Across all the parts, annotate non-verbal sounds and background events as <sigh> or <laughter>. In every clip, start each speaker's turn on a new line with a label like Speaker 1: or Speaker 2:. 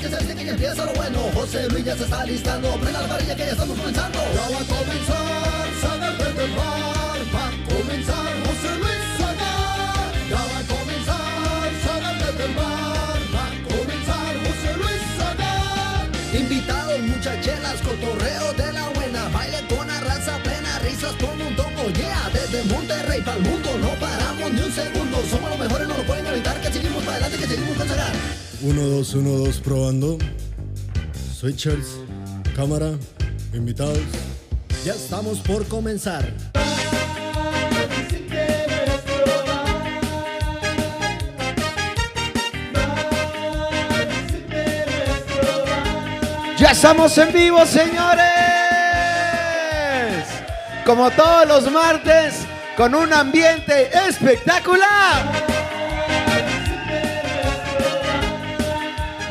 Speaker 1: que se dice que ya empieza lo bueno. José Luis ya se está listando. Prenda la varilla que ya estamos comenzando.
Speaker 2: Ya va a comenzar, saber desde el bar. Va a comenzar José Luis Saga. Ya va a comenzar, saber desde el bar. Va a comenzar José Luis Saga.
Speaker 1: Invitados, muchachelas, cotorreo de la buena. Baile con la raza plena, risas con un tomo. Yeah, desde Monterrey para el mundo. No paramos ni un segundo. Somos los mejores, no lo pueden evitar. Que seguimos para adelante, que seguimos con Saga.
Speaker 3: 1, 2, 1, 2, probando. Switchers, cámara, invitados. Ya estamos por comenzar.
Speaker 4: Ya estamos en vivo, señores. Como todos los martes, con un ambiente espectacular.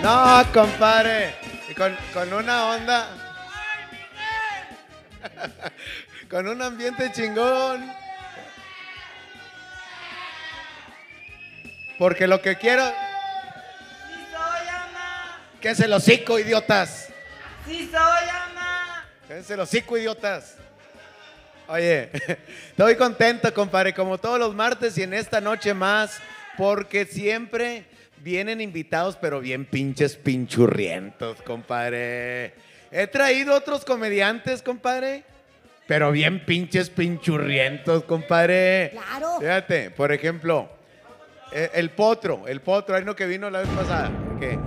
Speaker 4: No, compadre. Y Con, con una onda. <laughs> Con un ambiente chingón. Porque lo que quiero.
Speaker 5: Sí soy ama,
Speaker 4: Que se los hocico, idiotas.
Speaker 5: sí soy ama.
Speaker 4: Cállense los cinco idiotas. Oye, <laughs> estoy contento, compadre, como todos los martes y en esta noche más, porque siempre vienen invitados, pero bien pinches pinchurrientos, compadre. He traído otros comediantes, compadre, pero bien pinches pinchurrientos, compadre.
Speaker 6: Claro.
Speaker 4: Fíjate, por ejemplo, eh, el potro, el potro, ahí no que vino la vez pasada, que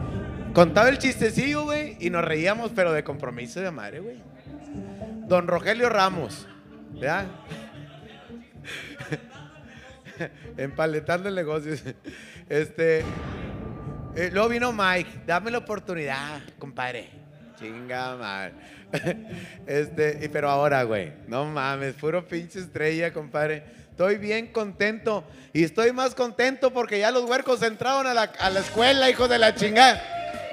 Speaker 4: contaba el chistecillo, güey, y nos reíamos, pero de compromiso de madre, güey. Don Rogelio Ramos, ¿verdad? <laughs> Empaletando el negocio. Este. eh, luego vino Mike, dame la oportunidad, compadre. Chinga madre. Este, y- pero ahora, güey, no mames, puro pinche estrella, compadre. Estoy bien contento y estoy más contento porque ya los huercos entraron a la, a la escuela, hijos de la chingada.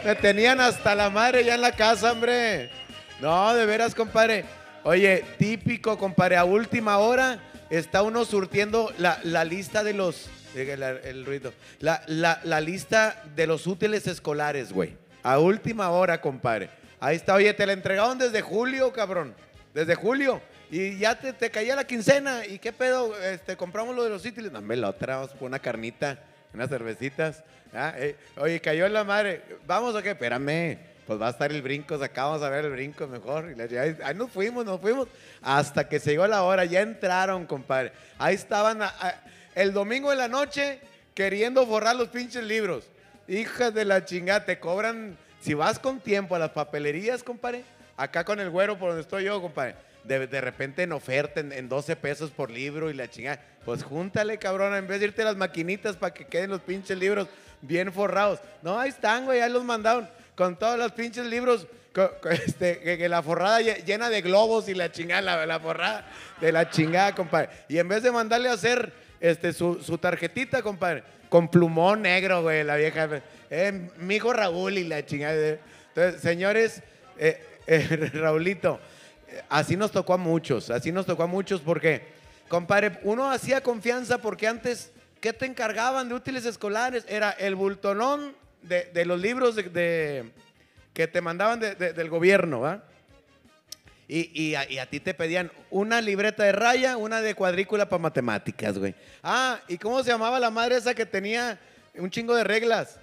Speaker 4: Me tenían hasta la madre ya en la casa, hombre. No, de veras, compadre. Oye, típico, compadre. A última hora está uno surtiendo la, la lista de los. diga la- El, ruido. La, la- la lista de los útiles escolares, güey. A última hora, compadre. Ahí está, oye, te la entregaron desde julio, cabrón. Desde julio. Y ya te, te caía la quincena. ¿Y qué pedo? Este, compramos lo de los útiles. Dame la otra, vamos por una carnita, unas cervecitas. Ah, eh, oye, cayó la madre. ¿Vamos o qué? Espérame. Pues va a estar el brinco, acá vamos a ver el brinco mejor. Y la chingada, ahí- ahí nos fuimos, nos fuimos. Hasta que se llegó la hora, ya entraron, compadre. Ahí estaban a- a- el domingo de la noche queriendo borrar los pinches libros. Hijas de la chingada, te cobran, si vas con tiempo a las papelerías, compadre, acá con el güero por donde estoy yo, compadre, de, de repente en oferta, en, en 12 pesos por libro y la chingada. Pues júntale, cabrón, en vez de irte a las maquinitas para que queden los pinches libros bien forrados. No, ahí están, güey, ahí los mandaron con todos los pinches libros, co- <laughs> co- este, que, que la forrada lle- llena de globos y la chingada, la, la forrada de la chingada, compadre. Y en vez de mandarle a hacer este, su, su tarjetita, compadre, con plumón negro, güey, la vieja. Eh, mi hijo Raúl y la chingada. Entonces, señores, eh, eh, <laughs> Raulito, eh, así nos tocó a muchos, así nos tocó a muchos porque... Compadre, uno hacía confianza porque antes, ¿qué te encargaban de útiles escolares? Era el bultonón de, de los libros de, de- que te mandaban de- de- del gobierno, ¿va? Y, y a, y a ti te pedían una libreta de raya, una de cuadrícula para matemáticas, güey. Ah, ¿y cómo se llamaba la madre esa que tenía un chingo de reglas?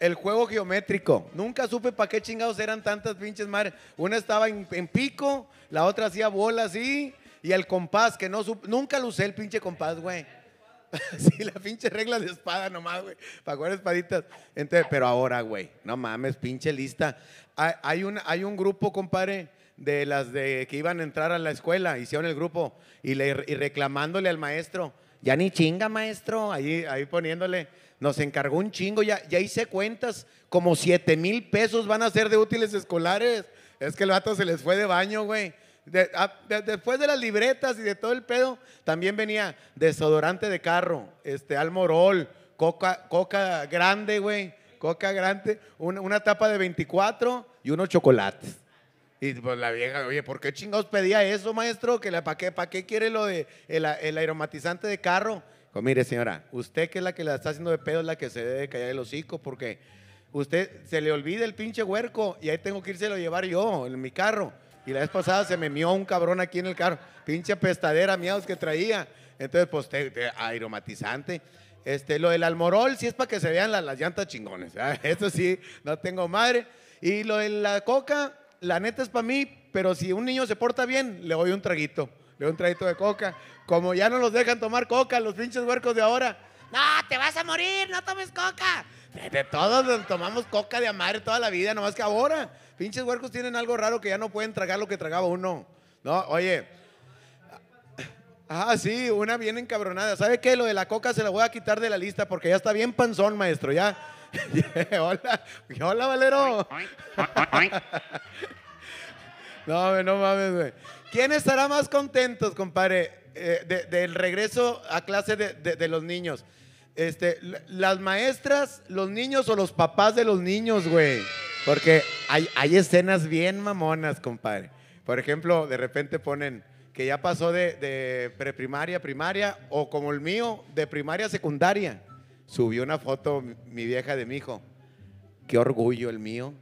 Speaker 4: El juego geométrico. Nunca supe para qué chingados eran tantas pinches madres. Una estaba en, en pico, la otra hacía bola así. Y el compás, que no supe. Nunca lo usé el pinche compás, güey. Sí, la pinche regla de espada nomás, güey. Para jugar espaditas. Entonces, pero ahora, güey, no mames, pinche lista. Hay, hay un, hay un grupo, compadre, de las de que iban a entrar a la escuela, hicieron el grupo y, le, y reclamándole al maestro. Ya ni chinga, maestro. Ahí, ahí poniéndole. Nos encargó un chingo, ya, ya hice cuentas. Como 7 mil pesos van a ser de útiles escolares. Es que el vato se les fue de baño, güey. De- a- de- después de las libretas y de todo el pedo, también venía desodorante de carro, este, almorol, coca, coca grande, güey, coca grande, una, una tapa de 24 y unos chocolates. Y pues la vieja, oye, ¿por qué chingados pedía eso, maestro? ¿Que la, ¿Para qué, pa' qué quiere lo de el, a- el aromatizante de carro? Pues mire, señora, usted que es la que la está haciendo de pedo es la que se debe callar el hocico porque Usted se le olvida el pinche huerco y ahí tengo que írselo a llevar yo en mi carro. Y la vez pasada se me mió un cabrón aquí en el carro. Pinche pestadera miados que traía. Entonces, pues, te- te- aromatizante. Este, lo del almorol sí es para que se vean la- las, llantas chingones. ah, <laughs> Eso sí, no tengo madre. Y lo de la coca, la neta es para mí, pero si un niño se porta bien, le doy un traguito. Le doy un traguito de coca. Como ya no los dejan tomar coca, los pinches huercos de ahora. No, te vas a morir, no tomes coca. De, de todos nos tomamos coca de a madre toda la vida, nomás que ahora. Pinches huercos tienen algo raro que ya no pueden tragar lo que tragaba uno. No, oye. Ah, sí, una bien encabronada. ¿Sabe qué? Lo de la coca se la voy a quitar de la lista porque ya está bien panzón, maestro, ya. <laughs> hola, hola, Valero. <laughs> No, güey, no mames, güey. ¿Quién estará más contentos, compadre, eh, de- del regreso a clase de, de- de los niños? Este, l- ¿Las maestras, los niños o los papás de los niños, güey? Porque hay, hay escenas bien mamonas, compadre. Por ejemplo, de repente ponen que ya pasó de, de preprimaria a primaria o como el mío, de primaria a secundaria. Subió una foto mi vieja de mi hijo. Qué orgullo el mío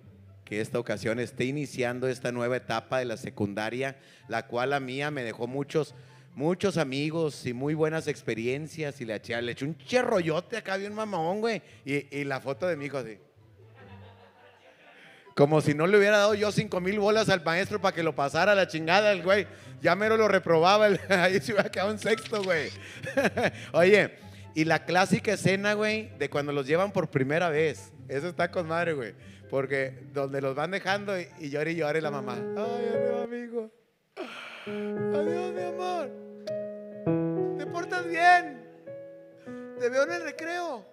Speaker 4: que esta ocasión esté iniciando esta nueva etapa de la secundaria, la cual la mía me dejó muchos, muchos amigos y muy buenas experiencias. Y le eché, le eché un cherroyote acá, bien mamón, güey. Y, y la foto de mi hijo así. Como si no le hubiera dado yo cinco mil bolas al maestro para que lo pasara a la chingada el güey. Ya mero lo reprobaba, el- <laughs> ahí se hubiera quedado en sexto, güey. <laughs> Oye, y la clásica escena, güey, de cuando los llevan por primera vez. Eso está con madre, güey. Porque donde los van dejando y, y llore y llore la mamá. Ay, adiós, amigo. Adiós, mi amor. Te portas bien. Te veo en el recreo.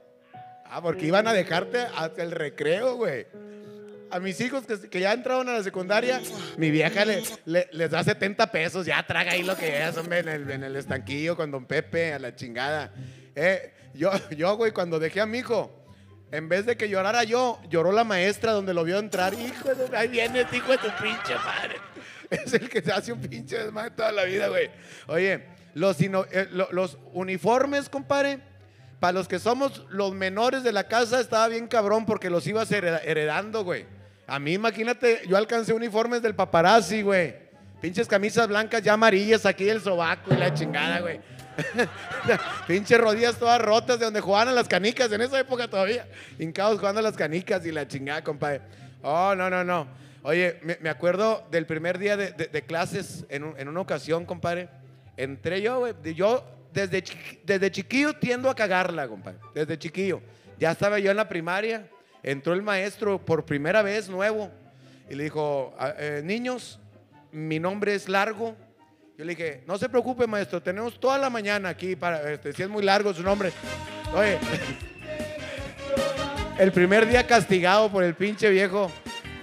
Speaker 4: Ah, porque iban a dejarte hasta el recreo, güey a mis hijos que, que ya entraron a la secundaria, mi vieja le- le- les da 70 pesos, ya traga ahí lo que es, hombre, en el, en el estanquillo con don Pepe, a la chingada. Eh, yo, yo, güey, cuando dejé a mi hijo, en vez de que llorara yo, lloró la maestra donde lo vio entrar. Hijo, de- ahí viene este hijo de tu pinche madre. <laughs> Es el que se hace un pinche desmadre toda la vida, güey. Oye, los, ino- eh, lo- los uniformes, compadre, para los que somos los menores de la casa, estaba bien cabrón porque los ibas hereda- heredando, güey. A mí, imagínate, yo alcancé uniformes del paparazzi, güey. Pinches camisas blancas ya amarillas aquí el sobaco y la chingada, güey. <laughs> Pinches rodillas todas rotas de donde jugaban a las canicas, en esa época todavía. Hincados jugando a las canicas y la chingada, compadre. Oh, no, no, no. Oye, me, me acuerdo del primer día de, de- de clases en, un- en una ocasión, compadre. Entré yo, güey. de- Yo desde, chiqui- desde chiquillo tiendo a cagarla, compadre. Desde chiquillo. Ya estaba yo en la primaria. Entró el maestro por primera vez nuevo y le dijo, "Ah, eh, niños, mi nombre es Largo. Yo le dije, no se preocupe, maestro, tenemos toda la mañana aquí para, este, si es muy largo su nombre. Oye, <laughs> el primer día castigado por el pinche viejo,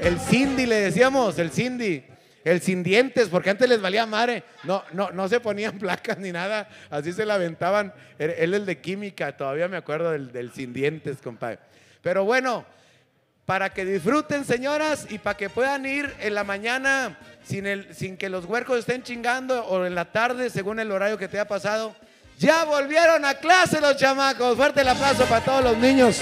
Speaker 4: el Cindy le decíamos, el Cindy, el sin dientes, porque antes les valía madre. No, no, no se ponían <laughs> placas ni nada, así se la aventaban. Él él el de química, todavía me acuerdo del, del sin dientes, compadre. Pero bueno, para que disfruten, señoras, y para que puedan ir en la mañana sin, el, sin que los huercos estén chingando o en la tarde, según el horario que te ha pasado. Ya volvieron a clase los chamacos. Fuerte el aplauso para todos los niños.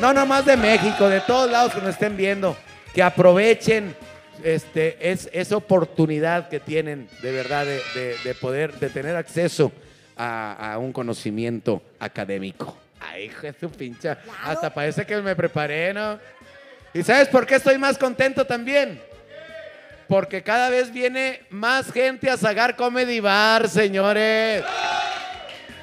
Speaker 4: No nomás de México, de todos lados que nos estén viendo. Que aprovechen este, es, esa oportunidad que tienen de verdad de, de- de poder, de tener acceso a, a un conocimiento académico. Ay, hijo de su pincha. Hasta parece que me preparé, ¿no? ¿Y sabes por qué estoy más contento también? Porque cada vez viene más gente a Zagar Comedy Bar, señores.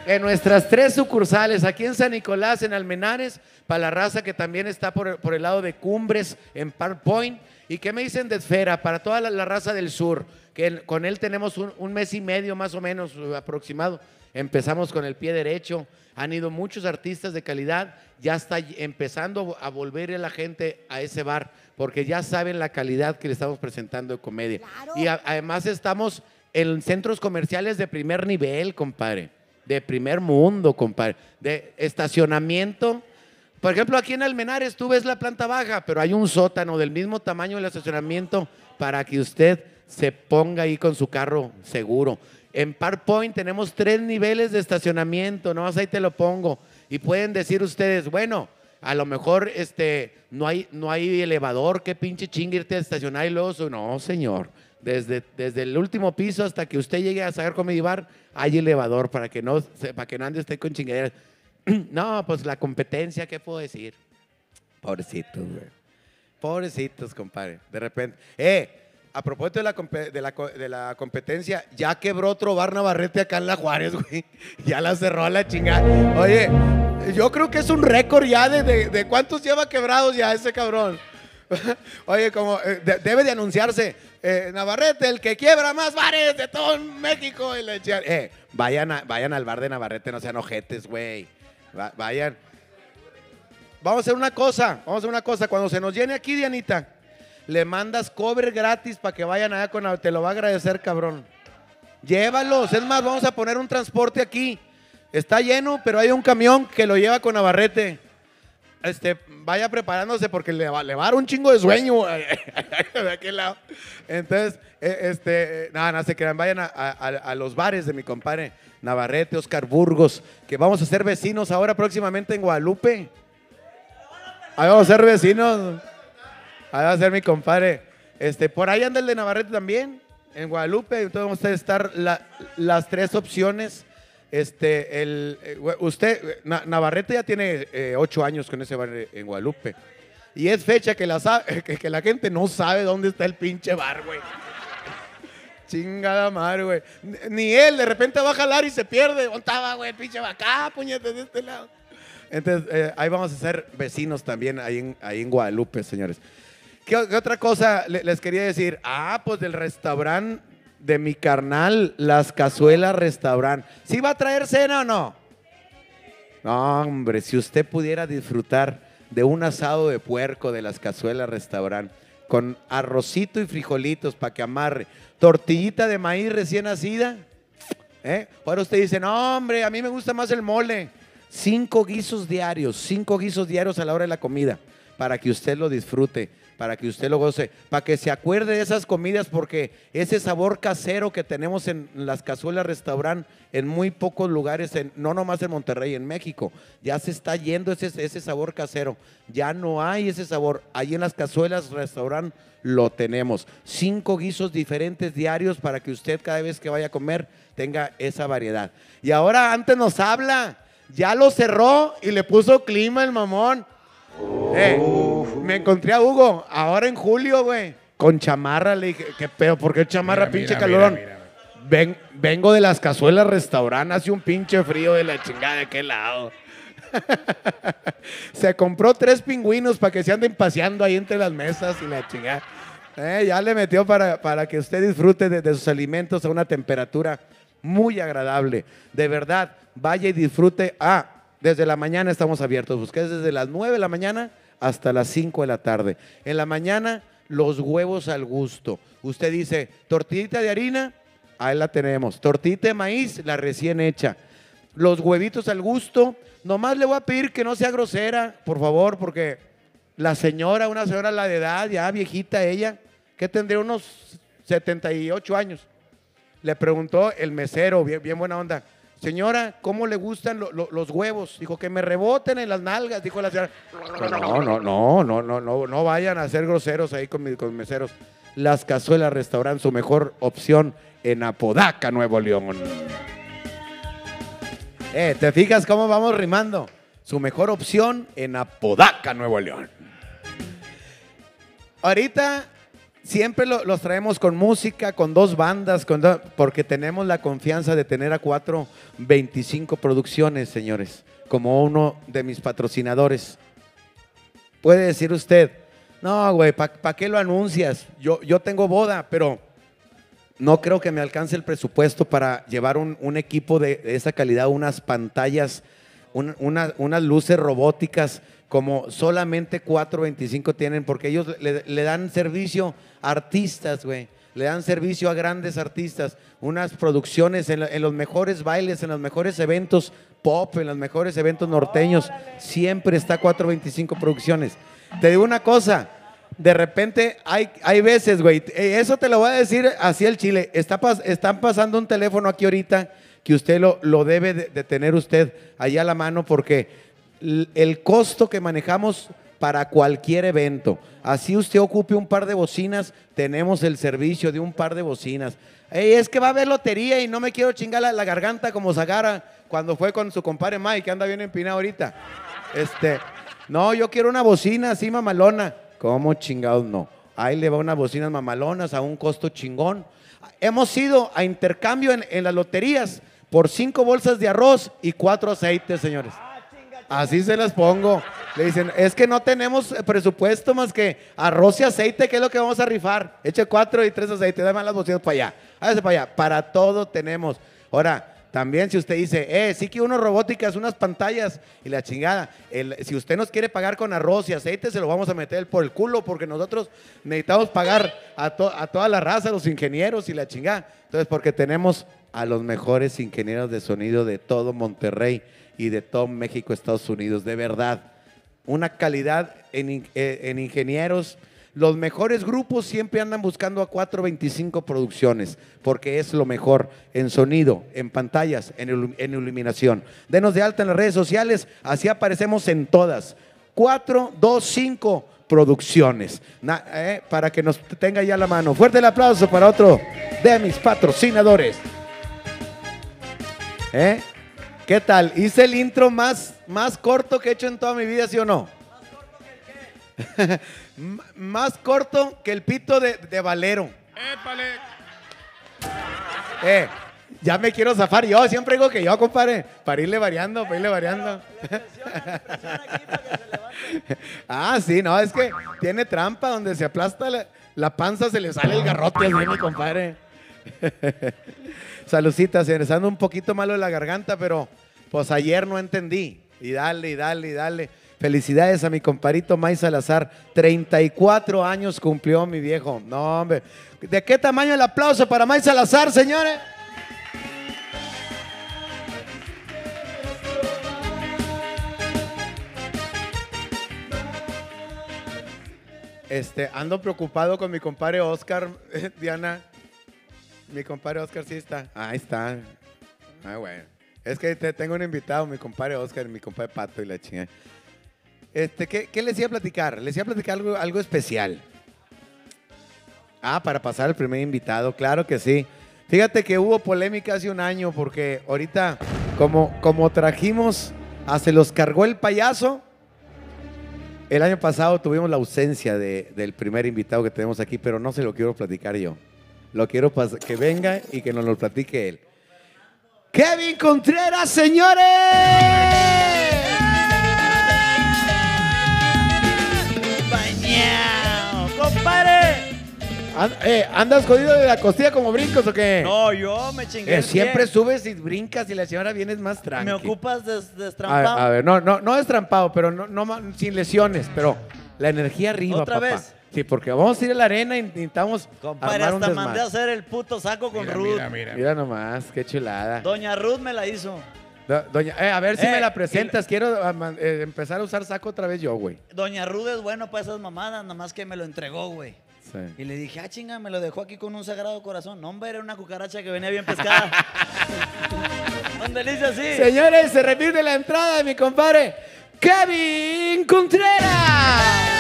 Speaker 4: En nuestras tres sucursales, aquí en San Nicolás, en Almenares, para la raza que también está por, por el lado de Cumbres, en Park Point. ¿Y qué me dicen de Esfera? Para toda la, la raza del sur, que el- con él tenemos un, un mes y medio más o menos eh, aproximado. Empezamos con el pie derecho. Han ido muchos artistas de calidad. Ya está y- empezando a volver la gente a ese bar, porque ya saben la calidad que le estamos presentando de comedia. Y a- además estamos en centros comerciales de primer nivel, compadre de primer mundo, compadre, de estacionamiento. Por ejemplo, aquí en Almenares tú ves la planta baja, pero hay un sótano del mismo tamaño del estacionamiento para que usted se ponga ahí con su carro seguro. En Park Point tenemos tres niveles de estacionamiento, no ahí te lo pongo. Y pueden decir ustedes, bueno, a lo mejor este, no, hay, no hay elevador, qué pinche chingue irte a estacionar y luego su- No, señor. Desde, desde el último piso hasta que usted llegue a sacar Comedy Bar, hay elevador para que no, se- para que no ande usted con chingaderas. <clears throat> No, pues la competencia, ¿qué puedo decir? Pobrecitos, güey. Pobrecitos, compadre. De repente. Eh, a propósito de la, compe- de, la, co- de la competencia, ya quebró otro bar Navarrete acá en La Juárez, <laughs> güey. Ya la cerró a la chingada. Oye, yo creo que es un récord ya de, de- de cuántos lleva quebrados ya ese cabrón. <laughs> Oye, como eh, de- debe de anunciarse, eh, Navarrete, el que quiebra más bares de todo México. y la chingada. eh, vayan, a- vayan al bar de Navarrete, no sean ojetes, güey. Va- vayan. Vamos a hacer una cosa, vamos a hacer una cosa. Cuando se nos llene aquí, Dianita, le mandas cover gratis para que vayan allá con la- Te lo va a agradecer, cabrón. Llévalos. Es más, vamos a poner un transporte aquí. Está lleno, pero hay un camión que lo lleva con Navarrete. Este, vaya preparándose porque le va, le va a dar un chingo de sueño <laughs> de aquel lado. Entonces, eh, este, eh, nada, nada, se crean, vayan a, a- a- a los bares de mi compadre Navarrete, Oscar Burgos, que vamos a ser vecinos ahora próximamente en Guadalupe. Ahí vamos a ser vecinos. Ahí va a ser mi compadre. Este, por ahí anda el de Navarrete también, en Guadalupe. Entonces vamos a estar la- las tres opciones. Este, el, eh, güe- usted, eh, Na- Navarrete ya tiene eh, ocho años con ese bar eh, en Guadalupe. Y es fecha que la, sa- <laughs> que, que la gente no sabe dónde está el pinche bar, güey. <laughs> Chingada madre, güey. Ni- Ni él, de repente va a jalar y se pierde. ¿Dónde estaba, güey? El pinche va acá, puñetes, de este lado. Entonces, eh, ahí vamos a ser vecinos también, ahí en, ahí en Guadalupe, señores. ¿Qué, qué otra cosa le- les quería decir? Ah, pues del restaurante de mi carnal, Las Cazuelas Restaurant. ¿Sí va a traer cena o no? No, hombre, si usted pudiera disfrutar de un asado de puerco de las cazuelas restaurant con arrocito y frijolitos para que amarre, tortillita de maíz recién nacida, ¿eh? Ahora usted dice, no, hombre, a mí me gusta más el mole. Cinco guisos diarios, cinco guisos diarios a la hora de la comida, para que usted lo disfrute, para que usted lo goce, para que se acuerde de esas comidas, porque ese sabor casero que tenemos en las cazuelas restaurant, en muy pocos lugares, en- no nomás en Monterrey, en México, ya se está yendo ese, ese sabor casero, ya no hay ese sabor. Ahí en las cazuelas restaurant lo tenemos. Cinco guisos diferentes diarios para que usted cada vez que vaya a comer tenga esa variedad. Y ahora antes nos habla, ya lo cerró y le puso clima el mamón. Eh, me encontré a Hugo ahora en julio, güey, con chamarra. Le dije, ¿qué pedo? ¿Por qué chamarra,
Speaker 6: Mira,
Speaker 4: pinche
Speaker 6: mira,
Speaker 4: calorón?
Speaker 6: mira, mira.
Speaker 4: Ven- vengo de las cazuelas restaurantes, hace un pinche frío de la chingada de qué lado. Se compró tres pingüinos para que se anden paseando ahí entre las mesas y la chingada. Eh, ya le metió para, para que usted disfrute de, de sus alimentos a una temperatura muy agradable. De verdad, vaya y disfrute. Ah, desde la mañana estamos abiertos. Busqué desde las 9 de la mañana hasta las 5 de la tarde. En la mañana, los huevos al gusto. Usted dice, tortillita de harina, ahí la tenemos. Tortillita de maíz, la recién hecha los huevitos al gusto. Nomás le voy a pedir que no sea grosera, por favor, porque la señora, una señora a la de edad, ya viejita ella, que tendría unos 78 años, le preguntó el mesero, bien, bien buena onda, señora, ¿cómo le gustan lo- lo- los huevos? Dijo, que me reboten en las nalgas, dijo la señora. No, no, no, no, no, no, no vayan a ser groseros ahí con mis con meseros. Las Cazuelas Restaurant, su mejor opción en Apodaca, Nuevo León. Eh, ¿Te fijas cómo vamos rimando? Su mejor opción en Apodaca, Nuevo León. Ahorita siempre lo- los traemos con música, con dos bandas, con do- porque tenemos la confianza de tener a cuatro 25 producciones, señores, como uno de mis patrocinadores. Puede decir usted, no, güey, ¿para qué lo anuncias? Yo, yo tengo boda, pero no creo que me alcance el presupuesto para llevar un, un equipo de, de esa calidad, unas pantallas, un- una- unas luces robóticas como solamente 425 tienen, porque ellos le, le dan servicio a artistas, güey. Le dan servicio a grandes artistas, unas producciones en, la- en los mejores bailes, en los mejores eventos pop, en los mejores eventos norteños. Siempre está 425 Producciones. Te digo una cosa, de repente hay, hay veces, güey, eh, eso te lo voy a decir así el chile. Está pas- están pasando un teléfono aquí ahorita que usted lo, lo debe de, de tener usted allá a la mano porque l- el costo que manejamos para cualquier evento. Así usted ocupe un par de bocinas, tenemos el servicio de un par de bocinas. Ey, es que va a haber lotería y no me quiero chingar la, la garganta como Zagara cuando fue con su compadre Mike, que anda bien empinado ahorita. Este, no, yo quiero una bocina así mamalona. ¿Cómo chingados no? Ahí le va unas bocinas mamalonas a un costo chingón. Hemos ido a intercambio en, en las loterías por cinco bolsas de arroz y cuatro aceites, señores. Así se las pongo. Le dicen, es que no tenemos eh, presupuesto más que arroz y aceite, que es lo que vamos a rifar. Eche cuatro y tres aceites, dame las bocinas para allá. Hágase para allá. Para todo tenemos. Ahora, también si usted dice, eh, sí que unos robóticas, unas pantallas y la chingada. El- si usted nos quiere pagar con arroz y aceite, se lo vamos a meter por el culo porque nosotros necesitamos pagar a, to- a toda la raza, los ingenieros y la chingada. Entonces, porque tenemos a los mejores ingenieros de sonido de todo Monterrey y de todo México, Estados Unidos, de verdad una calidad en, in- eh, en ingenieros. Los mejores grupos siempre andan buscando a 425 producciones, porque es lo mejor en sonido, en pantallas, en, ilu- en iluminación. Denos de alta en las redes sociales, así aparecemos en todas. 425 producciones, Na- eh, para que nos tenga ya la mano. Fuerte el aplauso para otro de mis patrocinadores. ¿Eh? ¿Qué tal? Hice el intro más, más corto que he hecho en toda mi vida, ¿sí o no? <laughs> M- Más corto que el pito de, de Valero. Eh, ya me quiero zafar yo, siempre digo que yo, compadre, para irle variando, para irle variando. <laughs> Ah, sí, no, es que tiene trampa donde se aplasta la, la panza, se le sale el garrote al mi compadre. <laughs> Salucitas, regresando un poquito malo de la garganta, pero pues ayer no entendí. Y dale, y dale, y dale. Felicidades a mi comparito May Salazar. 34 años cumplió mi viejo. No, hombre. ¿De qué tamaño el aplauso para May Salazar, señores? Este, ando preocupado con mi compadre Oscar, <laughs> Diana. Mi compadre Oscar sí está. Ahí está. Ah, bueno. Es que te- tengo un invitado, mi compadre Oscar, mi compadre Pato y la chingada. Este, ¿qué, qué les iba a platicar? Les iba a platicar algo, algo especial. Ah, para pasar al primer invitado, claro que sí. Fíjate que hubo polémica hace un año porque ahorita, como, como trajimos, a se los cargó el payaso. El año pasado tuvimos la ausencia de- del primer invitado que tenemos aquí, pero no se lo quiero platicar yo. Lo quiero pas- que venga y que nos lo platique él. Kevin Contreras, señores.
Speaker 6: Bañao, compadre.
Speaker 4: An- eh, ¿Andas jodido de la costilla como brincos o qué?
Speaker 6: No, yo me
Speaker 4: Eh,
Speaker 6: chingué.
Speaker 4: siempre subes y brincas y la señora vienes más tranqui.
Speaker 6: Me ocupas des,
Speaker 4: A ver,
Speaker 6: destrampado.
Speaker 4: a ver, no, no, no es trampado, pero no, no ma- sin lesiones, pero la energía arriba,
Speaker 6: ¿Otra
Speaker 4: papá.
Speaker 6: vez?
Speaker 4: Sí, porque vamos a ir a la arena y necesitamos
Speaker 6: Compadre,
Speaker 4: armar un
Speaker 6: hasta mandé a
Speaker 4: desmadre.
Speaker 6: hacer el puto saco con Ruth.
Speaker 4: Mira, mira nomás, qué chulada.
Speaker 6: Doña Ruth me la hizo.
Speaker 4: Do- Doña, eh, a ver si
Speaker 6: Eh,
Speaker 4: me la presentas. Quiero ah, man- eh, empezar a usar saco otra vez yo, güey.
Speaker 6: Doña Ruth es bueno para esas mamadas, nada más que me lo entregó, güey.
Speaker 4: Sí.
Speaker 6: Y le dije, ah, chinga, me lo dejó aquí con un sagrado corazón. No, hombre, era una cucaracha que venía bien
Speaker 4: <laughs>
Speaker 6: pescada. Donde le hice así.
Speaker 4: Señores, se repite la entrada de mi compadre Kevin Contreras.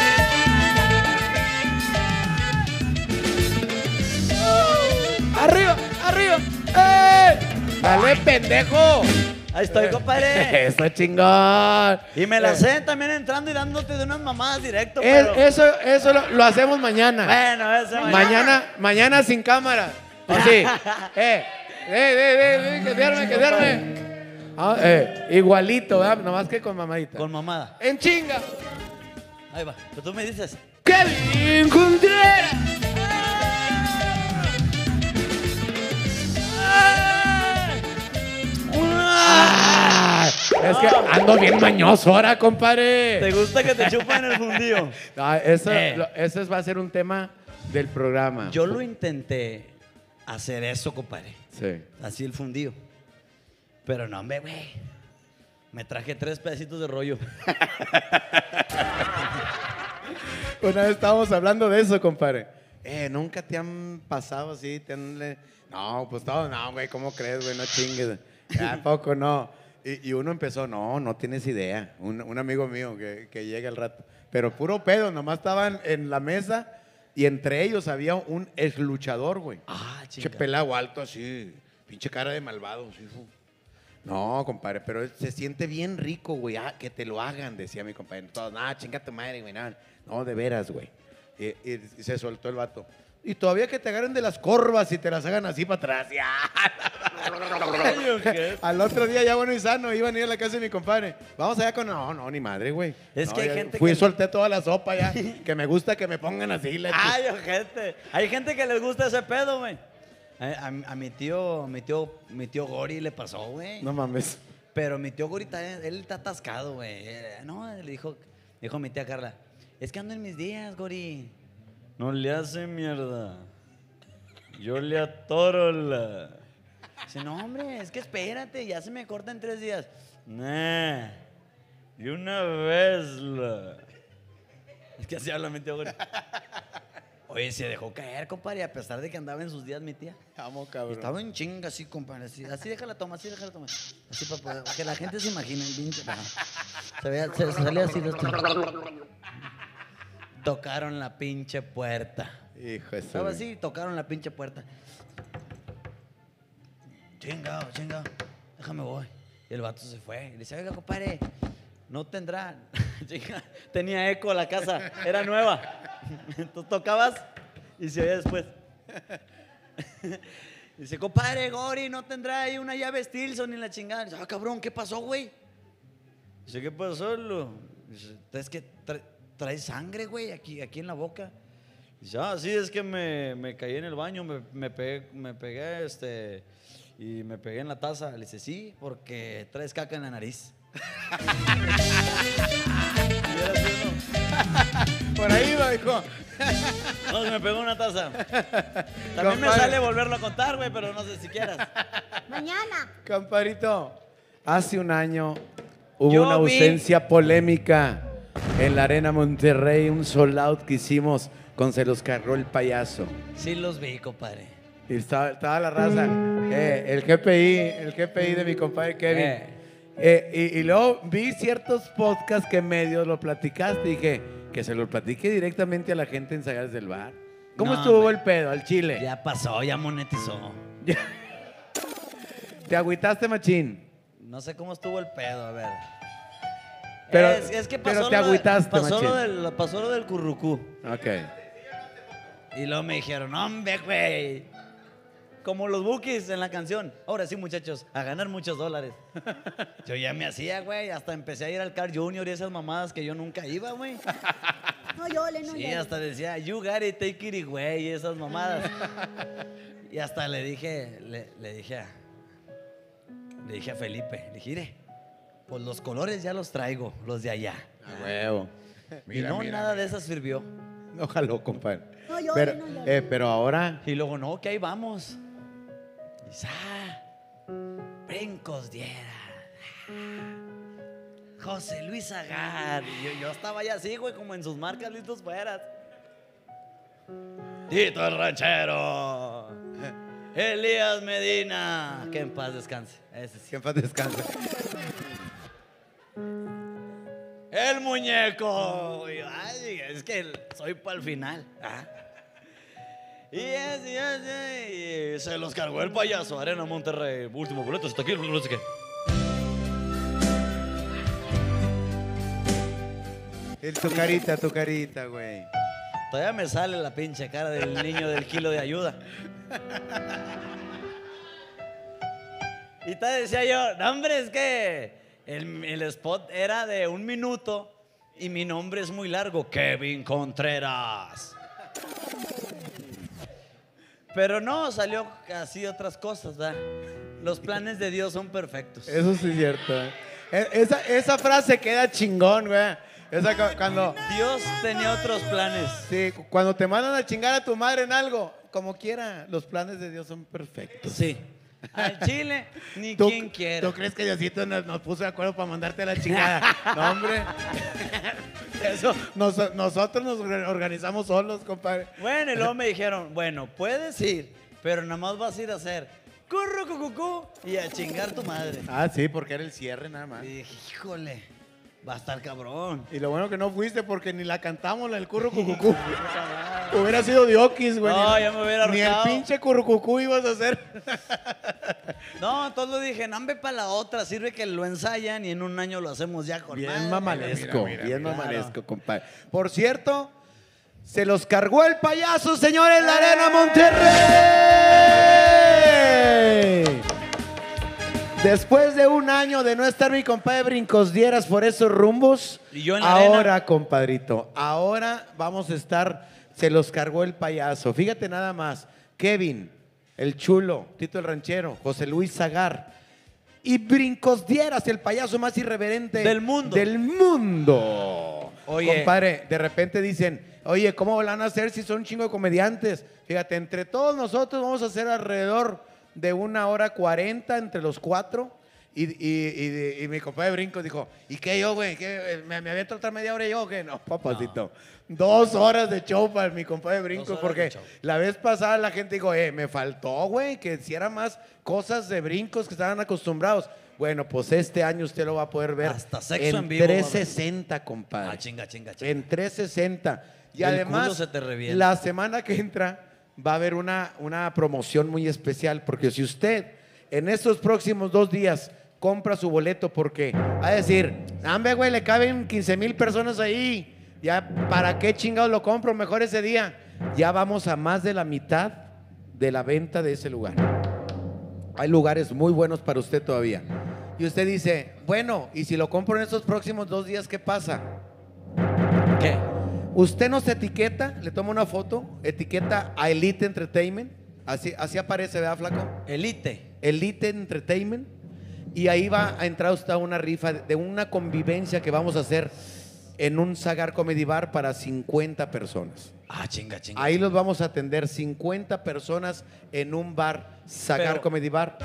Speaker 4: Arriba, arriba. ¡Eh! Dale, pendejo. Eh.
Speaker 6: Ahí estoy, compadre.
Speaker 4: <laughs> Eso chingón.
Speaker 6: Y me la sé también entrando y dándote de unas mamadas directo,
Speaker 4: Eh. Es-
Speaker 6: pero...
Speaker 4: eso eso lo, lo hacemos mañana.
Speaker 6: Bueno, eso... <laughs>
Speaker 4: Mañana, mañana sin cámara. Así. eh, eh, eh, eh, que se arme, que se arme. Ah, eh, igualito, ¿verdad? Nomás que con mamadita.
Speaker 6: Con mamada.
Speaker 4: En chinga.
Speaker 6: Ahí va. Pero tú me dices...
Speaker 4: Kevin Contreras. Ah, es que ando bien mañoso ahora,
Speaker 6: ¿Te
Speaker 4: compadre.
Speaker 6: gusta que te chupan el
Speaker 4: <laughs>
Speaker 6: fundillo?
Speaker 4: Ah, eso,
Speaker 6: Eh.
Speaker 4: lo- eso va a ser un tema del programa.
Speaker 6: Yo lo intenté hacer eso, compadre.
Speaker 4: Sí.
Speaker 6: Así el fundido. Pero no, hombre, güey. Me traje tres pedacitos de rollo. <laughs>
Speaker 4: Una vez estábamos hablando de eso, compadre. Eh, nunca te han pasado así, te han le- No, pues todo, no, güey, ¿cómo crees, güey? No chingues. Ya, ¿A poco no? Y, y uno empezó, no, no tienes idea. Un, un amigo mío que, que llega al rato. Pero puro pedo, nomás estaban en la mesa y entre ellos había un ex luchador, güey.
Speaker 6: Ah,
Speaker 4: Pinche
Speaker 6: chinga.
Speaker 4: pelado alto así, pinche cara de malvado. así, fu. No, compadre, pero se siente bien rico, güey, ah, que te lo hagan, decía mi compadre. Todos, no, chinga tu madre, güey, no, no, de veras, güey. Y, y- y Eh, se soltó el vato. Y todavía que te agarren de las corvas y te las hagan así para atrás.
Speaker 6: <laughs>
Speaker 4: y, ah. Al otro día ya bueno y sano, iban a ir a la casa de mi compadre. Vamos allá con, no, no, ni madre, güey.
Speaker 6: Es
Speaker 4: No,
Speaker 6: que hay
Speaker 4: ya
Speaker 6: gente
Speaker 4: Fui,
Speaker 6: que-
Speaker 4: solté toda la sopa
Speaker 6: <laughs>
Speaker 4: ya, que me gusta que me pongan así. la chi-
Speaker 6: Ay, gente. Hay gente que les gusta ese pedo, güey. A, a- a mi tío, mi tío, mi tío Gori le pasó, güey.
Speaker 4: No mames.
Speaker 6: Pero mi tío Gori, está- él está atascado, güey. Eh, No, le dijo, dijo mi tía Carla, es que ando en mis días, Gori. No le hace mierda. Yo le atoro la... Dice, no, hombre, es que espérate, ya se me corta en tres días. Nah, y una vez la... Es que así habla mi tío Gori. Oye, se dejó caer, compadre, y a pesar de que andaba en sus días mi tía.
Speaker 4: Vamos, cabrón.
Speaker 6: Estaba en chinga así, compadre. Así, así déjala tomar, así déjala tomar. Así para poder- que la gente se imagine. bien ch- Ajá. Se, vea, se, se salía así. los chingos. Tocaron la pinche puerta.
Speaker 4: Hijo de su-
Speaker 6: Estaba así, tocaron la pinche puerta. Chingado, chingado. Déjame voy. Y el vato se fue. Y le dice, oiga, compadre, no tendrá. <laughs> Chinga, Tenía eco la casa, era nueva. <laughs> Tú tocabas y se oía después. Dice, compadre, Gori, no tendrá ahí una llave Stilson ni la chingada. Dice, ah, cabrón, ¿qué pasó, güey? Dice, ¿qué pasó, lo? Dice, es que tra- traes sangre, güey, aquí, aquí en la boca. Dice, ah, sí, es que me, me caí en el baño, me, me pegué, me pegué, este, y me pegué en la taza. Le dice, sí, porque traes caca en la nariz.
Speaker 4: <laughs>
Speaker 6: Y era así,
Speaker 4: <laughs> Por ahí va, hijo.
Speaker 6: <laughs> no, No, se me pegó una taza. También me
Speaker 4: Compadre.
Speaker 6: sale volverlo a contar, güey, pero no sé si
Speaker 4: <laughs>
Speaker 6: quieras.
Speaker 7: Mañana.
Speaker 4: Camparito, hace un año hubo
Speaker 6: Yo
Speaker 4: una
Speaker 6: vi-
Speaker 4: ausencia polémica en la Arena Monterrey, un sold out que hicimos con Se los cargó el payaso.
Speaker 6: Sí los vi, compadre.
Speaker 4: Y estaba, estaba la raza, eh, el GPI, el GPI de mi compadre Kevin.
Speaker 6: Eh.
Speaker 4: Eh, y, y luego vi ciertos podcasts que medio lo platicaste y dije, que se lo platique directamente a la gente en Sagas del Bar. ¿Cómo
Speaker 6: No,
Speaker 4: estuvo
Speaker 6: hombre.
Speaker 4: el pedo al chile?
Speaker 6: Ya pasó, ya monetizó.
Speaker 4: ¿Te agüitaste, machín?
Speaker 6: No sé cómo estuvo el pedo, a ver.
Speaker 4: Pero-
Speaker 6: es, es que pasó
Speaker 4: pero te
Speaker 6: lo de-
Speaker 4: agüitaste,
Speaker 6: pasó, lo
Speaker 4: machín.
Speaker 6: del, pasó lo del currucú.
Speaker 4: Ok.
Speaker 6: Y luego me dijeron, hombre, güey. Como los bookies en la canción. Ahora sí, muchachos, a ganar muchos
Speaker 4: <laughs>
Speaker 6: dólares. Yo ya me hacía, güey. Hasta empecé a ir al Car Junior y esas mamadas que yo nunca iba, güey.
Speaker 7: No llore, no
Speaker 6: Sí,
Speaker 7: llore.
Speaker 6: hasta decía, you got it, take it away, y
Speaker 7: <laughs>
Speaker 6: esas mamadas. y hasta le dije, le, le dije a, le dije a Felipe, le dije, "Mire, pues los colores ya los traigo, los de allá.
Speaker 4: A huevo.
Speaker 6: y no, nada de esas sirvió.
Speaker 4: <laughs> Ojalá, compadre.
Speaker 7: No llore,
Speaker 4: pero,
Speaker 7: no llore.
Speaker 4: eh, pero ahora,
Speaker 6: Y luego, no, que ahí vamos. Y sa, brincos diera. Ah, José Luis Agar. Y yo, yo estaba ya así, güey, como en sus marcas listos fueras. Tito el ranchero. <laughs> Elías Medina. Que en paz descanse. Ese sí.
Speaker 4: que en paz descanse.
Speaker 6: El muñeco. Y yo, ay, es que el- soy para el final. Ah. Y es, y es, y- y se los cargó el payaso. Arena Monterrey. Último boleto, está aquí, no sé qué.
Speaker 4: El- tu carita, tu carita, güey.
Speaker 6: Todavía me sale la pinche cara del niño del kilo de ayuda. Y te decía yo, no hombre, es que el, el spot era de un minuto y mi nombre es muy largo, Kevin Contreras. Pero no, salió así otras cosas, ¿verdad? Los planes de Dios son perfectos.
Speaker 4: Eso sí es cierto. eh. E- Esa, esa frase queda chingón, güey. Esa cu- cuando,
Speaker 6: Dios tenía otros planes.
Speaker 4: sí, cu- cuando te mandan a chingar a tu madre en algo, como quiera, los planes de Dios son perfectos.
Speaker 6: Sí. Al Chile, ni
Speaker 4: ¿Tú-
Speaker 6: quien quiera.
Speaker 4: ¿Tú crees que Diosito nos, nos puso de acuerdo para mandarte a la chingada?
Speaker 6: <laughs>
Speaker 4: no, hombre. Eso, nos- nosotros nos organizamos solos, compadre.
Speaker 6: Bueno, y luego me dijeron, bueno, puedes ir, pero nada más vas a ir a hacer curro, cucucú, y a chingar tu madre.
Speaker 4: Ah, sí, porque era el cierre nada más.
Speaker 6: Y dije, híjole, va a estar cabrón.
Speaker 4: Y lo bueno que no fuiste porque ni la cantamos, la del curro cucucú. Hubiera sido Diokis, güey.
Speaker 6: No,
Speaker 4: Ni-
Speaker 6: ya me hubiera
Speaker 4: Ni el
Speaker 6: ahorcado.
Speaker 4: pinche currucucú ibas a hacer.
Speaker 6: No, entonces lo dije, no hombre para la otra, sirve que lo ensayan y en un año lo hacemos ya con madre.
Speaker 4: bien mamalesco,
Speaker 6: Claro.
Speaker 4: compadre. Por cierto, se los cargó el payaso, señores, la Arena Monterrey. Después de un año de no estar mi compadre Brincos Dieras por esos rumbos,
Speaker 6: Y yo en la
Speaker 4: ahora,
Speaker 6: arena.
Speaker 4: compadrito, ahora vamos a estar, se los cargó el payaso. Fíjate nada más, Kevin, el chulo, Tito el ranchero, José Luis Zagar y Brincos Dieras, el payaso más irreverente
Speaker 6: Del mundo.
Speaker 4: Del mundo.
Speaker 6: Oye.
Speaker 4: Compadre, de repente dicen, oye, ¿cómo lo van a hacer si son un chingo de comediantes? Fíjate, entre todos nosotros vamos a hacer alrededor de una hora cuarenta entre los cuatro. Y, y- y de- y mi compadre Brincos dijo, ¿y qué yo, güey? ¿Qué, eh, ¿Me, me aviento otra media hora y yo? que No, papacito. Dos horas de show para mi compadre Brincos
Speaker 6: horas de
Speaker 4: porque
Speaker 6: show.
Speaker 4: la vez pasada la gente dijo, eh, me faltó, güey, que hiciera más cosas de brincos que estaban acostumbrados. Bueno, pues este año usted lo va a poder ver.
Speaker 6: Hasta sexo en vivo va a haber.
Speaker 4: 360, compadre.
Speaker 6: Ah, chinga, chinga, chinga.
Speaker 4: En 360. Y
Speaker 6: El
Speaker 4: además,
Speaker 6: culo se te revienta.
Speaker 4: la semana que entra va a haber una, una promoción muy especial, porque si usted en estos próximos dos días compra su boleto, porque va a decir, hambre, güey, le caben 15 mil personas ahí, ya, ¿para qué chingados lo compro? Mejor ese día. Ya vamos a más de la mitad de la venta de ese lugar. Hay lugares muy buenos para usted todavía. Y usted dice, bueno, y si lo compro en estos próximos dos días, ¿qué pasa?
Speaker 6: ¿Qué?
Speaker 4: Usted nos etiqueta, le toma una foto, etiqueta a Elite Entertainment, así, así aparece, ¿verdad, flaco?
Speaker 6: Elite.
Speaker 4: Elite Entertainment, y ahí va a entrar usted a una rifa de- de una convivencia que vamos a hacer en un Sagar Comedy Bar para 50 personas.
Speaker 6: Ah, chinga, chinga.
Speaker 4: Ahí los vamos a atender 50 personas en un bar, Sagar
Speaker 6: Pero-
Speaker 4: Comedy Bar.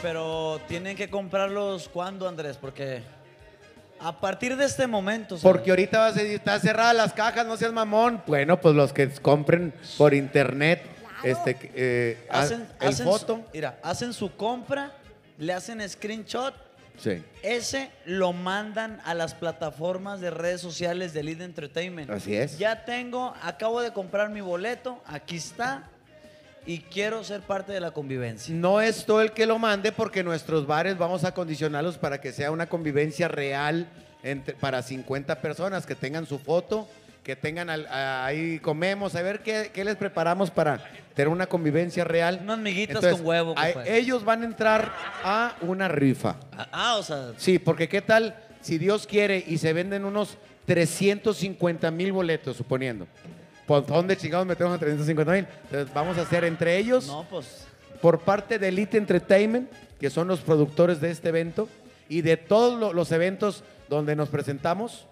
Speaker 6: Pero tienen que comprarlos cuando, Andrés, porque a partir de este momento. señor.
Speaker 4: Porque ahorita vas a decir, está cerradas las cajas, no seas mamón. Bueno, pues los que compren por internet, este, eh, ha-
Speaker 6: hacen,
Speaker 4: el
Speaker 6: hacen su-
Speaker 4: foto.
Speaker 6: mira, hacen su compra, le hacen screenshot
Speaker 4: Sí.
Speaker 6: Ese lo mandan a las plataformas de redes sociales de Lead Entertainment.
Speaker 4: Así es.
Speaker 6: Ya tengo, acabo de comprar mi boleto, aquí está, y quiero ser parte de la convivencia.
Speaker 4: No es todo el que lo mande porque nuestros bares vamos a condicionarlos para que sea una convivencia real entre- para 50 personas, que tengan su foto, que tengan al- a- ahí comemos, a ver qué, qué les preparamos para tener una convivencia real.
Speaker 6: Unas miguitas con huevo,
Speaker 4: a-
Speaker 6: compadre.
Speaker 4: ellos van a entrar a una rifa.
Speaker 6: Ah, ah, o sea,
Speaker 4: Sí, porque qué tal si Dios quiere y se venden unos 350 mil boletos, suponiendo. ¿Por dónde chingados metemos a 350 mil? Entonces vamos a hacer entre ellos
Speaker 6: no, pues,
Speaker 4: por parte de Elite Entertainment, que son los productores de este evento, y de todos lo- los eventos donde nos presentamos,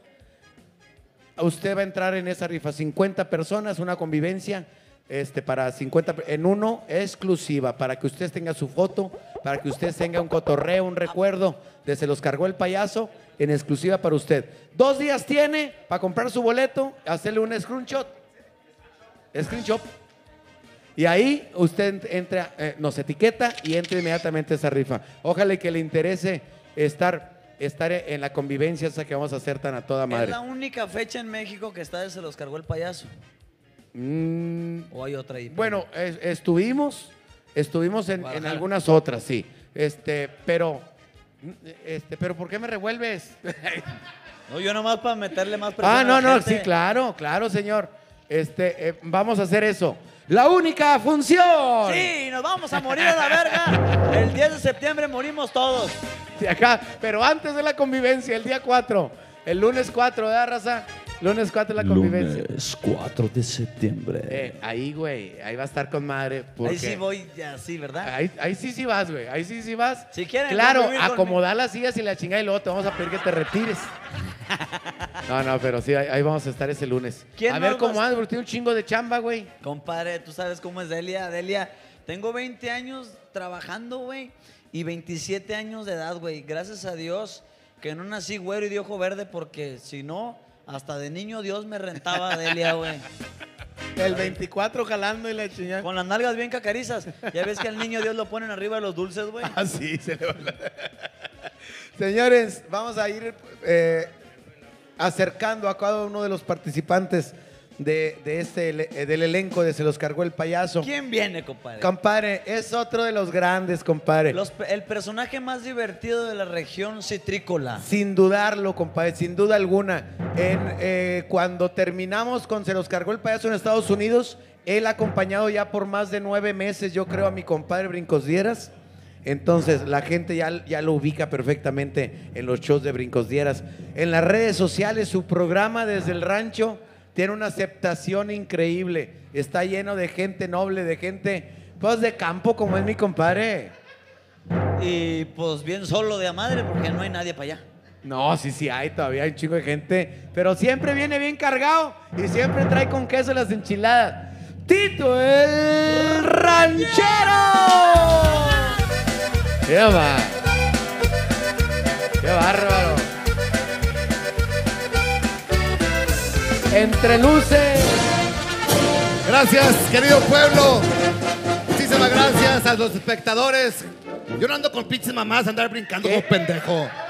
Speaker 4: usted va a entrar en esa rifa. 50 personas, una convivencia este, para 50, pe- en uno exclusiva, para que usted tenga su foto, para que usted tenga un cotorreo, un recuerdo de Se los cargó el payaso, en exclusiva para usted. Dos días tiene para comprar su boleto, hacerle un screenshot. Screenshot. Y ahí usted ent- entra, eh, nos etiqueta y entra inmediatamente a esa rifa. Ojalá y que le interese estar, estar en la convivencia esa que vamos a hacer tan a toda
Speaker 6: es
Speaker 4: madre.
Speaker 6: la única fecha en México que está de se los cargó el payaso.
Speaker 4: Mm,
Speaker 6: O hay otra ahí.
Speaker 4: bueno, es- estuvimos, estuvimos en, en
Speaker 6: Guadalajara.
Speaker 4: algunas otras, sí. Este, pero, mm, este, pero ¿por qué me revuelves?
Speaker 6: <laughs> No, yo nomás para meterle más presión.
Speaker 4: Ah,
Speaker 6: a la
Speaker 4: no, no,
Speaker 6: gente.
Speaker 4: sí, claro, claro, señor. Este, eh, vamos a hacer eso. La única función.
Speaker 6: Sí, nos vamos a morir a la verga. El 10 de septiembre morimos todos.
Speaker 4: Sí, acá, pero antes de la convivencia, el día 4, el lunes 4, ¿verdad, raza? Lunes 4 <laughs> la convivencia.
Speaker 6: Lunes 4 de septiembre.
Speaker 4: Eh, ahí, güey, ahí va a estar con madre. porque-
Speaker 6: Ahí sí voy así, ¿verdad?
Speaker 4: Ahí, ahí sí, sí vas, güey. Ahí sí, sí vas.
Speaker 6: Si quieren
Speaker 4: Claro,
Speaker 6: convivir conmigo.
Speaker 4: acomodar las sillas y la chingada y luego te vamos a pedir que te retires. No, no, pero sí, ahí, ahí vamos a estar ese lunes.
Speaker 6: ¿Quién
Speaker 4: a ver
Speaker 6: más
Speaker 4: cómo
Speaker 6: vas-
Speaker 4: andas, porque tiene un chingo de chamba, güey.
Speaker 6: Compadre, tú sabes cómo es Delia. Delia, tengo 20 años trabajando, güey, y 27 años de edad, güey. Gracias a Dios que no nací güero y
Speaker 4: <laughs>
Speaker 6: de ojo verde, porque si no, hasta de niño Dios me rentaba a Delia, güey.
Speaker 4: El 24 jalando y la chingada.
Speaker 6: Con las nalgas bien cacarizas. Ya ves que al niño Dios lo ponen arriba de los dulces, güey.
Speaker 4: Así Ah, se le va la- <laughs> Señores, vamos a ir eh, acercando a cada uno de los participantes de, de este, ele- eh, del elenco de Se los cargó el payaso.
Speaker 6: ¿Quién viene, compadre?
Speaker 4: Compadre, es otro de los grandes, compadre.
Speaker 6: Los pe- el personaje más divertido de la región citrícola.
Speaker 4: Sin dudarlo, compadre, sin duda alguna. En, eh, cuando terminamos con Se los cargó el payaso en Estados Unidos, él acompañado ya por más de nueve meses, yo creo, a mi compadre Brincos Dieras. Entonces, la gente ya, ya lo ubica perfectamente en los shows de Brincos Dieras. En las redes sociales, su programa desde el rancho tiene una aceptación increíble. Está lleno de gente noble, de gente, pues, de campo, como es mi compadre.
Speaker 6: Y pues bien solo de a madre porque no hay nadie para allá.
Speaker 4: No, sí, sí, hay todavía hay un chico de gente. Pero siempre viene bien cargado y siempre trae con queso las enchiladas. ¡Tito el ranchero! ¡Qué va! ¡Qué bárbaro! Entre luces.
Speaker 8: Gracias, querido pueblo. Muchísimas gracias a los espectadores. Yo no ando con pinches mamás a andar brincando como pendejo. Ah.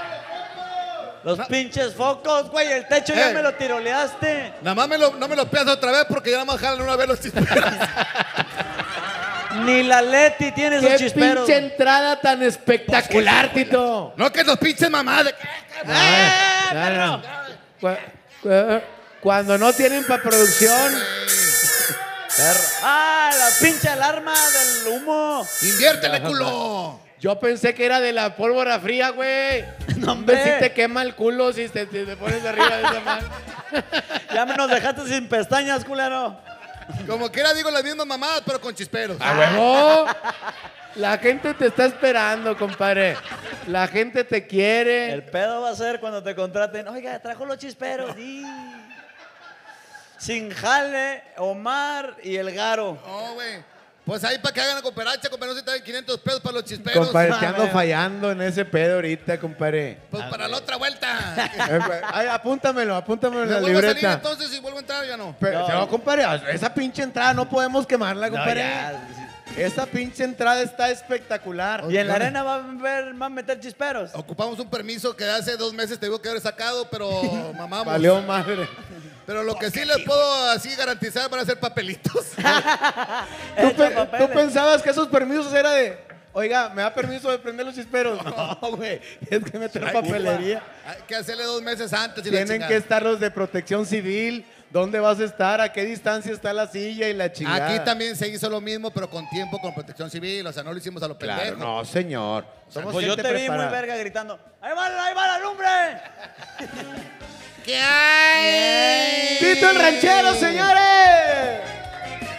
Speaker 6: Los pinches focos, güey. El techo ya
Speaker 8: Eh.
Speaker 6: me lo tiroleaste.
Speaker 8: Nada más me lo, no me lo pidas otra vez porque ya nada más jalan una vez los chisperos.
Speaker 6: <laughs> Ni la Leti tiene esos
Speaker 4: ¡Qué
Speaker 6: chisperos.
Speaker 4: pinche entrada tan espectacular, Tito!
Speaker 8: No que Eh, los pinches mamás. de-
Speaker 4: No, no. Cu- cu- Cuando no tienen para producción.
Speaker 6: Ah, la pinche alarma del humo.
Speaker 8: Inviértele, culo.
Speaker 4: Yo pensé que era de la pólvora fría, güey.
Speaker 6: <laughs> No,
Speaker 4: Hombre,
Speaker 6: hombre.
Speaker 4: si te quema el culo si te, si te pones arriba de esa mano.
Speaker 6: <laughs> Ya me nos dejaste sin pestañas, culero.
Speaker 8: Como quiera digo las mismas mamadas, pero con chisperos.
Speaker 6: Ah,
Speaker 4: <laughs> ¡A Ah, huevo! La gente te está esperando, compadre. La gente te
Speaker 6: El
Speaker 4: quiere.
Speaker 6: pedo va a ser cuando te contraten. Oiga, trajo los chisperos. sí. Sin jale, Omar y el Garo.
Speaker 8: No, güey. Pues ahí para que hagan la cooperacha, compadre, no se traen 500 pesos para los chisperos.
Speaker 4: Compadre, te
Speaker 6: Ah,
Speaker 4: ando
Speaker 6: bueno.
Speaker 4: fallando en ese pedo ahorita, compadre.
Speaker 8: Pues para la otra vuelta.
Speaker 4: <laughs> Eh, Ay, apúntamelo, apúntamelo en
Speaker 8: Me
Speaker 4: la
Speaker 8: vuelvo a salir
Speaker 4: libreta.
Speaker 8: entonces y vuelvo a entrar, ya no.
Speaker 4: Pero,
Speaker 6: No.
Speaker 4: no, compadre, esa pinche entrada no podemos quemarla,
Speaker 6: No,
Speaker 4: compadre.
Speaker 6: ya.
Speaker 4: Esa pinche entrada está espectacular.
Speaker 6: Y en la arena va a, ver, va a meter chisperos.
Speaker 8: Ocupamos un permiso que hace dos meses te digo que haber sacado,
Speaker 4: <laughs>
Speaker 8: pero mamamos.
Speaker 4: Valió madre.
Speaker 8: Pero lo que sí les puedo así garantizar van a ser
Speaker 6: <laughs>
Speaker 8: papelitos.
Speaker 4: ¿Tú,
Speaker 6: Hecho
Speaker 4: pe-
Speaker 6: papeles.
Speaker 4: tú pensabas que esos permisos era de, oiga, ¿me da permiso de prender los chisperos? <laughs> No, güey, es que meter papelería.
Speaker 8: Hay que hacerle dos meses antes y la
Speaker 4: Tienen
Speaker 8: chingada.
Speaker 4: que estar los de protección civil, dónde vas a estar, a qué distancia está la silla y la chingada.
Speaker 8: Aquí también se hizo lo mismo, pero con tiempo, con protección civil. O sea, no lo hicimos a los
Speaker 4: Claro,
Speaker 8: pendejos.
Speaker 4: no, señor. Somos
Speaker 6: Pues yo te
Speaker 4: gente
Speaker 6: vi muy
Speaker 4: preparada.
Speaker 6: verga gritando. ¡Ahí va, la- ahí va la
Speaker 4: <laughs>
Speaker 6: lumbre!
Speaker 8: ¿Qué hay?
Speaker 4: ¡Tito el ranchero, señores!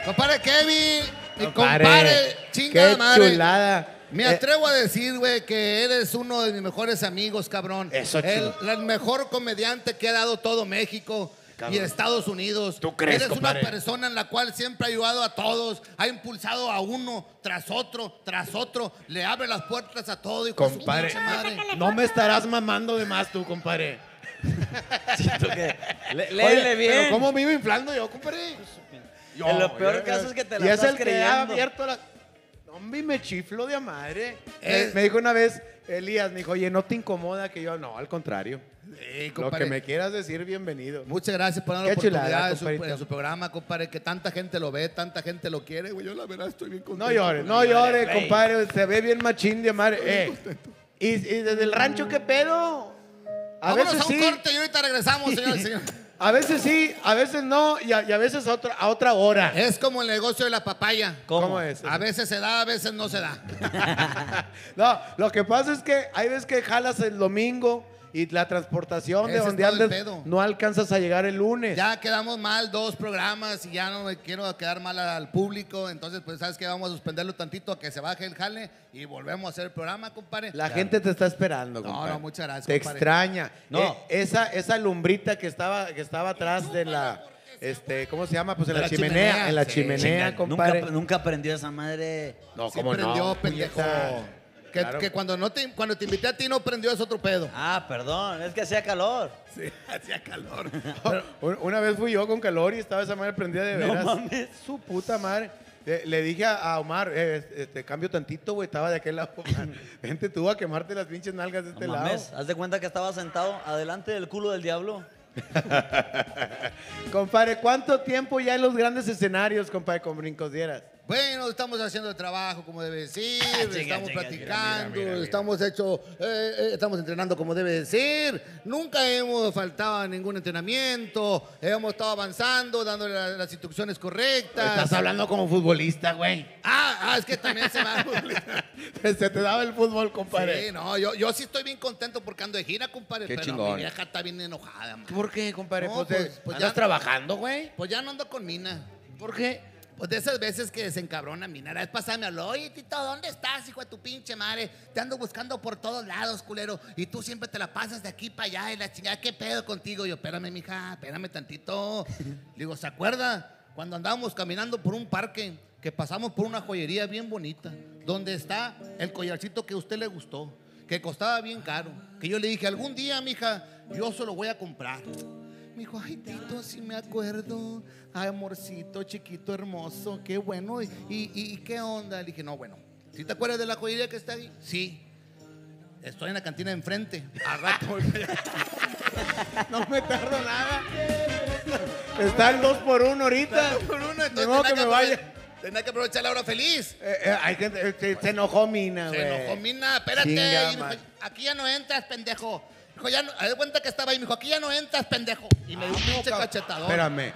Speaker 8: Compadre Kevin y
Speaker 4: Compadre,
Speaker 8: compadre, chinga
Speaker 4: qué
Speaker 8: madre.
Speaker 4: chulada.
Speaker 8: Me
Speaker 4: Eh,
Speaker 8: atrevo a decir, güey, que eres uno de mis mejores amigos, cabrón.
Speaker 4: Eso,
Speaker 8: el,
Speaker 4: chulo.
Speaker 8: el mejor comediante que ha dado todo México y Estados Unidos.
Speaker 4: ¿Tú crees,
Speaker 8: Eres
Speaker 4: compadre?
Speaker 8: una persona en la cual siempre ha ayudado a todos, ha impulsado a uno tras otro, tras otro, le abre las puertas a todo y con su
Speaker 4: Compadre.
Speaker 8: pinche madre.
Speaker 4: No me estarás mamando de más tú, compadre.
Speaker 6: <laughs> Siento que. Lé-
Speaker 4: Oye,
Speaker 6: Léele bien.
Speaker 4: Pero ¿cómo me iba inflando yo, compadre? Yo,
Speaker 6: En lo peor
Speaker 4: yo-
Speaker 6: caso es que te la
Speaker 4: y
Speaker 6: estás
Speaker 4: es el que ha
Speaker 6: creyendo.
Speaker 4: abierto la... Hombre, me chiflo de a madre.
Speaker 8: Eh.
Speaker 4: Me, me dijo una vez, Elías, me dijo, oye, ¿no te incomoda que yo? No, al contrario.
Speaker 8: Sí,
Speaker 4: Lo
Speaker 8: compadre.
Speaker 4: que me quieras decir, bienvenido.
Speaker 8: Muchas gracias por darnos la
Speaker 4: Qué chulada,
Speaker 8: oportunidad en su,
Speaker 4: compadrito.
Speaker 8: en su programa, compadre, que tanta gente lo ve, tanta gente lo quiere, güey. Yo la verdad estoy bien contento.
Speaker 4: No llores, no llores, compadre. Se ve bien machín de a madre. Eh, ¿Y, y desde el rancho qué pedo? A
Speaker 8: Vámonos
Speaker 4: veces
Speaker 8: a un
Speaker 4: sí,
Speaker 8: corte y ahorita regresamos, señor.
Speaker 4: <laughs> a veces sí, a veces no y a, y a veces a otra, a otra hora.
Speaker 8: es como el negocio de la papaya.
Speaker 6: ¿Cómo?
Speaker 4: es?
Speaker 8: A veces se da, a veces no se da.
Speaker 4: <laughs>
Speaker 8: <laughs>
Speaker 4: No, lo que pasa es que hay veces que jalas el domingo y la transportación de
Speaker 8: Ese es
Speaker 4: donde
Speaker 8: todo el
Speaker 4: andas
Speaker 8: pedo.
Speaker 4: no alcanzas a llegar el lunes.
Speaker 8: Ya quedamos mal dos programas y ya no me quiero quedar mal al público. Entonces, pues, ¿sabes qué? Vamos a suspenderlo tantito a que se baje el jale y volvemos a hacer el programa, compadre.
Speaker 4: La gente te está esperando,
Speaker 8: No,
Speaker 4: compadre.
Speaker 8: no, muchas gracias,
Speaker 4: Te
Speaker 8: compadre.
Speaker 4: extraña.
Speaker 6: No.
Speaker 4: Eh, esa, esa lumbrita que estaba, que estaba atrás de la, este, ¿cómo se llama? Pues en
Speaker 8: De
Speaker 4: la,
Speaker 8: la
Speaker 4: chimenea,
Speaker 8: chimenea,
Speaker 4: en la
Speaker 8: sí.
Speaker 4: chimenea,
Speaker 6: Chinga,
Speaker 4: compadre.
Speaker 6: Nunca, nunca aprendió esa madre.
Speaker 4: no,
Speaker 8: Sí
Speaker 4: ¿cómo
Speaker 8: prendió,
Speaker 4: no?
Speaker 8: pendejo.
Speaker 4: puñeta.
Speaker 8: Que,
Speaker 4: Claro.
Speaker 8: que cuando, no te, cuando te invité a ti no prendió es otro pedo.
Speaker 6: Ah, perdón, es que hacía calor.
Speaker 4: Sí,
Speaker 6: <laughs>
Speaker 4: hacía calor. Un- Una vez fui yo con calor y estaba esa madre prendida de
Speaker 6: No
Speaker 4: veras.
Speaker 6: mames.
Speaker 4: Su puta madre. Le, le dije a a Omar, eh, es- este, cambio tantito, güey, estaba de aquel lado.
Speaker 6: <laughs>
Speaker 4: Omar. Vente tú a quemarte las pinches nalgas de este
Speaker 6: No
Speaker 4: lado.
Speaker 6: mames, haz de cuenta que estaba sentado adelante del culo del diablo.
Speaker 4: <laughs> Compadre, ¿cuánto tiempo ya en los grandes escenarios, compadre, con brincos dieras?
Speaker 8: Bueno, estamos haciendo el trabajo como
Speaker 4: <laughs>
Speaker 8: debe decir,
Speaker 6: Chinga,
Speaker 8: estamos
Speaker 6: chinga,
Speaker 8: practicando,
Speaker 4: mira, mira, mira.
Speaker 8: estamos hecho, eh, eh, estamos entrenando como debe decir. Nunca hemos faltado a ningún entrenamiento, hemos estado avanzando, dándole la- las instrucciones correctas.
Speaker 4: hablando como futbolista, güey.
Speaker 8: Ah, ah, es que también se va.
Speaker 4: <laughs> Se te daba el fútbol, compadre.
Speaker 8: Sí, no, yo, yo sí estoy bien contento porque ando de gira, compadre.
Speaker 4: Qué
Speaker 8: pero
Speaker 4: chingón.
Speaker 8: mi vieja está bien enojada, man.
Speaker 4: ¿Por qué, compadre?
Speaker 8: No,
Speaker 4: pues,
Speaker 8: pues-
Speaker 4: eh,
Speaker 8: pues
Speaker 4: andas
Speaker 8: ya-
Speaker 4: trabajando, güey.
Speaker 8: Pues ya no ando con Mina.
Speaker 4: ¿Por qué?
Speaker 8: Pues de esas veces que se encabrona Mina. La vez pasada me habló, oye, Tito, ¿dónde estás, hijo de tu pinche madre? Te ando buscando por todos lados, culero. Y tú siempre te la pasas de aquí para allá y la chingada, ¿qué pedo contigo? Yo, espérame, mija, espérame tantito. Le digo, ¿se acuerda cuando andábamos caminando por un parque que pasamos por una joyería bien bonita? Donde está el collarcito que a usted le gustó, que costaba bien caro. Que yo le dije, algún día, mija, yo se lo voy a comprar. Me dijo, ay, Tito, sí me acuerdo. Ay, amorcito, chiquito, hermoso, qué bueno. ¿Y, y, y qué onda? Le dije, no, bueno. ¿Sí te acuerdas de la joyería que está ahí? Sí. Estoy en la cantina de enfrente. Al rato voy para allá. <laughs>
Speaker 4: No me tardo nada. Está el 2 por 1 ahorita.
Speaker 8: Por uno, entonces
Speaker 4: Ni modo
Speaker 8: tenía
Speaker 4: que me
Speaker 8: aprove-
Speaker 4: vaya.
Speaker 8: Tenía que aprovechar la hora feliz.
Speaker 4: Eh, eh, hay gente, eh, se, se enojó Mina, güey.
Speaker 8: Se enojó, Mina, espérate.
Speaker 4: Chinga,
Speaker 8: Y me
Speaker 4: man.
Speaker 8: dijo, aquí ya no entras, pendejo. Dijo, ya no, haz de cuenta que estaba ahí. Me dijo, aquí ya no entras, pendejo. Y me dio un pinche cachetadón.
Speaker 4: Espérame,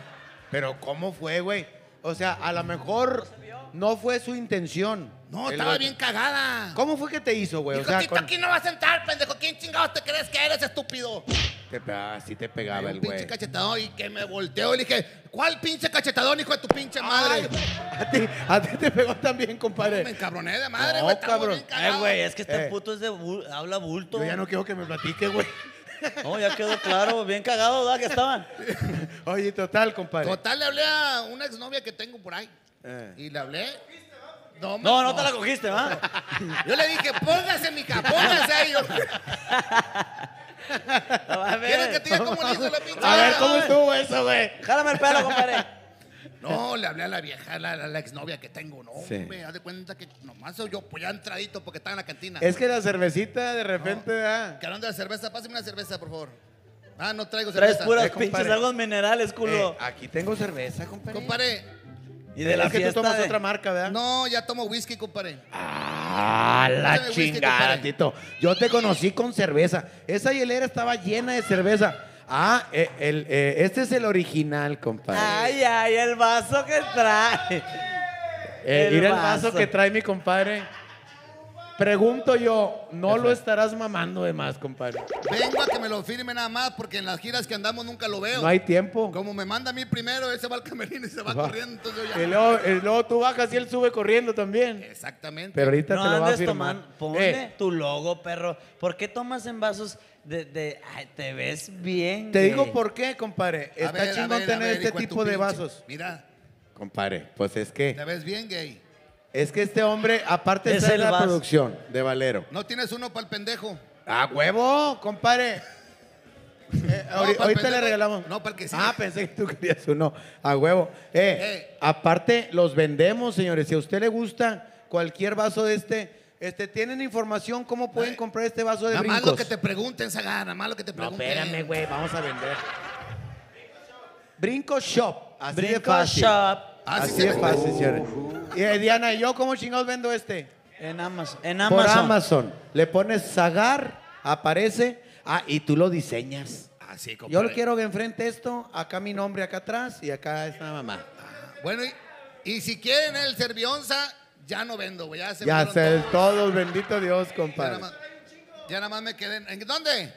Speaker 4: pero ¿cómo fue, güey? O sea, a lo mejor no fue su intención.
Speaker 8: No,
Speaker 4: El
Speaker 8: estaba
Speaker 4: otro.
Speaker 8: bien cagada.
Speaker 4: ¿Cómo fue que te hizo, güey? O
Speaker 8: Dijo,
Speaker 4: sea,
Speaker 8: Tito,
Speaker 4: con-
Speaker 8: aquí no vas a entrar, pendejo. ¿Quién chingados te crees que eres, estúpido?
Speaker 4: te, pe- ah, sí te
Speaker 8: Ay,
Speaker 4: pegaba
Speaker 8: un
Speaker 4: el
Speaker 8: pinche
Speaker 4: güey.
Speaker 8: cachetadón y que me volteó y le dije, ¿cuál pinche cachetadón, hijo de tu pinche madre?
Speaker 4: Ay, a ti, a ti te pegó también,
Speaker 8: me
Speaker 4: compadre.
Speaker 8: encabroné de madre,
Speaker 4: No,
Speaker 8: güey. estaba
Speaker 4: cabrón.
Speaker 8: bien
Speaker 6: Eh,
Speaker 8: cagado.
Speaker 6: güey, es que este
Speaker 4: Eh.
Speaker 6: puto es de bul- habla bulto.
Speaker 4: Yo ya no quiero que me platique, güey.
Speaker 6: <laughs> No, ya quedó claro, bien cagado, ¿verdad? Que estaban.
Speaker 4: <laughs> Oye, total, compadre.
Speaker 8: Total, le hablé a una exnovia que tengo por ahí.
Speaker 4: Eh.
Speaker 8: Y le hablé.
Speaker 6: No,
Speaker 8: No, man,
Speaker 6: no te la cogiste, ¿va?
Speaker 8: Yo le dije, póngase, mija, póngase ahí. Yo,
Speaker 6: No, a
Speaker 8: ¿Quieres que
Speaker 6: ver.
Speaker 8: te diga cómo le hizo la pinche?
Speaker 4: A ver,
Speaker 8: vieja?
Speaker 4: ¿cómo estuvo eso, güey?
Speaker 6: Jálame el pelo, compadre.
Speaker 8: No, le hablé a la vieja, a la, a la exnovia que tengo. No,
Speaker 4: Sí.
Speaker 8: hombre, haz de cuenta que nomás yo, pues ya entradito porque estaba en la cantina.
Speaker 4: Es que ah. la cervecita de repente da.
Speaker 8: Que hablando de la cerveza, pásame una cerveza, por favor. Ah, no traigo
Speaker 6: Traes
Speaker 8: cerveza.
Speaker 6: puras
Speaker 4: eh, compadre.
Speaker 6: pinches aguas minerales, culo. Eh,
Speaker 4: Eh, aquí tengo cerveza, compadre.
Speaker 8: Compadre,
Speaker 6: y de la
Speaker 4: es que tú
Speaker 6: fiesta.
Speaker 4: tomas
Speaker 6: de-
Speaker 4: otra marca, ¿verdad?
Speaker 8: no, ya tomo whisky, compadre.
Speaker 4: Ah,
Speaker 8: Pásame
Speaker 4: la
Speaker 8: whisky,
Speaker 4: chingada,
Speaker 8: compadre.
Speaker 4: Tito. Yo te conocí con cerveza. Esa hielera estaba llena de cerveza. Ah, eh, el, eh, este es el original, compadre.
Speaker 6: Ay, ay, el vaso que trae.
Speaker 4: Eh,
Speaker 6: el
Speaker 4: mira el vaso.
Speaker 6: vaso.
Speaker 4: que trae mi compadre. Pregunto yo, ¿no lo estarás mamando de más, compadre?
Speaker 8: Vengo a que me lo firme nada más porque en las giras que andamos nunca lo veo.
Speaker 4: No hay tiempo.
Speaker 8: Como me manda a mí primero, él se va al camerino y se
Speaker 4: <laughs>
Speaker 8: va
Speaker 4: Va.
Speaker 8: corriendo. Entonces yo
Speaker 4: Y
Speaker 8: ya...
Speaker 4: luego, y luego tú bajas y él sube corriendo también.
Speaker 8: Exactamente.
Speaker 4: Pero ahorita
Speaker 6: No
Speaker 4: te lo va a
Speaker 6: andes
Speaker 4: firmar.
Speaker 6: tomando. Ponle
Speaker 4: Eh,
Speaker 6: tu logo, perro. ¿Por qué tomas en vasos de. de- ay, te ves bien.
Speaker 4: te
Speaker 6: güey?
Speaker 4: digo por qué, compadre.
Speaker 8: A
Speaker 4: Está
Speaker 8: ver, a
Speaker 4: chingón
Speaker 8: ver, a
Speaker 4: tener
Speaker 8: ver,
Speaker 4: este
Speaker 8: hijo tu
Speaker 4: tipo de
Speaker 8: pinche-
Speaker 4: vasos.
Speaker 8: Mira,
Speaker 4: Compadre, pues es que...
Speaker 8: te ves bien, gay.
Speaker 4: Es que este hombre, aparte
Speaker 6: Es
Speaker 4: está
Speaker 6: el
Speaker 4: en la
Speaker 6: vas.
Speaker 4: producción de Valero.
Speaker 8: No tienes uno para el pendejo.
Speaker 4: ¡A huevo,
Speaker 8: <laughs>
Speaker 4: compadre! Eh,
Speaker 8: No,
Speaker 4: ahori-
Speaker 8: pa'l
Speaker 4: ahorita le
Speaker 8: pendejo.
Speaker 4: regalamos.
Speaker 8: No, pa'l que sí.
Speaker 4: Ah, pensé que tú querías uno. A huevo. Eh,
Speaker 8: Eh.
Speaker 4: Aparte, los vendemos, señores. Si a usted le gusta cualquier vaso de este, este ¿tienen información cómo pueden
Speaker 8: Eh,
Speaker 4: comprar este vaso de
Speaker 8: Nada más
Speaker 4: brincos?
Speaker 8: lo que te pregunten, Sagar. Nada más lo que te
Speaker 4: No,
Speaker 8: pregunten.
Speaker 4: espérame, güey. Vamos a vender. Brinco Shop. Así de
Speaker 6: Brinco
Speaker 4: fácil.
Speaker 6: Shop.
Speaker 8: Así
Speaker 4: Así
Speaker 8: se
Speaker 4: de
Speaker 8: ve. Uh.
Speaker 4: fácil, señores. Y, eh, Diana, ¿y yo cómo chingados vendo este?
Speaker 6: En Amazon. En
Speaker 4: por
Speaker 6: Amazon.
Speaker 4: Amazon. Le pones Zagar, aparece, ah, y tú lo diseñas.
Speaker 8: Así, compadre.
Speaker 4: Yo lo quiero que enfrente esto, acá mi nombre, acá atrás, y acá es la mamá.
Speaker 8: Bueno, y, y si quieren el servionza, ya no vendo, güey. Ya se
Speaker 4: ya
Speaker 8: fueron
Speaker 4: sé,
Speaker 8: todos.
Speaker 4: todos, bendito Dios,
Speaker 8: Ya nada
Speaker 4: compadre.
Speaker 8: más, ya nada más me quedé. en- ¿En dónde?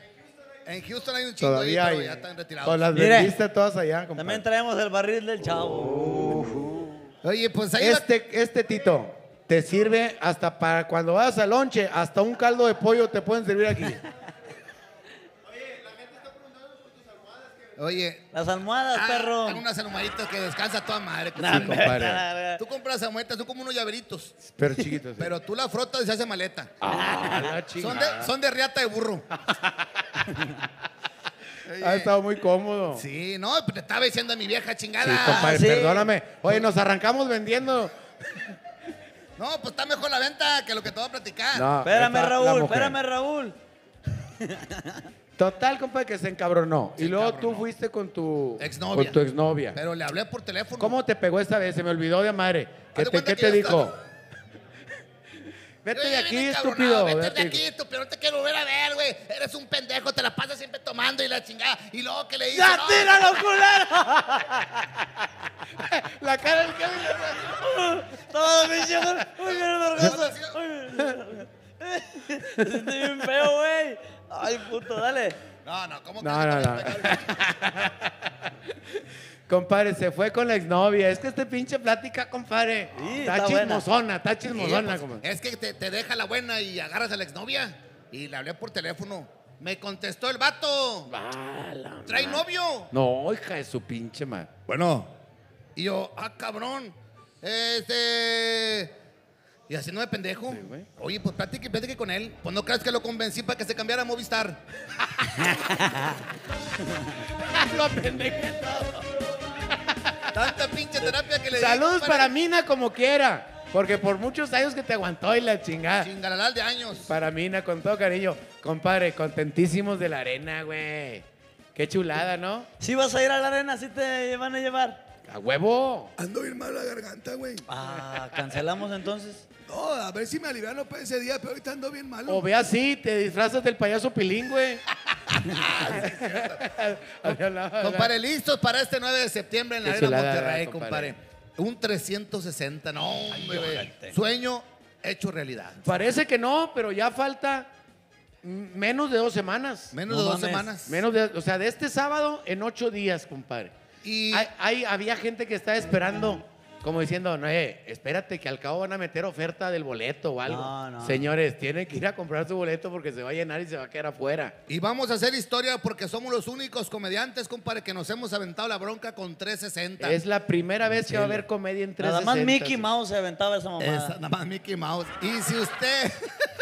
Speaker 8: En Houston hay un chingo
Speaker 4: Todavía
Speaker 8: ahí, pero
Speaker 4: hay.
Speaker 8: ya están
Speaker 4: Pues
Speaker 8: retirados.
Speaker 4: las
Speaker 6: Mire.
Speaker 4: vendiste todas allá, compadre.
Speaker 6: También traemos el barril del chavo.
Speaker 8: Oye, pues ahí la-
Speaker 4: Este, este Tito, te sirve hasta para cuando vas al lonche, hasta un
Speaker 8: <laughs>
Speaker 4: caldo de pollo te pueden servir aquí.
Speaker 8: Oye.
Speaker 6: Las almohadas,
Speaker 8: ah,
Speaker 6: perro.
Speaker 8: Tengo unas almohaditas que descansa toda madre.
Speaker 6: Nah,
Speaker 4: <laughs>
Speaker 8: compadre.
Speaker 6: hombre,
Speaker 4: compadre.
Speaker 6: la verga.
Speaker 8: Tú compras almohaditas, son como unos llaveritos.
Speaker 4: Pero chiquitos.
Speaker 8: Pero tú la frotas y se hace maleta.
Speaker 4: Ah, la
Speaker 8: Son
Speaker 4: chingada.
Speaker 8: de, son de riata
Speaker 4: <laughs>
Speaker 8: de burro. Oye,
Speaker 4: Ha estado muy cómodo. Sí,
Speaker 8: Sí, no, pues te estaba diciendo a mi vieja chingada.
Speaker 4: compadre,
Speaker 6: sí.
Speaker 4: perdóname. Oye, nos arrancamos vendiendo.
Speaker 8: no, pues está mejor la venta que lo que te voy a platicar.
Speaker 4: No,
Speaker 6: Espérame,
Speaker 4: esta- la
Speaker 6: Raúl,
Speaker 4: mujer.
Speaker 6: espérame, Raúl.
Speaker 4: Total, compadre, que se encabronó.
Speaker 8: Se
Speaker 4: y luego tú
Speaker 8: encabronó.
Speaker 4: fuiste con tu
Speaker 8: Exnovia.
Speaker 4: Con tu exnovia.
Speaker 8: Pero le hablé por teléfono.
Speaker 4: ¿Cómo te pegó esta vez? Se me olvidó de madre. ¿Qué
Speaker 8: Haz de
Speaker 4: te,
Speaker 8: cuenta
Speaker 4: qué
Speaker 8: que
Speaker 4: te
Speaker 8: yo
Speaker 4: dijo?
Speaker 8: estaba-
Speaker 4: <laughs> Vete
Speaker 8: Yo
Speaker 4: de
Speaker 8: ya
Speaker 4: aquí,
Speaker 8: bien
Speaker 4: estúpido.
Speaker 8: encabronado, Vete
Speaker 4: Vete
Speaker 8: de aquí, estúpido. No te quiero volver a ver, güey. Eres un pendejo. Te la pasas siempre tomando y la chingada. Y luego que le dices.
Speaker 6: ¡Ya
Speaker 8: no,
Speaker 6: tíralo, culero!
Speaker 4: La cara del que...
Speaker 6: Todo pinche gor- Uy, bien vergoso.
Speaker 8: Sí. <laughs>
Speaker 6: Uy, Me sentí bien feo, güey. Ay, puto, dale.
Speaker 8: No, no, ¿cómo que
Speaker 4: No, no, no.
Speaker 8: <laughs>
Speaker 4: Compadre, se fue con la exnovia. Es que este pinche plática, compadre.
Speaker 6: Sí,
Speaker 4: está,
Speaker 6: está buena.
Speaker 4: chismosona, está chismosona,
Speaker 8: Sí, pues,
Speaker 4: compadre.
Speaker 8: es que te, te deja la buena y agarras a la exnovia. Y le hablé por teléfono. Me contestó el vato.
Speaker 4: Ah, la
Speaker 8: ¿Trae
Speaker 4: madre.
Speaker 8: novio?
Speaker 4: No, hija de su pinche madre.
Speaker 8: Bueno. Y yo, ah, cabrón. Este. Y así no me pendejo.
Speaker 4: güey.
Speaker 8: Oye, pues platique, platique con él. Pues no creas que lo convencí para que se cambiara a Movistar.
Speaker 4: <laughs>
Speaker 8: <laughs>
Speaker 4: Lo pendejé.
Speaker 8: Tanta pinche terapia que le di,
Speaker 4: Saludos
Speaker 8: compadre.
Speaker 4: para Mina como quiera. Porque por muchos años que te aguantó y la chingada.
Speaker 8: Chingalalal de años.
Speaker 4: Para Mina, con todo cariño. Compadre, contentísimos de la arena, güey. Qué chulada, ¿no?
Speaker 6: Si vas a ir a la arena, si te van a llevar.
Speaker 4: A huevo.
Speaker 2: Ando bien mal la garganta, güey.
Speaker 6: Ah, cancelamos entonces.
Speaker 2: No, a ver si me aliviano para ese día, pero ahorita ando bien malo.
Speaker 4: O ve
Speaker 8: <laughs>
Speaker 4: así, te disfrazas del payaso pilín, güey. Había hablado, ¿verdad?
Speaker 8: Compadre, listos para este 9 de septiembre en la
Speaker 4: Qué
Speaker 8: Arena
Speaker 4: chulada,
Speaker 8: Monterrey,
Speaker 4: ¿verdad,
Speaker 8: compadre.
Speaker 4: compadre?
Speaker 8: Un 360, no, hombre.
Speaker 6: órale.
Speaker 8: Sueño hecho realidad.
Speaker 4: Parece que no, pero ya falta mm, menos de dos semanas.
Speaker 8: Menos
Speaker 6: No
Speaker 8: de dos
Speaker 6: mames.
Speaker 8: semanas.
Speaker 4: Menos de, o sea, de este sábado en ocho días, compadre.
Speaker 8: Y
Speaker 4: Hay, hay- había gente que estaba esperando, como diciendo, no, eh, espérate que al cabo van a meter oferta del boleto o algo.
Speaker 6: No, no.
Speaker 4: Señores, tienen que ir a comprar su boleto porque se va a llenar y se va a quedar afuera.
Speaker 8: Y vamos a hacer historia porque somos los únicos comediantes, compadre, que nos hemos aventado la bronca con 360.
Speaker 4: Es la primera vez que va a haber comedia en 360.
Speaker 6: Nada más Mickey Mouse se aventaba esa mamada.
Speaker 8: Es nada más Mickey Mouse. Y si usted, <laughs>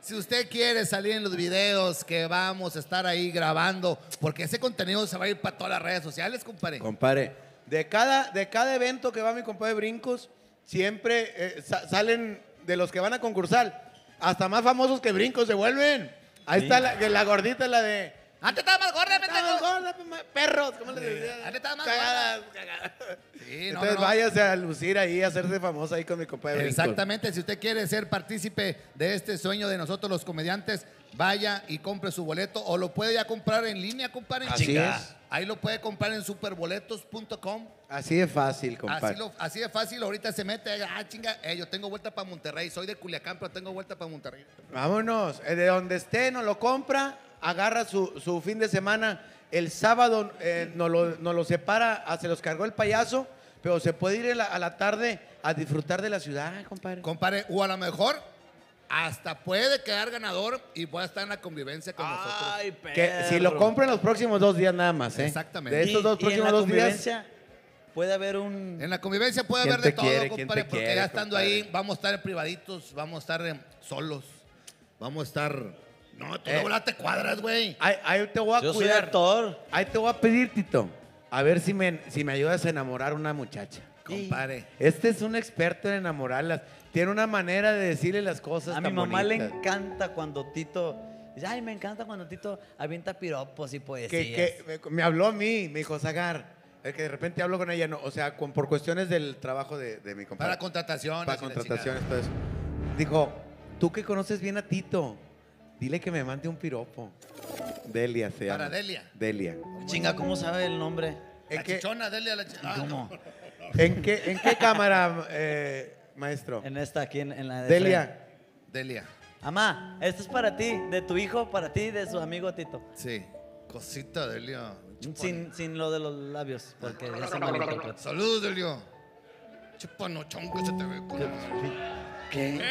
Speaker 8: si usted quiere salir en los videos que vamos a estar ahí grabando, porque ese contenido se va a ir para todas las redes sociales, compadre.
Speaker 4: Compadre, de cada, de cada evento que va mi compadre Brincos, siempre eh, sa- salen de los que van a concursar, hasta más famosos que Brincos se vuelven. Ahí está la, que la gordita, la de...
Speaker 8: Antes estaba Ah, más gorda,
Speaker 4: "Estamos
Speaker 8: pendejo.
Speaker 4: gordas, pues, ma- perros, ¿cómo les decía?
Speaker 8: Ahí está más
Speaker 4: Cagadas, cagadas.
Speaker 8: Sí, no,
Speaker 4: Entonces
Speaker 8: no, no.
Speaker 4: váyase a lucir ahí, a hacerse famosa ahí con mi compadre Brincos.
Speaker 8: Exactamente, si usted quiere ser partícipe de este sueño de nosotros los comediantes, vaya y compre su boleto o lo puede ya comprar en línea, compadre.
Speaker 4: Así
Speaker 8: Chinga.
Speaker 4: es.
Speaker 8: Ahí lo puede comprar en superboletos.com.
Speaker 4: Así de fácil, compadre.
Speaker 8: Así, lo- así de fácil, ahorita se mete, ah, chinga, eh, yo tengo vuelta para Monterrey, soy de Culiacán, pero tengo vuelta para Monterrey.
Speaker 4: Vámonos, eh, de donde esté, nos lo compra, agarra su, su fin de semana. El sábado eh, nos, lo, nos lo separa, ah, se los cargó el payaso, pero se puede ir a la, a la tarde a disfrutar de la ciudad, compadre.
Speaker 8: Compadre, o a lo mejor hasta puede quedar ganador y pueda estar en la convivencia con nosotros.
Speaker 6: Ay, perro.
Speaker 4: Que si lo compra en los próximos dos días nada más, ¿eh?
Speaker 8: Exactamente.
Speaker 4: De
Speaker 6: Y-
Speaker 4: estos dos
Speaker 6: y en la
Speaker 4: próximos dos días.
Speaker 6: convivencia Puede haber un.
Speaker 8: En la convivencia puede
Speaker 4: ¿Quién
Speaker 8: haber de
Speaker 4: te
Speaker 8: todo,
Speaker 4: quiere? ¿Quién
Speaker 8: compadre,
Speaker 4: te
Speaker 8: porque
Speaker 4: quiere,
Speaker 8: ya estando
Speaker 4: compadre?
Speaker 8: ahí vamos a estar en privaditos, vamos a estar en solos, vamos a estar... No, tú
Speaker 4: Eh.
Speaker 8: no volaste cuadras, güey.
Speaker 4: Ahí, ahí te voy a
Speaker 6: Yo soy
Speaker 4: cuidar.
Speaker 6: actor.
Speaker 4: Ahí te voy a pedir, Tito, a ver si me, si me ayudas a enamorar a una muchacha.
Speaker 8: Compadre.
Speaker 4: Este es un experto en enamorarlas. Tiene una manera de decirle las cosas.
Speaker 6: A mi
Speaker 4: tan
Speaker 6: mamá le
Speaker 4: bonitas.
Speaker 6: encanta cuando Tito. dice, Ay, me encanta cuando Tito avienta piropos y poesías.
Speaker 4: que, que me, me habló a mí, me dijo Zagar, es que de repente hablo con ella, no, o sea, con- por cuestiones del trabajo de, de mi compadre.
Speaker 8: Para contrataciones.
Speaker 4: Para
Speaker 8: y la
Speaker 4: contrataciones, todo eso. Dijo, tú que conoces bien a Tito, dile que me mande un piropo. Delia se
Speaker 8: Para
Speaker 4: llama.
Speaker 8: Delia.
Speaker 4: Delia.
Speaker 6: Chinga, ¿cómo sabe el nombre?
Speaker 8: chingada.
Speaker 4: ¿En
Speaker 8: La
Speaker 4: qué,
Speaker 8: chichona, dele a la chichona.
Speaker 6: ¿Cómo?
Speaker 4: en qué, en qué cámara, eh, maestro?
Speaker 6: En esta, aquí en, en la de frente.
Speaker 4: Delia.
Speaker 8: Delia,
Speaker 6: Amá, esto es para ti, de tu hijo, para ti, de su amigo Tito.
Speaker 8: sí. Cosita, Delia.
Speaker 6: Sin, sin lo de los labios, porque ya se malinterpreta.
Speaker 8: Saludos, Delio. Chupanochón que se te ve. culo.
Speaker 6: ¿Qué?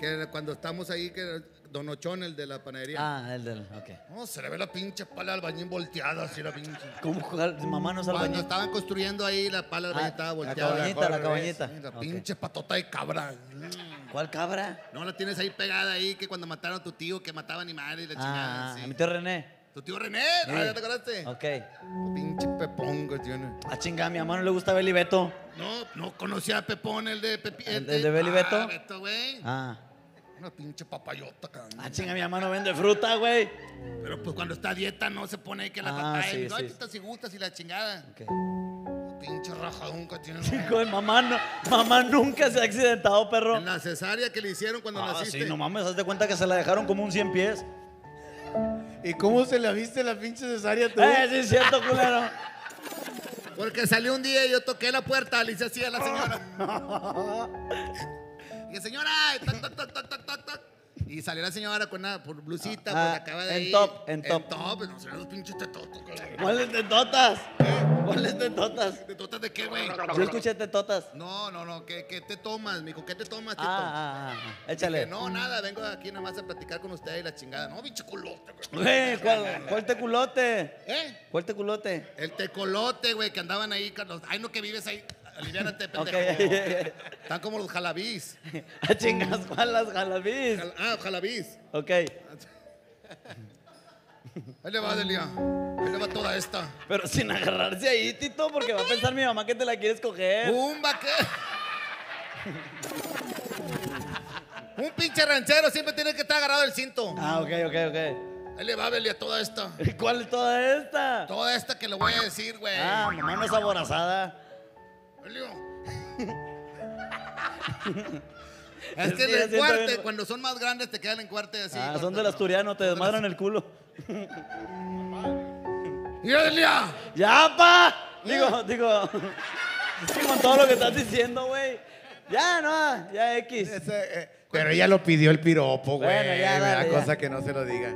Speaker 8: Que cuando estamos ahí, que Don Ochón, el de la panadería.
Speaker 6: Ah, el del. Ok.
Speaker 8: No, se le ve la pinche pala al bañín volteada, así la pinche.
Speaker 6: ¿Cómo jugar? Mamá no salva
Speaker 8: Cuando estaban construyendo ahí, la pala al bañín estaba
Speaker 6: la
Speaker 8: volteada.
Speaker 6: cabañita, la
Speaker 4: Mejor
Speaker 6: cabañita.
Speaker 8: La
Speaker 6: Ok.
Speaker 8: pinche patota de cabra.
Speaker 6: ¿Cuál cabra?
Speaker 8: No la tienes ahí pegada ahí que cuando mataron a tu tío, que mataba animales y la chingada.
Speaker 6: Ah,
Speaker 8: sí.
Speaker 6: a mi tío René.
Speaker 8: Tu tío René, ah,
Speaker 6: Sí.
Speaker 8: ¿ya te acordaste?
Speaker 6: Ok.
Speaker 8: Pinche Pepón, que tiene.
Speaker 6: Ah, chingada, a mi mamá no le gusta Beli Beto.
Speaker 8: No, no conocía a Pepón, el de Pepi.
Speaker 6: ¿El- el de Beli Beto?
Speaker 8: Ah, Beto, güey.
Speaker 6: Ah.
Speaker 8: Una pinche papayota, cabrón.
Speaker 6: Ah, chinga, mi mamá no vende fruta, güey.
Speaker 8: Pero pues cuando está a dieta no se pone que la
Speaker 6: Ah,
Speaker 8: papaya.
Speaker 6: sí,
Speaker 8: no,
Speaker 6: sí.
Speaker 8: hay si gustas y la chingada.
Speaker 6: Ok.
Speaker 8: Pinche rajadón que tiene.
Speaker 6: Chico, mamá, no, mamá nunca se ha accidentado, perro.
Speaker 8: En la cesárea que le hicieron cuando
Speaker 6: Ah,
Speaker 8: naciste.
Speaker 6: sí, no mames, hazte cuenta que se la dejaron como un 100 pies.
Speaker 4: ¿Y cómo se la viste la pinche cesárea tú?
Speaker 6: Eh, sí es cierto, culero.
Speaker 8: Porque salió un día y yo toqué la puerta, le hice así a la señora.
Speaker 4: <laughs>
Speaker 8: Dije, señora, toc, toc, toc, toc, toc, toc, toc. Y salió la señora con una por blusita,
Speaker 6: Ah,
Speaker 8: pues acaba de
Speaker 6: en
Speaker 8: ir.
Speaker 6: top, en top.
Speaker 8: En top, pues, no se los pinches tetotos, cabrón.
Speaker 6: ¿Cuáles tetotas? ¿Cuáles tetotas?
Speaker 8: ¿Tetotas de qué, güey?
Speaker 6: Yo escuché tetotas.
Speaker 8: No, no, no, ¿qué, qué te tomas, mijo? ¿Qué te tomas,
Speaker 6: Ah,
Speaker 8: Tito?
Speaker 6: ah, ah, ah,
Speaker 8: Dije,
Speaker 6: échale.
Speaker 8: no, nada, vengo aquí nada más a platicar con usted y la chingada. No, bicho culote, güey.
Speaker 6: Eh, ¿cuál, ¿Cuál teculote?
Speaker 8: ¿Eh?
Speaker 6: ¿Cuál teculote?
Speaker 8: El tecolote, güey, que andaban ahí, Carlos. Ay, no que vives ahí. Aliviánate,
Speaker 6: Ok.
Speaker 8: pendejo.
Speaker 4: <laughs>
Speaker 8: Están como los jalabís.
Speaker 6: Ah, chingas, <laughs> ¿cuál las jalabís?
Speaker 8: Jal- ah, jalabís.
Speaker 6: Ok.
Speaker 8: Ahí le va, Delia. Ahí le va toda esta.
Speaker 6: Pero sin agarrarse ahí, Tito, porque va a pensar mi mamá que te la quieres coger. <laughs>
Speaker 8: Un vaquero. Un pinche ranchero siempre tiene que estar agarrado el cinto.
Speaker 6: Ah, ok, ok, ok.
Speaker 8: Ahí le va, Delia, toda esta.
Speaker 6: <laughs> ¿Cuál es toda esta?
Speaker 8: Toda esta que le voy a decir, güey.
Speaker 6: Ah, mamá no es aborazada.
Speaker 8: Elio.
Speaker 6: <laughs>
Speaker 8: Es que
Speaker 6: Sí,
Speaker 8: el
Speaker 6: siento
Speaker 8: encuarte,
Speaker 6: bien.
Speaker 8: cuando son más grandes, te quedan el encuarte así.
Speaker 6: ah,
Speaker 8: corto, <clears throat>
Speaker 6: son del
Speaker 8: ¿no?
Speaker 6: asturiano, te
Speaker 8: Son del
Speaker 6: desmadran el culo.
Speaker 8: ¡Mira, Delia!
Speaker 6: ¡Ya, pa! Digo, digo. sí, con todo lo que estás diciendo, güey. Ya, no, ya X.
Speaker 4: Ese, eh, pero ella lo pidió el piropo, güey.
Speaker 6: Bueno, ya,
Speaker 4: me da
Speaker 6: dale, ya.
Speaker 4: cosa que no se lo diga.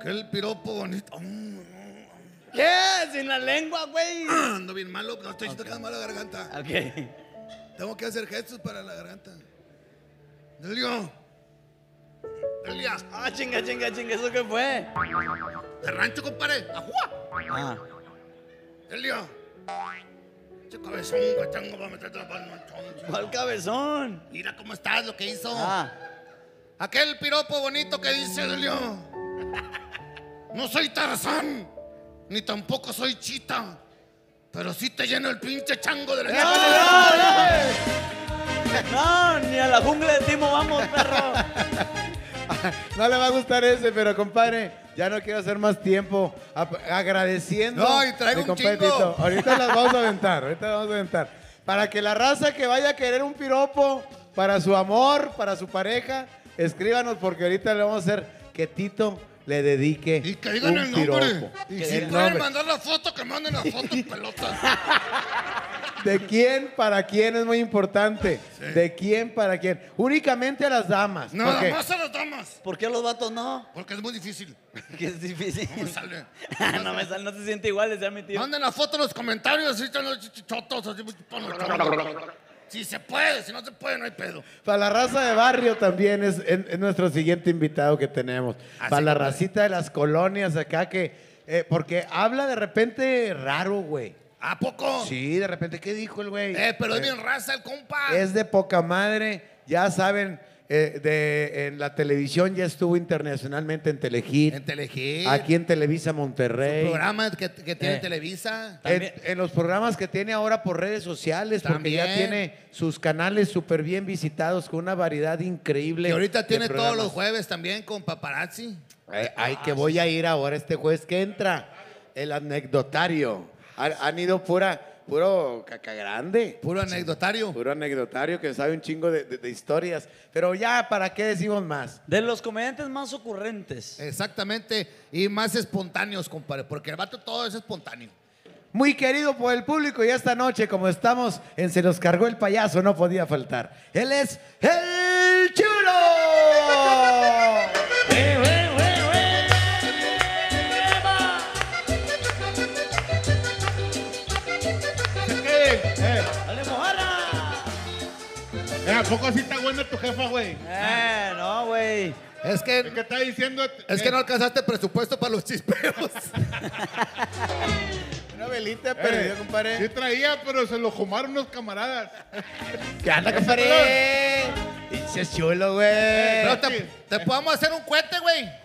Speaker 8: Que el piropo bonito. Mm, mm,
Speaker 6: ¿Qué? Sin la lengua, güey.
Speaker 8: <clears throat> Ando bien malo, no estoy tocando mal la garganta.
Speaker 6: Ok.
Speaker 8: Tengo que hacer gestos para la garganta. Delio. Delia.
Speaker 6: Ah, chinga, chinga, chinga, ¿eso qué fue?
Speaker 8: De rancho, compadre. ¡Ajua!
Speaker 6: Ah,
Speaker 8: Delia. Ese cabezón que tengo para meterte la palma.
Speaker 6: ¿cuál cabezón?
Speaker 8: Mira cómo estás, lo que hizo.
Speaker 6: Ah,
Speaker 8: Aquel piropo bonito que dice Delio. No soy Tarzán, ni tampoco soy Chita, pero sí te lleno el pinche chango
Speaker 6: ¡Eh,
Speaker 8: de la
Speaker 6: no, ni a la jungla de Timo vamos, perro.
Speaker 4: No le va a gustar ese, pero compadre, ya no quiero hacer más tiempo. Ap- agradeciendo.
Speaker 8: No, y
Speaker 4: mi
Speaker 8: traigo un
Speaker 4: compadre
Speaker 8: chingo.
Speaker 4: Tito. Ahorita las vamos a aventar, ahorita las vamos a aventar. Para que la raza que vaya a querer un piropo para su amor, para su pareja, escríbanos porque ahorita le vamos a hacer que Tito le dedique
Speaker 8: Y que digan
Speaker 4: un
Speaker 8: el nombre.
Speaker 4: piropo.
Speaker 8: Y
Speaker 4: Que
Speaker 8: si
Speaker 4: el
Speaker 8: pueden
Speaker 4: nombre.
Speaker 8: mandar la foto, que manden la
Speaker 4: <laughs>
Speaker 8: foto, pelotas.
Speaker 4: De quién para quién es muy importante. De quién para quién. Únicamente a las damas.
Speaker 8: Nada
Speaker 4: porque-
Speaker 8: más a las damas,
Speaker 6: ¿Por qué los vatos no?
Speaker 8: porque es muy difícil.
Speaker 6: <laughs> Que es difícil.
Speaker 8: No me sale.
Speaker 6: <laughs> no me sale, no se siente igual, decía mi tío.
Speaker 8: Manden la foto en los comentarios, así están los chichotos, así. Si se puede, si no se puede, no hay pedo.
Speaker 4: Para la raza de barrio también es, es- es nuestro siguiente invitado que tenemos.
Speaker 8: Así
Speaker 4: Para la
Speaker 8: como-
Speaker 4: racita de las colonias acá que... eh, porque habla de repente raro, güey.
Speaker 8: ¿A poco?
Speaker 4: Sí, de repente, ¿qué dijo el güey?
Speaker 8: Eh, pero es bien raza el compa.
Speaker 4: Es de poca madre, ya saben, eh, de, en la televisión ya estuvo internacionalmente en Telehit,
Speaker 8: En Telehit.
Speaker 4: aquí en Televisa Monterrey.
Speaker 8: Programas que, que tiene
Speaker 6: Eh.
Speaker 8: Televisa.
Speaker 4: En,
Speaker 6: También-
Speaker 4: en los programas que tiene ahora por redes sociales, porque ya
Speaker 8: También.
Speaker 4: tiene sus canales súper bien visitados con una variedad increíble.
Speaker 8: Que ahorita
Speaker 4: de
Speaker 8: tiene todos los
Speaker 4: programas.
Speaker 8: jueves también con paparazzi.
Speaker 4: Ay, ay, que voy a ir ahora este jueves que entra, el anecdotario. Han, han ido pura, puro caca grande.
Speaker 8: Puro anecdotario.
Speaker 4: Puro anecdotario que sabe un chingo de, de- de historias. Pero ya, ¿para qué decimos más?
Speaker 6: De los comediantes más ocurrentes.
Speaker 8: Exactamente. Y más espontáneos, compadre. Porque el vato todo es espontáneo.
Speaker 4: Muy querido por el público y esta noche, como estamos en Se los cargó el payaso, no podía faltar. Él es el chulo. Eh,
Speaker 6: ¡Dale, mojarra!
Speaker 9: Eh, ¿A poco así está buena tu jefa, güey?
Speaker 6: Eh, no, güey.
Speaker 8: Es
Speaker 9: Es que
Speaker 8: que,
Speaker 9: está diciendo. Eh.
Speaker 8: es que no alcanzaste presupuesto para los chisperos.
Speaker 4: Una velita perdió,
Speaker 9: Eh, Sí
Speaker 4: compadre.
Speaker 9: traía, pero se lo fumaron unos camaradas.
Speaker 4: ¿Qué anda, compadre? Dice chulo, güey.
Speaker 8: Pero te, te podemos hacer un cohete, güey.
Speaker 9: Eh,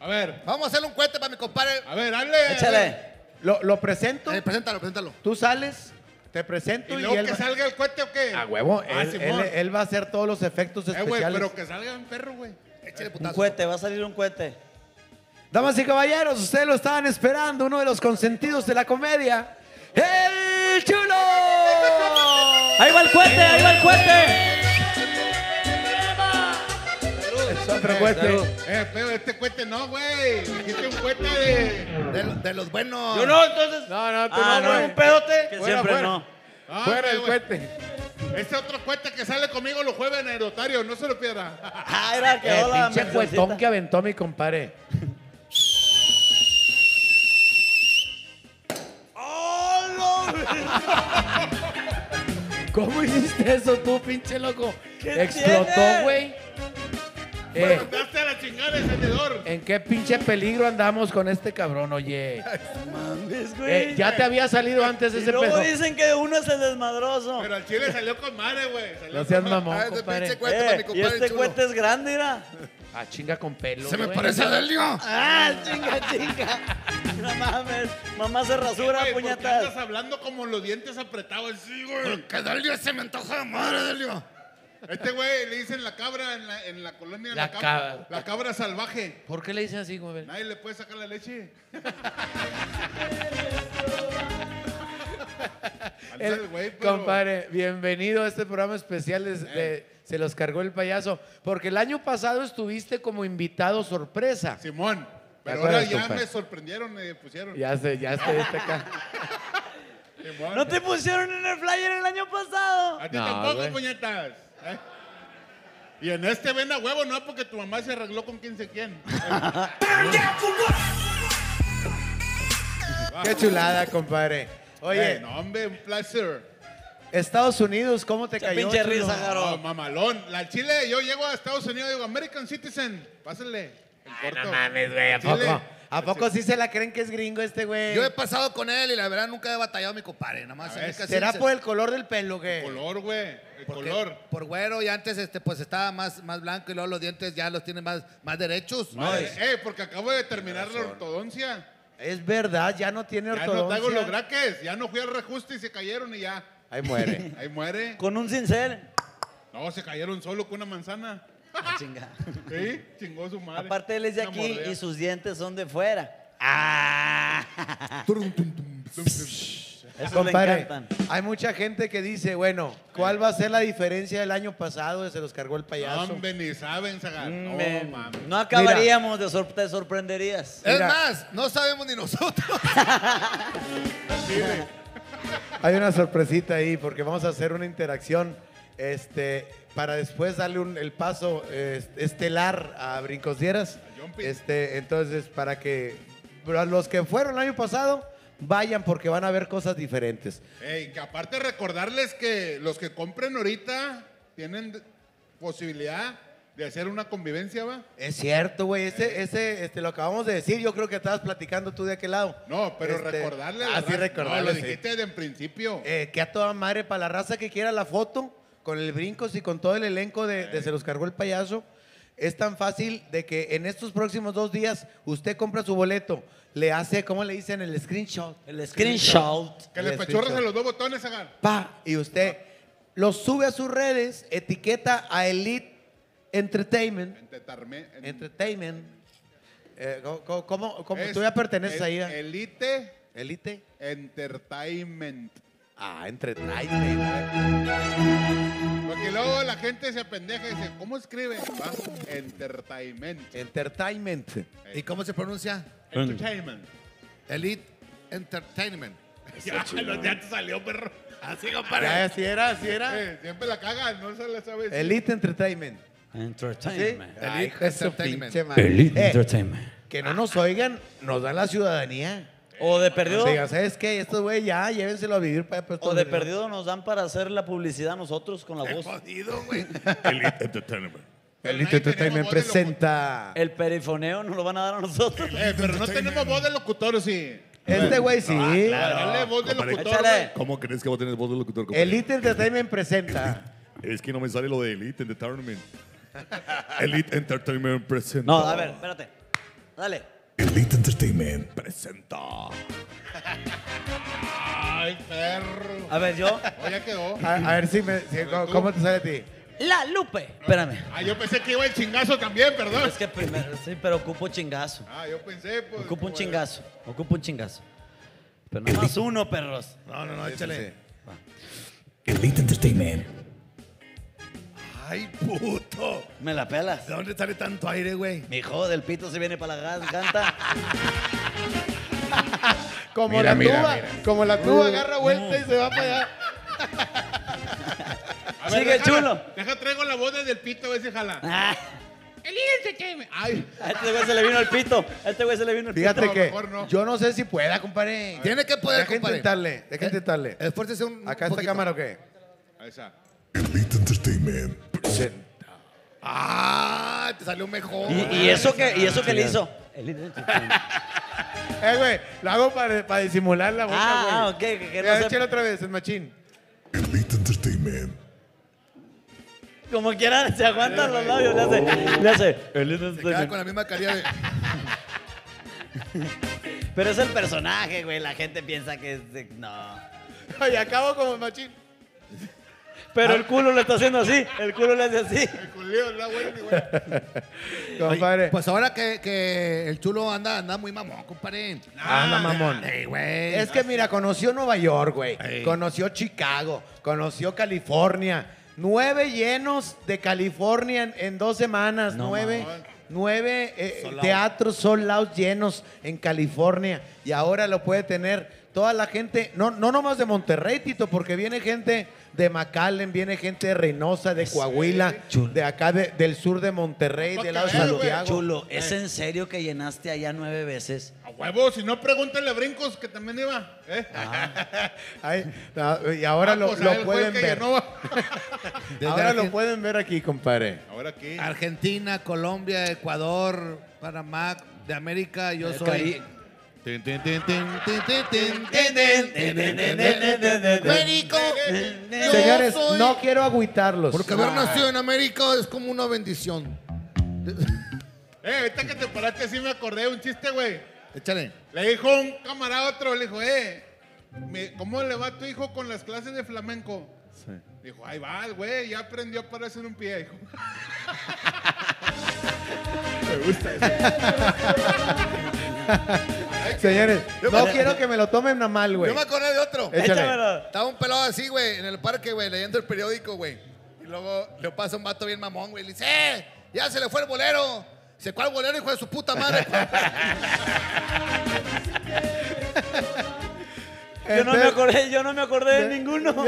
Speaker 9: A ver,
Speaker 8: Vamos a hacer un cohete para mi compadre.
Speaker 9: a ver, hazle.
Speaker 6: Échale.
Speaker 4: Lo, lo presento,
Speaker 8: Eh, preséntalo, preséntalo.
Speaker 4: tú sales, te presento
Speaker 9: ¿Y
Speaker 4: y,
Speaker 9: luego
Speaker 4: él
Speaker 9: que
Speaker 4: va-
Speaker 9: salga el cohete o qué?
Speaker 4: A huevo,
Speaker 9: Ah,
Speaker 4: él,
Speaker 9: Simón.
Speaker 4: él- él va a hacer todos los efectos
Speaker 9: Eh, güey,
Speaker 4: especiales.
Speaker 9: pero que salga un perro, güey.
Speaker 8: Échale
Speaker 6: Un
Speaker 8: putazo.
Speaker 6: cohete, va a salir un cohete.
Speaker 4: Damas y caballeros, ustedes lo estaban esperando, uno de los consentidos de la comedia, el chulo.
Speaker 6: Ahí va el cohete, ahí va el cohete.
Speaker 4: Es otro cohete.
Speaker 9: Eh, pero este cohete no, güey. Dijiste un cohete de.
Speaker 8: De, de los buenos.
Speaker 6: Yo no, entonces.
Speaker 4: No, no, tú
Speaker 6: ah,
Speaker 4: no,
Speaker 6: no,
Speaker 4: güey.
Speaker 6: un pedote. Que
Speaker 4: Fuera,
Speaker 6: siempre
Speaker 4: fuera.
Speaker 6: no.
Speaker 9: Ah,
Speaker 4: Fuera
Speaker 9: güey,
Speaker 4: el
Speaker 9: güey.
Speaker 4: cohete.
Speaker 9: Este otro cohete que sale conmigo los jueves en el notario, no se lo pierda.
Speaker 6: Ah, era que
Speaker 9: Eh,
Speaker 4: El
Speaker 6: hola,
Speaker 4: pinche
Speaker 6: mensancita.
Speaker 4: cuetón que aventó mi compadre. ¿Cómo hiciste eso tú, pinche loco?
Speaker 6: ¿Qué
Speaker 4: Explotó,
Speaker 6: tiene?
Speaker 4: güey. Eh,
Speaker 9: Bueno, Daste a la chingada encendedor.
Speaker 4: ¿En qué pinche peligro andamos con este cabrón, oye?
Speaker 6: Mames, güey.
Speaker 4: Eh, ya te había salido antes
Speaker 6: Y
Speaker 4: ese
Speaker 6: luego
Speaker 4: pedo.
Speaker 6: dicen que uno es el desmadroso.
Speaker 9: Pero al chile salió con madre, güey. Salió
Speaker 4: No seas
Speaker 9: con madre.
Speaker 4: mamón,
Speaker 8: Ah, ese
Speaker 4: compadre.
Speaker 8: pinche cuete para mi
Speaker 6: Eh, y
Speaker 8: compadre
Speaker 6: este
Speaker 8: chulo.
Speaker 6: cohete es grande, mira.
Speaker 4: Ah, chinga con pelo.
Speaker 8: Se me
Speaker 4: güey.
Speaker 8: parece a Delio.
Speaker 6: Ah, chinga, chinga. No mames. Mamá se rasura,
Speaker 9: Güey, ¿por qué andas
Speaker 6: puñetas.
Speaker 9: hablando como los dientes apretados. Sí, güey.
Speaker 8: Que Delio se me antoja de madre, Delio.
Speaker 9: Este güey le dicen la cabra en la, en la colonia.
Speaker 4: La
Speaker 9: La, cabra.
Speaker 4: cabra.
Speaker 9: La cabra salvaje.
Speaker 4: ¿Por qué le dicen así, güey?
Speaker 9: <laughs> Nadie le puede sacar la
Speaker 8: <laughs>
Speaker 9: leche. Alza
Speaker 4: El-
Speaker 9: el güey, pues. pero-
Speaker 4: Eh, compadre, bienvenido a este programa especial de, de Se los cargó el payaso. Porque el año pasado estuviste como invitado sorpresa.
Speaker 9: Simón. Pero ahora
Speaker 4: acuerdas,
Speaker 9: ya
Speaker 4: compadre?
Speaker 9: me sorprendieron, me pusieron.
Speaker 4: Ya sé, ya este
Speaker 8: este
Speaker 4: estuviste acá.
Speaker 9: Simón.
Speaker 6: ¿No te pusieron en el flyer el año pasado?
Speaker 9: A ti
Speaker 4: No,
Speaker 9: tampoco,
Speaker 4: güey.
Speaker 9: puñetas. ¿Eh? Y en este ven a huevo, no, porque tu mamá se arregló con quién sé quién. <laughs>
Speaker 4: Qué chulada, compadre. Oye,
Speaker 9: Oye, Eh, no, hombre, un placer.
Speaker 4: Estados Unidos, ¿cómo te
Speaker 6: Qué
Speaker 4: cayó?
Speaker 6: pinche
Speaker 4: chulo?
Speaker 6: risa,
Speaker 9: No,
Speaker 6: Jaro.
Speaker 9: mamalón. La Chile, yo llego a Estados Unidos y digo, American Citizen, pásenle. El corto.
Speaker 4: No mames, güey, ¿a
Speaker 9: Chile.
Speaker 4: poco? ¿A poco sí se la creen que es gringo este güey?
Speaker 8: Yo he pasado con él y la verdad nunca he batallado a mi compadre. Nada más.
Speaker 9: A ver,
Speaker 8: es que así
Speaker 4: ¿Será
Speaker 8: se-
Speaker 4: por el color del pelo,
Speaker 9: El
Speaker 4: güey?
Speaker 9: color, güey. El
Speaker 8: porque
Speaker 9: color.
Speaker 8: Por güero y antes este, pues estaba más, más blanco y luego los dientes ya los tiene más, más derechos.
Speaker 9: No, eh, eh, porque acabo de terminar la ortodoncia.
Speaker 4: Es verdad, ya no tiene
Speaker 9: Ya no traigo los
Speaker 4: ortodoncia.
Speaker 9: braques. Ya no fui al reajuste y se cayeron y ya.
Speaker 4: Ahí muere.
Speaker 9: <laughs> Ahí muere.
Speaker 6: Con un cincel.
Speaker 9: No, se cayeron solo con una manzana.
Speaker 6: Ah, chinga.
Speaker 9: <laughs> Sí, chingó su madre.
Speaker 6: Aparte él es de
Speaker 9: Una
Speaker 6: aquí
Speaker 9: mordida.
Speaker 6: y sus dientes son de fuera. Ah. Esos le
Speaker 4: Compadre,
Speaker 6: encantan.
Speaker 4: hay mucha gente que dice, bueno, ¿cuál va a ser la diferencia del año pasado? de Se los cargó el
Speaker 9: No,
Speaker 4: payaso.
Speaker 9: hombre, ni saben, Zagar. No,
Speaker 6: Me-
Speaker 9: mames.
Speaker 6: Mm, no acabaríamos de sor- te sorprenderías.
Speaker 8: Es
Speaker 4: Mira.
Speaker 8: más, no sabemos ni nosotros.
Speaker 9: <laughs>
Speaker 4: Hay una sorpresita ahí porque vamos a hacer una interacción este, para después darle un- el paso eh, estelar a Brincos Dieras.
Speaker 9: A Jumpy.
Speaker 4: Este, entonces, para que para los que fueron el año pasado, vayan porque van a ver cosas diferentes.
Speaker 9: Ey, que aparte recordarles que los que compren ahorita tienen d- posibilidad de hacer una convivencia, ¿va?
Speaker 4: Es cierto, güey. Ese, ese, este, lo acabamos de decir. Yo creo que estabas platicando tú de aquel lado.
Speaker 9: No, pero
Speaker 4: Este,
Speaker 9: recordarles.
Speaker 4: Ah, sí, recordarles.
Speaker 9: lo
Speaker 4: sí.
Speaker 9: dijiste desde en principio.
Speaker 4: Eh, que a toda madre, para la raza que quiera la foto, con el brincos y con todo el elenco de,
Speaker 9: Eh.
Speaker 4: de Se los cargó el payaso, es tan fácil de que en estos próximos dos días usted compra su boleto, le hace, ¿cómo le dicen? El screenshot.
Speaker 6: El screenshot.
Speaker 9: que le
Speaker 4: el
Speaker 9: pachorras
Speaker 4: screenshot.
Speaker 9: a los dos botones, Zagar.
Speaker 4: Pa, y usted lo sube a sus redes, etiqueta a Elite Entertainment.
Speaker 9: Entre tarme- en-
Speaker 4: Entertainment. Eh, co- co- ¿Cómo, cómo-
Speaker 9: es
Speaker 4: tú ya perteneces
Speaker 9: el-
Speaker 4: ahí? ¿eh?
Speaker 9: Elite
Speaker 4: Elite.
Speaker 9: Entertainment.
Speaker 4: Ah, Entertainment.
Speaker 9: Porque luego la gente se apendeja y dice, ¿cómo escribe? Va, Entertainment.
Speaker 4: Entertainment.
Speaker 8: ¿Y
Speaker 9: <laughs>
Speaker 8: cómo se pronuncia?
Speaker 9: Entertainment.
Speaker 8: Elite Entertainment.
Speaker 9: Ya, los- ya te salió, perro. Así, compadre.
Speaker 4: Ya, así era, así era.
Speaker 9: Eh, siempre la caga, no se la sabe. decir.
Speaker 4: Elite Entertainment.
Speaker 6: Entertainment.
Speaker 4: Ay, hijo de su
Speaker 8: Entertainment.
Speaker 4: Eh, pinche madre. Eh, que no nos oigan, nos dan la ciudadanía.
Speaker 9: Eh,
Speaker 6: O de perdido.
Speaker 4: Diga, ¿sabes qué? Estos güey ya, llévenselo a vivir pues, para allá. pero estos
Speaker 6: O de
Speaker 4: güeyes no".
Speaker 6: perdido nos dan para hacer la publicidad nosotros con la voz.
Speaker 8: Jodido, güey.
Speaker 2: Elite Entertainment.
Speaker 4: Elite Entertainment
Speaker 9: Tenemos voz de
Speaker 4: presenta.
Speaker 6: El perifoneo nos lo van a dar a nosotros.
Speaker 9: Eh, pero no tenemos voz de locutor, sí.
Speaker 4: Este güey sí.
Speaker 9: Ah, Dale voz de
Speaker 2: compadre.
Speaker 9: locutor, güey.
Speaker 6: Échale.
Speaker 2: ¿Cómo crees que voy a tener voz de locutor? compadre?
Speaker 4: Elite Entertainment presenta.
Speaker 2: Es que no me sale lo de Elite Entertainment.
Speaker 4: <laughs>
Speaker 2: Elite Entertainment presenta.
Speaker 6: No, a ver, espérate. Dale.
Speaker 2: Elite Entertainment presenta.
Speaker 9: Ay, perro.
Speaker 6: A ver, yo.
Speaker 9: Oh, ya quedó.
Speaker 4: A, a ver si me. si- ¿cómo, cómo te sale a ti?
Speaker 6: La Lupe. Espérame.
Speaker 9: Ah, yo pensé que iba el chingazo también, perdón.
Speaker 6: Es que primero, sí, pero ocupo chingazo.
Speaker 9: Ah, yo pensé, pues.
Speaker 6: Ocupo un
Speaker 9: bueno.
Speaker 6: chingazo. Ocupo un chingazo. Pero nada más uno, perros.
Speaker 8: No, no, no, échale.
Speaker 2: Elite Entertainment. Ay, puto.
Speaker 6: Me la pelas.
Speaker 8: ¿De dónde sale tanto aire, güey?
Speaker 6: Mi hijo del pito se viene para la gas, canta.
Speaker 4: Como
Speaker 9: Mira,
Speaker 4: la
Speaker 9: mira,
Speaker 4: tuba,
Speaker 9: mira.
Speaker 4: como la
Speaker 9: Uh.
Speaker 4: tuba agarra
Speaker 9: este
Speaker 4: vuelta
Speaker 2: Uh.
Speaker 4: y se va para allá.
Speaker 9: A ver,
Speaker 6: Sigue,
Speaker 9: déjala,
Speaker 6: chulo.
Speaker 9: Deja, traigo la voz desde el pito, a ver si jala.
Speaker 6: <laughs> Ah,
Speaker 9: Elite Entertainment. Ay,
Speaker 6: a este güey se le vino el pito. A este güey se le vino el
Speaker 4: Fíjate
Speaker 9: No,
Speaker 4: que
Speaker 9: mejor no.
Speaker 4: yo no sé si pueda, compadre.
Speaker 8: Tiene que poder,
Speaker 4: Deja
Speaker 8: compadre.
Speaker 4: intentarle, deja
Speaker 8: Eh,
Speaker 4: intentarle.
Speaker 8: Esfuércese
Speaker 4: Acá
Speaker 8: un un
Speaker 4: está
Speaker 8: poquito.
Speaker 4: cámara o qué?
Speaker 9: ahí está.
Speaker 2: Elite Entertainment.
Speaker 8: Ah, te salió mejor.
Speaker 6: pito. Y, y eso que, y eso que le hizo. El-
Speaker 4: <laughs> Eh, güey, lo hago para, para disimular la boca, güey.
Speaker 6: Ah, ok, que- que no
Speaker 4: Mira,
Speaker 6: se-
Speaker 4: échale otra vez, el machín.
Speaker 2: Elite Entertainment.
Speaker 6: Como quiera, se aguantan
Speaker 4: Eh,
Speaker 6: los <laughs> labios. Le hace. Le
Speaker 9: Oh.
Speaker 6: hace.
Speaker 8: Se queda con la misma calidad de.
Speaker 6: Pero es el personaje, güey. La gente piensa que es. de- No.
Speaker 4: Y acabo como el machín.
Speaker 6: Pero el culo lo está haciendo así. El culo le hace así.
Speaker 9: Ah. El culeo, la güey, mi güey.
Speaker 4: Compadre.
Speaker 8: Pues ahora que, que el chulo anda, anda muy mamón, compadre.
Speaker 4: Anda, mamón.
Speaker 8: Ey, güey.
Speaker 4: Es que mira, conoció Nueva York, güey.
Speaker 8: Ey.
Speaker 4: Conoció Chicago. Conoció California. Nueve llenos de California en, en dos semanas.
Speaker 6: No,
Speaker 4: nueve
Speaker 9: mamón.
Speaker 4: nueve eh,
Speaker 6: Sold out.
Speaker 4: teatros sold out llenos en California. Y ahora lo puede tener toda la gente. No, no nomás de Monterrey, Tito, porque viene gente de McAllen, viene gente de Reynosa, de Coahuila,
Speaker 6: Chulo.
Speaker 4: de acá de- del sur de Monterrey,
Speaker 9: Pa'
Speaker 4: del lado de
Speaker 9: que veas,
Speaker 6: Chulo,
Speaker 9: güey. Eh.
Speaker 4: Santiago.
Speaker 6: chulo, ¿es en serio que llenaste allá nueve veces?
Speaker 9: A huevo, si no, pregúntale a Brincos, que también iba. ¿eh? <laughs>
Speaker 4: Ay, no, y ahora
Speaker 9: Ah,
Speaker 4: lo,
Speaker 9: pues,
Speaker 4: lo
Speaker 9: a él fue
Speaker 4: pueden
Speaker 9: el que
Speaker 4: ver.
Speaker 9: llenó.
Speaker 4: <laughs>
Speaker 8: Desde
Speaker 4: Ahora lo
Speaker 8: Argen-
Speaker 4: pueden ver aquí, compadre.
Speaker 9: Ahora aquí.
Speaker 8: Argentina, Colombia, Ecuador, Panamá, de América, yo
Speaker 6: El
Speaker 8: soy.
Speaker 6: Cari-
Speaker 2: Tin, tin, tin, tin.
Speaker 8: Tin, tin, tin, tin, tin, tin, tin, tin. Américo, yo
Speaker 4: Señores,
Speaker 8: soy-
Speaker 4: no quiero agüitarlos.
Speaker 8: Porque haber nacido en América es como una bendición.
Speaker 9: Eh, ahorita que te paraste, sí me acordé de un chiste, güey.
Speaker 8: Échale.
Speaker 9: Le dijo un camarada a otro, le dijo, eh, me- ¿cómo le va a tu hijo con las clases de flamenco? Sí. Dijo, ahí va, el güey, ya aprendió a pararse en un pie.
Speaker 4: <laughs>
Speaker 9: Dijo,
Speaker 4: Señores,
Speaker 8: Yo
Speaker 4: no
Speaker 8: me-
Speaker 4: quiero que me lo tomen a mal, güey.
Speaker 8: Yo me acordé de otro.
Speaker 4: Eh. Échale.
Speaker 6: Échamelo.
Speaker 8: Estaba un pelado así, güey, en el parque, güey, leyendo el periódico, güey. Y luego le pasa un vato bien mamón, güey. Le dice, ¡eh! Ya se le fue el bolero. Dice, ¿cuál bolero, hijo de su puta
Speaker 6: <laughs>
Speaker 8: madre?
Speaker 6: Yo no me
Speaker 4: Entonces-
Speaker 6: acordé, yo no me <laughs> acordé de
Speaker 4: <laughs>
Speaker 6: ninguno.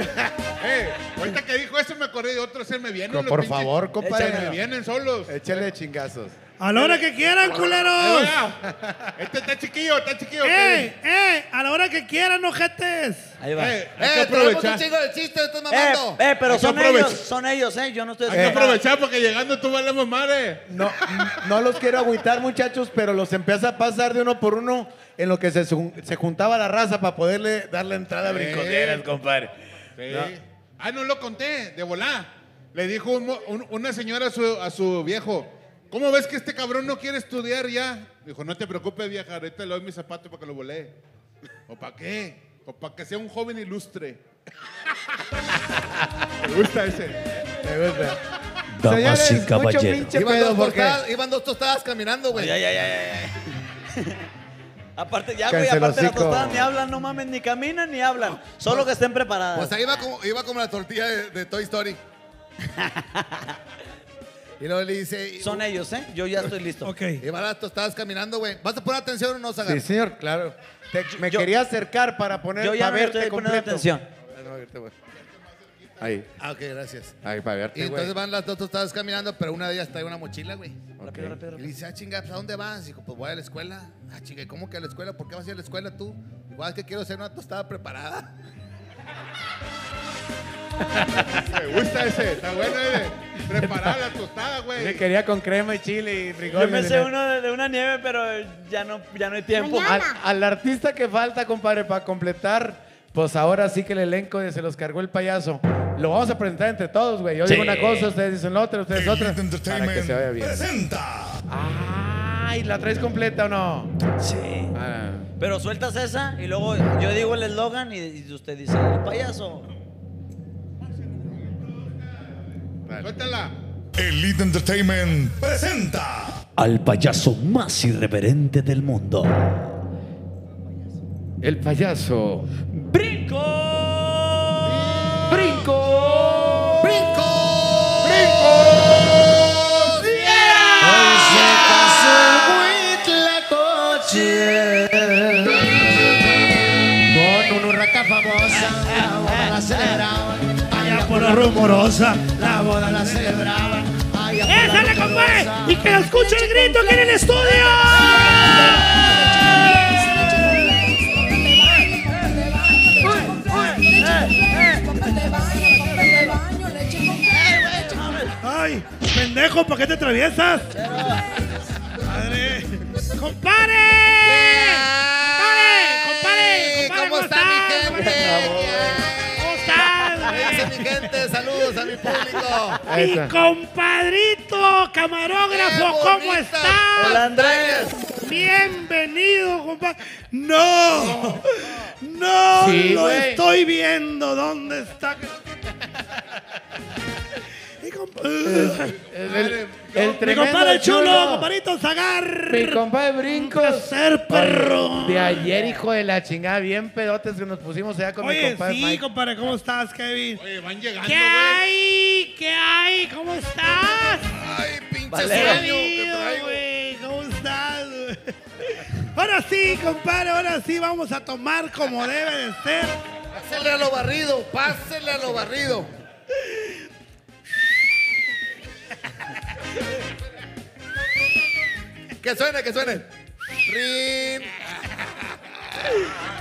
Speaker 9: eh, ahorita que dijo eso me acordé de otro, se me vienen
Speaker 4: No,
Speaker 9: los
Speaker 4: por
Speaker 9: pinches-
Speaker 4: favor,
Speaker 9: Se me
Speaker 4: compadre.
Speaker 9: vienen solos.
Speaker 4: Échale chingazos.
Speaker 10: A la hora que quieran,
Speaker 9: Ahí
Speaker 10: culeros.
Speaker 9: va. Este está chiquillo, está chiquillo.
Speaker 10: ¡Eh! ¡Eh! A la hora que quieran, ojetes.
Speaker 6: Ahí va.
Speaker 9: Eh,
Speaker 6: Eh,
Speaker 9: hay que
Speaker 8: ¡Eh! Tenemos un
Speaker 9: aprovechar.
Speaker 8: chingo de chistes, estás
Speaker 6: eh,
Speaker 8: mamando.
Speaker 6: pero
Speaker 9: Hay que
Speaker 6: son
Speaker 9: aprovechar.
Speaker 6: ellos, son ellos, eh. Yo no estoy
Speaker 9: Hay que
Speaker 6: haciendo nada.
Speaker 9: aprovechar porque llegando tú vas a la madre.
Speaker 4: No, no los quiero agüitar, muchachos, pero los empieza a pasar de uno por uno en lo que se, su- se juntaba la raza para poderle dar la entrada a
Speaker 9: Eh,
Speaker 4: brinconeras, compadre.
Speaker 9: Sí.
Speaker 4: No.
Speaker 9: Ah, no lo conté, de volá. Le dijo un mo- un- una señora a su, a su viejo, ¿cómo ves que este cabrón no quiere estudiar ya? Dijo, no te preocupes, vieja, ahorita le doy mis zapatos para que lo volé. ¿O para qué? ¿O para que sea un joven ilustre? <laughs> Me gusta ese.
Speaker 4: Me gusta.
Speaker 6: Damas y
Speaker 4: Señores, mucho
Speaker 6: caballeros.
Speaker 4: pinche
Speaker 8: Iban
Speaker 4: pedo
Speaker 8: dos,
Speaker 4: porque
Speaker 8: tostadas, iban dos tostadas caminando, güey.
Speaker 6: Ay, ay, ay, ay, ay. Aparte, ya, güey,
Speaker 4: Cáncer
Speaker 6: aparte las
Speaker 4: hocico.
Speaker 6: tostadas ni hablan, no mames, ni caminan ni hablan. Solo que estén preparadas.
Speaker 8: O sea, iba Pues como, iba como la tortilla de, de Toy Story. y luego le dice.
Speaker 6: Son ellos, eh. Yo ya estoy listo.
Speaker 10: Ok.
Speaker 8: Y van las tostadas caminando, güey. ¿Vas a poner atención o no, Sagar?
Speaker 4: Sí, señor, claro. Te- me
Speaker 6: Yo-
Speaker 4: quería acercar para poner
Speaker 6: Yo ya
Speaker 4: para
Speaker 6: me
Speaker 4: verte
Speaker 6: estoy poniendo
Speaker 4: completo.
Speaker 6: atención.
Speaker 4: Ah, no, ahorita voy. Ahí.
Speaker 8: Ah, ok, gracias.
Speaker 4: Ahí para verte,
Speaker 8: Y entonces
Speaker 4: güey.
Speaker 8: van las dos tostadas caminando, pero una de ellas trae una mochila, güey.
Speaker 4: Rápido, rápido,
Speaker 8: Y le dice, ah, chinga, ¿a dónde vas? Dijo, pues voy a la escuela. Ah, chinga, ¿y ¿cómo que a la escuela? ¿Por qué vas a ir a la escuela tú? Igual es que quiero hacer una tostada preparada.
Speaker 9: <laughs> Me gusta ese, está bueno, eh. Preparar la tostada, güey.
Speaker 4: Me quería con crema y chile y frijoles.
Speaker 6: Yo me sé
Speaker 4: y-
Speaker 6: uno de, de una nieve, pero ya no, ya no hay tiempo.
Speaker 4: Al, al artista que falta, compadre, para completar, pues ahora sí que el elenco de Se los cargó el payaso. Lo vamos a presentar entre todos, güey. Yo
Speaker 6: Sí.
Speaker 4: digo una cosa, ustedes dicen otra, ustedes otra. Ah, Para que se vaya bien.
Speaker 11: Presenta.
Speaker 4: Ay, ¿la traes completa o no?
Speaker 6: Sí.
Speaker 4: Ah,
Speaker 6: Pero sueltas esa y luego yo digo el eslogan y, y usted dice, el payaso.
Speaker 9: Suéltala.
Speaker 11: Elite Entertainment presenta.
Speaker 6: Al payaso más irreverente del mundo.
Speaker 4: el payaso.
Speaker 6: ¡Brinco!
Speaker 4: ¡Brinco!
Speaker 11: ¡Brinco!
Speaker 5: Con una hurraca famosa, la boda la celebraban. Allá
Speaker 12: por la rumorosa.
Speaker 5: La boda la celebraban. Allá por
Speaker 12: ¡Eh,
Speaker 5: la
Speaker 12: sale, compadre!
Speaker 5: rumorosa.
Speaker 12: ¡Y que escuche el grito aquí en el estudio! ¡Ay, pendejo, ¿para qué te atraviesas? ¡Madre! ¡Compadre! ¡Compadre! ¡Compadre! compadre,
Speaker 8: ¿Cómo está mi gente?
Speaker 12: ¿Cómo estás,
Speaker 8: ¿Qué
Speaker 12: güey?
Speaker 8: dice mi gente? Saludos a mi público.
Speaker 4: Ahí
Speaker 12: Mi
Speaker 4: está.
Speaker 12: compadrito, camarógrafo,
Speaker 8: ¡Qué
Speaker 12: ¿cómo
Speaker 8: bonita!
Speaker 12: estás?
Speaker 6: ¡Hola, Andrés!
Speaker 12: Bienvenido, compadre. No, no,
Speaker 4: Sí,
Speaker 12: lo
Speaker 4: güey.
Speaker 12: estoy viendo. ¿Dónde está? Mi compadre,
Speaker 4: El, el- el
Speaker 12: mi
Speaker 4: tremendo
Speaker 12: compadre chulo, compadrito Zagar.
Speaker 4: Eh, Mi compadre Brinco.
Speaker 12: Un placer, perro.
Speaker 4: De ayer, hijo de la chingada, bien pedotes que nos pusimos allá con mi
Speaker 12: Oye,
Speaker 4: compadre
Speaker 12: sí,
Speaker 4: Mike.
Speaker 12: compadre, ¿cómo estás, Kevin?
Speaker 9: Oye, van llegando,
Speaker 12: ¿Qué
Speaker 9: güey.
Speaker 12: hay? ¿Qué hay? ¿Cómo estás?
Speaker 8: Ay, pinche
Speaker 12: ¿Qué ha
Speaker 8: sueño que
Speaker 12: habido,
Speaker 8: traigo.
Speaker 12: güey? ¿Cómo estás, güey? <laughs> Ahora sí, compadre, ahora sí vamos a tomar como debe de ser.
Speaker 8: Pásenle a lo barrido, pásenle a lo barrido. Que suene, que suene. Rin.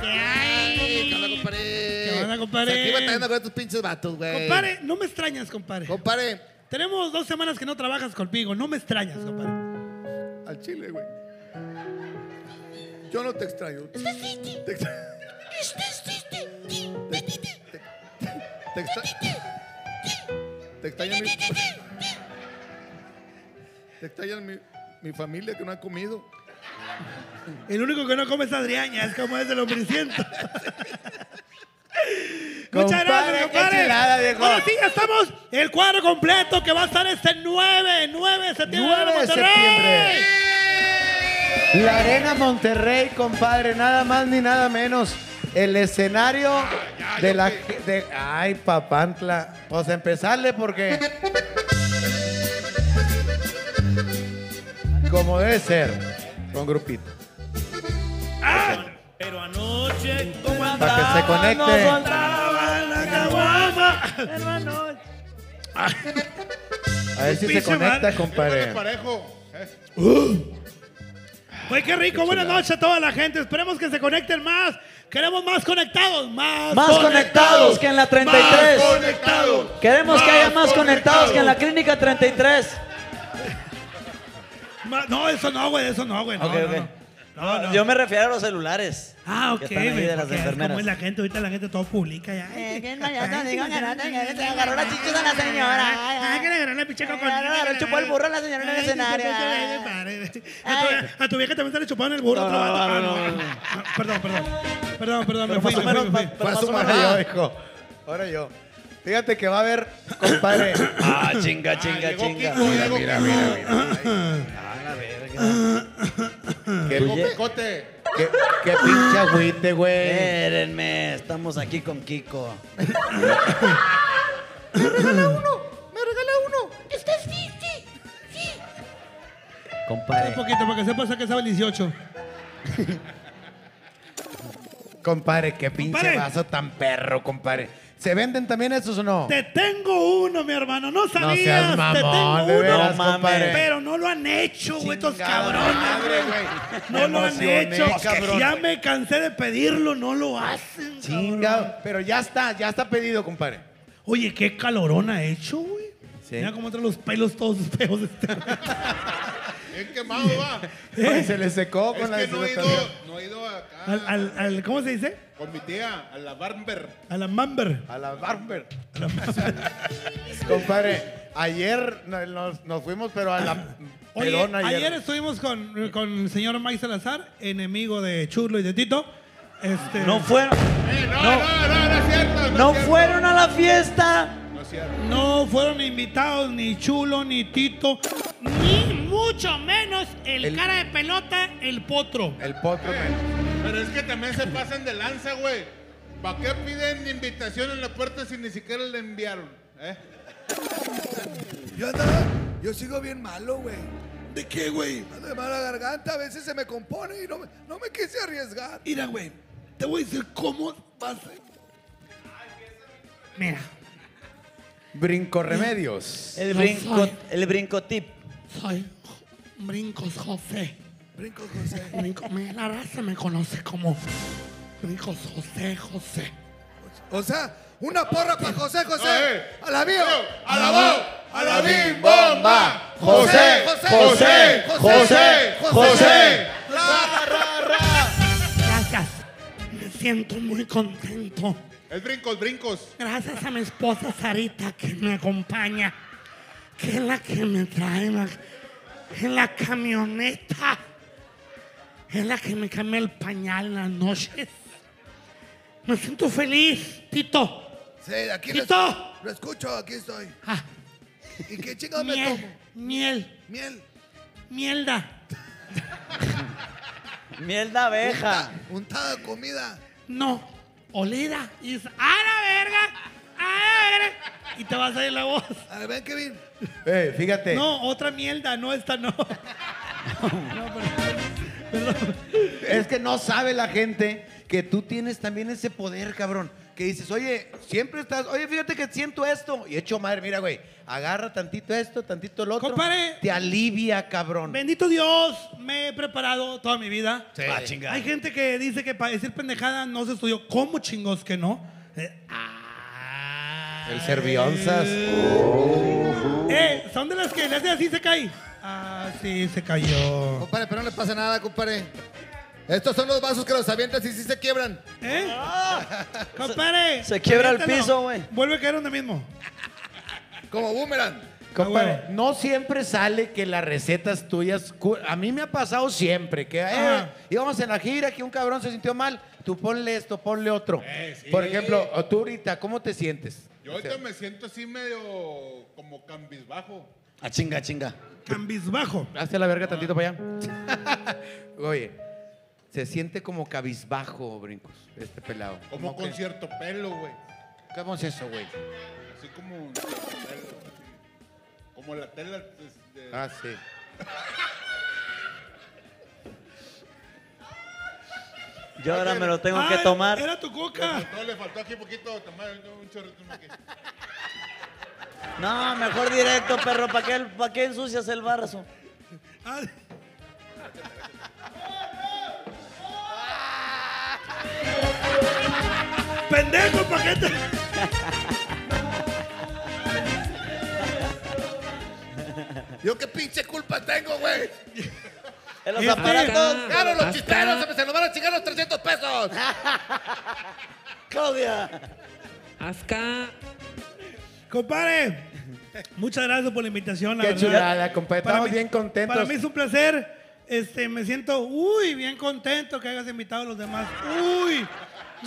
Speaker 12: ¿Qué hay?
Speaker 8: ¿Qué onda, compadre?
Speaker 12: ¿Qué onda, compadre?
Speaker 8: eh, Se Aquí batallando con estos pinches vatos, güey.
Speaker 12: Compadre, no me extrañas, compadre.
Speaker 8: Compare.
Speaker 12: Tenemos dos semanas que no trabajas conmigo, no me extrañas, compadre.
Speaker 8: Al chile, güey. Yo
Speaker 12: <laughs>
Speaker 8: no te extraño. Te, extra- te extra- te extraña mi... Te extraña mi, mi familia que no ha comido.
Speaker 12: El único que no come es Adriaña, es como es el
Speaker 8: <laughs>
Speaker 12: hombriciento. Muchas gracias,
Speaker 4: Compadre, qué
Speaker 12: compadre.
Speaker 4: chulada, viejo.
Speaker 12: Ahora sí, ya estamos. El cuadro completo que va a estar este 9, 9 de septiembre.
Speaker 4: 9 de
Speaker 12: Monterrey.
Speaker 4: septiembre. La Arena Monterrey, compadre, nada más ni nada menos. El escenario de la. de- ay, papantla. Pues empezarle porque. Como debe ser, con grupito.
Speaker 12: Pero anoche,
Speaker 4: Para que se conecte.
Speaker 12: Estaba en la caguama.
Speaker 4: A ver si se
Speaker 12: Pinche
Speaker 4: conecta,
Speaker 12: madre.
Speaker 4: compadre.
Speaker 9: Parejo. Eh,
Speaker 12: Güey, qué rico. Buenas noches a toda la gente. Esperemos que se conecten más. Queremos más conectados. Más,
Speaker 6: Más conectados que en la 33.
Speaker 12: Más conectados.
Speaker 6: Queremos que
Speaker 9: Más
Speaker 6: haya más conectados que en la clínica 33.
Speaker 12: Ma- No, eso no, güey. Eso no, güey. No,
Speaker 6: Ok,
Speaker 12: no,
Speaker 6: ok.
Speaker 12: no. No, no.
Speaker 6: Yo me refiero a los celulares.
Speaker 12: Ah, ok,
Speaker 6: que están ahí
Speaker 12: güey.
Speaker 6: de las
Speaker 12: porque es
Speaker 6: enfermeras.
Speaker 12: Como es la gente, ahorita la gente todo publica ya. Ay,
Speaker 13: Eh,
Speaker 12: que-
Speaker 13: que el payaso
Speaker 12: ay,
Speaker 13: dijo
Speaker 12: que-
Speaker 13: que no tenía que- se agarró la
Speaker 12: ay,
Speaker 13: chichis a la señora. Ay,
Speaker 12: Ay, que le agarró la pinche
Speaker 13: Le
Speaker 12: coconina,
Speaker 13: agarró-
Speaker 12: que
Speaker 13: le chupó el burro a la señora en el
Speaker 12: Ay,
Speaker 13: escenario.
Speaker 12: que- que- que- que- A tu- a tu vieja también se le chuparon el burro.
Speaker 6: No,
Speaker 12: otro
Speaker 6: no,
Speaker 12: vato.
Speaker 6: no,
Speaker 12: Ah,
Speaker 6: no, no.
Speaker 12: No, Perdón, perdón. Perdón, perdón. Me
Speaker 6: Pero
Speaker 12: fui,
Speaker 6: más o
Speaker 12: me fui,
Speaker 6: menos,
Speaker 12: me fui.
Speaker 6: pa-
Speaker 4: Fue
Speaker 6: más
Speaker 4: su
Speaker 6: o
Speaker 4: madre
Speaker 6: menos.
Speaker 4: yo, hijo. Ahora yo. Fíjate que va a haber, compadre.
Speaker 6: Ah, chinga, chinga,
Speaker 9: llegó
Speaker 6: chinga.
Speaker 9: Kiko, llegó Kiko.
Speaker 4: Qué,
Speaker 9: Llegó
Speaker 4: qué-
Speaker 9: Picote.
Speaker 4: qué- qué pinche agüite, güey.
Speaker 6: Espérenme, estamos aquí con Kiko.
Speaker 12: Un
Speaker 13: Este
Speaker 6: Compadre.
Speaker 12: poquito para que sepas a que estaba el 18.
Speaker 4: Compadre, qué pinche
Speaker 12: Compadre.
Speaker 4: vaso tan perro, compadre. ¿Se venden también esos o no?
Speaker 12: Te tengo uno, mi hermano. No sabías.
Speaker 4: seas
Speaker 12: te
Speaker 4: mamón,
Speaker 12: tengo
Speaker 4: de
Speaker 12: uno.
Speaker 4: veras, No mames. compadre.
Speaker 12: Pero no lo han hecho, güey, estos cabrones. güey. No lo han
Speaker 4: emocioné,
Speaker 12: hecho.
Speaker 4: cabrón.
Speaker 12: Ya me cansé de pedirlo, no lo hacen.
Speaker 4: Chinga, pero ya está, ya está pedido, compadre.
Speaker 12: Oye, qué calorón ha hecho, güey. Mira cómo traen los pelos todos sus
Speaker 4: <laughs>
Speaker 12: pelos.
Speaker 9: Bien quemado,
Speaker 12: <laughs>
Speaker 9: va.
Speaker 4: Ay, se le secó con
Speaker 9: Es
Speaker 4: la
Speaker 9: que no he ido,
Speaker 4: deshidratación.
Speaker 9: no he ido acá
Speaker 12: Eh. Al, al- al- ¿Cómo se dice?
Speaker 9: con mi tía, a la barber.
Speaker 12: A la mamber.
Speaker 4: A la barber. <laughs> Compadre, ayer no- nos, nos fuimos, pero a la
Speaker 12: Oye,
Speaker 4: pelona
Speaker 12: ayer.
Speaker 4: ayer.
Speaker 12: estuvimos con, con el señor Mike Salazar, enemigo de Chulo y de Tito. Este,
Speaker 6: No fueron.
Speaker 9: Eh, No, no, no, no, es cierto. No,
Speaker 6: No
Speaker 9: es cierto.
Speaker 6: fueron a la fiesta.
Speaker 9: No es cierto.
Speaker 12: No fueron invitados ni Chulo, ni Tito, ni mucho menos el,
Speaker 4: El-
Speaker 12: cara de pelota, el potro.
Speaker 4: El potro. me-
Speaker 9: Eh, Pero es que también se pasan de lanza, güey. ¿Para qué piden invitación en la puerta si ni siquiera le enviaron? ¿Eh?
Speaker 5: Yo andaba, yo sigo bien malo, güey. ¿De qué, güey? Ando de mala garganta, a veces se me compone y no me, no me quise arriesgar.
Speaker 12: Mira, güey, te voy a decir cómo vas. Mira,
Speaker 4: Brinco remedios.
Speaker 6: El
Speaker 12: No
Speaker 6: brinco,
Speaker 12: fue.
Speaker 6: el brincotip.
Speaker 12: soy Brincos José.
Speaker 5: Brinco, José.
Speaker 12: Brinco- me- la raza me conoce como Brincos José José.
Speaker 5: O sea, una porra para José, José.
Speaker 9: Eh,
Speaker 5: A la bio.
Speaker 9: ¡A la bo! ¡A la bim bomba! ¡José! ¡José!
Speaker 5: José,
Speaker 9: ¡José! ¡José!
Speaker 12: Gracias. Me siento muy contento.
Speaker 9: Es brincos, brincos.
Speaker 12: Gracias a mi esposa Sarita que me acompaña, que es la que me trae en la, en la camioneta, es la que me cambia el pañal en las noches. Me siento feliz, Tito.
Speaker 5: Sí, aquí lo,
Speaker 12: ¡Tito!
Speaker 5: lo escucho, aquí estoy.
Speaker 12: Ah,
Speaker 5: ¿Y qué chingados me
Speaker 12: miel,
Speaker 5: tomo?
Speaker 12: miel,
Speaker 5: Miel.
Speaker 12: mielda.
Speaker 6: Miel de abeja.
Speaker 5: Untada de comida.
Speaker 12: No, olida. Y es, ¡a la verga! ¡A la verga! Y te vas a ir la voz.
Speaker 5: A ver, ven, Kevin.
Speaker 4: Eh, fíjate.
Speaker 12: No, otra mielda, no, esta no. <laughs>
Speaker 4: Es que no sabe la gente que tú tienes también ese poder, cabrón. Que dices, oye, siempre estás, oye, fíjate que siento esto. Y hecho madre, mira, güey, agarra tantito esto, tantito lo otro.
Speaker 12: Compadre.
Speaker 4: Te alivia, cabrón.
Speaker 12: Bendito Dios, me he preparado toda mi vida.
Speaker 6: Ah, chinga.
Speaker 12: Hay gente que dice que para decir pendejada no se estudió. ¿Cómo chingos que no? Eh, ah,
Speaker 4: El servionzas.
Speaker 12: eh, son de las que le hace así se cae. Ah, sí, se cayó.
Speaker 8: Compadre, pero no le pasa nada, compadre. Estos son los vasos que los avientas y sí se quiebran.
Speaker 12: ¿Eh?
Speaker 8: <laughs>
Speaker 12: Compadre.
Speaker 6: se quiebra el
Speaker 12: aviéntalo.
Speaker 6: piso, güey.
Speaker 12: Vuelve a caer donde mismo.
Speaker 8: Como boomerang.
Speaker 4: Compadre,
Speaker 12: Ah, bueno.
Speaker 4: no siempre sale que las recetas tuyas. cu- A mí me ha pasado siempre que eh,
Speaker 12: Ajá.
Speaker 4: íbamos en la gira, que un cabrón se sintió mal. Tú ponle esto, ponle otro. Por ejemplo, o tú ahorita, ¿cómo te sientes?
Speaker 9: Yo ahorita me siento así medio
Speaker 4: <laughs>
Speaker 9: como cambisbajo.
Speaker 6: A chinga, chinga.
Speaker 12: Cambisbajo.
Speaker 4: Hazte la verga tantito para allá. Oye, se siente como cabizbajo, brincos, este pelado.
Speaker 9: Como
Speaker 4: que-
Speaker 9: con cierto pelo, güey.
Speaker 4: ¿Cómo es eso, güey?
Speaker 9: Así como un cierto pelo. así. Como la tela. pues, de-
Speaker 4: Ah, sí.
Speaker 6: Yo ahora me lo tengo
Speaker 12: Ah,
Speaker 6: que
Speaker 12: era-
Speaker 6: tomar.
Speaker 12: Era tu coca.
Speaker 9: No, le faltó aquí poquito, tomar un chorrito más aquí.
Speaker 6: No, mejor directo, perro. ¿Para qué, pa' qué ensucias el barrazo?
Speaker 12: Ah, Pendejo, ¿pa' qué te-
Speaker 8: Yo qué pinche culpa tengo, güey.
Speaker 6: <laughs> En los
Speaker 12: Este-
Speaker 6: aparatos.
Speaker 8: Claro, los chisteros se me- se nos van a chingar los 300 pesos.
Speaker 6: <laughs> Claudia.
Speaker 12: Compadre, muchas gracias por la invitación. la
Speaker 4: Qué
Speaker 12: verdad.
Speaker 4: chulada, compadre.
Speaker 12: Para
Speaker 4: Estamos
Speaker 12: mí-
Speaker 4: bien contentos.
Speaker 12: Para mí es un placer. Este, me siento, uy, bien contento que hayas invitado a los demás. Uy,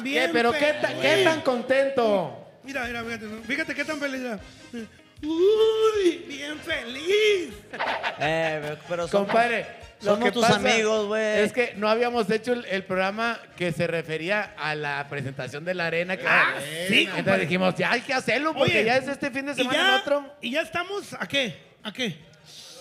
Speaker 12: bien.
Speaker 4: ¿Qué, Eh, pero qué, ta-
Speaker 12: feliz.
Speaker 4: qué tan contento.
Speaker 12: Mira, mira, fíjate, fíjate qué tan feliz. era. Uy, bien feliz.
Speaker 6: Eh, pero son-
Speaker 4: Compadre, lo
Speaker 6: somos
Speaker 4: que
Speaker 6: tus
Speaker 4: pasa
Speaker 6: amigos, güey.
Speaker 4: Es que no habíamos hecho el, el programa que se refería a la presentación de la arena. que-
Speaker 12: Ah, sí, compadre.
Speaker 4: Entonces dijimos, ya hay que hacerlo porque
Speaker 12: Oye,
Speaker 4: ya es este fin de semana
Speaker 12: y ya,
Speaker 4: el otro.
Speaker 12: Y ya estamos, ¿a qué? ¿A qué?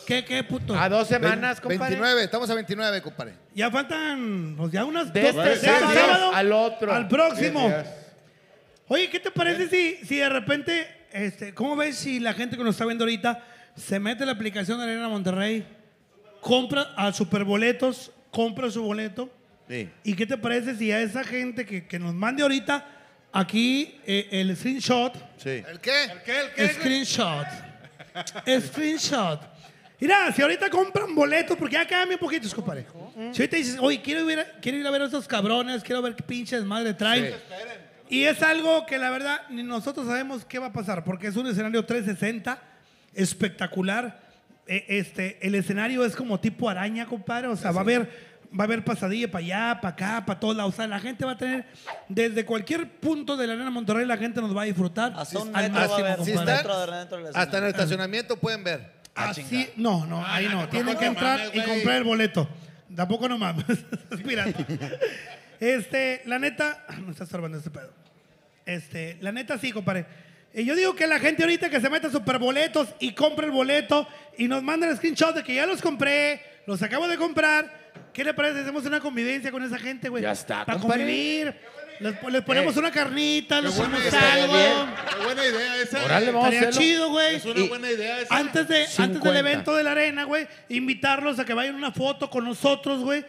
Speaker 12: ¿Qué, qué, puto?
Speaker 4: A dos semanas, compadre.
Speaker 8: 29, estamos a 29, compadre.
Speaker 12: Ya faltan, pues ya unas
Speaker 4: De
Speaker 12: dos-
Speaker 4: este
Speaker 12: de
Speaker 4: sábado al otro.
Speaker 12: Al próximo.
Speaker 9: Diez días.
Speaker 12: Oye, ¿qué te parece si, si de repente, este, cómo ves si la gente que nos está viendo ahorita se mete a la aplicación de Arena Monterrey, compra a Superboletos, compra su boleto?
Speaker 4: Sí.
Speaker 12: ¿Y qué te parece si a esa gente que, que nos mande ahorita aquí eh, el screenshot?
Speaker 4: Sí.
Speaker 8: ¿El qué? ¿El
Speaker 9: qué? ¿El
Speaker 12: Screenshot. Screenshot. Mira, si ahorita compran boletos, porque ya cambia un poquito, compadre. Si ahorita dices, oye, quiero ir, a, quiero ir a ver a esos cabrones, quiero ver qué pinche desmadre traen. Y es algo que la verdad ni nosotros sabemos qué va a pasar, porque es un escenario 360, espectacular. Eh, este, el escenario es como tipo araña, compadre. O sea, va a haber. Va a haber pasadilla para allá, para acá, para todos lados. O sea, la gente va a tener, desde cualquier punto de la Arena Monterrey, la gente nos va a disfrutar.
Speaker 8: Hasta un
Speaker 12: al
Speaker 8: metro va a
Speaker 12: máximo,
Speaker 8: haber,
Speaker 12: compadre.
Speaker 8: si están-
Speaker 4: <clears throat>
Speaker 8: Hasta en el estacionamiento pueden ver.
Speaker 4: Ah,
Speaker 12: Así, no, no, ahí no. Tienen que entrar y comprar el boleto. Tampoco no mames. <laughs> Es pirata. Este, la neta, <clears throat> me está salvando este pedo. Este, la neta sí, compadre. Y yo digo que la gente ahorita que se meta a superboletos y compre el boleto y nos manda el screenshot de que ya los compré, los acabo de comprar. ¿Qué le parece? Hacemos una convivencia con esa gente, güey.
Speaker 4: Ya está,
Speaker 12: Para
Speaker 4: compadre.
Speaker 12: convivir. Les, les ponemos
Speaker 4: Eh.
Speaker 12: una carnita, les
Speaker 9: Qué buena
Speaker 12: ponemos
Speaker 9: idea,
Speaker 12: algo.
Speaker 9: bien. Qué buena idea esa.
Speaker 4: Órale, vamos a
Speaker 12: Estaría
Speaker 4: hacerlo.
Speaker 12: chido, güey.
Speaker 9: Es una
Speaker 12: Y-
Speaker 9: buena idea esa.
Speaker 12: antes, de, antes
Speaker 4: 50.
Speaker 12: del evento de la arena, güey, invitarlos a que vayan una foto con nosotros, güey.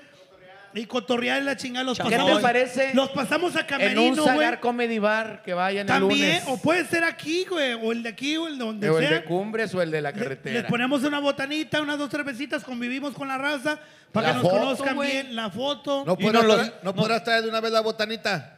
Speaker 12: Y cotorrear y la chingada los
Speaker 4: ¿Qué
Speaker 12: pasamos.
Speaker 4: te parece?
Speaker 12: Los pasamos a
Speaker 4: En un
Speaker 12: Camerino, güey.
Speaker 4: Sagar Comedy Bar que vayan el
Speaker 12: También,
Speaker 4: lunes.
Speaker 12: o puede ser aquí, güey, o el de aquí, o el de donde
Speaker 4: o el
Speaker 12: sea.
Speaker 4: de Cumbres o el de la carretera.
Speaker 12: Les ponemos una botanita, unas dos cervecitas, convivimos con la raza para
Speaker 4: La
Speaker 12: que nos
Speaker 4: foto,
Speaker 12: conozcan
Speaker 4: güey.
Speaker 12: bien la foto.
Speaker 8: ¿No
Speaker 4: Y
Speaker 8: podrás,
Speaker 4: no los-
Speaker 8: traer, no podrás traer de una vez la botanita?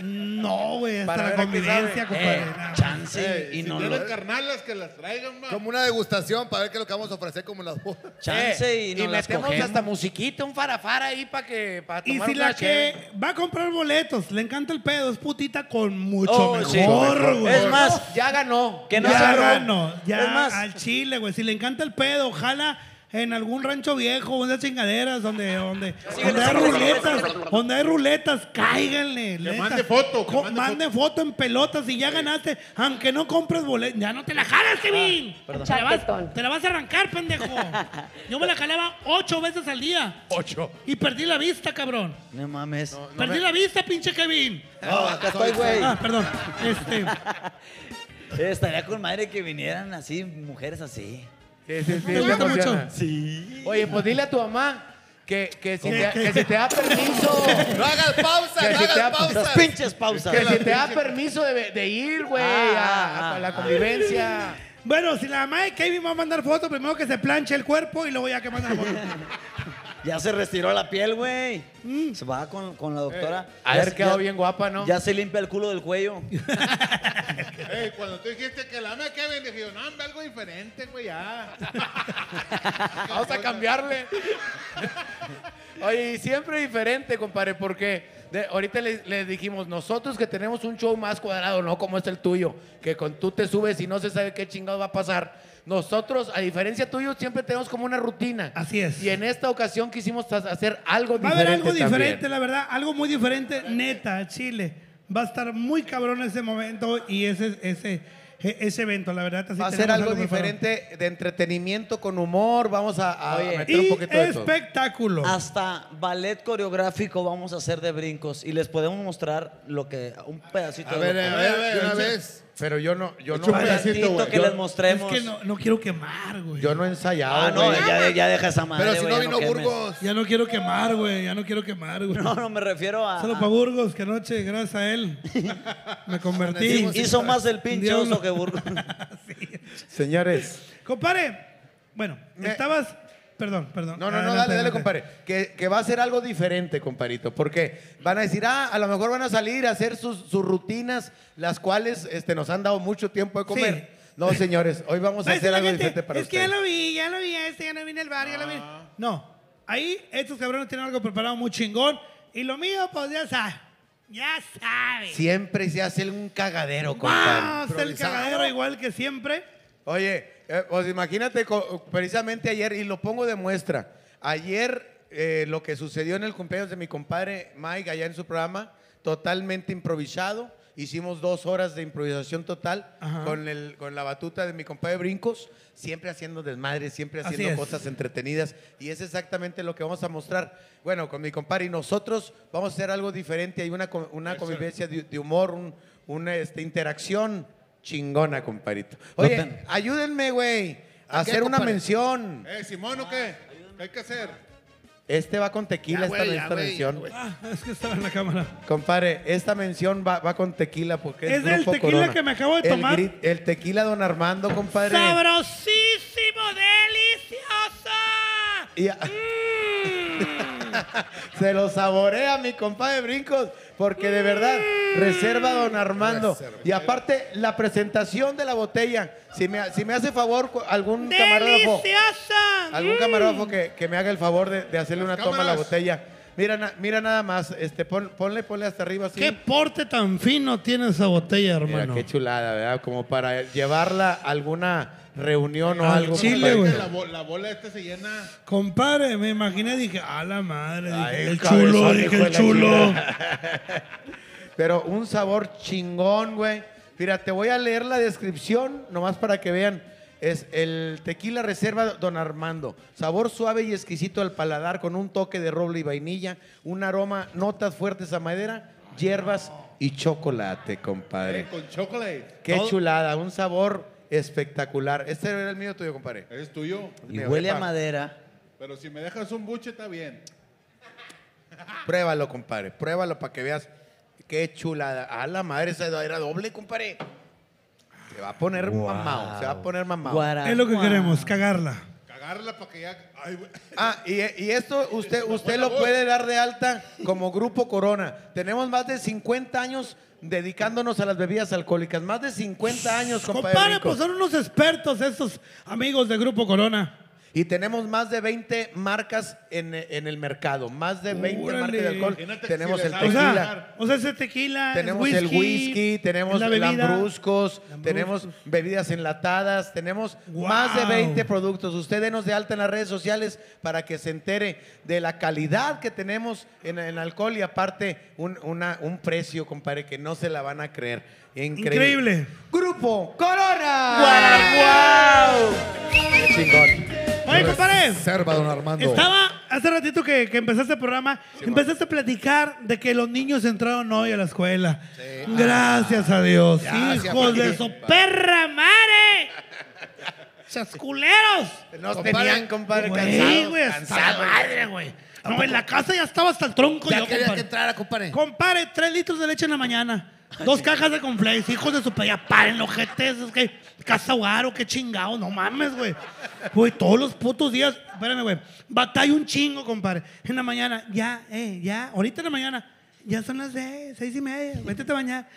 Speaker 12: No, güey, hasta
Speaker 4: Para
Speaker 12: la
Speaker 4: ver a qué
Speaker 12: convivencia,
Speaker 4: sabe.
Speaker 12: compadre.
Speaker 6: Eh,
Speaker 12: Nah.
Speaker 6: chance y
Speaker 9: si
Speaker 6: no
Speaker 9: tienen
Speaker 6: lo.
Speaker 9: carnalas que las traigan, va.
Speaker 8: Como una degustación para ver qué es lo que vamos a ofrecer como las botas.
Speaker 6: Chance
Speaker 4: Eh,
Speaker 6: y no las
Speaker 4: metemos
Speaker 6: cogemos.
Speaker 4: hasta musiquita, un farafara ahí para que para
Speaker 12: Y
Speaker 4: tomar
Speaker 12: si
Speaker 4: una
Speaker 12: la
Speaker 4: cheve.
Speaker 12: que va a comprar boletos, le encanta el pedo, es putita con mucho
Speaker 6: Oh, sí.
Speaker 12: mejor, güey.
Speaker 6: Es más,
Speaker 4: ya ganó.
Speaker 6: que no
Speaker 12: ya
Speaker 6: se robe.
Speaker 12: ganó, ya
Speaker 6: Es más-
Speaker 12: al chile, güey. Si le encanta el pedo, ojalá en algún rancho viejo, unas chingaderas, donde, donde,
Speaker 6: Síguele,
Speaker 12: donde hay
Speaker 6: síguele,
Speaker 12: ruletas,
Speaker 6: síguele.
Speaker 12: donde hay ruletas, cáiganle.
Speaker 9: Que
Speaker 12: neta.
Speaker 9: mande foto, que
Speaker 12: Co-
Speaker 9: mande
Speaker 12: mande foto. en pelotas y ya ganaste, aunque no compres boleto. Ya no te la
Speaker 6: Ah,
Speaker 12: jalas, Kevin. te, la vas, te la vas a arrancar, pendejo.
Speaker 6: <laughs>
Speaker 12: Yo me la jalaba ocho veces al día. Ocho. Y perdí la vista, cabrón.
Speaker 6: No mames.
Speaker 12: perdí la vista, pinche Kevin.
Speaker 6: No, acá estoy, güey.
Speaker 12: Ah, perdón. Este.
Speaker 4: Este.
Speaker 6: Eh, <laughs> Estaría con madre que vinieran así, mujeres así.
Speaker 4: Sí, sí,
Speaker 12: ¿Te
Speaker 4: sí, sí,
Speaker 12: gusta
Speaker 4: emociona.
Speaker 12: mucho?
Speaker 6: Sí.
Speaker 4: Oye, pues dile a tu
Speaker 12: <laughs>
Speaker 4: mamá que, que si,
Speaker 12: ¿Qué,
Speaker 4: te,
Speaker 12: qué?
Speaker 4: que si te da permiso.
Speaker 8: ¡No hagas pausa!
Speaker 4: Que
Speaker 8: ¡No
Speaker 4: si te
Speaker 8: hagas
Speaker 4: ha-
Speaker 6: Las
Speaker 8: pausa!
Speaker 6: pinches pausas.
Speaker 4: Que si te da permiso de, de ir, güey,
Speaker 6: Ah,
Speaker 4: a, a
Speaker 6: ah,
Speaker 4: la
Speaker 6: ah.
Speaker 4: convivencia.
Speaker 12: Bueno, si la mamá de Kevin va a mandar foto, primero que se planche el cuerpo y luego ya que manda la foto.
Speaker 6: Ya se retiró la piel, güey. Se va con, con la doctora.
Speaker 4: Mm. Eh, A
Speaker 6: Ya
Speaker 4: ver,
Speaker 6: se-
Speaker 4: quedado
Speaker 6: ya-
Speaker 4: bien guapa, ¿no?
Speaker 6: Ya se limpia el culo del cuello.
Speaker 9: Ey, cuando tú dijiste que la ama de Kevin, dije yo, no, hombre, algo diferente, güey, ya.
Speaker 4: Vamos a cambiarle. <laughs> Oye, y siempre diferente, compadre, porque de- ahorita les, les dijimos, nosotros que tenemos un show más cuadrado, no como es el tuyo, que con tú te subes y no se sabe qué chingado va a pasar. Nosotros, a diferencia tuyo, siempre tenemos como una rutina.
Speaker 12: Así es.
Speaker 4: Y en esta ocasión quisimos ha- hacer algo
Speaker 12: Va a
Speaker 4: diferente.
Speaker 12: haber algo
Speaker 4: también.
Speaker 12: diferente, la verdad, algo muy diferente, neta, Chile. Va a estar muy cabrón ese momento y ese, ese, e- ese evento, la verdad. así
Speaker 4: Va a ser
Speaker 12: tenemos
Speaker 4: algo
Speaker 12: preparado.
Speaker 4: diferente de entretenimiento con humor. Vamos a, a
Speaker 6: Oye,
Speaker 4: meter un
Speaker 12: Y
Speaker 4: poquito de todo.
Speaker 12: espectáculo.
Speaker 6: Hasta ballet coreográfico vamos a hacer de brincos y les podemos mostrar lo que un pedacito
Speaker 8: A
Speaker 6: de
Speaker 8: ver,
Speaker 6: lo que-
Speaker 8: a ver, a ver, una vez.
Speaker 4: Pero yo no, yo no,
Speaker 9: Chupa
Speaker 6: un
Speaker 9: pedacito,
Speaker 6: pedacito
Speaker 9: güey.
Speaker 6: que
Speaker 9: Yo-
Speaker 6: les
Speaker 12: Es
Speaker 6: mostremos.
Speaker 12: que no, no quiero quemar, güey.
Speaker 4: yo no he ensayado.
Speaker 6: Ah, no,
Speaker 4: güey.
Speaker 6: ya, ya deja esa madre.
Speaker 8: Pero si
Speaker 6: güey,
Speaker 8: no
Speaker 6: ya
Speaker 8: vino
Speaker 6: quemes.
Speaker 8: Burgos.
Speaker 12: Ya no quiero quemar, güey. Ya no quiero quemar, güey.
Speaker 6: No, no me refiero a.
Speaker 12: Solo para Burgos, que anoche, gracias a
Speaker 6: <laughs>
Speaker 12: él, me convertí.
Speaker 6: Hizo más el pinche
Speaker 12: Dios
Speaker 6: oso
Speaker 12: lo-
Speaker 6: que Burgos.
Speaker 4: Señores.
Speaker 12: <laughs> Compadre, bueno,
Speaker 4: Me-
Speaker 12: estabas. Perdón, perdón.
Speaker 4: No, no, no,
Speaker 12: Adelante,
Speaker 4: dale, dale,
Speaker 12: adelante.
Speaker 4: compadre. Que, que va a ser algo diferente, comparito. Porque van a decir, ah, a lo mejor van a salir a hacer sus, sus rutinas, las cuales este, nos han dado mucho tiempo de comer. No, señores, hoy vamos a
Speaker 12: Va a decir
Speaker 4: hacer
Speaker 12: la
Speaker 4: algo
Speaker 12: gente,
Speaker 4: diferente para
Speaker 12: Es que
Speaker 4: ustedes.
Speaker 12: ya lo vi, ya lo vi a este, ya lo vi en el bar, ya lo vi.
Speaker 4: Ah.
Speaker 12: No, ahí estos cabrones tienen algo preparado muy chingón. Y lo mío, pues ya sabes. Ya sabes.
Speaker 4: Siempre se hace un cagadero, compadre.
Speaker 12: Vamos, el cagadero igual que siempre.
Speaker 4: Oye, eh, pues imagínate co- precisamente ayer, y lo pongo de muestra, ayer eh, lo que sucedió en el cumpleaños de mi compadre Mike allá en su programa, totalmente improvisado, hicimos dos horas de improvisación total
Speaker 12: Ajá.
Speaker 4: con, el, con la batuta de mi compadre Brincos, siempre haciendo desmadres, siempre
Speaker 12: Así
Speaker 4: haciendo
Speaker 12: es.
Speaker 4: cosas entretenidas, y es exactamente lo que vamos a mostrar, bueno, con mi compadre y nosotros vamos a hacer algo diferente, hay una, co- una convivencia de, de humor, un, una este, interacción chingona, comparito. Oye, ayúdenme, güey, a
Speaker 9: ¿A
Speaker 4: <laughs>
Speaker 9: qué,
Speaker 4: hacer una
Speaker 9: compadre?
Speaker 4: mención.
Speaker 9: Eh, Simón, ¿o qué? ¿Qué hay que hacer?
Speaker 4: Este va con tequila,
Speaker 9: Ya,
Speaker 4: esta,
Speaker 9: güey, ya,
Speaker 4: esta
Speaker 9: güey, Ah,
Speaker 4: mención.
Speaker 9: ya,
Speaker 12: Es que estaba en Ah, la cámara.
Speaker 4: Compadre, esta mención va, va con tequila porque es,
Speaker 12: Es del
Speaker 4: Grupo
Speaker 12: tequila
Speaker 4: Corona.
Speaker 12: que me acabo de
Speaker 4: El
Speaker 12: tomar.
Speaker 4: gri- El tequila Don Armando, compadre.
Speaker 12: ¡Sabrosísimo, deliciosa!
Speaker 4: Y-
Speaker 12: Mm.
Speaker 4: <laughs> Se lo saborea mi compadre Brincos, porque de verdad, reserva don Armando. Y aparte, la presentación de la botella, si me, si me hace favor cu- algún camarógrafo,
Speaker 12: ¡Deliciosa!
Speaker 4: algún
Speaker 12: Mm.
Speaker 4: camarógrafo que, que me haga el favor de, de hacerle una toma a la
Speaker 12: cámaras.
Speaker 4: botella. Mira, na- mira nada más, este, pon- ponle, ponle hasta arriba así.
Speaker 10: Qué porte tan fino tiene esa botella,
Speaker 4: Mira,
Speaker 10: hermano.
Speaker 4: qué chulada, ¿verdad? Como para llevarla a alguna reunión o
Speaker 12: Al
Speaker 4: algo.
Speaker 12: chile, güey.
Speaker 9: La, bo- la bola esta se llena.
Speaker 12: Compadre, me imaginé, dije, ah. a la madre, dije,
Speaker 4: Ay,
Speaker 12: el
Speaker 4: cabezón,
Speaker 12: chulo,
Speaker 4: hijo
Speaker 12: dije,
Speaker 4: de
Speaker 12: el
Speaker 4: la
Speaker 12: chulo.
Speaker 4: chingada. Pero un sabor chingón, güey. Mira, te voy a leer la descripción, nomás para que vean. Es el tequila reserva Don Armando. Sabor suave y exquisito al paladar con un toque de roble y vainilla, un aroma, notas fuertes a madera, hierbas y chocolate, compadre.
Speaker 9: Eh, con chocolate.
Speaker 4: Qué
Speaker 9: Todo-
Speaker 4: chulada, un sabor espectacular. Este era el mío tuyo, compadre.
Speaker 9: Es tuyo.
Speaker 6: Y huele a madera.
Speaker 9: Pero si me dejas un buche, está bien.
Speaker 4: Pruébalo, compadre. Pruébalo para que veas qué chulada. A la madre, esa era doble, compadre. Se va a poner mamado. Se va a poner mamado.
Speaker 12: Es lo que queremos, cagarla.
Speaker 9: Cagarla para que ya. Ay, güey.
Speaker 4: Ah, y, y esto usted, usted lo puede dar de alta como Grupo Corona. Tenemos más de 50 años dedicándonos a las bebidas alcohólicas. Más de 50 años, compadre.
Speaker 12: Compadre,
Speaker 4: Rico.
Speaker 12: pues son unos expertos esos amigos de Grupo Corona.
Speaker 4: Y tenemos más de 20 marcas en, en el mercado. Más de 20
Speaker 12: Órale.
Speaker 4: marcas de alcohol.
Speaker 12: Imagínate que
Speaker 4: Tenemos
Speaker 12: si
Speaker 4: el
Speaker 12: les
Speaker 4: tequila.
Speaker 12: sabes dar. O sea, ese tequila,
Speaker 4: Tenemos
Speaker 12: el whisky,
Speaker 4: el whisky, tenemos
Speaker 12: la bebida.
Speaker 4: lambruscos, tenemos bebidas enlatadas, tenemos más de 20 productos. Usted denos de alta en las redes sociales para que se entere de la calidad que tenemos en, en alcohol y aparte un, una- un precio, compadre, que no se la van a creer. Increíble.
Speaker 12: Increíble.
Speaker 4: Grupo Corona. ¡Qué chingón!
Speaker 12: Oye, compadre.
Speaker 8: Reserva, don Armando.
Speaker 12: Estaba hace ratito que, que empezaste el programa, empezaste a platicar de que los niños entraron hoy a la escuela. Gracias a Dios.
Speaker 10: Gracias,
Speaker 12: Hijos de
Speaker 10: porque-
Speaker 12: su perra madre. ¡Chasculeros!
Speaker 4: Nos tenían, compadre,
Speaker 12: Güey,
Speaker 4: cansados,
Speaker 12: güey, hasta la
Speaker 4: cansados.
Speaker 12: madre, güey. No, en la casa ya estaba hasta el tronco.
Speaker 8: Ya
Speaker 12: yo,
Speaker 8: querías
Speaker 12: compadre.
Speaker 8: que entrara, compadre.
Speaker 12: Compadre, tres litros de leche en la mañana. Dos cajas de conflays, hijos de su pe- ya paren, ojetes, es que casa guaro, qué chingado, no mames, güey. Güey, todos los putos días, espérame, güey, batalla un chingo, compadre. En la mañana, ya, eh, ya, ahorita en la mañana, ya son las seis, seis y media, métete a bañar.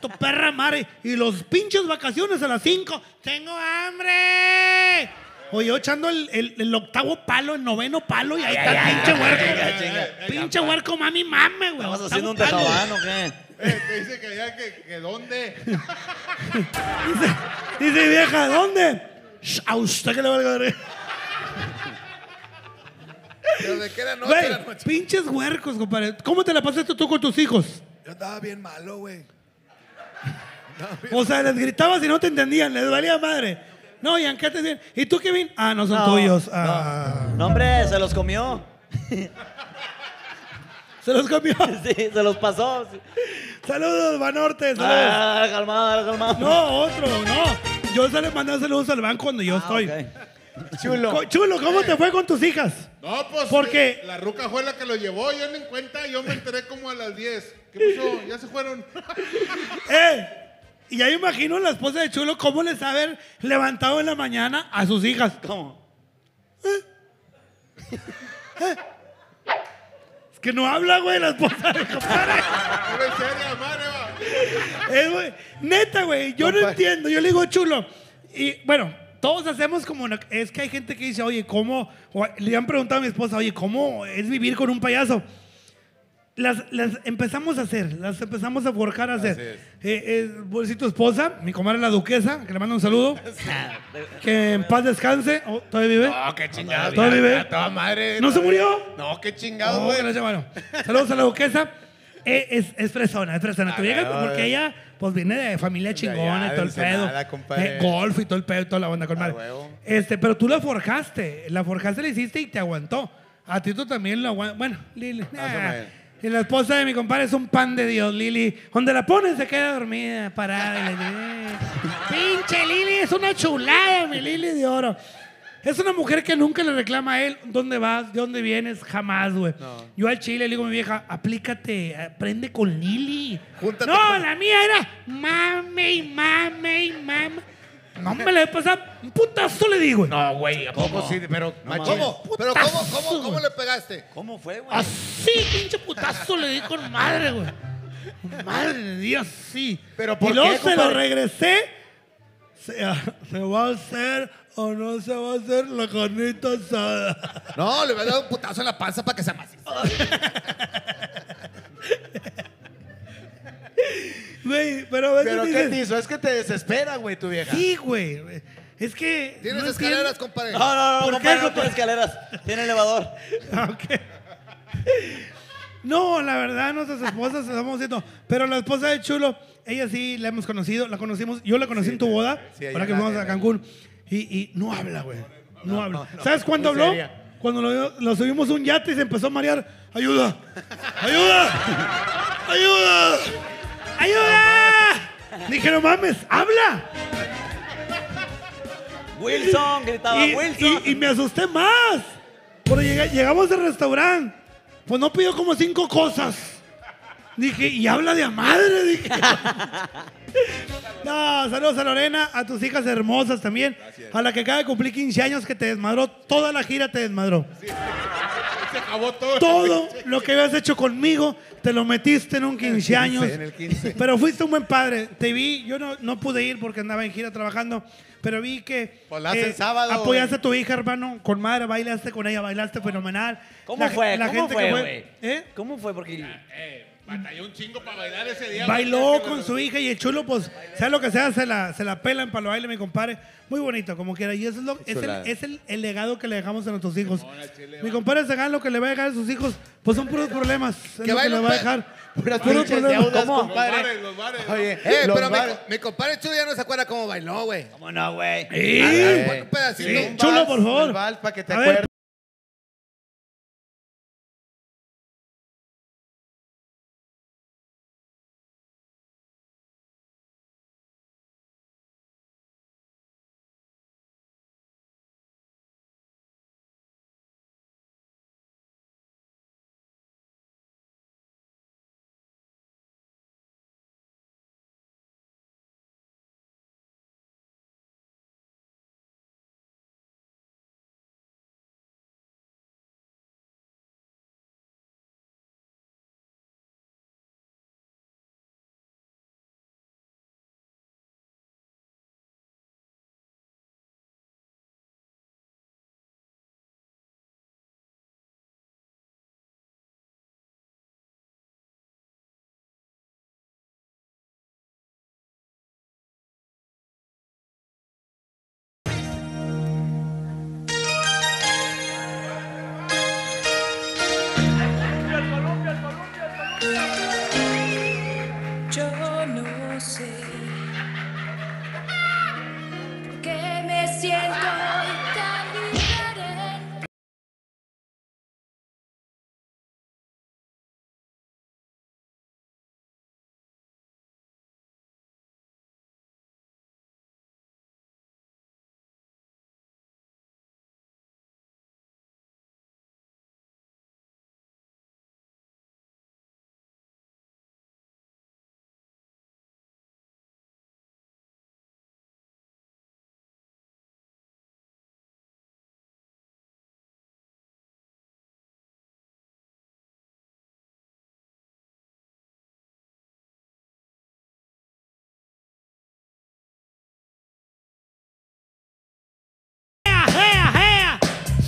Speaker 12: Tu perra madre, y los pinches vacaciones a las cinco, tengo hambre. Oye, yo echando el, el- el octavo palo, el noveno palo, y ahí está el pinche huerco. Pinche huerco, mami, mame, güey.
Speaker 6: ¿Estamos haciendo un
Speaker 12: Octavo palo.
Speaker 6: tejabán o qué?
Speaker 9: Eh, te dice que ya, que, que dónde.
Speaker 12: Dice, vieja, ¿dónde? Sh, a usted que le valga verga.
Speaker 8: Desde que era noche,
Speaker 12: Güey,
Speaker 8: era noche.
Speaker 12: pinches huercos, compadre. ¿Cómo te la pasaste tú con tus hijos?
Speaker 8: Yo andaba bien malo, güey.
Speaker 12: O sea, les gritabas y no te entendían, les valía madre. No, y aunque te decían, ¿y tú, Kevin? Ah, no son
Speaker 6: No,
Speaker 12: tuyos.
Speaker 6: no.
Speaker 12: Ah.
Speaker 6: No, hombre, se los
Speaker 12: <laughs>
Speaker 6: comió. <laughs>
Speaker 12: ¿Se los comió?
Speaker 6: Sí, se los pasó.
Speaker 12: Saludos, Banorte. Saludos.
Speaker 6: Ah, calmado, calmado.
Speaker 12: No, otro, no. Yo se les mandaba saludos al banco cuando yo
Speaker 6: Ah,
Speaker 12: estoy.
Speaker 4: Chulo.
Speaker 12: Co- Chulo, ¿cómo te fue con tus hijas?
Speaker 9: No, pues.
Speaker 12: ¿Por qué?
Speaker 9: La ruca fue la que lo llevó. Yo ni en cuenta. Yo me enteré como a las 10. ¿Qué pasó? Ya se fueron. <laughs>
Speaker 12: ¡Eh! Y ya imagino la esposa de Chulo cómo les ha haber levantado en la mañana a sus hijas. ¿Eh?
Speaker 6: ¿Cómo?
Speaker 12: Es que no habla, güey, la esposa <laughs> de compadre.
Speaker 9: Era en serio, madre, va.
Speaker 12: Es, güey, neta, güey, yo no entiendo. Yo le digo Chulo. Y bueno, todos hacemos como... una- es que hay gente que dice, oye, ¿cómo? O le han preguntado a mi esposa, oye, ¿cómo es vivir con un payaso? Las, las empezamos a hacer, las empezamos a forjar a hacer. Eh, eh, voy a decir tu esposa, mi comadre la duquesa, que le mando un saludo. Que en paz descanse. Oh, ¿Todavía vive?
Speaker 4: No, qué chingado.
Speaker 12: Todavía vive.
Speaker 4: Toda madre.
Speaker 12: ¿No se
Speaker 4: todavía-
Speaker 12: murió?
Speaker 4: No, qué chingado, pues.
Speaker 12: No,
Speaker 4: güey.
Speaker 12: gracias, hermano. Saludos a la
Speaker 4: <laughs>
Speaker 12: duquesa. Eh, es, es fresona, es fresona. Tú
Speaker 4: Ah,
Speaker 12: llegas
Speaker 4: no,
Speaker 12: porque
Speaker 4: eh.
Speaker 12: ella pues viene de familia chingona
Speaker 4: allá,
Speaker 12: y todo el
Speaker 4: de Ensenada,
Speaker 12: pedo. Eh,
Speaker 4: compadre.
Speaker 12: golf y todo el pedo y toda la banda con madre.
Speaker 4: huevo.
Speaker 12: Este, pero tú la forjaste, la forjaste, la hiciste y te aguantó. A Tito también lo aguantó. Bueno, Lili.
Speaker 4: Más o
Speaker 12: nah.
Speaker 4: menos.
Speaker 12: Y la esposa de mi compadre es un pan de Dios, Lili. Donde la pones se queda dormida, parada. y la- eh. Pinche Lili, es una chulada, mi Lili de oro. Es una mujer que nunca le reclama a él dónde vas, de dónde vienes, jamás, güey. Yo al chile le digo a mi vieja, aplícate, aprende con Lili. no, la mía era mame y mame y mame. No me le pasar un putazo le digo. No, güey, ¿a
Speaker 8: poco sí?
Speaker 12: Pero,
Speaker 8: ¿Cómo? ¿Pero cómo, cómo, cómo le pegaste?
Speaker 6: ¿Cómo fue,
Speaker 8: güey?
Speaker 12: Así, pinche putazo le di con madre, güey. Madre de Dios, sí.
Speaker 4: Pero
Speaker 12: y
Speaker 4: ¿por
Speaker 12: luego
Speaker 4: qué,
Speaker 12: se lo
Speaker 4: compadre?
Speaker 12: regresé. Se, ah, se va a hacer o no se va a hacer la carnita asada.
Speaker 8: No, le voy a dar un putazo en la panza para que se amase.
Speaker 12: Güey, pero a veces
Speaker 4: ¿Pero qué
Speaker 12: dices-
Speaker 4: te hizo? Es que te desespera, güey, tu vieja.
Speaker 12: Sí, güey. Es que.
Speaker 8: ¿Tienes escaleras, compadre?
Speaker 6: No, no, no,
Speaker 12: ¿Por
Speaker 6: compadre,
Speaker 12: qué,
Speaker 6: no tiene escaleras. Tiene
Speaker 12: <laughs>
Speaker 6: elevador.
Speaker 12: No, la verdad, nuestras esposas se estamos diciendo. Pero la esposa de Chulo, ella sí la hemos conocido, la conocimos. Yo la conocí en tu boda,
Speaker 4: sí, allá
Speaker 12: ahora que
Speaker 4: en la-
Speaker 12: fuimos a
Speaker 4: en-
Speaker 12: Cancún. Y, y no habla, güey. No, habla.
Speaker 4: no, no,
Speaker 12: ¿Sabes cuándo
Speaker 4: muy
Speaker 12: habló?
Speaker 4: seria.
Speaker 12: Cuando lo, lo subimos a un yate y se empezó a marear. ¡Ayuda! ¡Ayuda! ¡Ayuda! ¡Ayuda! Dije, no mames, habla.
Speaker 6: Wilson, gritaba
Speaker 12: Y-
Speaker 6: Wilson.
Speaker 12: Y, y me asusté más. Porque llegué- llegamos al restaurante. Pues no pidió como cinco cosas. Dije, y habla de a
Speaker 6: <laughs>
Speaker 12: madre. Dije. no, saludos a Lorena, a tus hijas hermosas también. A la que acaba de cumplir 15 años que te desmadró. Toda la gira te desmadró.
Speaker 9: <laughs> Se acabó todo.
Speaker 12: Todo lo que habías hecho conmigo, te lo metiste en un 15 años.
Speaker 4: En el 15.
Speaker 12: Pero fuiste un buen padre. Te vi, yo no, no pude ir porque andaba en gira trabajando, pero vi que eh,
Speaker 4: Pues la hacen sábado,
Speaker 12: apoyaste
Speaker 4: güey.
Speaker 12: a tu hija, hermano, con madre, bailaste con ella, bailaste fenomenal.
Speaker 6: ¿Cómo
Speaker 12: La-
Speaker 6: fue?
Speaker 12: la
Speaker 6: ¿Cómo
Speaker 12: gente
Speaker 6: fue,
Speaker 12: que fue-
Speaker 6: güey? ¿Cómo fue? Porque
Speaker 9: Eh, batalló un chingo para bailar ese día.
Speaker 12: Bailó con su hija y el chulo, pues, sea lo que sea, se la, se la pelan para lo baile, mi compadre. Muy bonito, como quiera. Y eso es, lo- es el,
Speaker 4: chulada.
Speaker 12: es el- el legado que le dejamos a nuestros hijos. Mi compadre se gana lo que le va a dejar a sus hijos, pues son puros problemas. Es lo que
Speaker 8: baile,
Speaker 12: le va a
Speaker 8: pues.
Speaker 12: dejar.
Speaker 4: Puras
Speaker 12: Puros
Speaker 4: pinches
Speaker 12: problemas.
Speaker 4: deudas,
Speaker 12: ¿Cómo?
Speaker 4: compadre.
Speaker 9: Los bares,
Speaker 4: Oye,
Speaker 8: Eh,
Speaker 4: los
Speaker 8: pero mi,
Speaker 4: bares-
Speaker 8: mi compadre Chulo ya no se acuerda cómo bailó, güey.
Speaker 6: ¿Cómo no, güey?
Speaker 12: Sí.
Speaker 8: ver, pon un pedacito.
Speaker 12: Sí,
Speaker 8: Un
Speaker 12: Chulo, por
Speaker 4: los
Speaker 12: favor.
Speaker 4: bares pa' que te
Speaker 12: A ver,
Speaker 4: acuerdes.
Speaker 14: Yo no sé por qué me siento tan diferente.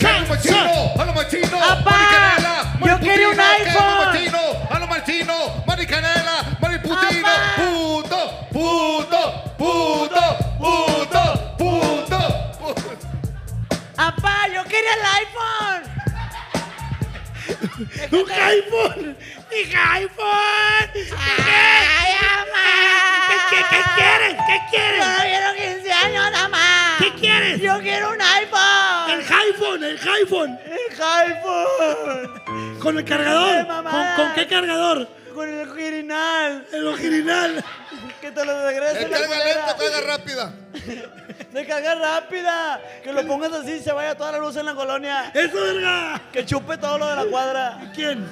Speaker 8: ¡Jalo machino! ¡Jalo machino!
Speaker 5: ¡Apá!
Speaker 8: ¡Maricanela!
Speaker 5: ¡Yo quería un iPhone!
Speaker 8: ¡Jalo machino! ¡Maricanela! ¡Mariputino! ¡Puto! ¡Puto! ¡Puto! ¡Puto! ¡Puto! ¡Puto!
Speaker 5: ¡Apá, yo quería el
Speaker 12: <laughs>
Speaker 5: iPhone!
Speaker 12: ¡Un iPhone! ¡Dije iPhone! ¡Ay, ¿Qué, qué, qué quieres? ¿Qué quieres?
Speaker 5: ¡Yo no quiero 15 años nada más!
Speaker 12: ¿Qué quieres?
Speaker 5: ¡Yo quiero un
Speaker 12: ¡El
Speaker 5: iPhone!
Speaker 12: iPhone! ¡El iPhone!
Speaker 5: ¡El iPhone!
Speaker 12: ¿Con el cargador?
Speaker 5: ¡Qué mamada!
Speaker 12: ¿Con, con qué cargador?
Speaker 5: Con el girinal.
Speaker 12: El ojirinal.
Speaker 5: Que te lo regrese.
Speaker 8: De carga lenta,
Speaker 5: carga
Speaker 8: rápida.
Speaker 5: <laughs> De carga rápida. Que lo pongas así y se vaya toda la luz en la colonia.
Speaker 12: ¡Eso, verga!
Speaker 5: Que chupe todo lo de la cuadra.
Speaker 12: ¿Quién?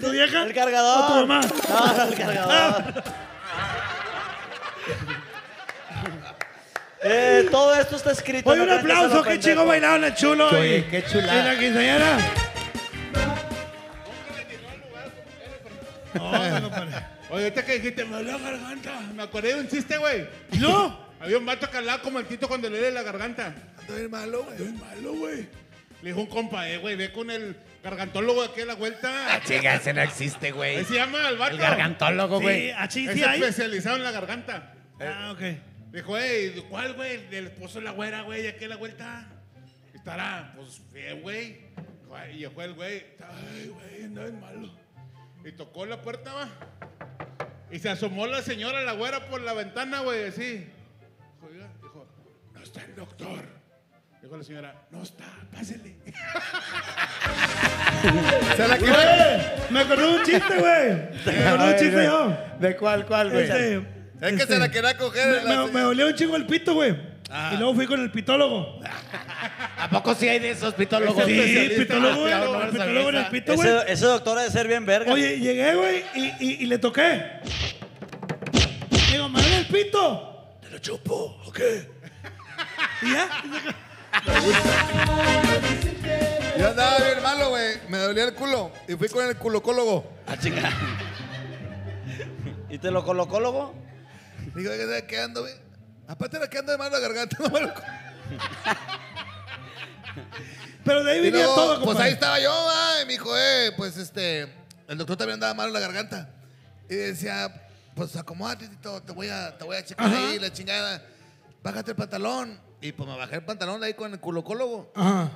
Speaker 12: ¿Tu vieja?
Speaker 5: El cargador.
Speaker 12: ¿O tu mamá?
Speaker 5: No, no, el
Speaker 12: <laughs>
Speaker 5: cargador. Eh, todo esto está escrito.
Speaker 12: Oye,
Speaker 5: no
Speaker 12: un
Speaker 5: crean que es a lo
Speaker 12: aplauso, qué
Speaker 5: pendejo.
Speaker 12: chico bailaron el chulo.
Speaker 4: Oye,
Speaker 12: y-
Speaker 4: qué chulada.
Speaker 12: y la quinceañera.
Speaker 9: Oye, ahorita que dijiste, me dolió la garganta. Me acordé de un chiste, güey.
Speaker 12: ¡No!
Speaker 9: Había un vato que hablaba como el tito cuando le duele la garganta. Estoy malo, güey. Estoy malo, güey. Le dijo un compa, eh, güey, ve con el gargantólogo aquí a la vuelta.
Speaker 4: Ah, Chinga, ese no existe, güey.
Speaker 9: Ahí se llama el vato.
Speaker 4: El gargantólogo, güey.
Speaker 9: Sí, ah, sí,
Speaker 12: Es
Speaker 9: sí hay.
Speaker 12: especializado
Speaker 9: en la garganta. Eh,
Speaker 12: Ah, ok.
Speaker 9: Dijo, hey, ¿cuál, güey? El esposo de la güera, güey, aquí a la vuelta. Estará, pues, bien, güey. Dijo, "Ay", Y fue el güey, ay, güey, no es malo. Y tocó la puerta, va. Y se asomó la señora, la güera, por la ventana, güey, así. Dijo, "Oiga", dijo, no está el doctor. Dijo la señora, no está, pásele. <laughs>
Speaker 4: Se la
Speaker 12: Güey, Me acordé de un chiste, güey. Me acordé de un chiste yo.
Speaker 4: ¿De cuál, cuál, güey?
Speaker 12: Este,
Speaker 8: Es que
Speaker 12: este,
Speaker 8: se la quería coger.
Speaker 12: Me,
Speaker 8: la
Speaker 12: me, me dolió un chingo el pito, güey. Y luego fui con el pitólogo.
Speaker 4: ¿A poco sí hay de esos pitólogos?
Speaker 12: Sí,
Speaker 4: especialistas?
Speaker 12: pitólogo,
Speaker 4: Ah,
Speaker 12: güey,
Speaker 4: no, no
Speaker 12: pitólogo
Speaker 4: sabía
Speaker 12: en el
Speaker 4: esa.
Speaker 12: pito, güey.
Speaker 6: Ese, ese doctor ha de ser bien verga.
Speaker 12: Oye, llegué, güey, y, y, y le toqué. Digo, me duele el pito. Te lo chupo, ¿o qué? Y ya.
Speaker 8: Yo andaba bien malo, güey. Me dolía el culo. Y fui con el culocólogo.
Speaker 6: Ah, chinga. ¿Y te lo colocó luego?
Speaker 8: Digo, ¿qué está quedando, güey? Aparte era que ando de mano la garganta, <laughs> no me lo cu-
Speaker 12: Pero de ahí
Speaker 8: Y
Speaker 12: venía
Speaker 8: luego,
Speaker 12: todo,
Speaker 8: Pues
Speaker 12: compadre.
Speaker 8: ahí estaba yo, va, y me dijo, eh, pues este, el doctor también andaba malo en la garganta. Y decía, pues acomódate, Tito, te voy a, te voy a checar
Speaker 12: Ajá.
Speaker 8: ahí, la chingada. Bájate el pantalón. Y pues me bajé el pantalón ahí con el culocólogo.
Speaker 12: Ajá.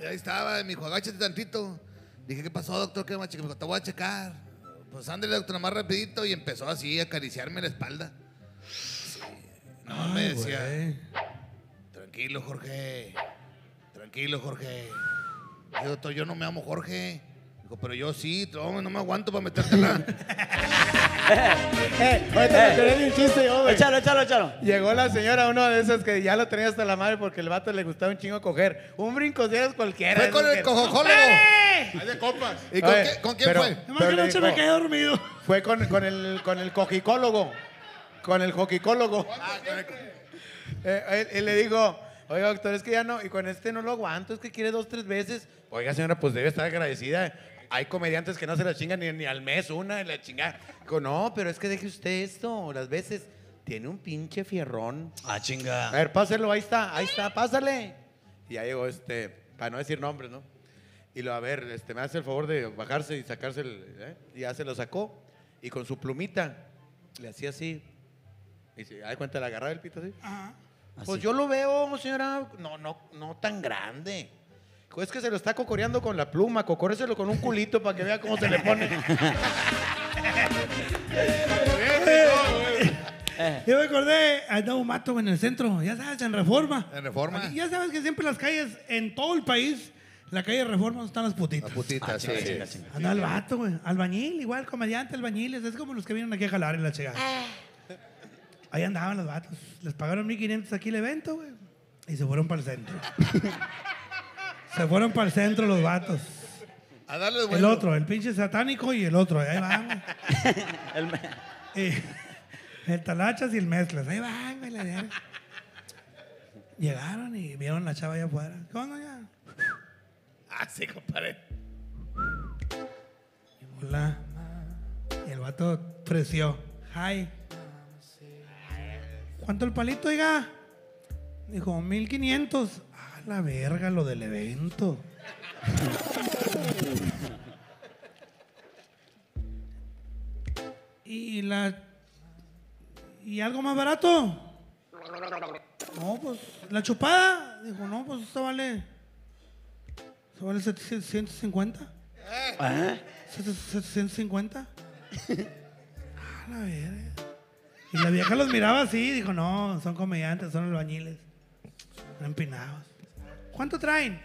Speaker 8: Y ahí estaba, y me dijo, agáchate tantito. Dije, ¿qué pasó, doctor? ¿Qué más checar? Me dijo, te voy a checar. Pues ándale, doctor, más rapidito. Y empezó así a acariciarme la espalda. No, me decía, tranquilo, Jorge. Tranquilo, Jorge. Yo, doctor, yo no me amo, Jorge. Dijo, pero yo sí, no, no me aguanto
Speaker 12: <laughs>
Speaker 8: para metértela.
Speaker 4: Eh, ahorita me acordé de un chiste, yo, güey.
Speaker 6: Échalo, échalo, échalo.
Speaker 4: Llegó la señora, uno de esos que ya lo tenía hasta la madre porque el vato le gustaba un chingo coger. Un brincosieras cualquiera.
Speaker 8: Fue
Speaker 4: esos
Speaker 8: con el
Speaker 4: que-
Speaker 8: cojojólogo.
Speaker 9: Haz de copas.
Speaker 8: ¿Y con,
Speaker 4: Oye,
Speaker 8: qué- con quién
Speaker 4: pero-
Speaker 8: fue?
Speaker 12: Nomás que
Speaker 4: le
Speaker 12: noche me
Speaker 4: dijo-
Speaker 12: quedé dormido.
Speaker 4: Fue con, con el, con el cojicólogo. Con el joquicólogo.
Speaker 8: Ah,
Speaker 4: Eh, él, él le dijo, oiga, doctor, es que ya no, y con este no lo aguanto, es que quiere dos, tres veces. Oiga, señora, pues debe estar agradecida. Hay comediantes que no se la chingan ni, ni al mes una, y la chingada. Dijo, no, pero es que deje usted esto, las veces. Tiene un pinche fierrón.
Speaker 6: Ah,
Speaker 4: A
Speaker 6: chinga.
Speaker 4: ver, páselo, ahí está, ahí está, pásale. Y ya llegó este, para no decir nombres, ¿no? Y lo, a ver, este, me hace el favor de bajarse y sacarse el. ¿eh? Y ya se lo sacó. Y con su plumita le hacía así. Y se da cuenta, le agarraba el pito así. Pues yo lo veo, señora, no, no, no tan grande. Dijo, Es que se lo está cocoreando con la pluma, cocóréselo con un culito para que vea cómo se le pone.
Speaker 12: Yo me acordé, andaba un mato en el centro, ya sabes, en Reforma.
Speaker 8: En Reforma.
Speaker 12: Ya sabes que siempre las calles, en todo el país, la calle de Reforma donde están las putitas.
Speaker 8: La putita, sí.
Speaker 12: Anda el vato, güey. Albañil, igual, comediante, albañiles. Es como los que vienen aquí a jalar en la chegada. Ahí andaban los vatos. Les pagaron 1.500 aquí el evento, güey. Y se fueron para el centro. se fueron para el centro los vatos.
Speaker 8: A darle
Speaker 12: El
Speaker 8: vuelo.
Speaker 12: otro, el pinche satánico y el otro. Ahí van, güey.
Speaker 6: <laughs> El me-
Speaker 12: Eh, el talachas y <laughs> el mezclas. Ahí van, güey, la verga. Llegaron y vieron la chava allá afuera. ¿Qué onda ya?
Speaker 8: Ah, sí, compadre.
Speaker 12: Hola. Y el vato ofreció. Hi. ¿Cuánto el palito, diga? Dijo, 1500. Ah, la verga, lo del evento. <laughs> y la. ¿Y algo más barato? <laughs> No, pues, la chupada. Dijo, no, pues, esto vale. Esto vale 750.
Speaker 6: Ajá.
Speaker 12: <laughs> 750. A Ah, la verga. Y la vieja los miraba así, dijo, no, son comediantes, son albañiles. Son empinados. ¿Cuánto traen?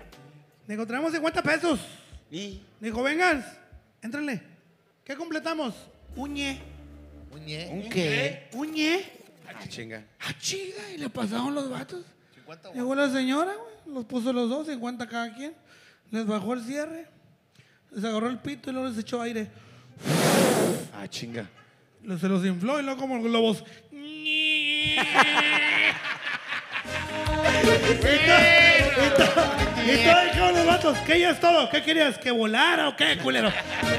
Speaker 12: Digo, traemos 50 pesos. Dijo, vengan, éntrale. ¿Qué completamos? Uñe.
Speaker 8: ¿Uñe?
Speaker 4: ¿Un qué?
Speaker 12: Uñe.
Speaker 4: Ah, chinga.
Speaker 12: Ah, chinga, y le pasaron los vatos. Llegó la señora, güey, los puso los dos, 50 cada quien. Les bajó el cierre, les agarró el pito y luego les echó aire.
Speaker 4: Ah, chinga.
Speaker 12: Los- Se los infló y luego como globos. Y todo el cabo de los vatos, ¿qué ya es todo? ¿Qué querías? ¿Que volara o qué, culero?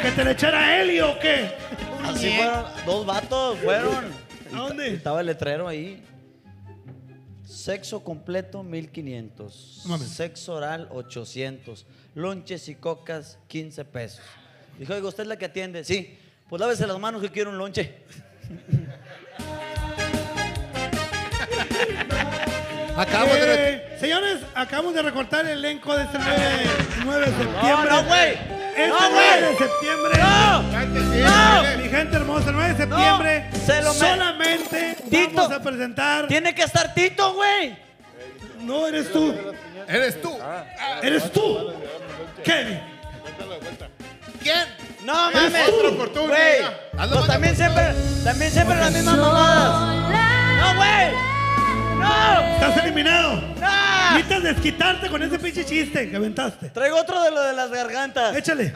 Speaker 12: ¿Que te le echara helio o qué?
Speaker 6: Así fueron, dos vatos fueron.
Speaker 12: ¿A dónde?
Speaker 6: Estaba el letrero ahí. Sexo completo 1500.
Speaker 12: No mames.
Speaker 6: Sexo oral 800. Lonches y cocas 15 pesos. Dijo, oiga, ¿usted es la que atiende? Sí. Pues lávese las manos que quiero un lonche.
Speaker 12: Acabo de. Eh, Señores, acabamos de recortar el elenco de este 9, de septiembre.
Speaker 6: no, güey.
Speaker 12: Este
Speaker 6: No,
Speaker 12: 9
Speaker 6: güey.
Speaker 12: de septiembre. Este
Speaker 6: No.
Speaker 12: Mi gente hermosa, el 9 de septiembre.
Speaker 6: Se lo me-
Speaker 12: solamente vamos a presentar.
Speaker 6: Tiene que estar Tito, güey.
Speaker 12: No eres tú.
Speaker 8: Eres tú.
Speaker 12: Eres tú. Kevin.
Speaker 8: ¿Quién?
Speaker 6: No
Speaker 12: Eres
Speaker 6: mames.
Speaker 12: tú.
Speaker 6: Güey. Pues también siempre, también siempre las mismas mamadas. No, güey. No.
Speaker 12: Estás eliminado. Necesitas desquitarte con ese pinche chiste que aventaste.
Speaker 6: Traigo otro de lo de las gargantas.
Speaker 12: Échale.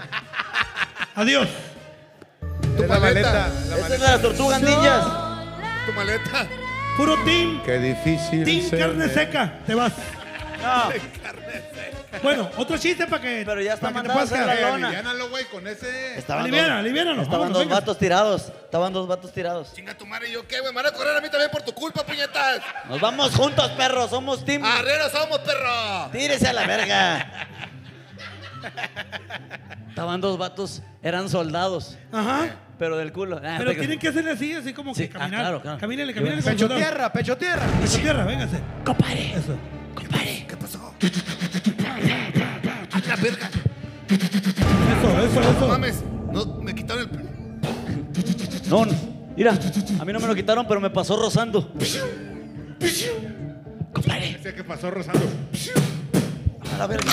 Speaker 12: Adiós.
Speaker 4: Tu maleta.
Speaker 6: Esta es la de las tortugas ninjas.
Speaker 8: Tu maleta.
Speaker 12: Puro team.
Speaker 4: Qué difícil.
Speaker 12: Team
Speaker 4: ser
Speaker 12: carne
Speaker 4: de-
Speaker 12: seca. Te vas. <laughs>
Speaker 6: No.
Speaker 12: Bueno, otro chiste para que. Pero ya
Speaker 6: está
Speaker 12: para que te
Speaker 6: mandado a
Speaker 12: puedas
Speaker 6: hacer
Speaker 12: quedar.
Speaker 6: la lona.
Speaker 9: Aliviánalo, güey, con ese.
Speaker 6: Estaban
Speaker 12: Aliviana,
Speaker 6: dos-
Speaker 12: aliviánalo,
Speaker 6: Estaban
Speaker 12: vámonos,
Speaker 6: dos
Speaker 12: venga.
Speaker 6: vatos tirados. Estaban dos vatos tirados.
Speaker 8: Chinga tu madre, ¿y yo qué, güey? Me van a correr a mí también por tu culpa, puñetas.
Speaker 6: Nos vamos juntos, perro. Somos team.
Speaker 8: Arrero somos, perro.
Speaker 6: Tírese a la verga. Estaban dos vatos, eran soldados.
Speaker 12: Ajá.
Speaker 6: Pero del culo. Ah,
Speaker 12: Pero
Speaker 6: te- <laughs>
Speaker 12: tienen que hacerle así, así como que
Speaker 6: Sí, ah,
Speaker 12: caminar.
Speaker 6: claro, claro.
Speaker 12: Camínele, camínele.
Speaker 4: Pecho tierra, pecho tierra.
Speaker 12: Pecho tierra, véngase.
Speaker 6: Compadre.
Speaker 12: Eso.
Speaker 8: Compadre.
Speaker 12: <laughs>
Speaker 8: ¿Qué pasó? la verga.
Speaker 12: Eso, eso,
Speaker 8: No
Speaker 12: eso.
Speaker 8: mames. No, me quitaron el pelo.
Speaker 6: No, no. mira, a mí no me lo quitaron, pero me pasó rozando. Compadre.
Speaker 9: Ese que pasó rozando.
Speaker 6: A la verga.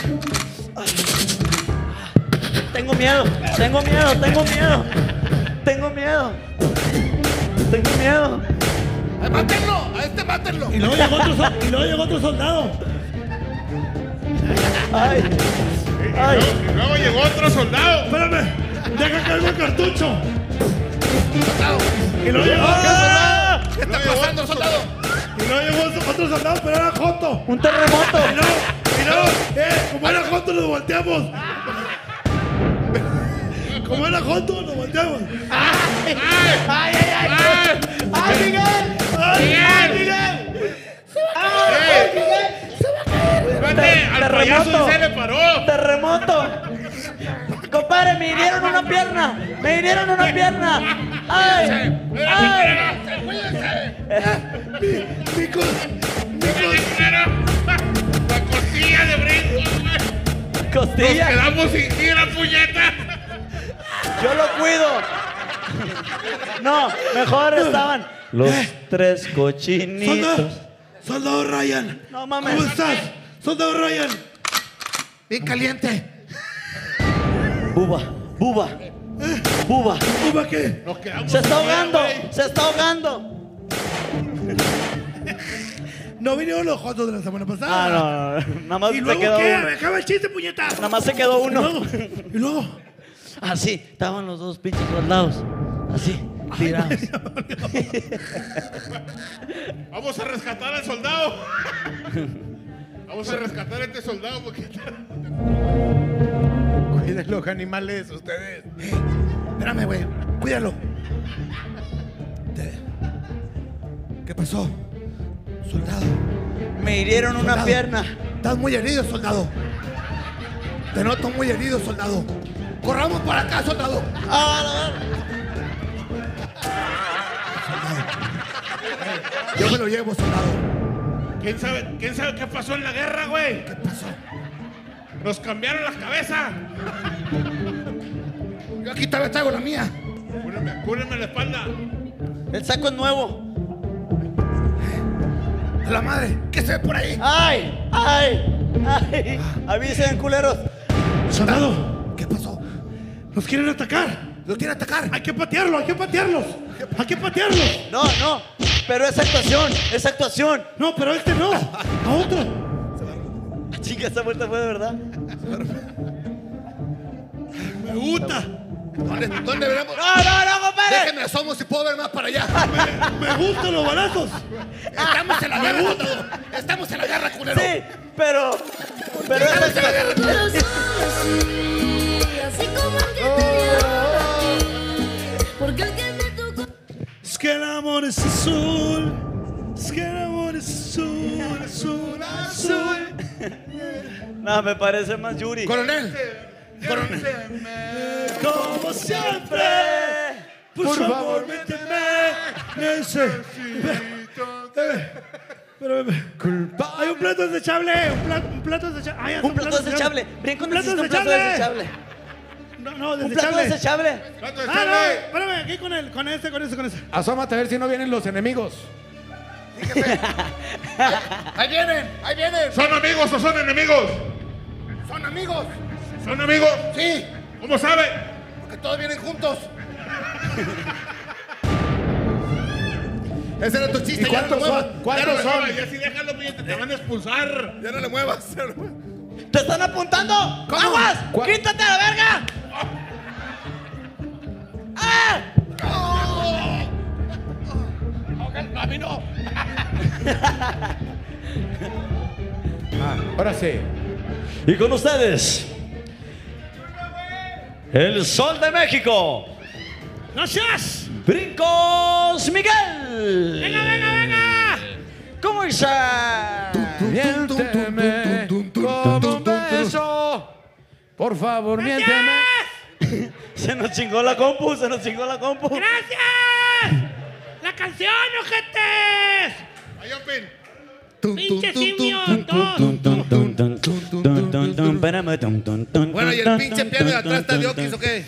Speaker 6: Ay. Tengo miedo, tengo miedo, tengo miedo. Tengo miedo. Tengo miedo.
Speaker 8: ¡Ay, ¡Mátenlo! ¡A este mátenlo!
Speaker 12: Y luego llegó otro, sol- y luego llegó otro soldado.
Speaker 6: Ay. Ay.
Speaker 9: Y luego llegó otro soldado.
Speaker 12: Espérame. Deja caer el cartucho.
Speaker 8: ¡Soldado!
Speaker 12: Y luego llegó otro soldado.
Speaker 8: ¿Qué está pasando, soldado?
Speaker 12: Y luego llegó otro soldado, pero era Joto.
Speaker 6: Un terremoto.
Speaker 12: Y luego, y luego, eh, como era Joto, nos volteamos. Como era Joto, nos volteamos.
Speaker 6: Ay, ay, ay. Ay, Miguel. Ay, Miguel.
Speaker 9: ¡Eh! Espérate, al payaso
Speaker 6: Terremoto.
Speaker 9: se le paró.
Speaker 6: Terremoto. Compadre, me hirieron una pierna. Me hirieron una pierna. Ay. Ay.
Speaker 9: La costilla de brinco, güey. Nos
Speaker 6: Costilla.
Speaker 9: quedamos sin gira, puñeta.
Speaker 6: Yo lo cuido. No, mejor estaban los tres
Speaker 12: Soldado,
Speaker 6: cochinitos.
Speaker 12: soldado Ryan.
Speaker 6: No mames.
Speaker 12: ¿Cómo estás? Soldado Ryan.
Speaker 8: Bien caliente.
Speaker 6: Buba, buba, buba.
Speaker 12: ¿Cómo qué?
Speaker 9: Nos quedamos
Speaker 6: Se está
Speaker 9: sin gira,
Speaker 6: ahogando,
Speaker 9: güey.
Speaker 6: se está ahogando.
Speaker 12: No vinieron los Jotos de la semana pasada.
Speaker 6: Ah, no, no, no. <laughs> Nada más
Speaker 12: ¿Y
Speaker 6: se
Speaker 12: luego
Speaker 6: quedó
Speaker 12: qué?
Speaker 6: uno.
Speaker 12: Dejaba el chiste, puñeta.
Speaker 6: Nada más se
Speaker 12: <laughs>
Speaker 6: quedó
Speaker 12: Y
Speaker 6: uno.
Speaker 12: luego,
Speaker 6: <laughs>
Speaker 12: y luego,
Speaker 6: Así, estaban los dos pinches soldados. Así, tirados.
Speaker 5: <laughs>
Speaker 9: Vamos a rescatar al <laughs> soldado. Vamos a rescatar a este soldado, puñeta.
Speaker 4: Cuiden los animales, ustedes.
Speaker 8: Espérame, güey. Cuídalo. Te- ¿Qué pasó? Soldado.
Speaker 6: Me hirieron una
Speaker 8: Soldado.
Speaker 6: pierna.
Speaker 8: Estás muy herido, soldado. Te noto muy herido, soldado. Corramos para acá, soldado.
Speaker 6: Ah,
Speaker 8: Yo me lo llevo, soldado.
Speaker 9: ¿Quién sabe, ¿Quién sabe qué pasó en la guerra, güey?
Speaker 8: ¿Qué pasó?
Speaker 9: Nos cambiaron las cabezas.
Speaker 8: Yo aquí todavía traigo la mía.
Speaker 9: Cúrenme, cúrenme la espalda.
Speaker 6: <laughs> El saco es nuevo.
Speaker 8: A la madre. ¿Qué se ve por ahí? Ah.
Speaker 6: ¡Ay! ¡Ay! ¡Ay! Avisen, culeros.
Speaker 12: soldado.
Speaker 8: ¿Qué pasó?
Speaker 5: ¡Nos quieren atacar! ¡Nos quieren atacar! ¡Hay que patearlo! ¡Hay que patearlos! ¡Hay que patearlos!
Speaker 15: No, no. Pero esa actuación, esa actuación.
Speaker 5: No, pero este no. A otro.
Speaker 6: Ah,
Speaker 15: Chica, esa vuelta fue de verdad.
Speaker 5: Me gusta.
Speaker 9: ¿Dónde, dónde veremos?
Speaker 15: No, no, no, compadre.
Speaker 9: Déjenme asomo si puedo ver más para
Speaker 10: <laughs>
Speaker 9: allá.
Speaker 5: Me, gustan los balazos.
Speaker 9: Estamos en la guerra. todo. Estamos en la guerra, culero.
Speaker 15: Sí, pero. Pero esa
Speaker 9: Estamos en la guerra.
Speaker 16: Así como el que te dio. Porque el que te tocó.
Speaker 5: Es que el amor es azul. Es que el amor es azul, azul, azul.
Speaker 15: No, me parece más Yuri.
Speaker 9: Coronel. Coronel.
Speaker 5: Como siempre. Por, favor, méteme. Nece. Pero, Culpa. Hay un plato desechable. Un plato, un plato desechable.
Speaker 12: Ah,
Speaker 5: Ay,
Speaker 15: Un plato desechable. Bien
Speaker 5: Un
Speaker 15: con
Speaker 5: plato
Speaker 15: un plato
Speaker 5: desechable.
Speaker 15: desechable.
Speaker 5: No, no,
Speaker 15: Un plato
Speaker 5: desechable.
Speaker 15: desechable.
Speaker 12: Plato de
Speaker 5: Ah, no,
Speaker 12: sable.
Speaker 5: espérame, aquí con él, con este, con este, con este.
Speaker 4: Asómate a ver si no vienen los enemigos.
Speaker 9: Ahí vienen, ahí vienen.
Speaker 12: ¿Son amigos o son enemigos?
Speaker 9: Son amigos.
Speaker 12: ¿Son amigos?
Speaker 9: Sí,
Speaker 12: ¿Cómo sabe?
Speaker 9: porque todos vienen juntos. Ese era tu chiste.
Speaker 4: ¿Y
Speaker 9: ya no
Speaker 4: cuántos
Speaker 9: le muevas.
Speaker 4: son? ¿Cuántos
Speaker 9: ya no le
Speaker 4: son?
Speaker 9: muevas, Eh,
Speaker 12: Ya sí, déjalo, puñete, te van a expulsar.
Speaker 9: Ya, ya no le muevas. ya no le muevas.
Speaker 15: ¡Te están apuntando! ¡Aguas!
Speaker 4: ¿Cuál?
Speaker 15: ¡Quítate a la
Speaker 9: <laughs>
Speaker 15: verga! ¡Ah!
Speaker 9: No, a mí no.
Speaker 4: Ah, ahora sí.
Speaker 6: Y con ustedes, el Sol de México,
Speaker 5: ¡Gracias!
Speaker 6: Brincos Miguel.
Speaker 5: ¡Venga, venga, venga!
Speaker 6: ¿Cómo dice?
Speaker 4: Miénteme con un beso. Por favor, miénteme.
Speaker 6: <laughs> Se nos chingó la compu, se nos chingó la compu.
Speaker 5: ¡Gracias! <laughs> ¡La canción, ojetes!
Speaker 12: Ahí, Open.
Speaker 5: ¡Pinche simio!
Speaker 6: Bueno,
Speaker 9: Bueno, ¿y el pinche piano de atrás está de Oquis o qué?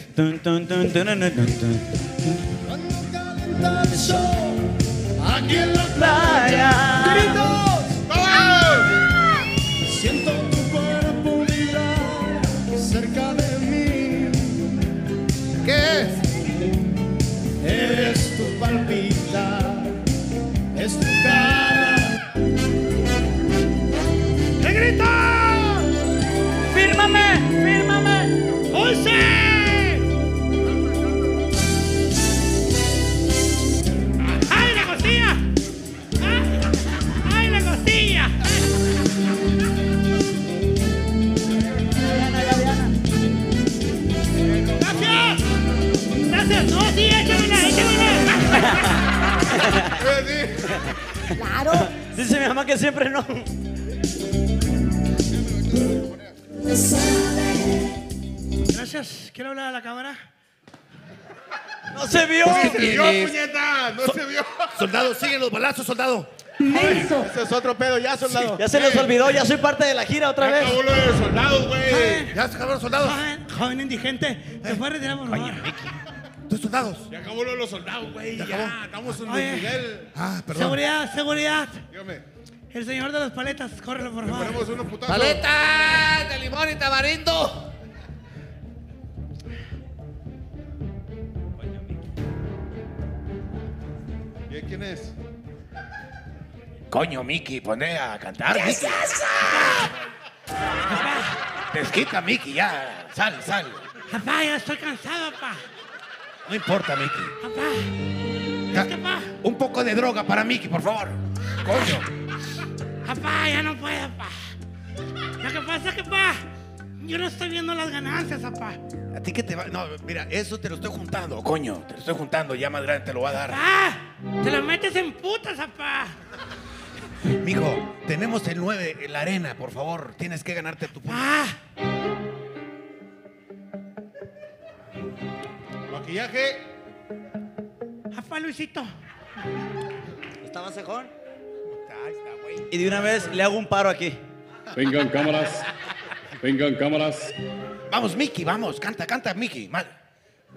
Speaker 10: Aquí en la Siento tu cuerpo vibrar cerca de mí.
Speaker 9: ¿Qué es?
Speaker 10: Eres tu palpitar, es tu cara.
Speaker 5: ¡Te grito!
Speaker 15: ¡Fírmame! ¡Fírmame!
Speaker 5: ¡Once! ¡Ay, la costilla! ¡Ay, la costilla! ¡Gracias! ¡Gracias! ¡No, sí, échame una, échame una!
Speaker 17: Claro.
Speaker 6: <laughs> Dice mi mamá que siempre no.
Speaker 5: Gracias. ¿Quiere hablar a la cámara?
Speaker 6: ¡No se vio!
Speaker 12: ¡Se vio, puñeta! ¡No se vio!
Speaker 9: Soldado, siguen los balazos, soldado.
Speaker 18: Ese es otro pedo ya, soldado.
Speaker 6: Ya se
Speaker 9: Eh.
Speaker 6: les olvidó, ya soy parte de la gira otra
Speaker 12: Ya
Speaker 6: vez.
Speaker 12: acabó lo de los soldados, güey.
Speaker 9: Ya se acabaron los soldados.
Speaker 5: Joven, joven indigente,
Speaker 4: Eh.
Speaker 5: ¿te puedes retirar por favor?
Speaker 9: Tus soldados.
Speaker 12: Ya acabó lo de los soldados, güey. Ya, estamos en
Speaker 5: Oye.
Speaker 12: Luis Miguel.
Speaker 9: Ah, perdón.
Speaker 5: Seguridad, seguridad.
Speaker 12: Dígame,
Speaker 5: El señor de las paletas, córrelo por favor.
Speaker 12: ponemos unos putazos.
Speaker 9: Paletas de limón y tamarindo.
Speaker 12: ¿Y quién es?
Speaker 4: Coño, Miki, poné a cantar. ¿Qué es Desquita, Miki, ya. Sal, sal.
Speaker 5: Papá, ya estoy cansado, papá.
Speaker 4: No importa, Miki.
Speaker 5: Papá.
Speaker 4: Ya.
Speaker 5: Es que, papá,
Speaker 4: Un poco de droga para Miki, por favor. Coño.
Speaker 5: papá, ya no puedo, papá. Lo que pasa es que, papá, yo no estoy viendo las ganancias, papá.
Speaker 4: A ti que te va. No, mira, eso te lo estoy juntando, coño. Te lo estoy juntando, ya más grande te lo va a dar.
Speaker 5: Papá, Ah, te lo metes en putas, papá.
Speaker 4: Mijo, tenemos el 9 en la arena, por favor. Tienes que ganarte tu punto.
Speaker 5: Papá,
Speaker 12: Maquillaje.
Speaker 5: papá, Luisito.
Speaker 15: ¿Está masejón? Y de una vez le hago un paro aquí.
Speaker 19: Vengan cámaras, vengan cámaras.
Speaker 4: Vamos, Miki, vamos. Canta, canta, Miki. Mal.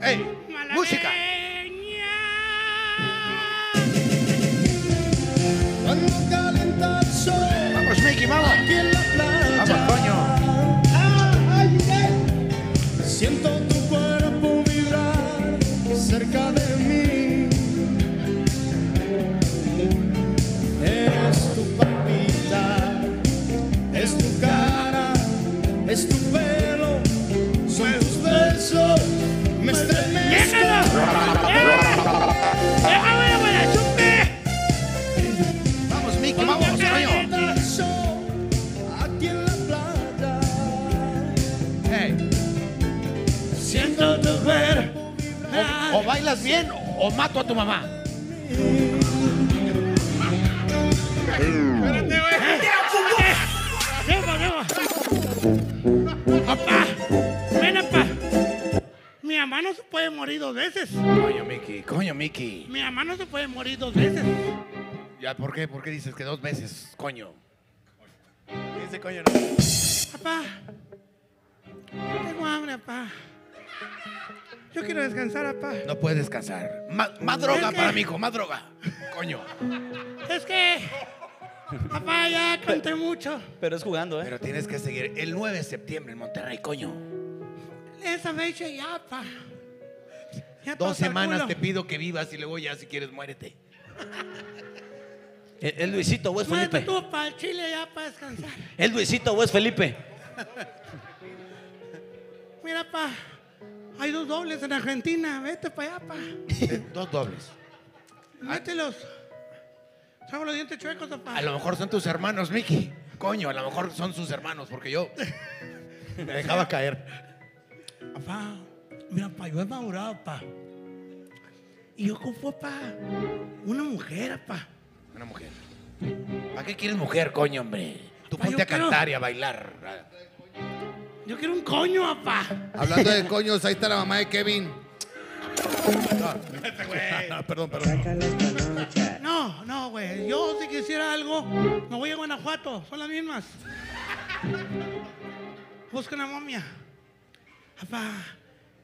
Speaker 4: ¡Ey!
Speaker 5: Malagueña.
Speaker 4: ¡Música!
Speaker 10: Cuando calenta el sol,
Speaker 4: Vamos, Miki, vamos.
Speaker 10: aquí en la playa.
Speaker 4: Vamos, coño.
Speaker 10: Ah, ay, ay. Siento tu cuerpo
Speaker 9: <laughs>
Speaker 4: bailas bien o mato a tu mamá.
Speaker 12: Espérate, güey. ¿Qué va, qué va? Papá, ven, papá. Mi mamá no se puede morir dos veces.
Speaker 4: Coño, Mickey, coño, Mickey.
Speaker 12: Mi mamá no se puede morir dos veces.
Speaker 4: Ya, ¿por qué? ¿Por qué dices que dos veces, coño? Ese coño
Speaker 12: Papá, tengo hambre, papá. Yo quiero descansar, papá.
Speaker 4: no. No puedes descansar. Ma- Más, droga
Speaker 12: Es que-
Speaker 4: para mi hijo, más droga. Coño.
Speaker 12: Es que, papá, ya conté mucho.
Speaker 4: Pero es jugando, ¿eh? Pero tienes que seguir. El 9 de septiembre en Monterrey, coño.
Speaker 12: Esa fecha ya, papá. Ya
Speaker 4: Dos
Speaker 12: pasa el
Speaker 4: semanas
Speaker 12: culo.
Speaker 4: te pido que vivas y luego ya, si quieres, muérete.
Speaker 6: ¿Es Luisito o es
Speaker 12: Muévete
Speaker 6: Felipe?
Speaker 12: tú para el Chile ya para descansar.
Speaker 6: ¿Es Luisito o es Felipe?
Speaker 12: Mira, pa, hay dos dobles en Argentina. Vete para allá, pa.
Speaker 4: Eh, Dos dobles.
Speaker 12: Mételos. Traigo los dientes chuecos, papá.
Speaker 4: A lo mejor son tus hermanos, Mickey. Coño, a lo mejor son sus hermanos, porque yo me dejaba caer.
Speaker 12: Papá, mira, pa, yo he madurado, pa. Y yo ocupo, pa, una mujer, pa.
Speaker 4: Una mujer. ¿Para qué quieres mujer, coño, hombre? Tú
Speaker 12: Papá,
Speaker 4: ponte
Speaker 12: yo
Speaker 4: a cantar y a bailar.
Speaker 12: Yo quiero un coño, papá.
Speaker 8: Hablando de coños, ahí está la mamá de Kevin.
Speaker 12: <laughs>
Speaker 9: Ah,
Speaker 8: perdón, perdón.
Speaker 12: No, no, güey. Yo si quisiera algo, me voy a Guanajuato. Son las mismas. <laughs> Busca una momia. Papá,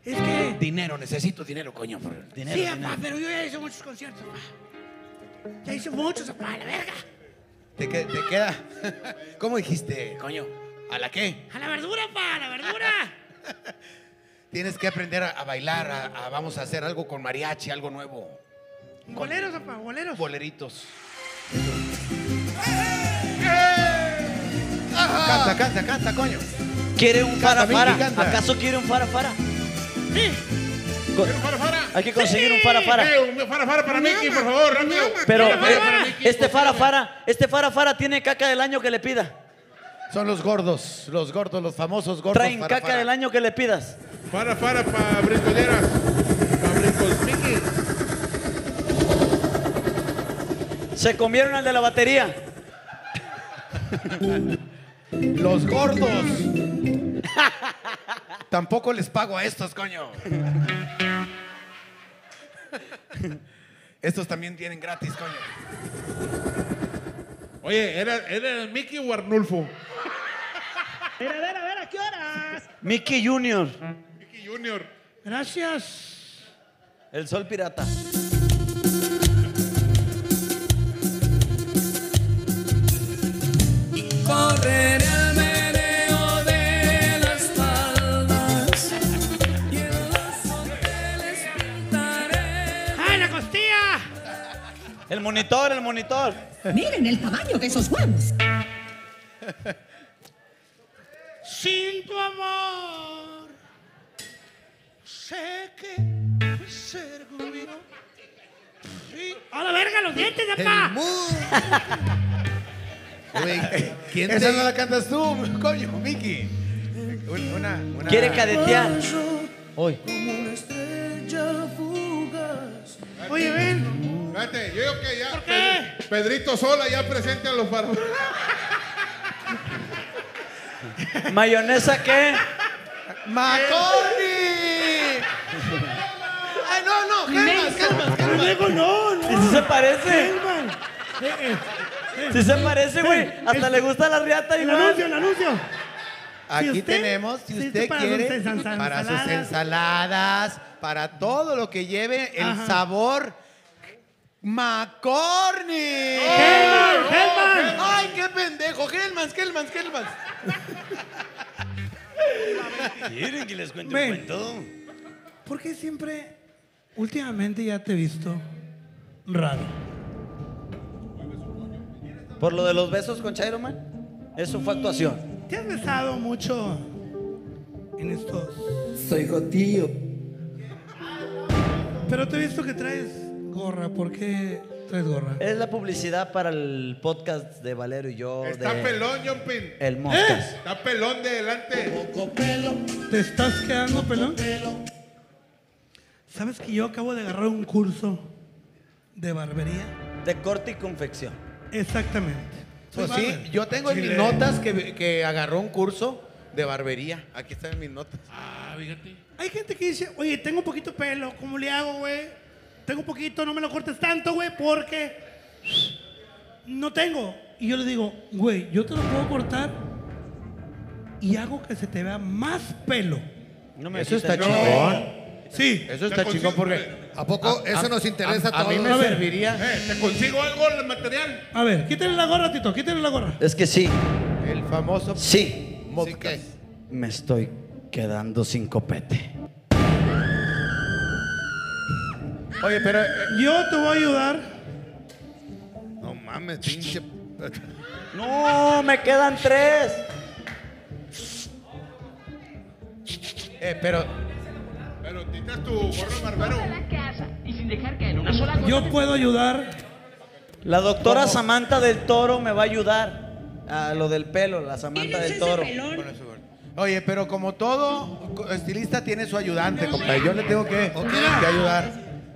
Speaker 12: es que...
Speaker 4: Dinero, necesito dinero, coño. por-
Speaker 12: sí, papá, pero yo ya hice muchos conciertos, papá. Ya hice muchos, papá, la verga.
Speaker 4: ¿Te, que- te queda? <laughs> ¿Cómo dijiste, coño? ¿A la qué?
Speaker 12: A la verdura, papá, a la verdura.
Speaker 4: Tienes que aprender a, a bailar, a- a- vamos a hacer algo con mariachi, algo nuevo.
Speaker 12: Boleros, papá, boleros.
Speaker 4: Boleritos.
Speaker 12: Canta,
Speaker 4: canta, canta, coño.
Speaker 6: ¿Quiere un fara
Speaker 4: Canta,
Speaker 6: fara?
Speaker 4: Mickey, canta.
Speaker 6: ¿Acaso quiere un fara fara?
Speaker 12: Sí.
Speaker 6: Hay que conseguir un fara fara.
Speaker 9: Sí, un fara fara para Mickey, por favor, rápido.
Speaker 6: Pero
Speaker 9: Fara, fara
Speaker 6: eh,
Speaker 9: para Mickey,
Speaker 6: este
Speaker 9: por
Speaker 6: fara
Speaker 9: favor.
Speaker 6: fara, este fara fara tiene caca del año que le pida.
Speaker 4: Son los gordos, los gordos, los famosos gordos.
Speaker 6: Traen
Speaker 4: para-
Speaker 6: caca
Speaker 4: para.
Speaker 6: del año que le pidas.
Speaker 9: Fara fara para brincoleras. Para brincol Mickey.
Speaker 6: Se comieron al de la batería.
Speaker 4: Los gordos. Tampoco les pago a estos, coño. estos también tienen gratis, coño.
Speaker 9: Oye, ¿era, era el Mickey o Arnulfo?
Speaker 12: Mira, a ver, a ver, ¿a qué horas?
Speaker 6: Mickey Junior.
Speaker 9: Mickey Junior.
Speaker 12: Gracias.
Speaker 6: El sol pirata.
Speaker 5: Correré al meneo de las palmas y en los hoteles pintaré.
Speaker 12: ¡Ay, ¡Ah, la costilla!
Speaker 6: El monitor, el monitor.
Speaker 5: Miren el tamaño de esos huevos.
Speaker 12: Sin tu amor, sé que ser conmigo. Sí. ¡A la verga, los dientes, papá!
Speaker 4: ¿Quién Esa no la cantas tú, <laughs> coño, Mickey. Un- Una,
Speaker 6: <laughs>
Speaker 4: una...
Speaker 6: Quiere cadetear.
Speaker 4: Hoy.
Speaker 12: Oye, ven.
Speaker 9: Espérate, yo digo que ya.
Speaker 12: ¿Por qué?
Speaker 9: Pe- Pedrito Sola ya presente a los fara
Speaker 6: ¿Mayonesa qué?
Speaker 4: ¡Macorni! ¡Ay, no, no! ¡Calmas, calmas, calmas!
Speaker 12: Luego no,
Speaker 6: ¿Y si
Speaker 12: no.
Speaker 6: se parece?
Speaker 12: Herman. Eh, eh, eh.
Speaker 6: Si se parece, güey. Hasta le gusta la riata
Speaker 12: El
Speaker 6: igual.
Speaker 12: anuncio, el anuncio.
Speaker 4: Aquí
Speaker 12: usted-
Speaker 4: tenemos,
Speaker 12: si
Speaker 4: si usted
Speaker 12: usted para
Speaker 4: quiere,
Speaker 12: sus ensa-
Speaker 4: para sus
Speaker 12: ensaladas.
Speaker 4: ensaladas, para todo lo que lleve el
Speaker 12: Ajá.
Speaker 4: sabor Macorni.
Speaker 12: Hellman, Hellman.
Speaker 4: ¡Ay, qué pendejo! ¡Helmans, Helmans, Helmans!
Speaker 6: ¿Quieren que les cuente
Speaker 12: Ven.
Speaker 6: un cuento?
Speaker 12: ¿Por qué siempre, últimamente ya te he visto raro?
Speaker 6: Por lo de los besos con Chairo Man. Eso fue actuación.
Speaker 12: ¿Te has besado mucho en estos?
Speaker 5: Soy gotillo.
Speaker 12: Pero te he visto que traes gorra. ¿Por qué traes gorra?
Speaker 6: Es la publicidad para el podcast de Valero y yo.
Speaker 9: Está
Speaker 6: de
Speaker 9: pelón, John Pin.
Speaker 6: El Moscas.
Speaker 9: Está pelón de delante.
Speaker 12: ¿Te estás quedando pelón? ¿Sabes que yo acabo de agarrar un curso de barbería?
Speaker 6: De corte y confección.
Speaker 12: Exactamente. Soy
Speaker 4: Pues sí,
Speaker 12: barber.
Speaker 4: yo tengo en mis
Speaker 12: Chile.
Speaker 4: notas que, que agarró un curso de barbería. Aquí están mis notas.
Speaker 12: Ah, fíjate. Hay gente que dice, oye, tengo un poquito de pelo, ¿cómo le hago, güey? Tengo un poquito, no me lo cortes tanto, güey, porque no tengo. Y yo le digo, güey, yo te lo puedo cortar y hago que se te vea más pelo.
Speaker 6: No
Speaker 4: Eso está chingón.
Speaker 12: Sí.
Speaker 4: Eso está chingón porque.
Speaker 8: ¿A poco eso nos interesa
Speaker 4: a, a mí
Speaker 8: todos?
Speaker 4: me
Speaker 8: A ver.
Speaker 4: serviría.
Speaker 12: eh,
Speaker 9: ¿Te consigo algo el material?
Speaker 12: A ver, quítale la gorra, Tito, quítale la gorra.
Speaker 6: Es que sí,
Speaker 4: El famoso.
Speaker 6: sí,
Speaker 4: ¿Sí qué?
Speaker 6: me estoy quedando sin copete.
Speaker 4: Oye, pero.
Speaker 12: Yo te voy a ayudar.
Speaker 8: No mames, pinche.
Speaker 6: No, me quedan tres.
Speaker 4: Eh, pero.
Speaker 9: Pero titas tu gorro barbero.
Speaker 20: Y sin dejar caer una sola gota
Speaker 12: Yo puedo ayudar.
Speaker 6: La doctora Samantha del Toro me va a ayudar a lo del pelo, la Samantha del Toro.
Speaker 4: Oye, pero como todo co- estilista tiene su ayudante, compadre. Yo le tengo que, que ayudar.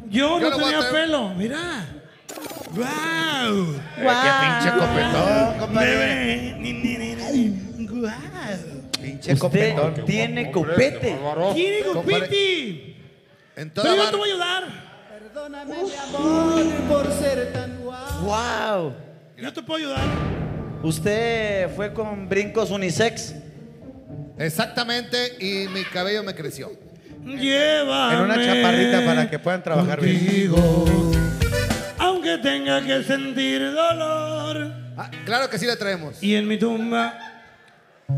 Speaker 12: Yo, no
Speaker 4: Yo lo voy a
Speaker 12: tenía
Speaker 4: traer.
Speaker 12: pelo, mira. ¡Guau!
Speaker 4: pinche copetón, compadre.
Speaker 8: Pinche
Speaker 6: Usted tiene copete.
Speaker 12: ¡Tiene copete!
Speaker 8: En toda
Speaker 12: Pero yo
Speaker 8: bar-
Speaker 12: te voy a ayudar.
Speaker 16: Perdóname, mi amor, por ser tan guapo.
Speaker 6: ¡Wow!
Speaker 12: Yo te puedo ayudar.
Speaker 6: ¿Usted fue con brincos unisex?
Speaker 8: Exactamente, y mi cabello me creció.
Speaker 12: Lleva.
Speaker 4: En una chaparrita para que puedan trabajar bien.
Speaker 12: Aunque tenga que sentir dolor.
Speaker 8: Ah, claro que sí le traemos.
Speaker 12: Y en mi tumba.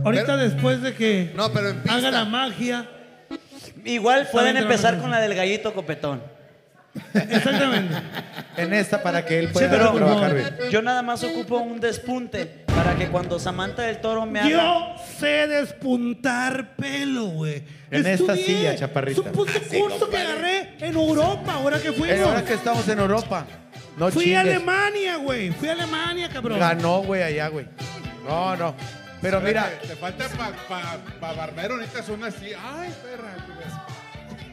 Speaker 12: Ahorita después de que
Speaker 8: no, pero en
Speaker 12: haga la magia.
Speaker 6: Igual pueden
Speaker 12: Exactamente,
Speaker 6: empezar
Speaker 12: Manuel.
Speaker 6: con la del gallito copetón.
Speaker 12: Exactamente.
Speaker 4: En esta para que él pueda
Speaker 6: Pero
Speaker 4: trabajar bien.
Speaker 6: yo nada más ocupo un despunte para que cuando Samantha del Toro me haga...
Speaker 12: Yo sé despuntar pelo, güey.
Speaker 4: En esta
Speaker 12: Estudié.
Speaker 4: silla, chaparrita.
Speaker 12: Es un puto curso que agarré en Europa, ahora que fuimos.
Speaker 4: Eh, Ahora que estamos en Europa. No
Speaker 12: Fui a
Speaker 4: chingues.
Speaker 12: Alemania, güey. Fui a Alemania, cabrón.
Speaker 4: Ganó, güey, allá, güey. No, no. Pero mira,
Speaker 9: Espérate, Te falta para pa, pa barbero, necesitas una así. Ay, perra. tú ves.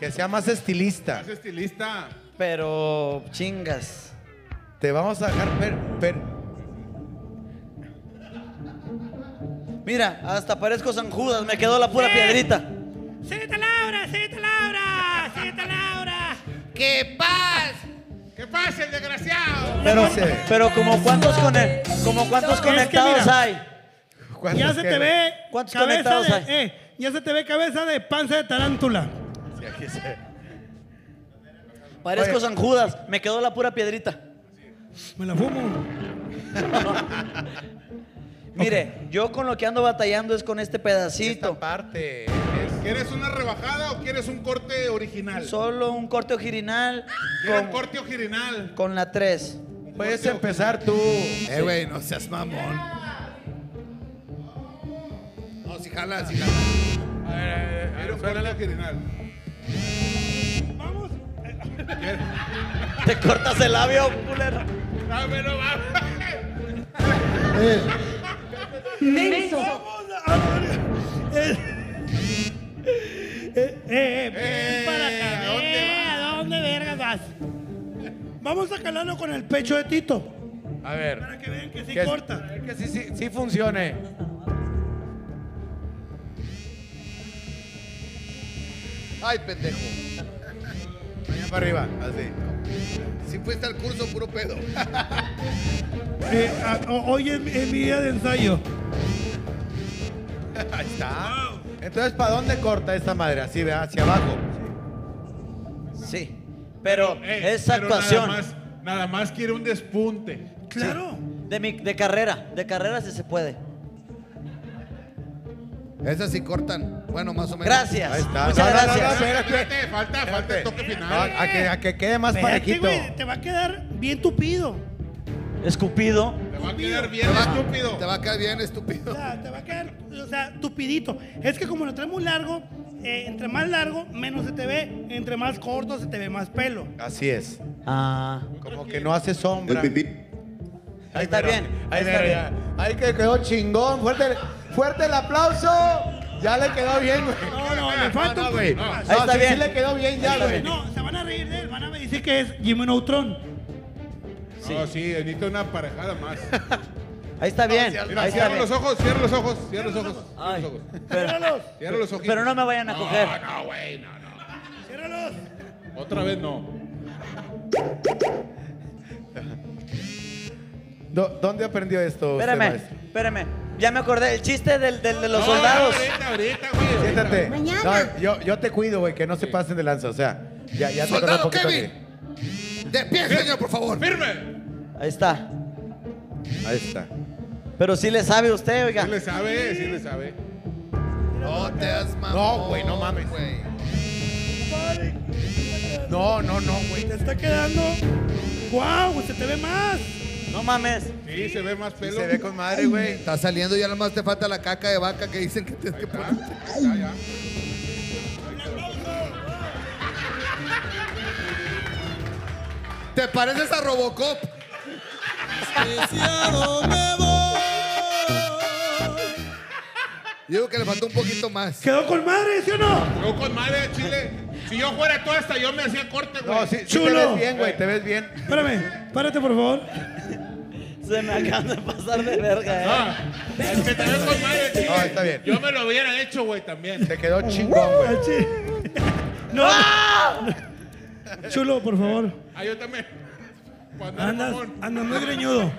Speaker 4: que sea más estilista.
Speaker 9: Haz estilista.
Speaker 6: Pero chingas.
Speaker 4: Te vamos a dejar per, per-
Speaker 6: Mira, hasta parezco San Judas, me quedó la pura piedrita.
Speaker 12: ¡Cita Laura! ¡Cita Laura! ¡Cita Laura!
Speaker 8: ¡Qué paz!
Speaker 9: ¡Qué paz, el desgraciado!
Speaker 6: Pero, pero como cuántos, cone- como cuántos
Speaker 12: Es que
Speaker 6: conectados
Speaker 12: mira,
Speaker 6: hay.
Speaker 12: Ya se te ve
Speaker 6: ¿Cuántos
Speaker 12: cabeza
Speaker 6: conectados
Speaker 12: de, eh, ya se te ve cabeza de panza de tarántula.
Speaker 4: Sí, aquí se-
Speaker 6: Parezco
Speaker 4: Oye.
Speaker 6: San Judas, me quedó la pura piedrita.
Speaker 12: Me la fumo.
Speaker 6: <laughs> Mire, yo con lo que ando batallando es con este pedacito.
Speaker 4: parte.
Speaker 9: ¿Quieres una rebajada o quieres un corte original?
Speaker 6: Solo un corte ojirinal
Speaker 9: Quiero un
Speaker 6: con,
Speaker 9: corte original.
Speaker 6: con la 3.
Speaker 4: Puedes empezar tú.
Speaker 8: Eh, güey, no seas mamón. No, si jala, si jala.
Speaker 9: Quiero un corte original.
Speaker 12: Vamos.
Speaker 6: Te cortas el labio, culero.
Speaker 9: Dame, no mames. Eh.
Speaker 12: Vamos a- Eh, eh, eh, ven para acá. eh, ¿A dónde vergas vas? Vamos a calarlo con el pecho de Tito.
Speaker 4: A ver,
Speaker 12: Para que vean que sí
Speaker 4: Que-
Speaker 12: corta.
Speaker 4: que sí, sí, sí funcione.
Speaker 8: Ay, pendejo.
Speaker 4: Allá para arriba, así.
Speaker 8: Si fuiste al curso, puro pedo. <laughs>
Speaker 12: Eh, a- o- hoy es, mi- es mi día de ensayo.
Speaker 4: <laughs> Ahí está. Entonces, ¿para dónde corta esta madre? Así, ¿verdad? Hacia abajo.
Speaker 6: Sí, pero
Speaker 9: Eh,
Speaker 6: esa
Speaker 9: pero
Speaker 6: actuación
Speaker 9: Nada más, nada más quiere un despunte.
Speaker 12: Claro.
Speaker 6: de, mi, de carrera, de carrera si se puede.
Speaker 8: Esas sí cortan. Bueno, más o menos.
Speaker 6: Gracias.
Speaker 4: Ahí está.
Speaker 6: Muchas
Speaker 4: No, no, no,
Speaker 6: gracias.
Speaker 4: no, espérate.
Speaker 9: Espérate, falta, falta el toque
Speaker 4: No,
Speaker 9: final.
Speaker 4: a, que, a que quede más
Speaker 12: Espérate,
Speaker 4: parejito.
Speaker 12: güey, te va a quedar bien tupido.
Speaker 6: Escupido.
Speaker 9: Te va a quedar bien
Speaker 8: Te va-
Speaker 9: estúpido.
Speaker 8: Te va a quedar bien,
Speaker 12: O
Speaker 8: estúpido.
Speaker 12: sea, te va a quedar, o sea, tupidito. Es que como lo traes muy largo, eh, entre más largo, menos se te ve. Entre más corto, se te ve más pelo.
Speaker 4: Así es.
Speaker 6: Ah,
Speaker 4: Como que no hace sombra.
Speaker 6: ahí está
Speaker 4: mero,
Speaker 6: bien.
Speaker 4: Ahí,
Speaker 6: ahí está
Speaker 4: mero,
Speaker 6: bien.
Speaker 4: ya. Ahí que quedó chingón. Fuerte, fuerte el aplauso. Ya le quedó bien, güey.
Speaker 12: No, no, le falta un
Speaker 4: güey.
Speaker 12: poquito más.
Speaker 4: Ahí está bien. Sí le quedó bien ya,
Speaker 12: Ahí está
Speaker 4: güey.
Speaker 12: bien. No, se van a reír de él, van a decir que es Jimmy Neutron.
Speaker 9: No, sí, necesito una parejada más.
Speaker 6: Ahí está bien.
Speaker 9: Mira,
Speaker 6: ahí está
Speaker 9: cierra
Speaker 6: bien.
Speaker 9: los ojos, cierra los ojos, cierra los ojos. Cierra los ojos.
Speaker 6: Pero,
Speaker 9: Cierra los ojos.
Speaker 6: pero no me vayan a coger.
Speaker 9: No, güey, no, no. Ciérralos. Otra vez no.
Speaker 4: Do- ¿Dónde aprendió esto? usted,
Speaker 6: Espérame,
Speaker 4: maestro?
Speaker 6: espérame. Ya me acordé, el chiste del, del de los
Speaker 4: No,
Speaker 6: soldados.
Speaker 4: ahorita, Siéntate.
Speaker 6: Mañana.
Speaker 4: No, yo, yo te cuido, güey, que no se pasen de lanza. O sea, ya, ya te
Speaker 8: Soldado
Speaker 4: conozco que
Speaker 8: Kevin. De pie, señor, por favor.
Speaker 9: ¡Firme!
Speaker 6: Ahí está.
Speaker 4: Ahí está.
Speaker 6: Pero sí le sabe usted, oiga.
Speaker 9: Sí le sabe, sí le sabe.
Speaker 8: No te has
Speaker 4: No, güey, no mames. No, no, no, güey.
Speaker 12: Te está quedando. ¡Guau! se te ve más.
Speaker 6: No mames.
Speaker 9: Sí, se ve más pelo.
Speaker 4: se ve con madre, güey.
Speaker 8: Está saliendo y ya nomás te falta la caca de vaca que dicen que tienes que poner. ¿Te pareces a Robocop? Digo que le faltó un poquito más.
Speaker 12: ¿Quedó con madre, sí o no?
Speaker 9: Yo con madre de Chile. Si yo fuera tú hasta yo me hacía corte, güey.
Speaker 4: No, sí, sí
Speaker 12: Chulo.
Speaker 4: te ves bien, güey, te ves bien.
Speaker 12: Espérame, párate, por favor.
Speaker 6: Se me acaban de pasar de verga, eh.
Speaker 12: Ah,
Speaker 9: Es que te ves con madre de Chile.
Speaker 4: No, está bien.
Speaker 9: Yo me lo hubiera hecho, güey, también.
Speaker 4: Te quedó chingón, güey.
Speaker 12: <laughs> No. Chulo, por favor.
Speaker 9: Ah, yo también. Cuando era
Speaker 12: Andas,
Speaker 9: mamón.
Speaker 12: andas muy greñudo.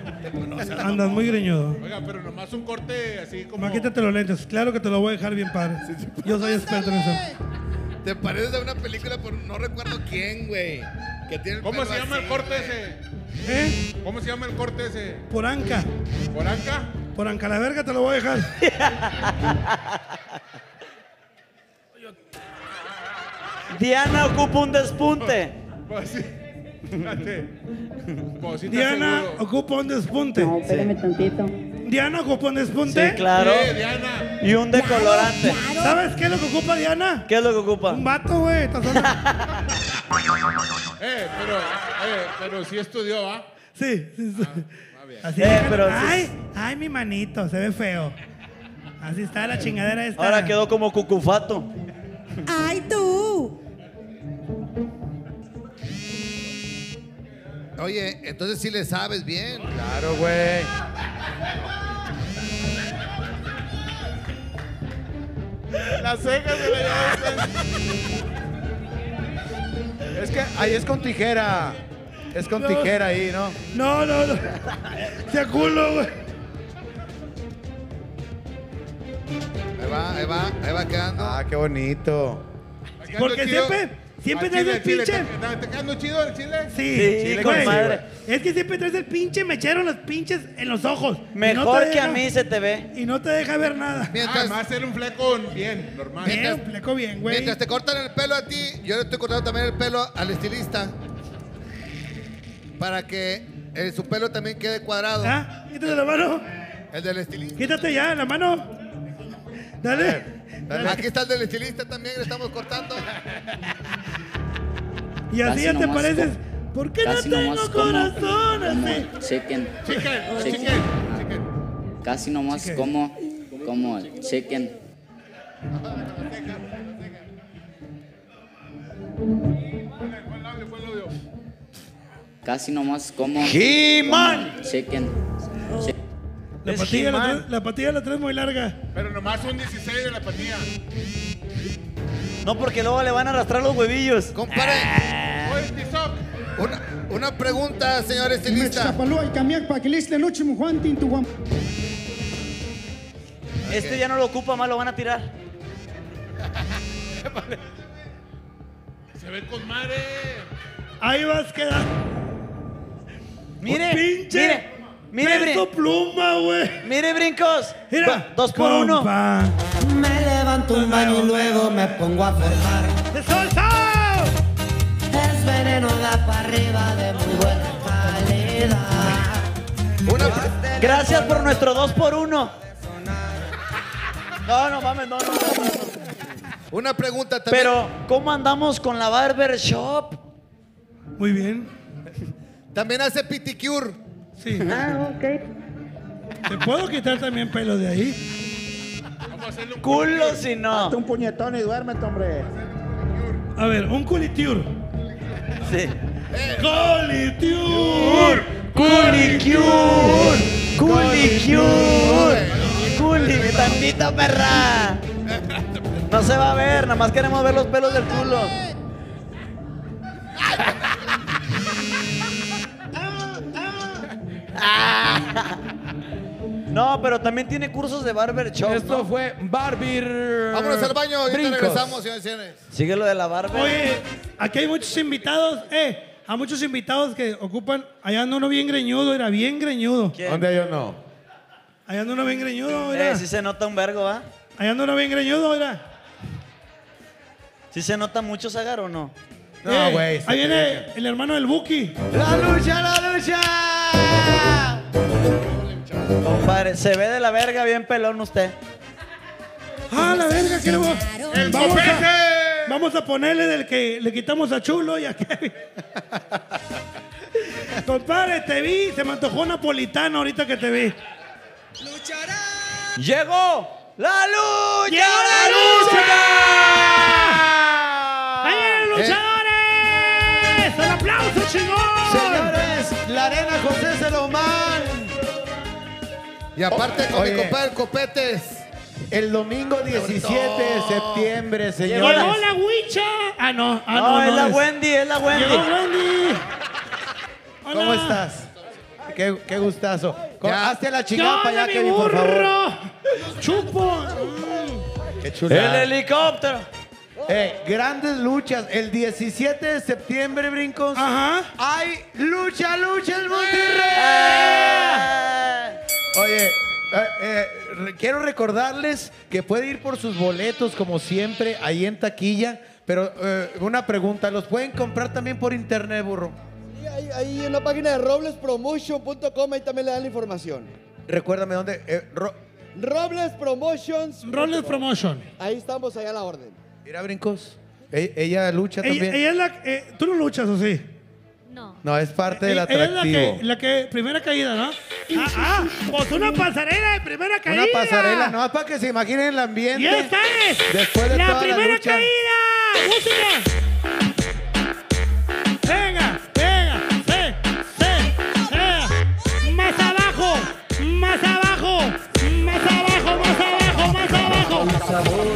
Speaker 12: Andas muy greñudo.
Speaker 9: Oiga, pero nomás un corte así como.
Speaker 12: Ma, quítate los lentes. Claro que te lo voy a dejar bien padre. Yo soy experto en eso.
Speaker 8: Te pareces a una película, pero no recuerdo quién, güey. Que tiene el
Speaker 9: ¿Cómo
Speaker 8: pelo
Speaker 9: se llama
Speaker 8: así,
Speaker 9: el corte
Speaker 8: güey.
Speaker 9: ese?
Speaker 12: ¿Eh?
Speaker 9: ¿Cómo se llama el corte ese?
Speaker 12: Por anca.
Speaker 9: ¿Polanca?
Speaker 12: Por anca la verga te lo voy a dejar.
Speaker 6: <laughs> Diana ocupa un despunte.
Speaker 9: Pues
Speaker 12: <laughs>
Speaker 9: sí. Fíjate. Pues sí te
Speaker 12: Diana
Speaker 9: aseguro.
Speaker 12: ocupa un despunte.
Speaker 9: espérame
Speaker 12: tantito. Diana ocupa un despunte.
Speaker 6: Sí, claro.
Speaker 9: Sí, Diana.
Speaker 6: Y un decolorante.
Speaker 12: ¿Sabes qué es lo que ocupa Diana?
Speaker 6: ¿Qué es lo que ocupa?
Speaker 12: Un vato, güey.
Speaker 6: <laughs>
Speaker 12: estás hablando-
Speaker 9: Eh, pero, eh, pero sí estudió, ¿ah?
Speaker 12: Sí, sí, sí. Ah, Así
Speaker 6: Eh,
Speaker 12: dejan-
Speaker 6: pero sí.
Speaker 12: ay, ay, mi manito, se ve feo. Así está la chingadera esta.
Speaker 6: Ahora quedó como cucufato.
Speaker 21: ¡Ay, tú!
Speaker 8: Oye, entonces sí le sabes bien.
Speaker 4: Claro, güey. Las cejas se Es que ahí es con tijera. Es con
Speaker 12: No.
Speaker 4: tijera ahí, ¿no?
Speaker 12: No, no, no. Se culo, güey.
Speaker 8: Ahí va, ahí va, ahí va quedando.
Speaker 4: Ah, qué bonito.
Speaker 12: Porque siempre, siempre traes el pinche.
Speaker 9: ¿Está quedando chido el chile?
Speaker 12: Sí,
Speaker 6: Sí,
Speaker 12: sí,
Speaker 6: con
Speaker 12: güey.
Speaker 6: madre.
Speaker 12: Es que siempre traes el pinche mechero en los pinches en los ojos. Y no te
Speaker 6: Mejor que
Speaker 12: deja-
Speaker 6: a mí se te ve. Ah,
Speaker 12: Y no te deja ver
Speaker 9: Ah,
Speaker 12: nada.
Speaker 8: Mientras,
Speaker 9: Además, era un fleco bien, normal.
Speaker 12: Bien, pleco bien, güey.
Speaker 8: mientras te cortan el pelo a ti, yo le estoy cortando también el pelo al estilista. Para que eh, su pelo también quede cuadrado.
Speaker 12: ¿Ah? Quítate la mano.
Speaker 8: El del estilista.
Speaker 12: Quítate ya la mano. Dale.
Speaker 8: Aquí está el del estilista también, le estamos cortando.
Speaker 12: Y así
Speaker 22: Casi
Speaker 12: ya te
Speaker 22: nomás
Speaker 12: pareces. ¿Por qué no
Speaker 22: casi nomás
Speaker 12: tengo
Speaker 22: como-
Speaker 12: corazón? así?
Speaker 22: Chicken,
Speaker 9: Chicken,
Speaker 22: Sí.
Speaker 9: chicken, chicken.
Speaker 22: casi nomás
Speaker 12: Chicken.
Speaker 22: como, como chicken. Casi nomás como
Speaker 6: He-Man.
Speaker 22: chicken. Chi-
Speaker 12: La
Speaker 6: Es
Speaker 12: patilla la,
Speaker 6: He-Man.
Speaker 12: traes- la patilla la traes muy larga.
Speaker 9: Pero nomás un 16 de la patilla.
Speaker 6: No, porque luego le van a arrastrar los huevillos. Ah.
Speaker 8: Compadre,
Speaker 9: Oye, Tizoc.
Speaker 8: una, una pregunta, señor estilista.
Speaker 6: Este ya no lo ocupa más, lo van a tirar.
Speaker 9: Se ve con madre.
Speaker 12: Ahí vas quedando.
Speaker 6: Mire,
Speaker 12: Un pinche
Speaker 6: mire, mire,
Speaker 12: peso
Speaker 6: brin-
Speaker 12: pluma, güey.
Speaker 6: mire, brincos.
Speaker 12: Mira.
Speaker 6: Do- Dos por uno.
Speaker 12: compa.
Speaker 5: Me levanto un baño y luego me pongo a forjar.
Speaker 12: ¡Eso, eso!
Speaker 5: Es veneno da para arriba de muy buena calidad.
Speaker 8: Una,
Speaker 6: Gracias por nuestro dos por uno. No, no mames, no, no. no, no.
Speaker 8: una pregunta también.
Speaker 6: Pero, ¿cómo andamos con la barbershop?
Speaker 12: Muy bien.
Speaker 8: También hace piticure.
Speaker 12: Sí. Ah, ok. ¿Te puedo quitar también pelo de ahí?
Speaker 23: como hacerle un
Speaker 6: Culo si no.
Speaker 24: Hazte un puñetón y duérmete, hombre.
Speaker 12: A ver, un culitiur.
Speaker 6: Sí.
Speaker 12: ¡Colitiur!
Speaker 6: ¡Culicure! ¡Culicure! ¡Culi! ¡Tantito, perra! No se va a ver, nada más queremos ver los pelos del culo. No, pero también tiene cursos de barber shop. Esto
Speaker 3: fue barber.
Speaker 25: Vámonos al baño y regresamos, señores y señores.
Speaker 6: Sigue lo de la barber.
Speaker 12: Oye, aquí hay muchos invitados, eh. Hay muchos invitados que ocupan. Allá anda uno bien greñudo, era bien greñudo.
Speaker 4: ¿Dónde yo no?
Speaker 12: Allá anda uno bien greñudo,
Speaker 6: Eh,
Speaker 12: era.
Speaker 6: sí se nota un vergo, ¿va?
Speaker 12: Allá anda uno bien greñudo, era.
Speaker 6: ¿Sí se nota mucho, Zagar, o no?
Speaker 12: Eh, Ahí viene el hermano del Buki.
Speaker 6: ¡La lucha, la lucha! Compadre, se ve de la verga bien pelón usted.
Speaker 12: ¡Ah, la verga! ¿Qué le voy a-
Speaker 6: ¡El
Speaker 12: vamos,
Speaker 6: copete!
Speaker 12: a, vamos a ponerle del que le quitamos a Chulo y a
Speaker 4: <laughs>
Speaker 12: Kevin. Compadre, te vi, se me antojó napolitano ahorita que te vi.
Speaker 6: ¡Llegó la lucha! ¡Llegó la
Speaker 12: lucha! ¡Ahí vienen
Speaker 4: Eh.
Speaker 12: los luchadores! ¡El aplauso, chingón!
Speaker 4: Señores, la arena José Salomán.
Speaker 25: Y aparte con
Speaker 4: Oh, Oye.
Speaker 25: mi compadre Copetes.
Speaker 4: El domingo 17 de septiembre, señores.
Speaker 12: ¡Hola, hola, Huicha! Ah, no, ah,
Speaker 4: No,
Speaker 12: no,
Speaker 4: es la
Speaker 6: Wendy, es la Wendy.
Speaker 12: Llegó Wendy.
Speaker 4: ¿Cómo estás? Qué, qué gustazo. Co- Hazte la
Speaker 12: ¡Yo,
Speaker 4: chingada para allá,
Speaker 12: mi
Speaker 4: Kevin, por favor.
Speaker 12: burro! ¡Chupo!
Speaker 4: Qué
Speaker 6: ¡El helicóptero!
Speaker 4: Eh, grandes luchas. El 17 de septiembre, brincos.
Speaker 12: Ajá.
Speaker 4: Hay lucha, lucha el
Speaker 26: Eh.
Speaker 4: Monterrey. Oye, eh, eh, re- quiero recordarles que puede ir por sus boletos, como siempre, ahí en taquilla. Pero eh, una pregunta, ¿los pueden comprar también por internet, burro?
Speaker 26: Sí, ahí, ahí en la página de roblespromotion.com, ahí también le dan la información.
Speaker 4: Recuérdame dónde. eh, ro-
Speaker 26: Robles Promotions.
Speaker 4: Robles Promotion.
Speaker 26: Ahí estamos, ahí a la orden.
Speaker 4: Mira, brincos. E- Ella lucha también.
Speaker 12: Ella, ella es la. eh, ¿Tú no luchas o sí?
Speaker 4: No, es parte del
Speaker 12: Ella Eh, es la
Speaker 4: atractivo.
Speaker 12: que, la que. Primera caída, ¿no? Ah, ah, pues una pasarela de primera caída.
Speaker 4: Una pasarela, no, para que se imaginen el ambiente.
Speaker 12: Y esta es
Speaker 4: Después de
Speaker 12: la
Speaker 4: toda
Speaker 12: primera
Speaker 4: la lucha.
Speaker 12: caída. ¡Música! Venga, venga, se, se, se. Más abajo, más abajo, más abajo, más abajo, más abajo. Más abajo.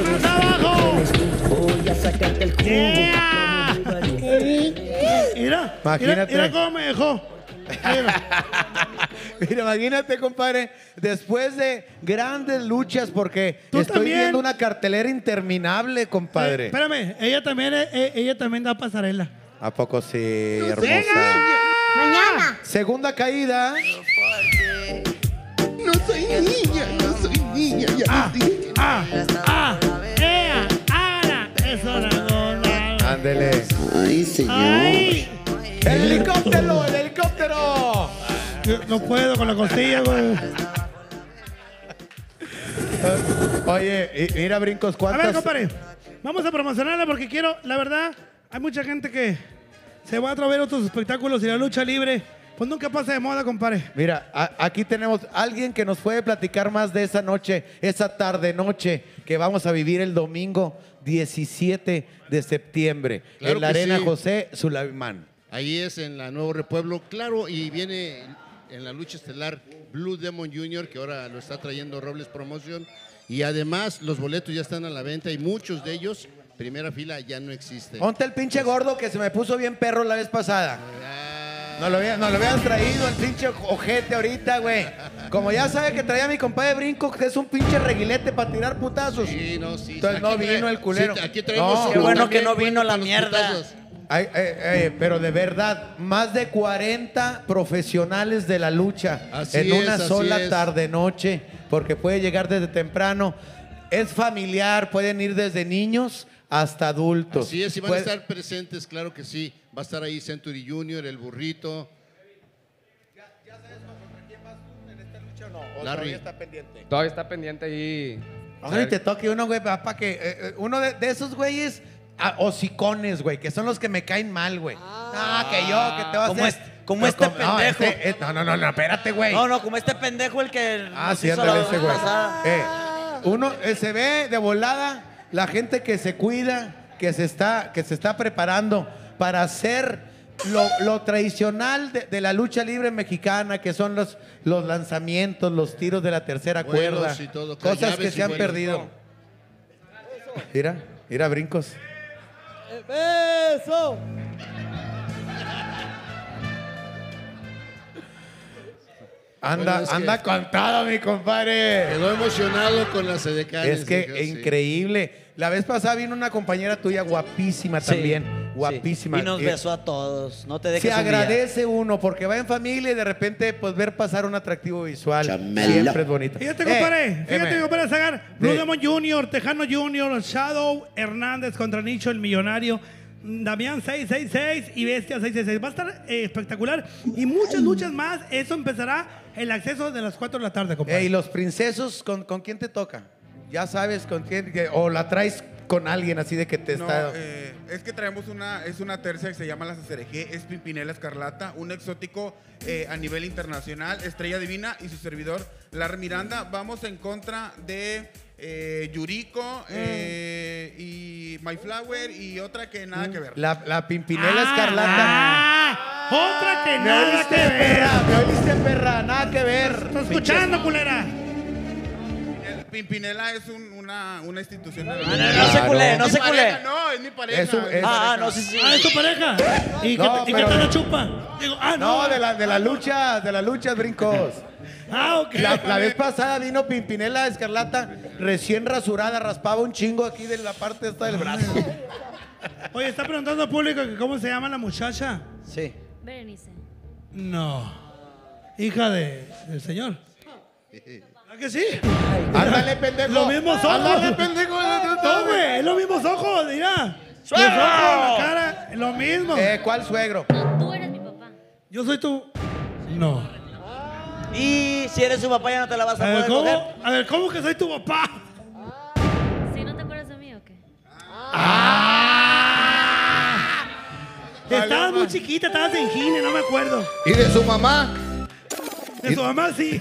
Speaker 12: Yeah. Mira, mira,
Speaker 4: Imagínate.
Speaker 12: mira cómo me dejó.
Speaker 4: <laughs> Mira, imagínate, compadre, después de grandes luchas, porque estoy
Speaker 12: también. Eh,
Speaker 4: viendo una cartelera interminable, compadre.
Speaker 12: Espérame, ella también, eh, eh, ella también da pasarela.
Speaker 4: ¿A poco sí, hermosa?
Speaker 12: Mañana.
Speaker 4: Segunda caída.
Speaker 5: No soy niña, no soy niña. Ya ah,
Speaker 12: ah, ah, ea, ahora es hora de
Speaker 4: Ándele.
Speaker 5: Ay, señor.
Speaker 12: Ay.
Speaker 4: ¡El helicóptero! ¡El helicóptero!
Speaker 12: No puedo con la costilla, güey.
Speaker 4: Oye, y- mira, brincos,
Speaker 12: A
Speaker 4: ¿cuántas?
Speaker 12: ver, compadre, vamos a promocionarla porque quiero, la verdad, hay mucha gente que se va a atrever a otros espectáculos y la lucha libre. Pues nunca pasa de moda, compadre.
Speaker 4: Mira, a- aquí tenemos alguien que nos puede platicar más de esa noche, esa tarde noche que vamos a vivir el domingo 17 de septiembre
Speaker 8: Claro
Speaker 4: en la
Speaker 8: que
Speaker 4: Arena
Speaker 8: sí.
Speaker 4: José Sulaimán.
Speaker 8: Ahí es en la Nuevo Repueblo, claro, y viene en la lucha estelar Blue Demon Jr., que ahora lo está trayendo Robles Promotion. Y además, los boletos ya están a la venta y muchos de ellos, primera fila, ya no existen.
Speaker 4: Ponte el pinche gordo que se me puso bien perro la vez pasada. No lo, había- no lo habían traído el pinche ojete ahorita, güey. Como ya sabe que traía mi compadre Brinco, que es un pinche reguilete para tirar putazos. Sí,
Speaker 8: no, sí.
Speaker 4: Entonces no vino el culero.
Speaker 8: sí, aquí traemos
Speaker 4: No.
Speaker 8: uno Qué bueno que también, no vino la
Speaker 6: los mierda. putazos.
Speaker 4: Ay, eh, eh, pero de verdad, más de 40 profesionales de la lucha
Speaker 8: Así
Speaker 4: en
Speaker 8: es,
Speaker 4: una
Speaker 8: así
Speaker 4: sola
Speaker 8: es.
Speaker 4: tarde-noche, porque puede llegar desde temprano. Es familiar, pueden ir desde niños hasta adultos. Pues,
Speaker 8: Así es, y van
Speaker 4: Puede-
Speaker 8: a estar presentes, claro que sí. Va a estar ahí Century Junior, el burrito.
Speaker 4: Larry.
Speaker 3: Todavía está pendiente ahí.
Speaker 4: Ojalá y te toque uno, güey, para que. eh, eh, uno de, de esos güeyes ah, hocicones, güey, que son los que me caen mal, güey.
Speaker 6: Ah.
Speaker 4: no, Ah, que yo, que te vas a
Speaker 6: Como
Speaker 4: hacer.
Speaker 6: este- como este
Speaker 4: no,
Speaker 6: pendejo.
Speaker 4: este- eh, no, no, no, no, espérate, güey.
Speaker 6: No, no, como este pendejo el que.
Speaker 4: Ah,
Speaker 6: nos
Speaker 4: sí,
Speaker 6: hizo
Speaker 4: ándale,
Speaker 6: la
Speaker 4: ese
Speaker 6: vez
Speaker 4: güey.
Speaker 6: pasada.
Speaker 4: Eh, Uno eh, se ve de volada la gente que se cuida, que se está, que se está preparando para hacer lo, lo tradicional de, de la lucha libre mexicana, que son los, los lanzamientos, los tiros de la tercera
Speaker 27: Vuelos
Speaker 4: cuerda,
Speaker 27: y todo, con
Speaker 4: cosas que
Speaker 27: llaves y
Speaker 4: se han
Speaker 27: vuelos.
Speaker 4: perdido. Mira, mira brincos.
Speaker 28: ¡Beso!
Speaker 4: Anda, anda con todo, mi compadre.
Speaker 27: Quedó emocionado con las sedecanes.
Speaker 4: Es que increíble. La vez pasada vino una compañera tuya guapísima también. Guapísima.
Speaker 5: Y nos
Speaker 4: Eh,
Speaker 5: besó a todos. No te dejes
Speaker 4: Se
Speaker 5: humillar.
Speaker 4: agradece uno porque va en familia y de repente pues ver pasar un atractivo visual
Speaker 5: Chamela.
Speaker 4: siempre es bonito.
Speaker 12: Fíjate,
Speaker 4: Eh,
Speaker 12: este compadre.
Speaker 4: M.
Speaker 12: fíjate, compadre Zagar. Blue Demon Jr., Tejano Jr., Shadow, Hernández contra Nicho, el millonario. Damián 666 y Bestia 666. Va a estar eh, espectacular. Y muchas luchas más. Eso empezará el acceso de las 4 de la tarde, compadre.
Speaker 4: Eh, y los princesos, ¿con, con quién te toca? Ya sabes con quién, que- o la traes con alguien así de que te
Speaker 3: No,
Speaker 4: está...
Speaker 3: eh, es que traemos una, es una tercia que se llama la CCRG, es Pimpinela Escarlata, un exótico eh, a nivel internacional, Estrella Divina y su servidor, Lar Miranda. Vamos en contra de eh, Yuriko
Speaker 4: Mm.
Speaker 3: eh, y My Flower y otra que
Speaker 4: Mm.
Speaker 3: nada que ver.
Speaker 4: La, la pimpinela
Speaker 12: Ah,
Speaker 4: escarlata.
Speaker 12: Otra que
Speaker 4: Me
Speaker 12: nada
Speaker 4: oíste,
Speaker 12: que ver.
Speaker 4: perra, me oíste, perra, nada que ver.
Speaker 12: Está escuchando, culera.
Speaker 3: Pimpinela es un- una, una institución. No,
Speaker 4: no se culé, no se culé.
Speaker 3: No, es mi pareja.
Speaker 4: Es eh. su-
Speaker 3: es mi
Speaker 4: es-
Speaker 3: pareja.
Speaker 12: Ah, es tu pareja. ¿Y
Speaker 4: No,
Speaker 12: que, y que
Speaker 4: pero-
Speaker 12: te lo chupa? Digo, ah, no.
Speaker 4: de la, de la lucha, de la lucha, brincos.
Speaker 12: <laughs> Ah, ok.
Speaker 4: La, la vez pasada vino Pimpinela Escarlata recién rasurada, raspaba un chingo aquí de la parte esta del brazo.
Speaker 12: <laughs> Oye, está preguntando al público que cómo se llama la muchacha.
Speaker 4: Sí.
Speaker 14: Berenice.
Speaker 12: No. Hija de, del señor. ¿Verdad que sí?
Speaker 4: Ándale, pendejo.
Speaker 12: Los mismos ojos.
Speaker 4: Ándale, pendejo.
Speaker 12: No, güey. Es los mismos ojos, mira.
Speaker 4: ¡Suegro!
Speaker 12: Los ojos, la cara, lo mismo.
Speaker 4: Eh, ¿cuál suegro?
Speaker 14: Ah, Tú eres mi papá.
Speaker 12: Yo soy tu. No.
Speaker 5: Y si eres su papá ya no te la vas a
Speaker 12: A
Speaker 5: poder
Speaker 12: ver, ¿cómo?
Speaker 5: coger.
Speaker 12: A ver, ¿cómo que soy tu papá?
Speaker 14: ¿Sí no te acuerdas de mí o qué?
Speaker 12: Estabas muy chiquita, estabas en gine, no me acuerdo.
Speaker 8: ¿Y de su mamá?
Speaker 12: De su mamá sí.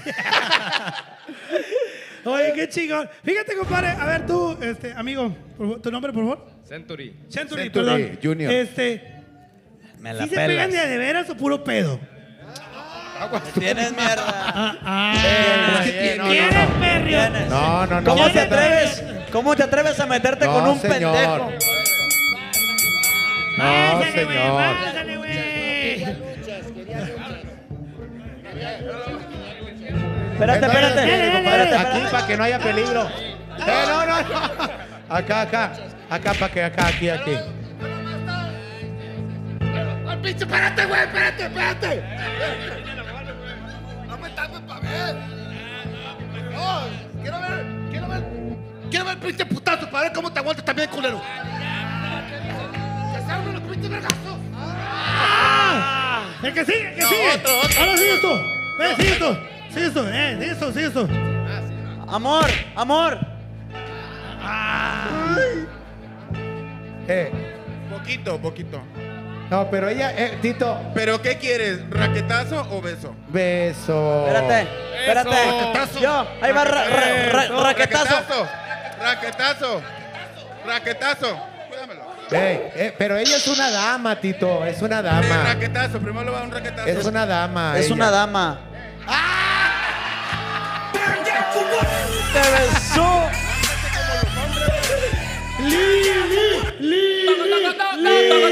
Speaker 12: Oye, qué chingón. Fíjate, compadre. A ver, tú, este, amigo, por favor, tu nombre, por favor.
Speaker 29: Century.
Speaker 12: Century,
Speaker 29: Century,
Speaker 12: perdón.
Speaker 29: Junior.
Speaker 12: Este,
Speaker 5: Me
Speaker 12: ¿sí se pegan de a de veras o puro pedo? Ah,
Speaker 5: Tienes mierda.
Speaker 4: Eh, no, no, no. No, no, no.
Speaker 5: ¿Cómo te
Speaker 4: se tra-
Speaker 5: atreves? ¿Cómo te atreves a meterte
Speaker 4: No,
Speaker 5: con un
Speaker 4: señor.
Speaker 5: pendejo?
Speaker 4: No, señor.
Speaker 5: Espérate, espérate.
Speaker 4: Aquí para que no haya peligro. Eh, no, no, no. Acá, acá. Acá para que acá, aquí, aquí.
Speaker 2: ¡Al pinche, espérate, güey! ¡Espérate, espérate! ¡No me tapes para ver!
Speaker 10: Oh,
Speaker 2: ¡No! ¡Quiero ver! ¡Quiero ver! ¡Quiero ver el pinche putazo para ver cómo te aguantas también, culero! ¡Que se armen los pinches vergazos!
Speaker 12: Ah. El que sigue, el que
Speaker 2: No,
Speaker 12: sigue.
Speaker 2: otro, otro.
Speaker 12: Ahora sigue tú. Eh, sigue tú. Sigue tú, eh, sigue tú, sigue tú.
Speaker 5: Amor, amor.
Speaker 12: Ah.
Speaker 4: Eh,
Speaker 3: Poquito, poquito.
Speaker 4: no, pero ella, eh, Tito,
Speaker 3: ¿Pero qué quieres? ¿Raquetazo o beso?
Speaker 4: beso.
Speaker 5: Espérate, espérate.
Speaker 3: Raquetazo.
Speaker 5: Yo, ahí va ra- ra- ra-
Speaker 3: Eso.
Speaker 5: raquetazo.
Speaker 3: Raquetazo. Raquetazo. Cuídamelo.
Speaker 4: Eh, eh, pero ella es una dama, Tito. Es una dama.
Speaker 3: Raquetazo. Primero le va a dar un raquetazo.
Speaker 4: Es una dama.
Speaker 5: Es
Speaker 4: ella.
Speaker 5: una dama. Te besó.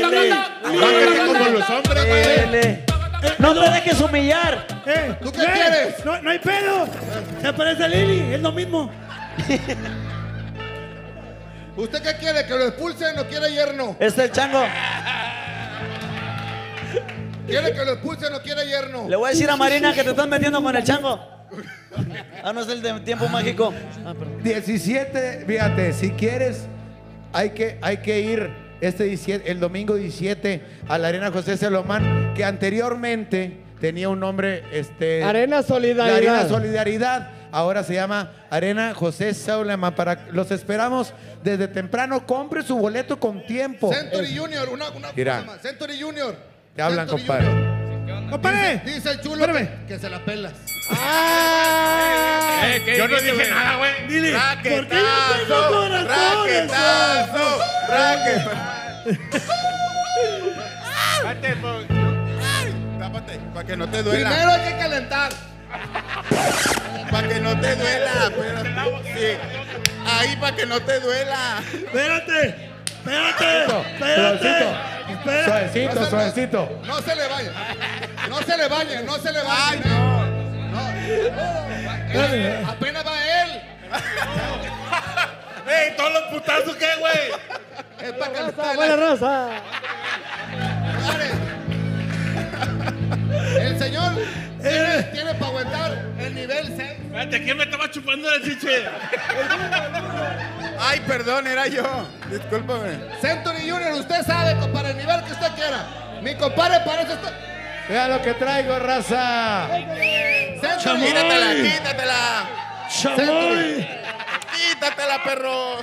Speaker 2: Bájate como los
Speaker 3: hombres,
Speaker 5: Lele. No te dejes humillar.
Speaker 12: Eh,
Speaker 5: ¿Tú
Speaker 12: qué quieres? No, no hay pedo. Se parece a Lili, es lo mismo.
Speaker 8: ¿Usted qué quiere? ¿Que lo expulsen o quiere yerno?
Speaker 5: Es el chango.
Speaker 8: ¿Quiere que lo expulsen o quiere yerno?
Speaker 5: Le voy a decir a Marina que te están metiendo con el chango. Ah, no es el de tiempo mágico. Ah, perdón.
Speaker 4: 17, fíjate, si quieres, hay que, hay que ir este 17, el domingo 17 a la Arena José Salomán, que anteriormente tenía un nombre, este...
Speaker 28: Arena Solidaridad.
Speaker 4: La Arena Solidaridad. Ahora se llama Arena José Salomán. Para, los esperamos desde temprano. Compre su boleto con tiempo.
Speaker 8: Century Junior, una, una
Speaker 4: Mira.
Speaker 8: cosa más. Century Junior.
Speaker 4: Te hablan,
Speaker 8: Century
Speaker 4: compadre.
Speaker 8: Junior.
Speaker 12: Compadre.
Speaker 8: Dice el chulo que,
Speaker 12: Espérame.
Speaker 8: que se la pelas.
Speaker 10: Ah.
Speaker 3: Eh,
Speaker 2: ¿qué
Speaker 3: Yo no
Speaker 2: dijiste,
Speaker 3: dije
Speaker 2: güey?
Speaker 3: nada, güey.
Speaker 2: Dile, ¿por qué yo tengo
Speaker 3: Raquetazo,
Speaker 2: corazones?
Speaker 3: raquetazo,
Speaker 2: <laughs>
Speaker 3: raquetazo. Vete, po- Ay, Tápate, para que no te duela.
Speaker 2: Primero
Speaker 3: hay que calentar. Para que no te duela. pero- sí. Ahí, para que no te duela.
Speaker 12: Espérate, espérate,
Speaker 16: Suavecito, suavecito.
Speaker 9: No se le vaya. No se le vaya, no se le vaya. no. Eh, Apenas va
Speaker 3: <laughs>
Speaker 9: él.
Speaker 2: ¡Ey, todos los putazos qué, güey!
Speaker 9: Es para
Speaker 12: Ah,
Speaker 9: calentar.
Speaker 2: ¡Buena raza!
Speaker 9: El señor
Speaker 3: Eh.
Speaker 9: tiene, tiene para aguantar el nivel 6. Espérate, ¿quién me estaba chupando la chiche?
Speaker 3: Ay, perdón, era yo. Discúlpame.
Speaker 9: Century Junior, usted sabe, compadre, el nivel que usted quiera. Mi compadre para eso está.
Speaker 16: Vea lo que traigo, raza.
Speaker 9: Century,
Speaker 3: Quítatela, quítatela.
Speaker 16: Chamoy.
Speaker 3: Century. Quítatela, perro.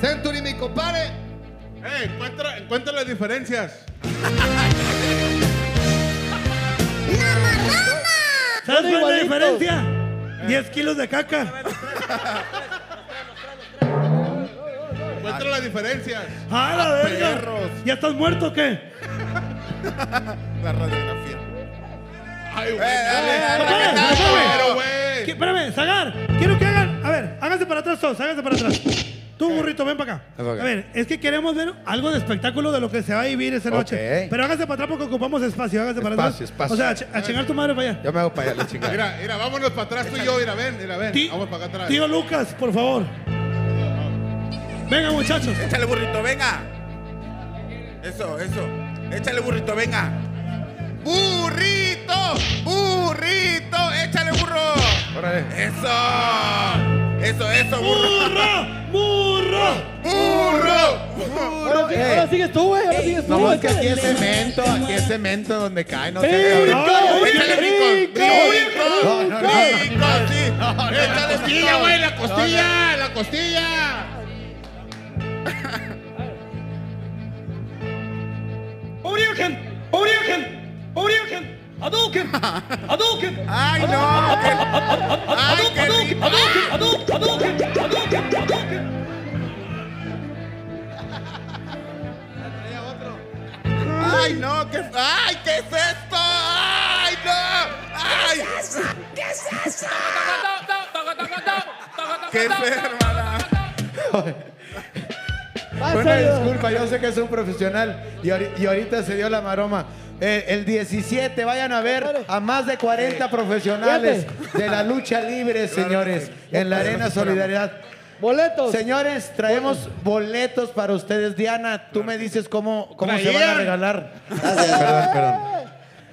Speaker 9: Century, mi compadre. Eh, encuentra, encuentra las diferencias.
Speaker 12: ¿Sabes cuál es la
Speaker 2: igualitos.
Speaker 12: diferencia? 10 kilos de caca.
Speaker 9: Encuentra las diferencias.
Speaker 12: ¡Ah, la
Speaker 9: Perros.
Speaker 12: verga! ¿Ya estás muerto o qué?
Speaker 3: La radiografía.
Speaker 9: Ay,
Speaker 8: Eh,
Speaker 3: güey. dale,
Speaker 12: Espérame,
Speaker 3: dale,
Speaker 12: espérame,
Speaker 3: dale,
Speaker 12: espérame.
Speaker 3: güey.
Speaker 12: ¿Qué- Espérame, Zagar, quiero que hagan. A ver, háganse para atrás todos, háganse para atrás. Tú, burrito, ven para acá.
Speaker 4: Ven para acá.
Speaker 12: A ver, es que queremos ver algo de espectáculo de lo que se va a vivir esa noche.
Speaker 4: Ok.
Speaker 12: Pero háganse para atrás porque ocupamos espacio, háganse para atrás.
Speaker 4: Espacio, espacio.
Speaker 12: O sea, a ch- a, chingar tu madre para allá.
Speaker 4: Yo me hago para allá, la chingada.
Speaker 9: Mira, mira, vámonos para atrás tú y yo, mira, ven, mira, ven. Vamos para acá atrás.
Speaker 12: Tío Lucas, por favor. Venga, muchachos.
Speaker 3: Échale burrito, venga. Eso, eso. Échale burrito, venga. Burrito, burrito, échale burro. Eso. Eso, eso, burro.
Speaker 12: Burro,
Speaker 3: burro,
Speaker 28: Ahora sí-
Speaker 16: Eh.
Speaker 28: ahora sigues tú, güey. Ahora sigues tú.
Speaker 4: No, es que aquí
Speaker 28: échale.
Speaker 4: es cemento, aquí es cemento donde cae, no sé.
Speaker 28: Brinco,
Speaker 4: cabrón.
Speaker 28: brinco,
Speaker 4: Échale
Speaker 28: brinco,
Speaker 4: brinco,
Speaker 28: brinco.
Speaker 4: brinco.
Speaker 3: Rico, sí.
Speaker 9: la
Speaker 3: Échale
Speaker 9: costilla,
Speaker 3: burro.
Speaker 9: güey, la
Speaker 3: No,
Speaker 9: costilla, la costilla.
Speaker 1: Oryuken, Oryuken, Oryuken, Hadouken, Hadouken.
Speaker 3: <laughs> Ay no.
Speaker 1: Hadouken, Hadouken, Hadouken, Hadouken, Hadouken, Hadouken.
Speaker 3: no. Ay, no, ¿qué, ay, ¿qué es esto? Ay, no. Ay. ¿Qué es eso? ¿Qué es eso? ¿Qué es, hermana?
Speaker 4: Una disculpa, yo sé que es un profesional y, ahori- y ahorita se dio la maroma. Eh, el 17, vayan a ver a más de 40 profesionales de la lucha libre, señores, en la Arena Solidaridad. Boletos. Señores, traemos boletos para ustedes. Diana, tú me dices cómo, cómo se van a
Speaker 12: Traían.
Speaker 4: regalar. Perdón, perdón.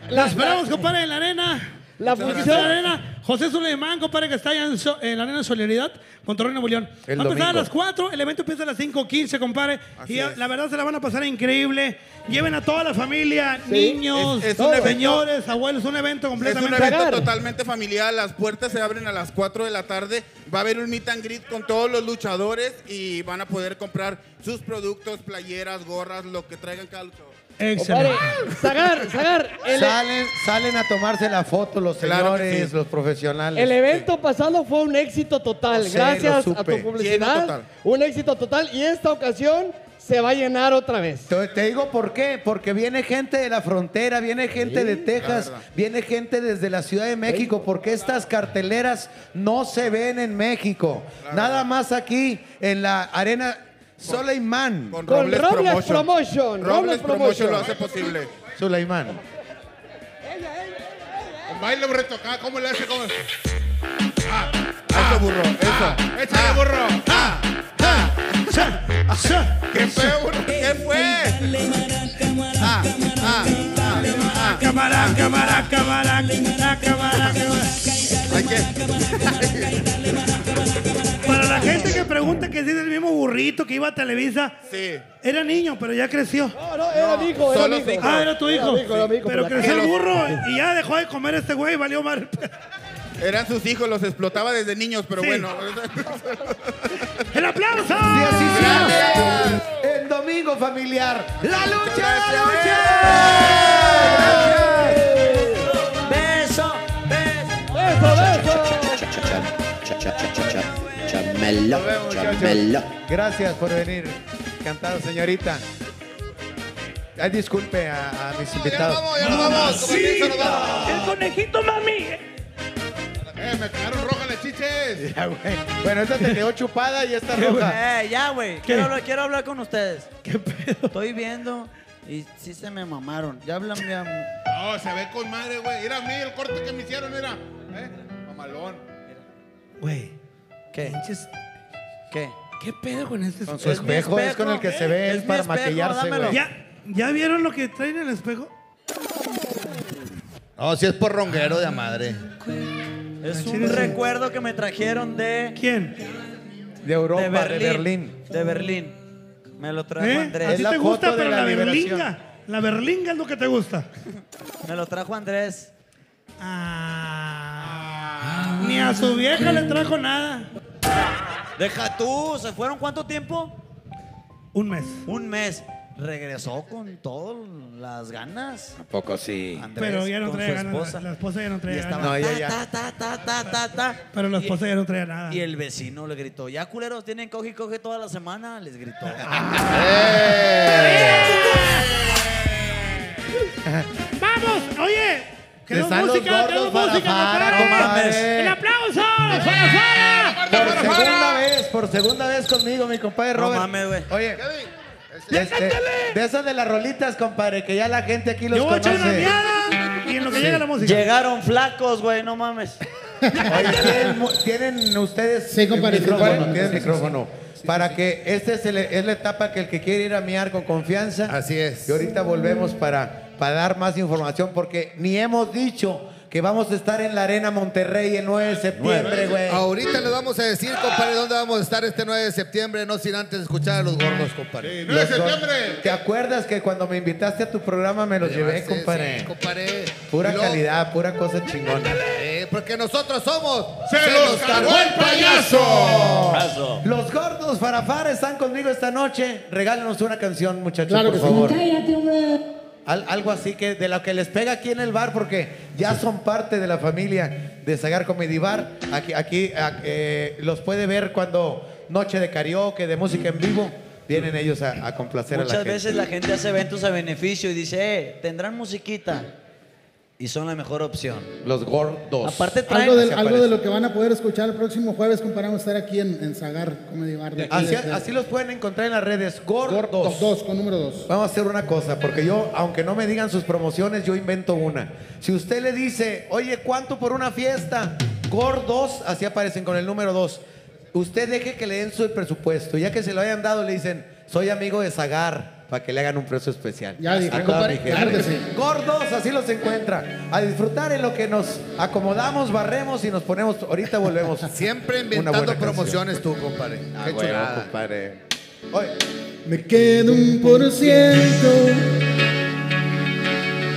Speaker 12: La esperamos, compadre, en la arena. La
Speaker 4: función.
Speaker 12: de la arena. José Suleimán, compadre, que está allá en, So- en la arena Solidaridad con Torreón Nuevo León. Va a
Speaker 4: El
Speaker 12: empezar a
Speaker 4: domingo.
Speaker 12: las 4, el evento empieza a las 5.15, compadre.
Speaker 4: Así
Speaker 12: y
Speaker 4: es.
Speaker 12: la verdad se la van a pasar increíble. Lleven a toda la familia,
Speaker 3: Sí.
Speaker 12: niños,
Speaker 3: Es- es un evento-
Speaker 12: señores, abuelos, un evento
Speaker 3: Es un
Speaker 12: completamente.
Speaker 3: evento totalmente familiar. Las puertas se abren a las 4 de la tarde. Va a haber un meet and greet con todos los luchadores y van a poder comprar sus productos, playeras, gorras, lo que traigan cada luchador.
Speaker 12: Excelente.
Speaker 28: <laughs>
Speaker 4: Sagar, Sagar. Salen, salen a tomarse la foto los
Speaker 28: e- Claro que
Speaker 4: señores,
Speaker 28: sí.
Speaker 4: los profesionales.
Speaker 28: El evento pasado fue un éxito total.
Speaker 4: Sí,
Speaker 28: Gracias
Speaker 4: lo
Speaker 28: a
Speaker 4: supe.
Speaker 28: tu
Speaker 4: Lleno
Speaker 28: publicidad.
Speaker 4: total.
Speaker 28: Un éxito total. Y esta ocasión se va a llenar otra vez.
Speaker 4: Te, te digo por qué, porque viene gente de la frontera, viene gente de Texas,
Speaker 28: la verdad.
Speaker 4: viene gente desde la Ciudad de México, porque estas carteleras no se ven en México. Nada más aquí en la arena Soleimán.
Speaker 3: Con
Speaker 28: Robles Robles Promotion. Promotion,
Speaker 3: Robles Robles Promotion lo hace posible.
Speaker 4: Soleimán.
Speaker 9: Baila un reto acá, ¿cómo le hace? ¿Cómo? Ah,
Speaker 3: Eso, burro, eso.
Speaker 9: Échale, burro.
Speaker 3: ¿Qué fue, burro? ¿Qué fue? Ah, ah, ah, ah.
Speaker 12: Cámara, cámara, cámara, cámara, cámara. Para la gente que pregunta que si es el mismo burrito que iba a Televisa,
Speaker 3: Sí.
Speaker 12: era niño, pero ya creció.
Speaker 28: No, no, era mi hijo, era
Speaker 12: Solo
Speaker 28: mi hijo.
Speaker 12: cinco. Ah, era tu hijo.
Speaker 28: mi hijo, era mi hijo,
Speaker 12: pero
Speaker 28: por la
Speaker 12: creció el
Speaker 28: cara.
Speaker 12: burro y ya dejó de comer este güey, valió mal.
Speaker 3: Eran sus hijos, los explotaba desde niños, pero
Speaker 12: Sí.
Speaker 3: bueno.
Speaker 12: ¡El aplauso!
Speaker 4: El domingo familiar, la lucha de la lucha. Nos
Speaker 30: Chambeló,
Speaker 4: vemos, muchachos.
Speaker 30: chambeló.
Speaker 4: Gracias por venir. Encantado, señorita. Ay, disculpe a, a mis invitados.
Speaker 1: vamos, ya nos vamos. Como piensa, nos vamos.
Speaker 4: ¡El conejito, mami!
Speaker 9: ¡Eh, me quedaron rojas las chiches!
Speaker 4: Ya, güey. Bueno, esta te quedó chupada y esta roja.
Speaker 5: Eh, ya, güey. Quiero hablar, quiero hablar con ustedes. ¿Qué pedo? Estoy viendo y sí se me mamaron. Ya hablan bien.
Speaker 9: No, Oh, se ve con madre, güey. Mira a mí el corte que me hicieron, mira. ¿Eh? Mamalón.
Speaker 12: Güey.
Speaker 5: ¿Qué? ¿Qué?
Speaker 12: ¿Qué pedo con este
Speaker 4: Con su espejo, es con el que se ve él para maquillarse, güey.
Speaker 12: ¿Ya, ¿Ya vieron lo que traen en el espejo?
Speaker 8: No, si es porronguero de a madre.
Speaker 5: Es un recuerdo que me trajeron de.
Speaker 12: ¿Quién?
Speaker 4: De Europa, de Berlín.
Speaker 5: De Berlín. Me lo trajo
Speaker 12: ¿Eh?
Speaker 5: Andrés.
Speaker 12: A ti te gusta,
Speaker 4: foto de
Speaker 12: pero
Speaker 4: la
Speaker 12: la,
Speaker 4: liberación.
Speaker 12: berlinga. La berlinga es lo que te gusta.
Speaker 5: Me lo trajo Andrés.
Speaker 12: Ah, Ni a su vieja le trajo nada.
Speaker 5: Deja tú, ¿se fueron cuánto tiempo?
Speaker 12: Un mes.
Speaker 5: Un mes. Regresó con todas las ganas.
Speaker 4: Poco sí.
Speaker 5: Andrés,
Speaker 12: Pero ya no
Speaker 5: con
Speaker 12: trae
Speaker 5: su
Speaker 12: ganas.
Speaker 5: esposa.
Speaker 12: La esposa ya no
Speaker 5: Y
Speaker 12: trae
Speaker 5: estaba
Speaker 12: ganas.
Speaker 4: No, ella ya.
Speaker 5: ta, ta, ta, ta, ta.
Speaker 12: Pero la
Speaker 5: Y-
Speaker 12: esposa ya no trae nada.
Speaker 5: Y el vecino le gritó, ya culeros, tienen coge y coge toda la semana, les
Speaker 4: <laughs>
Speaker 5: gritó. Eh.
Speaker 4: Eh.
Speaker 12: ¡Vamos! Oye, queremos
Speaker 4: Están los
Speaker 12: música,
Speaker 4: gordos
Speaker 12: queremos música,
Speaker 4: para
Speaker 12: compadre.
Speaker 4: para, compadre.
Speaker 12: ¡El aplauso! ¡Para Sara!
Speaker 4: Por segunda vez, por segunda vez conmigo, mi compadre
Speaker 5: No
Speaker 4: Robert.
Speaker 5: mames, güey.
Speaker 4: Oye, este, de esas de las rolitas, compadre, que ya la gente aquí los
Speaker 12: Yo voy a echar una
Speaker 4: conoce.
Speaker 12: miada y en lo que
Speaker 4: Sí.
Speaker 12: llega la música.
Speaker 5: Llegaron flacos, güey, no mames.
Speaker 4: Oye, ¿tienen, mu- tienen ustedes
Speaker 16: Sí, compadre,
Speaker 4: el micrófono?
Speaker 16: micrófono.
Speaker 4: Tienen
Speaker 16: Sí, sí,
Speaker 4: micrófono. para que esta es, el- es la etapa que el que quiere ir a miar con confianza.
Speaker 8: Así es.
Speaker 4: Y ahorita volvemos para, para dar más información porque ni hemos dicho que vamos a estar en la Arena Monterrey el 9 de septiembre, güey.
Speaker 8: Ahorita les vamos a decir, compadre, dónde vamos a estar este 9 de septiembre, no sin antes escuchar a los gordos, compadre.
Speaker 9: Sí, 9 de
Speaker 4: Los dos-
Speaker 9: septiembre.
Speaker 4: ¿Te acuerdas que cuando me invitaste a tu programa me los llevé,
Speaker 8: Sí,
Speaker 4: compadre?
Speaker 8: sí,
Speaker 9: eh,
Speaker 8: compadre.
Speaker 4: Pura
Speaker 8: Y luego-
Speaker 4: calidad, pura cosa chingona.
Speaker 8: Eh, porque nosotros somos.
Speaker 9: ¡Se los cargó el payaso!
Speaker 4: Los gordos Farafar están conmigo esta noche. Regálenos una canción, muchachos,
Speaker 16: Claro que
Speaker 4: por
Speaker 16: sí.
Speaker 4: favor.
Speaker 30: Cállate, hombre.
Speaker 4: Al- algo así que de lo que les pega aquí en el bar, porque ya son parte de la familia de Sagar Comedy Bar. Aquí, aquí a- eh, los puede ver cuando noche de karaoke, de música en vivo, vienen ellos a, a complacer a la
Speaker 5: Muchas
Speaker 4: gente.
Speaker 5: veces la gente hace eventos a beneficio y dice, eh, tendrán musiquita. Y son la mejor opción.
Speaker 4: Los gordos.
Speaker 5: Aparte traen...
Speaker 4: Traigan
Speaker 16: Algo,
Speaker 4: que
Speaker 16: de, algo de
Speaker 4: aparezcan.
Speaker 16: lo que van a poder escuchar el próximo jueves, compadre, vamos a estar aquí en, en Zagar Comedy Bar. de aquí,
Speaker 4: Así,
Speaker 16: desde-
Speaker 4: así los pueden encontrar en las redes. Gordos.
Speaker 16: Dos, dos, con número dos.
Speaker 4: Vamos a hacer una cosa, porque yo, aunque no me digan sus promociones, yo invento una. Si usted le dice, oye, ¿cuánto por una fiesta? Gordos, así aparecen con el número dos. Usted deje que le den su presupuesto. Ya que se lo hayan dado, le dicen, soy amigo de Zagar, para que le hagan un precio especial.
Speaker 16: Ya dije,
Speaker 4: A toda
Speaker 16: compadre,
Speaker 4: mi gente.
Speaker 16: claro que sí.
Speaker 4: Gordos, así los encuentra. A disfrutar en lo que nos acomodamos, barremos y nos ponemos. Ahorita volvemos.
Speaker 8: Siempre
Speaker 4: Una buena
Speaker 8: inventando
Speaker 4: canción.
Speaker 8: promociones tú, compadre.
Speaker 4: Ah,
Speaker 8: Qué
Speaker 4: huevo,
Speaker 8: chulada.
Speaker 4: compadre. Oye,
Speaker 16: Me quedo un por ciento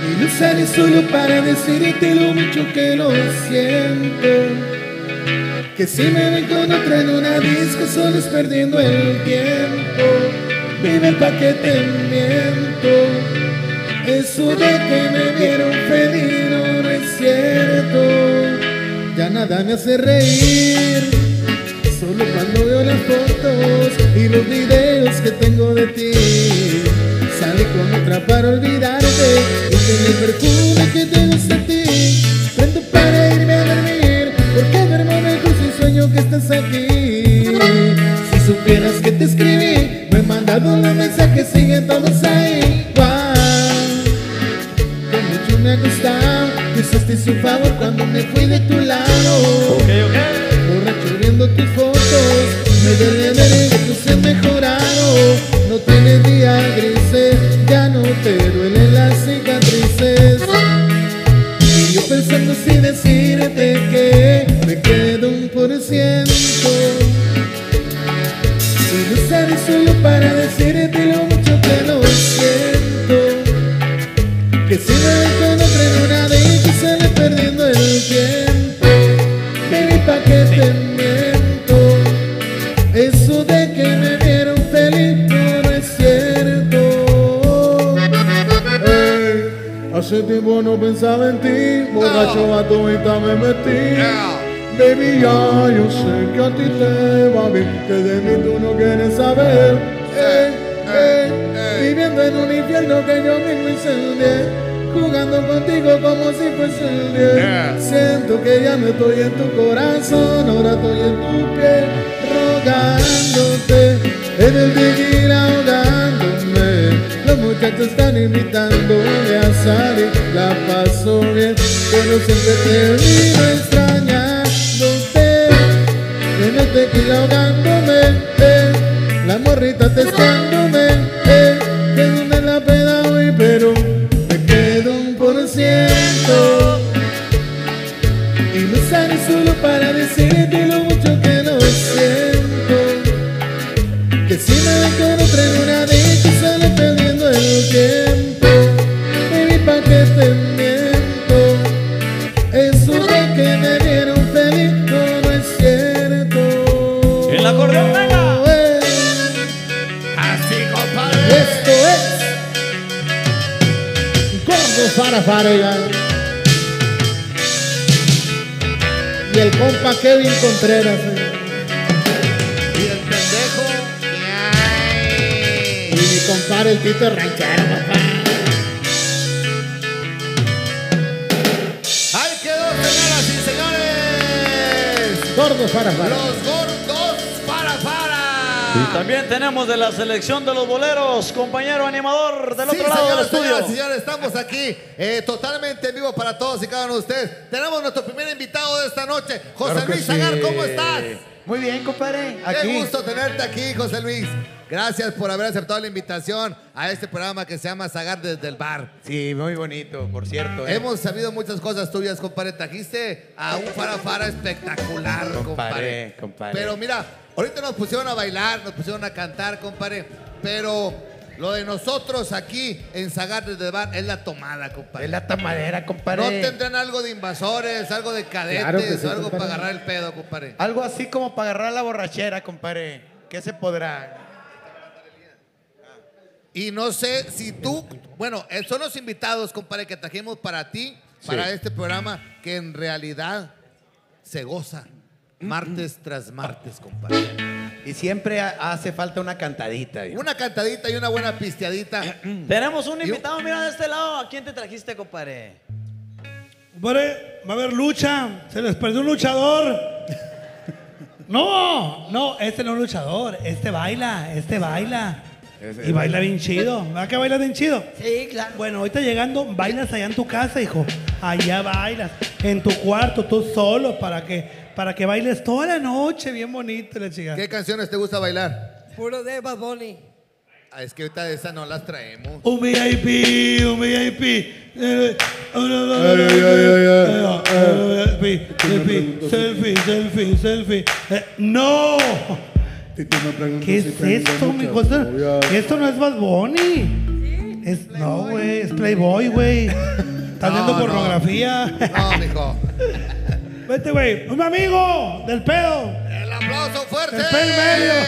Speaker 16: y no sale solo para decirte lo mucho que lo siento. Que si me ven con otra en una disco solo es perdiendo el tiempo. Vive pa' que te miento. Eso de que me vieron feliz no, no es cierto. Ya nada me hace reír. Solo cuando veo las fotos y los videos que tengo de ti Sale con otra para olvidarte Y con el perfume que te gusta a ti Prendo para irme a dormir Porque duermo mejor si sueño que estás aquí Si supieras que te escribí Me he mandado los mensajes, siguen todos ahí Guau. Que mucho me ha gustado Me hiciste su favor cuando me fui de tu lado Borracho viendo tus fotos Me duele que tus he mejorado No tienes día grises Ya no te duelen las cicatrices Y yo pensando si decirte que Me quedo un por ciento y no sabes solo para decirte lo mucho que lo siento que si me ven con otra en una de ellas sale perdiendo el tiempo Baby, pa' que te miento Eso de que me vieron feliz no, no es cierto Ey, Hace tiempo no pensaba en ti Borracho a tu vista me metí Baby, ya yo sé que a ti te va bien, que de mí tú no quieres saber. Ey, ey, Viviendo en un infierno que yo mismo incendié, jugando contigo como si fuese el día.
Speaker 2: Yeah.
Speaker 16: Siento que ya no estoy en tu corazón, ahora estoy en tu piel, rogándote, en el tequila ahogándome. Los muchachos están invitándome a salir, la paso bien, pero siempre termino extrañándote. En el tequila ahogándome, eh, la morrita testándome, eh, que donde la peda hoy, pero me quedo un por ciento. Y no sale solo para decirte lo mucho que lo siento Que si me ven con otra en una de ellas sale perdiendo el tiempo Baby, pa' que te miento Eso de que me vieron feliz no, no es cierto Eh.
Speaker 6: El acordeón,
Speaker 16: venga!
Speaker 2: Así, compadre.
Speaker 16: Esto es Gordo para Farega
Speaker 2: Y el compa Kevin Contreras.
Speaker 16: Y el pendejo Y mi compadre el Tito Ranchero
Speaker 8: Ahí quedó, señoras y señores.
Speaker 16: Gordos para para.
Speaker 8: Los gordos para para.
Speaker 6: Y también tenemos de la selección de los boleros, compañero animador del
Speaker 8: Sí,
Speaker 6: otro lado del
Speaker 8: señoras,
Speaker 6: estudio.
Speaker 8: señores, señores, estamos aquí eh, totalmente en vivo para todos y cada uno de ustedes. Tenemos nuestro primer invitado de esta noche, José
Speaker 4: Claro que
Speaker 8: Luis Agar,
Speaker 4: sí.
Speaker 8: ¿cómo estás?
Speaker 4: Muy bien, compadre.
Speaker 8: Qué
Speaker 4: aquí.
Speaker 8: gusto tenerte aquí, José Luis. Gracias por haber aceptado la invitación a este programa que se llama Sagar desde el bar.
Speaker 4: Sí, muy bonito, por cierto. ¿eh?
Speaker 8: Hemos sabido muchas cosas tuyas, compadre. Trajiste a un farafara espectacular, compadre.
Speaker 4: Compadre, compadre.
Speaker 8: Pero mira, ahorita nos pusieron a bailar, nos pusieron a cantar, compadre. Pero lo de nosotros aquí en Zagar desde el Bar es la tomada, compadre.
Speaker 4: Es la tamadera,
Speaker 8: ¿No
Speaker 4: compadre.
Speaker 8: tendrán algo de invasores, algo de cadetes,
Speaker 4: Claro que sí,
Speaker 8: algo
Speaker 4: compadre.
Speaker 8: para agarrar el pedo, compadre?
Speaker 4: Algo así como para agarrar la borrachera, compadre. ¿Qué se podrá?
Speaker 8: Y no sé si tú, bueno, eh, son los invitados, compadre, que trajimos para ti,
Speaker 4: Sí.
Speaker 8: para este programa, que en realidad se goza martes tras martes, compadre.
Speaker 4: Y siempre ha- Eh, hace falta una cantadita. digo.
Speaker 8: Una cantadita y una buena pisteadita.
Speaker 6: Tenemos un invitado, mira de este lado. ¿A quién te trajiste, compadre?
Speaker 12: Compadre, va a haber lucha. Se les perdió un luchador. No, no, este no es luchador. Este baila, este baila. Y baila bien chido. ¿Verdad que baila bien chido?
Speaker 30: Sí, claro.
Speaker 12: Bueno, ahorita llegando, bailas allá en tu casa, hijo. Allá bailas. En tu cuarto, tú solo, para que, para que bailes toda la noche, bien bonito, la chica.
Speaker 8: ¿Qué canciones te gusta bailar?
Speaker 30: Puro de Bad Bunny.
Speaker 8: Ah, es que ahorita de esas no las traemos.
Speaker 12: Un VIP, un VIP. Eh, Selfie, selfie, selfie, selfie. Eh, ¡No! ¿Qué es esto, mi cosa? Esto no es Bad Bunny. Es, no, güey, es Playboy, güey. Estás
Speaker 8: No,
Speaker 12: viendo
Speaker 8: no.
Speaker 12: pornografía.
Speaker 8: No, mijo.
Speaker 12: <laughs> Vete, güey. Un amigo del pedo.
Speaker 8: El aplauso fuerte.
Speaker 12: El pedo en medio.
Speaker 8: <laughs>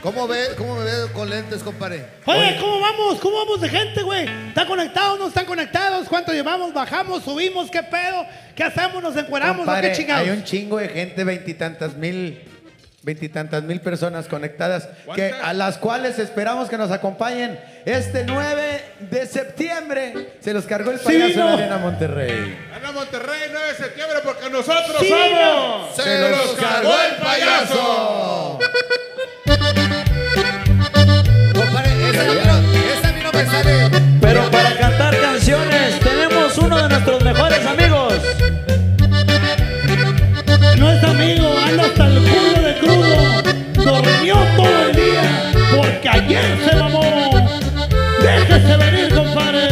Speaker 8: ¿Cómo, ve, ¿Cómo me veo con lentes, compadre?
Speaker 12: Oye, ¿cómo vamos? ¿Cómo vamos de gente, güey? ¿Están conectados? ¿No están conectados? ¿Cuánto llevamos? ¿Bajamos? ¿Subimos? ¿Qué pedo? ¿Qué hacemos? ¿Nos encueramos? ¿No?
Speaker 4: Compadre,
Speaker 12: ¿Qué chingados?
Speaker 4: Hay un chingo de gente, veintitantas mil, veintitantas mil personas conectadas, que, a las cuales esperamos que nos acompañen este 9 de septiembre. Se los cargó el
Speaker 9: Sí,
Speaker 4: payaso en
Speaker 9: no.
Speaker 4: la Arena Monterrey.
Speaker 9: Gana Monterrey 9 de septiembre porque nosotros
Speaker 4: Sí,
Speaker 9: somos.
Speaker 4: no. Se los cargó el
Speaker 8: payaso. Compadre, esa a mí no- esa a mí no me sale.
Speaker 6: Pero para cantar canciones tenemos uno de nuestros mejores amigos.
Speaker 12: No es amigo, anda hasta el culo de crudo. Dormió todo el día porque ayer se mamó. Déjese venir, compadre.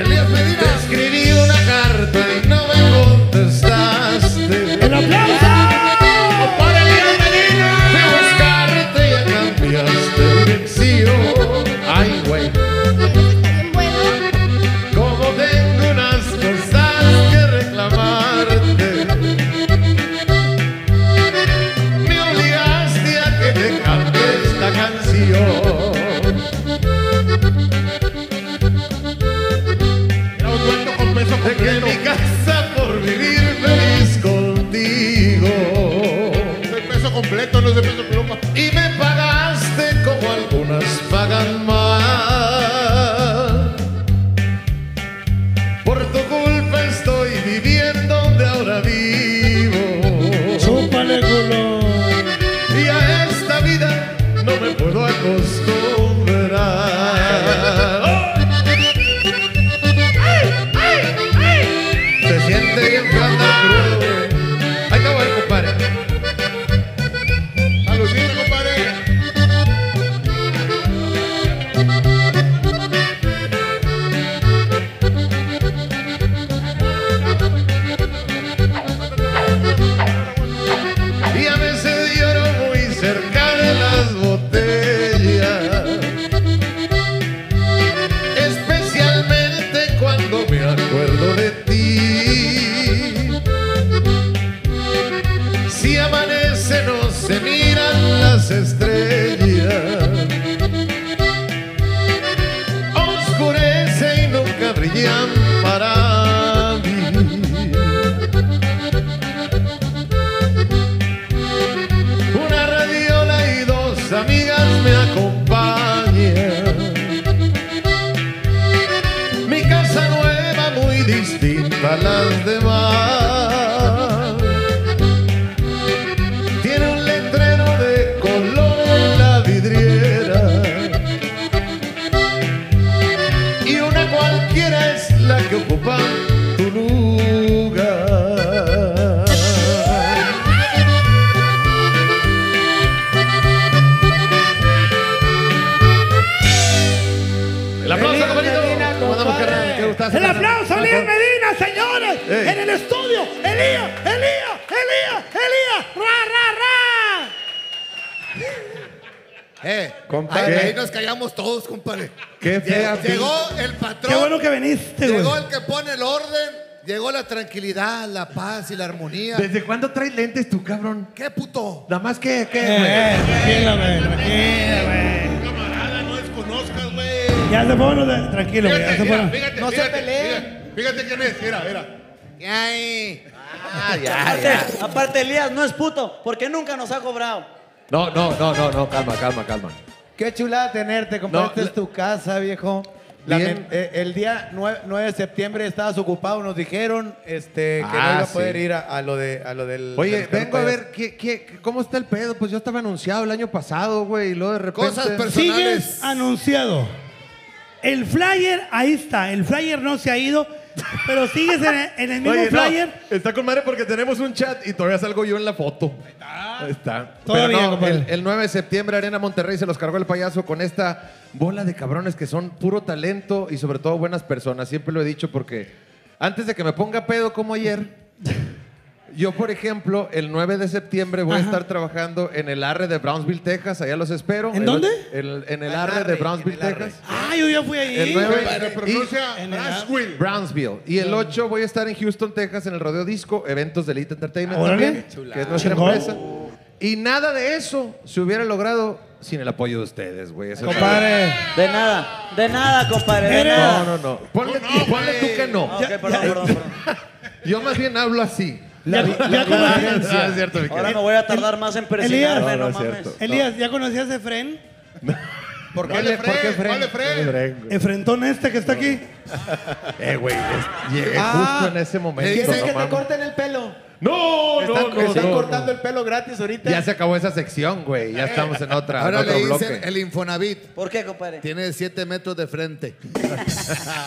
Speaker 8: Elías Medina.
Speaker 2: Escribí una carta y no me contestaste.
Speaker 12: ¡El aplauso!
Speaker 2: Para Elías Medina. Fui a buscarte y ya cambiaste de dirección.
Speaker 10: hagan mal. Por tu culpa estoy viviendo donde ahora vivo. Chúpale culo. Y a esta vida no me puedo acostumbrar. Se siente bien feo andar crudo. Ahí te voy, compadre. Alucina, compadre. Y a veces lloro muy cerca de las botellas. Especialmente cuando me acuerdo de ti. Si amanece no se miran las estrellas. Oscurece y nunca brillan para mí. Una radiola y dos amigas me acompañan. Mi casa nueva muy distinta a las demás. Tiene un letrero de color en la vidriera. Y una cualquiera es la que ocupa tu lugar. El aplauso, compañero. ¿Cómo andamos, carnal? ¿Qué gustazo,
Speaker 12: El
Speaker 10: carnal?
Speaker 12: aplauso, a Elías Medina, señores.
Speaker 10: Ey.
Speaker 12: En el estudio, Elías, Elías, Elías, Elías, ra,
Speaker 8: Eh,
Speaker 4: Compadre.
Speaker 8: ahí- ahí nos callamos todos, compadre.
Speaker 4: Qué fea
Speaker 8: Llegó, llegó
Speaker 4: pinche-
Speaker 8: el patrón.
Speaker 4: Qué bueno que viniste, güey.
Speaker 8: Llegó el que pone el orden. Llegó la tranquilidad, la paz y la armonía.
Speaker 31: ¿Desde cuándo traes lentes tú, cabrón?
Speaker 8: ¿Qué puto?
Speaker 31: Nada más que, pues. que,
Speaker 12: Eh, tranquilo, güey, ra. Ya se fueron, los de- tranquilo, güey, ya se fueron.
Speaker 9: no se peleen. Fíjate quién es, mira, mira.
Speaker 5: Ah, aparte, aparte, Elías no es puto, porque nunca nos ha cobrado.
Speaker 31: No, no, no, no, no, calma, calma, calma.
Speaker 28: Qué chulada tenerte, compadre. Esta es tu casa, viejo. Lamen- eh, el día 9, de septiembre estabas ocupado, nos dijeron este, que
Speaker 4: Ah,
Speaker 28: no iba a
Speaker 4: sí.
Speaker 28: poder ir a, a lo, de, a lo del.
Speaker 31: Oye,
Speaker 28: del
Speaker 31: vengo a
Speaker 28: cartel.
Speaker 31: ver ¿qué, qué, cómo está el pedo. Pues yo estaba anunciado el año pasado, güey, y luego de repente.
Speaker 12: Sigues anunciado. El flyer, ahí está. El flyer no se ha ido, pero sigues en el, en el mismo
Speaker 31: Oye, no,
Speaker 12: flyer.
Speaker 31: está con madre porque tenemos un chat y todavía salgo yo en la foto. Ahí está.
Speaker 12: Todavía,
Speaker 31: Pero no,
Speaker 12: compadre.
Speaker 31: el, el 9 de septiembre Arena Monterrey se los cargó el payaso con esta bola de cabrones que son puro talento y sobre todo buenas personas. Siempre lo he dicho porque antes de que me ponga pedo como
Speaker 12: <laughs>
Speaker 31: ayer, yo por ejemplo el 9 de septiembre voy a estar trabajando en el arre de Brownsville, Texas. Allá los espero.
Speaker 12: ¿En
Speaker 31: El-
Speaker 12: dónde?
Speaker 31: el- en el arre de Brownsville, Texas.
Speaker 12: Ah, yo ya fui ahí.
Speaker 31: El 9
Speaker 12: Pero pronuncia Brownsville.
Speaker 31: Brownsville. Y el 8 voy a estar en Houston, Texas, en el Rodeo Disco, eventos de Elite Entertainment.
Speaker 12: Órale.
Speaker 31: también,
Speaker 12: Qué chulada.
Speaker 31: que es nuestra
Speaker 12: Chingón.
Speaker 31: empresa. Y nada de eso se hubiera logrado sin el apoyo de ustedes, güey. Eso es
Speaker 5: Compadre. De nada, de nada, compadre, de
Speaker 31: Mira.
Speaker 5: nada.
Speaker 31: No, no, no. Ponle, ponle tú que no.
Speaker 5: Ah, ok, perdón, perdón, perdón.
Speaker 31: Yo más bien hablo así.
Speaker 12: La vi- ya como-
Speaker 31: Ah, es cierto, mi
Speaker 5: Ahora
Speaker 31: querido.
Speaker 5: no voy a tardar más en
Speaker 12: Elías,
Speaker 5: presionarme, no, mames.
Speaker 12: Elías, ¿ya conocías a Efren?
Speaker 31: ¿Por qué le ¿Por qué Fren? Fren, güey.
Speaker 12: Efrentón este que está aquí.
Speaker 31: Eh, güey. es- Llegué
Speaker 28: Ah,
Speaker 31: justo en ese momento.
Speaker 28: ¿Quieres
Speaker 31: no
Speaker 28: que te
Speaker 31: mames.
Speaker 28: corten el pelo?
Speaker 31: No,
Speaker 28: Te
Speaker 31: no,
Speaker 28: están,
Speaker 31: no,
Speaker 28: te están
Speaker 31: no,
Speaker 28: cortando el pelo gratis ahorita.
Speaker 31: Ya <laughs> se acabó esa sección, güey. Ya estamos en otra,
Speaker 8: Ahora
Speaker 31: en otro
Speaker 8: le dicen
Speaker 31: bloque.
Speaker 8: el Infonavit.
Speaker 5: ¿Por qué, compadre?
Speaker 8: Tiene 7 metros de frente.
Speaker 9: <laughs>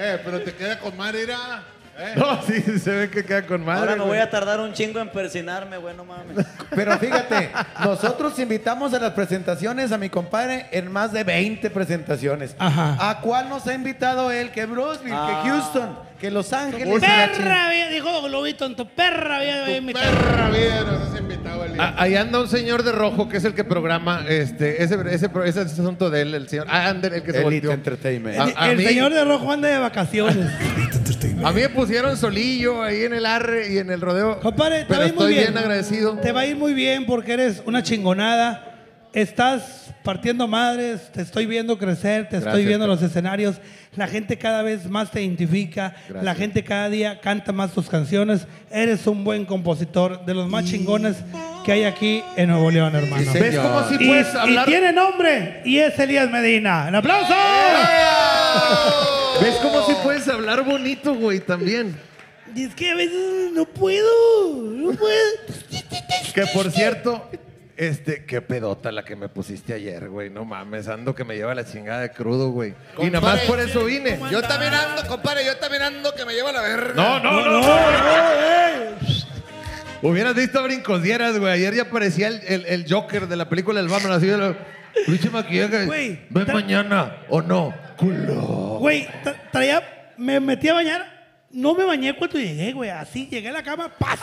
Speaker 9: Eh, pero te queda con madre, mira. pues. Eh.
Speaker 31: No, sí, se ve que queda con madre.
Speaker 5: Ahora me
Speaker 31: güey.
Speaker 5: voy a tardar un chingo en persinarme, güey, no mames.
Speaker 31: <laughs>
Speaker 28: Pero fíjate, nosotros invitamos a las presentaciones a mi compadre en más de 20 presentaciones.
Speaker 12: Ajá.
Speaker 28: ¿A cuál nos ha invitado él? Que Brosville,
Speaker 12: Ah.
Speaker 28: que Houston, que Los Ángeles. y la chingada.
Speaker 12: Perra vida, dijo Globito, en tu perra vida. Tu
Speaker 9: perra vida nos has invitado, Elías.
Speaker 31: Ah, Ahí anda un señor de rojo que es el que programa este, ese, ese, pro- ese asunto de él, el señor. Ah, Ander, el que se
Speaker 4: Elite
Speaker 31: volteó.
Speaker 4: Entertainment.
Speaker 31: A- a
Speaker 12: el
Speaker 31: mí-
Speaker 12: señor de rojo anda de vacaciones.
Speaker 31: A mí me pusieron solillo ahí en el arre y en el rodeo.
Speaker 12: Compadre, te
Speaker 31: pero
Speaker 12: va a ir muy
Speaker 31: estoy
Speaker 12: bien.
Speaker 31: bien agradecido.
Speaker 12: Te va a ir muy bien porque eres una chingonada. Estás partiendo madres, te estoy viendo crecer, te estoy
Speaker 31: Gracias,
Speaker 12: viendo
Speaker 31: carnal.
Speaker 12: los escenarios. La gente cada vez más te identifica,
Speaker 31: Gracias.
Speaker 12: la gente cada día canta más tus canciones. Eres un buen compositor, de los más chingones que hay aquí en Nuevo León, hermano.
Speaker 27: Sí, ¿Ves señor. cómo sí
Speaker 12: Y-
Speaker 27: puedes
Speaker 12: y
Speaker 27: hablar?
Speaker 12: tiene nombre y es Elías Medina. ¡Un aplauso!
Speaker 31: ¿Ves cómo sí puedes hablar bonito, güey, también?
Speaker 12: Es que a veces no puedo, no puedo.
Speaker 31: <laughs> Que por cierto, este, qué pedota la que me pusiste ayer, güey. No mames, ando que me lleva la chingada de crudo, güey. Y nada más por eso vine.
Speaker 8: Yo también ando, compadre, yo también ando que me lleva la verga.
Speaker 31: No, no, no, no,
Speaker 12: no,
Speaker 31: Hubieras visto a brincos dieras, güey. Ayer ya parecía el, el- el Joker de la película El Batman. Así de lo- pinche maquillaje.
Speaker 12: Güey,
Speaker 31: Ven mañana o no. Culo.
Speaker 12: Güey, tra- traía, me metí a bañar. No me bañé cuando llegué, güey. Así llegué a la cama,
Speaker 31: <laughs>
Speaker 12: ¡paz!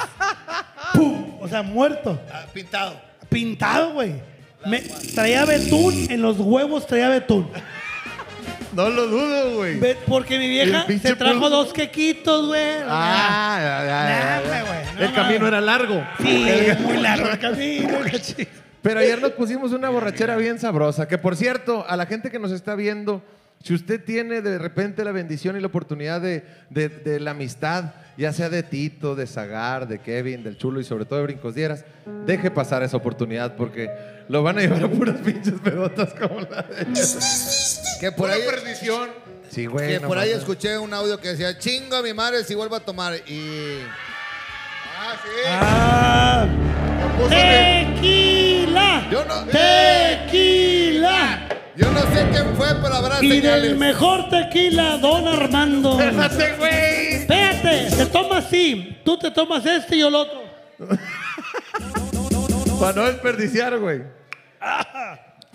Speaker 12: ¡Pum! O sea, muerto.
Speaker 31: Ah,
Speaker 8: Pintado.
Speaker 12: Pintado, güey. Me, traía betún en los huevos, traía betún.
Speaker 31: No lo dudo, güey.
Speaker 12: Porque mi vieja
Speaker 31: El pinche
Speaker 12: se trajo
Speaker 31: polvo.
Speaker 12: dos quequitos, güey.
Speaker 31: Ah, ya, ya, ya, ya. el camino era largo.
Speaker 12: Sí,
Speaker 31: El-
Speaker 12: muy largo el
Speaker 31: <laughs>
Speaker 12: camino, cachín.
Speaker 31: Pero ayer nos pusimos una borrachera bien sabrosa. Que por cierto, a la gente que nos está viendo, si usted tiene de repente la bendición y la oportunidad de, de- de la amistad, ya sea de Tito, de Zagar, de Kevin, del Chulo y sobre todo de Brincos Dieras, deje pasar esa oportunidad porque lo van a llevar a puras pinches pedotas como la <laughs> de
Speaker 8: Que por ahí,
Speaker 31: Sí, güey.
Speaker 8: que
Speaker 31: no
Speaker 8: por ahí
Speaker 31: mames.
Speaker 8: escuché un audio que decía, chingo a mi madre si vuelvo a tomar. Y. Ah, sí.
Speaker 12: ¡Tequila!
Speaker 8: Yo no.
Speaker 12: ¡Tequila!
Speaker 8: Yo no sé quién fue, pero habrá
Speaker 12: Y
Speaker 8: señales.
Speaker 12: del mejor tequila, don Armando.
Speaker 8: Espérate, güey.
Speaker 12: Espérate, se toma así. Tú te tomas este y yo el otro.
Speaker 31: Para no desperdiciar, güey.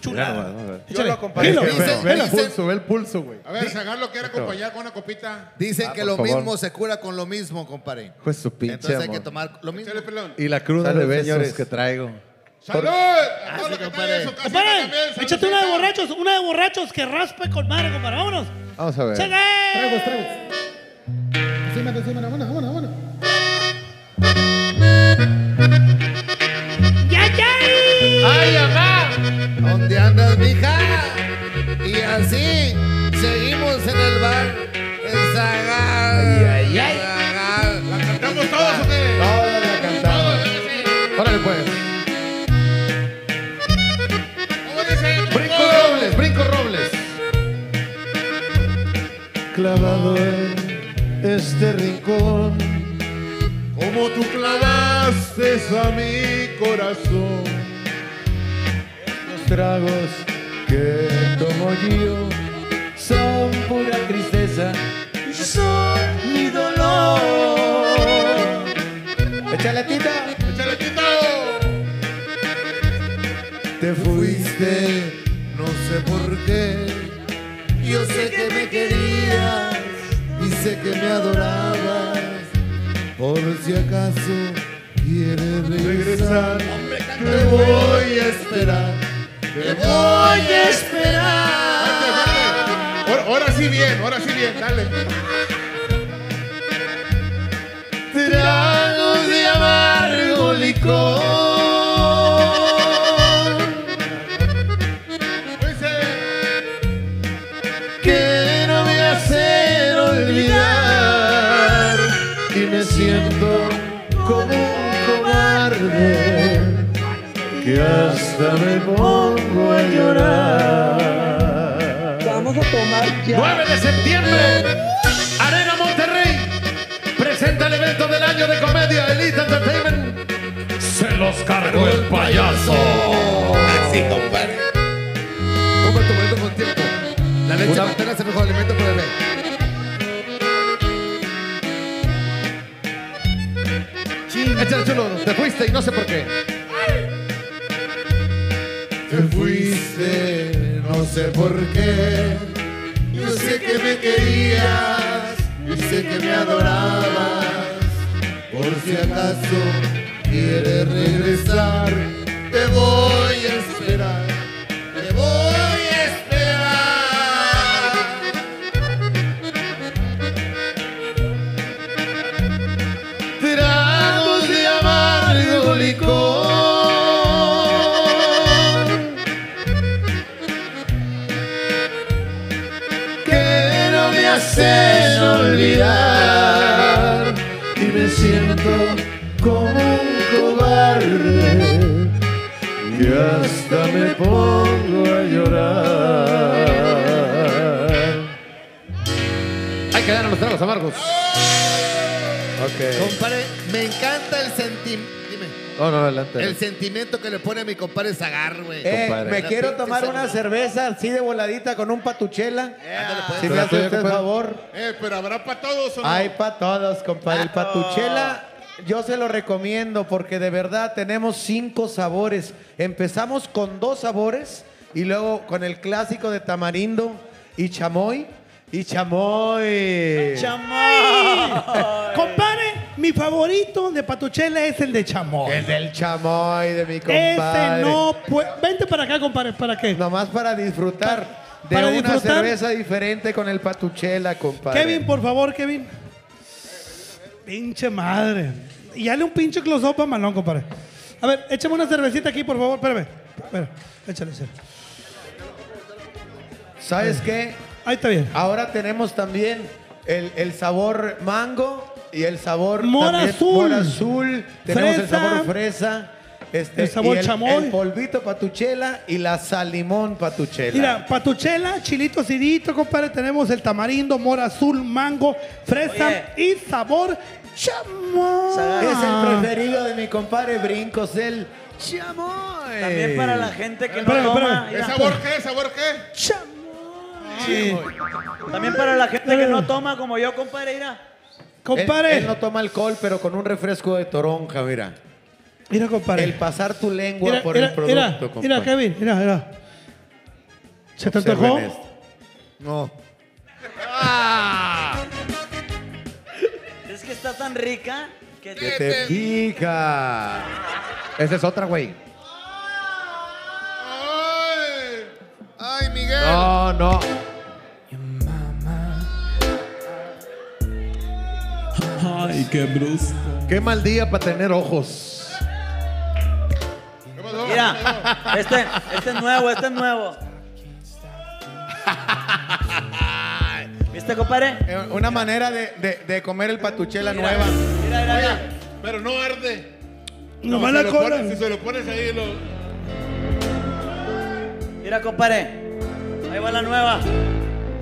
Speaker 12: Chulada.
Speaker 31: Yo
Speaker 12: Échale.
Speaker 31: lo acompañé.
Speaker 12: Dilo,
Speaker 31: Ve-
Speaker 12: dicen-
Speaker 31: Ve el
Speaker 12: dicen-
Speaker 31: pulso, ve el pulso, güey.
Speaker 9: A ver, Zagar lo quiere acompañar con una copita.
Speaker 8: Dicen
Speaker 31: Ah,
Speaker 8: que
Speaker 31: por
Speaker 8: lo
Speaker 31: favor.
Speaker 8: mismo se cura con lo mismo, compadre.
Speaker 31: Pues su pinche
Speaker 8: Entonces hay
Speaker 31: amor.
Speaker 8: que tomar lo mismo.
Speaker 31: Y la cruda
Speaker 8: Salud,
Speaker 31: de besos
Speaker 8: señores.
Speaker 31: que traigo.
Speaker 9: ¡Salud! A todo lo que está en su casita
Speaker 12: Compadre,
Speaker 9: también, salud.
Speaker 12: échate una de borrachos, una de borrachos que raspe con madre, compadre. Vámonos.
Speaker 31: Vamos a ver.
Speaker 12: ¡Chale!
Speaker 16: Tragos, tragos. Encima, encima, vámonos, vámonos, vámonos.
Speaker 12: ¡Ya, ya!
Speaker 8: ¡Ay, mamá! ¿Dónde andas, mija? Y así seguimos en el bar. El Zagal.
Speaker 31: Ay, ay, ay.
Speaker 8: Zagal. ¿La cantamos todos o qué?
Speaker 31: Todos la cantamos. Órale, pues. Brinco Robles, Brinco Robles.
Speaker 10: clavado en este rincón, como tú clavaste a mi corazón. Los tragos que tomo yo son pura tristeza, son mi dolor.
Speaker 31: Échale, tita.
Speaker 9: ¡Échale, Tito!
Speaker 10: Te fuiste, no sé por qué. Yo sé que me querías y sé que me adorabas. Por si acaso quieres regresar, te voy a esperar. Te voy a esperar.
Speaker 9: Ahora, ahora sí bien, ahora sí bien, dale.
Speaker 10: Tragos de amargo licor. que no me hacen olvidar y me siento como un cobarde que hasta me pongo a llorar. Vamos a tomar ya.
Speaker 31: 9 de septiembre, Arena Monterrey presenta el evento del año de comedia Elite Entertainment. Se los cargo el payaso.
Speaker 8: Así, compadre. Toma tu boleto con tiempo. La leche
Speaker 31: Una-
Speaker 8: materna es el mejor alimento para el bebé.
Speaker 31: Échale chulo, te fuiste y no sé por qué.
Speaker 10: Te fuiste, no sé por qué. Yo sé que me querías y sé que me adorabas. Por si acaso quieres regresar, te voy a esperar. Te voy a esperar. Tragos de amargo licor hacen olvidar y me siento como un cobarde y hasta me pongo a llorar.
Speaker 32: Hay que dar a los tragos amargos.
Speaker 8: Compadre, me encanta el sentimiento.
Speaker 33: No, no, adelante.
Speaker 8: El sentimiento que le pone a mi compadre Zagar, güey. Este
Speaker 4: Eh,
Speaker 8: Compadre.
Speaker 4: me
Speaker 8: La
Speaker 4: quiero
Speaker 8: pinche
Speaker 4: tomar
Speaker 8: sal-
Speaker 4: una cerveza así de voladita con un patuchela.
Speaker 12: pues.
Speaker 4: Si
Speaker 9: ¿Te
Speaker 4: me
Speaker 9: la
Speaker 4: hace
Speaker 9: tuya,
Speaker 4: usted
Speaker 9: compadre?
Speaker 4: favor.
Speaker 9: Eh, pero habrá para todos o no.
Speaker 4: Hay para todos, compadre. El patuchela, yo se lo recomiendo porque de verdad tenemos cinco sabores. Empezamos con dos sabores y luego con el clásico de tamarindo y chamoy. Y chamoy.
Speaker 12: ¡Chamoy! Compadre, mi favorito de Patuchela es el de chamoy.
Speaker 4: El del chamoy de mi
Speaker 12: Ese
Speaker 4: compadre.
Speaker 12: no puede. Pues, Vente para acá, compadre. ¿Para qué?
Speaker 4: Nomás para disfrutar De
Speaker 12: para
Speaker 4: una
Speaker 12: disfrutar.
Speaker 4: cerveza diferente con el patuchela, compadre.
Speaker 12: Kevin, por favor, Kevin. Pinche madre. Y dale un pinche close-up a Malón, compadre. A ver, échame una cervecita aquí, por favor. Espérame. Espérame. Échale, échale.
Speaker 4: ¿Sabes qué?
Speaker 12: Ahí está bien.
Speaker 4: Ahora tenemos también el, el sabor mango y el sabor
Speaker 12: Mora
Speaker 4: también
Speaker 12: azul.
Speaker 4: mora azul. Tenemos el
Speaker 12: Fresa.
Speaker 4: sabor fresa. Este,
Speaker 12: El sabor
Speaker 4: y
Speaker 12: chamoy.
Speaker 4: El polvito patuchela y la salimón patuchela.
Speaker 12: Mira, patuchela, chilito acidito, compadre. Tenemos el tamarindo, mora azul, mango, fresa y sabor chamoy.
Speaker 4: es
Speaker 12: Ah.
Speaker 4: el preferido de mi compadre Brincos, el chamoy.
Speaker 6: También para la gente que no
Speaker 4: Espérame,
Speaker 6: toma.
Speaker 4: espérame.
Speaker 6: mira.
Speaker 4: ¿Es sabor
Speaker 9: qué? ¿Sabor qué?
Speaker 6: Sí. También para la gente que no toma como yo, compadre, mira.
Speaker 4: Él, él no toma alcohol, pero con un refresco de toronja, mira.
Speaker 12: Mira, compadre.
Speaker 4: El pasar tu lengua
Speaker 12: Mira,
Speaker 4: por
Speaker 12: mira,
Speaker 4: el producto,
Speaker 12: mira,
Speaker 4: compadre.
Speaker 12: mira, Kevin, mira, mira. ¿Se te
Speaker 4: Observen
Speaker 12: antojó?
Speaker 4: esto.
Speaker 32: No.
Speaker 8: ¡Ah!
Speaker 6: Es que está tan rica que
Speaker 32: Que
Speaker 6: te-
Speaker 8: Este-
Speaker 32: te pica.
Speaker 33: Esa es otra, güey.
Speaker 8: ¡Ay! ¡Ay, Miguel! <laughs>
Speaker 33: No, no.
Speaker 31: Ay, qué brusco.
Speaker 33: Qué mal día para tener ojos.
Speaker 9: pues,
Speaker 6: Mira, este, este es nuevo, este es nuevo. ¿Viste, compadre?
Speaker 4: Eh, Una manera de, de- de comer el patuchela nueva.
Speaker 6: Mira, mira, mira.
Speaker 9: Pero no arde.
Speaker 4: Nomás
Speaker 9: si
Speaker 4: la
Speaker 9: lo
Speaker 4: cola.
Speaker 9: pones- si se lo pones ahí, lo.
Speaker 6: Mira, compadre. Ahí va la nueva.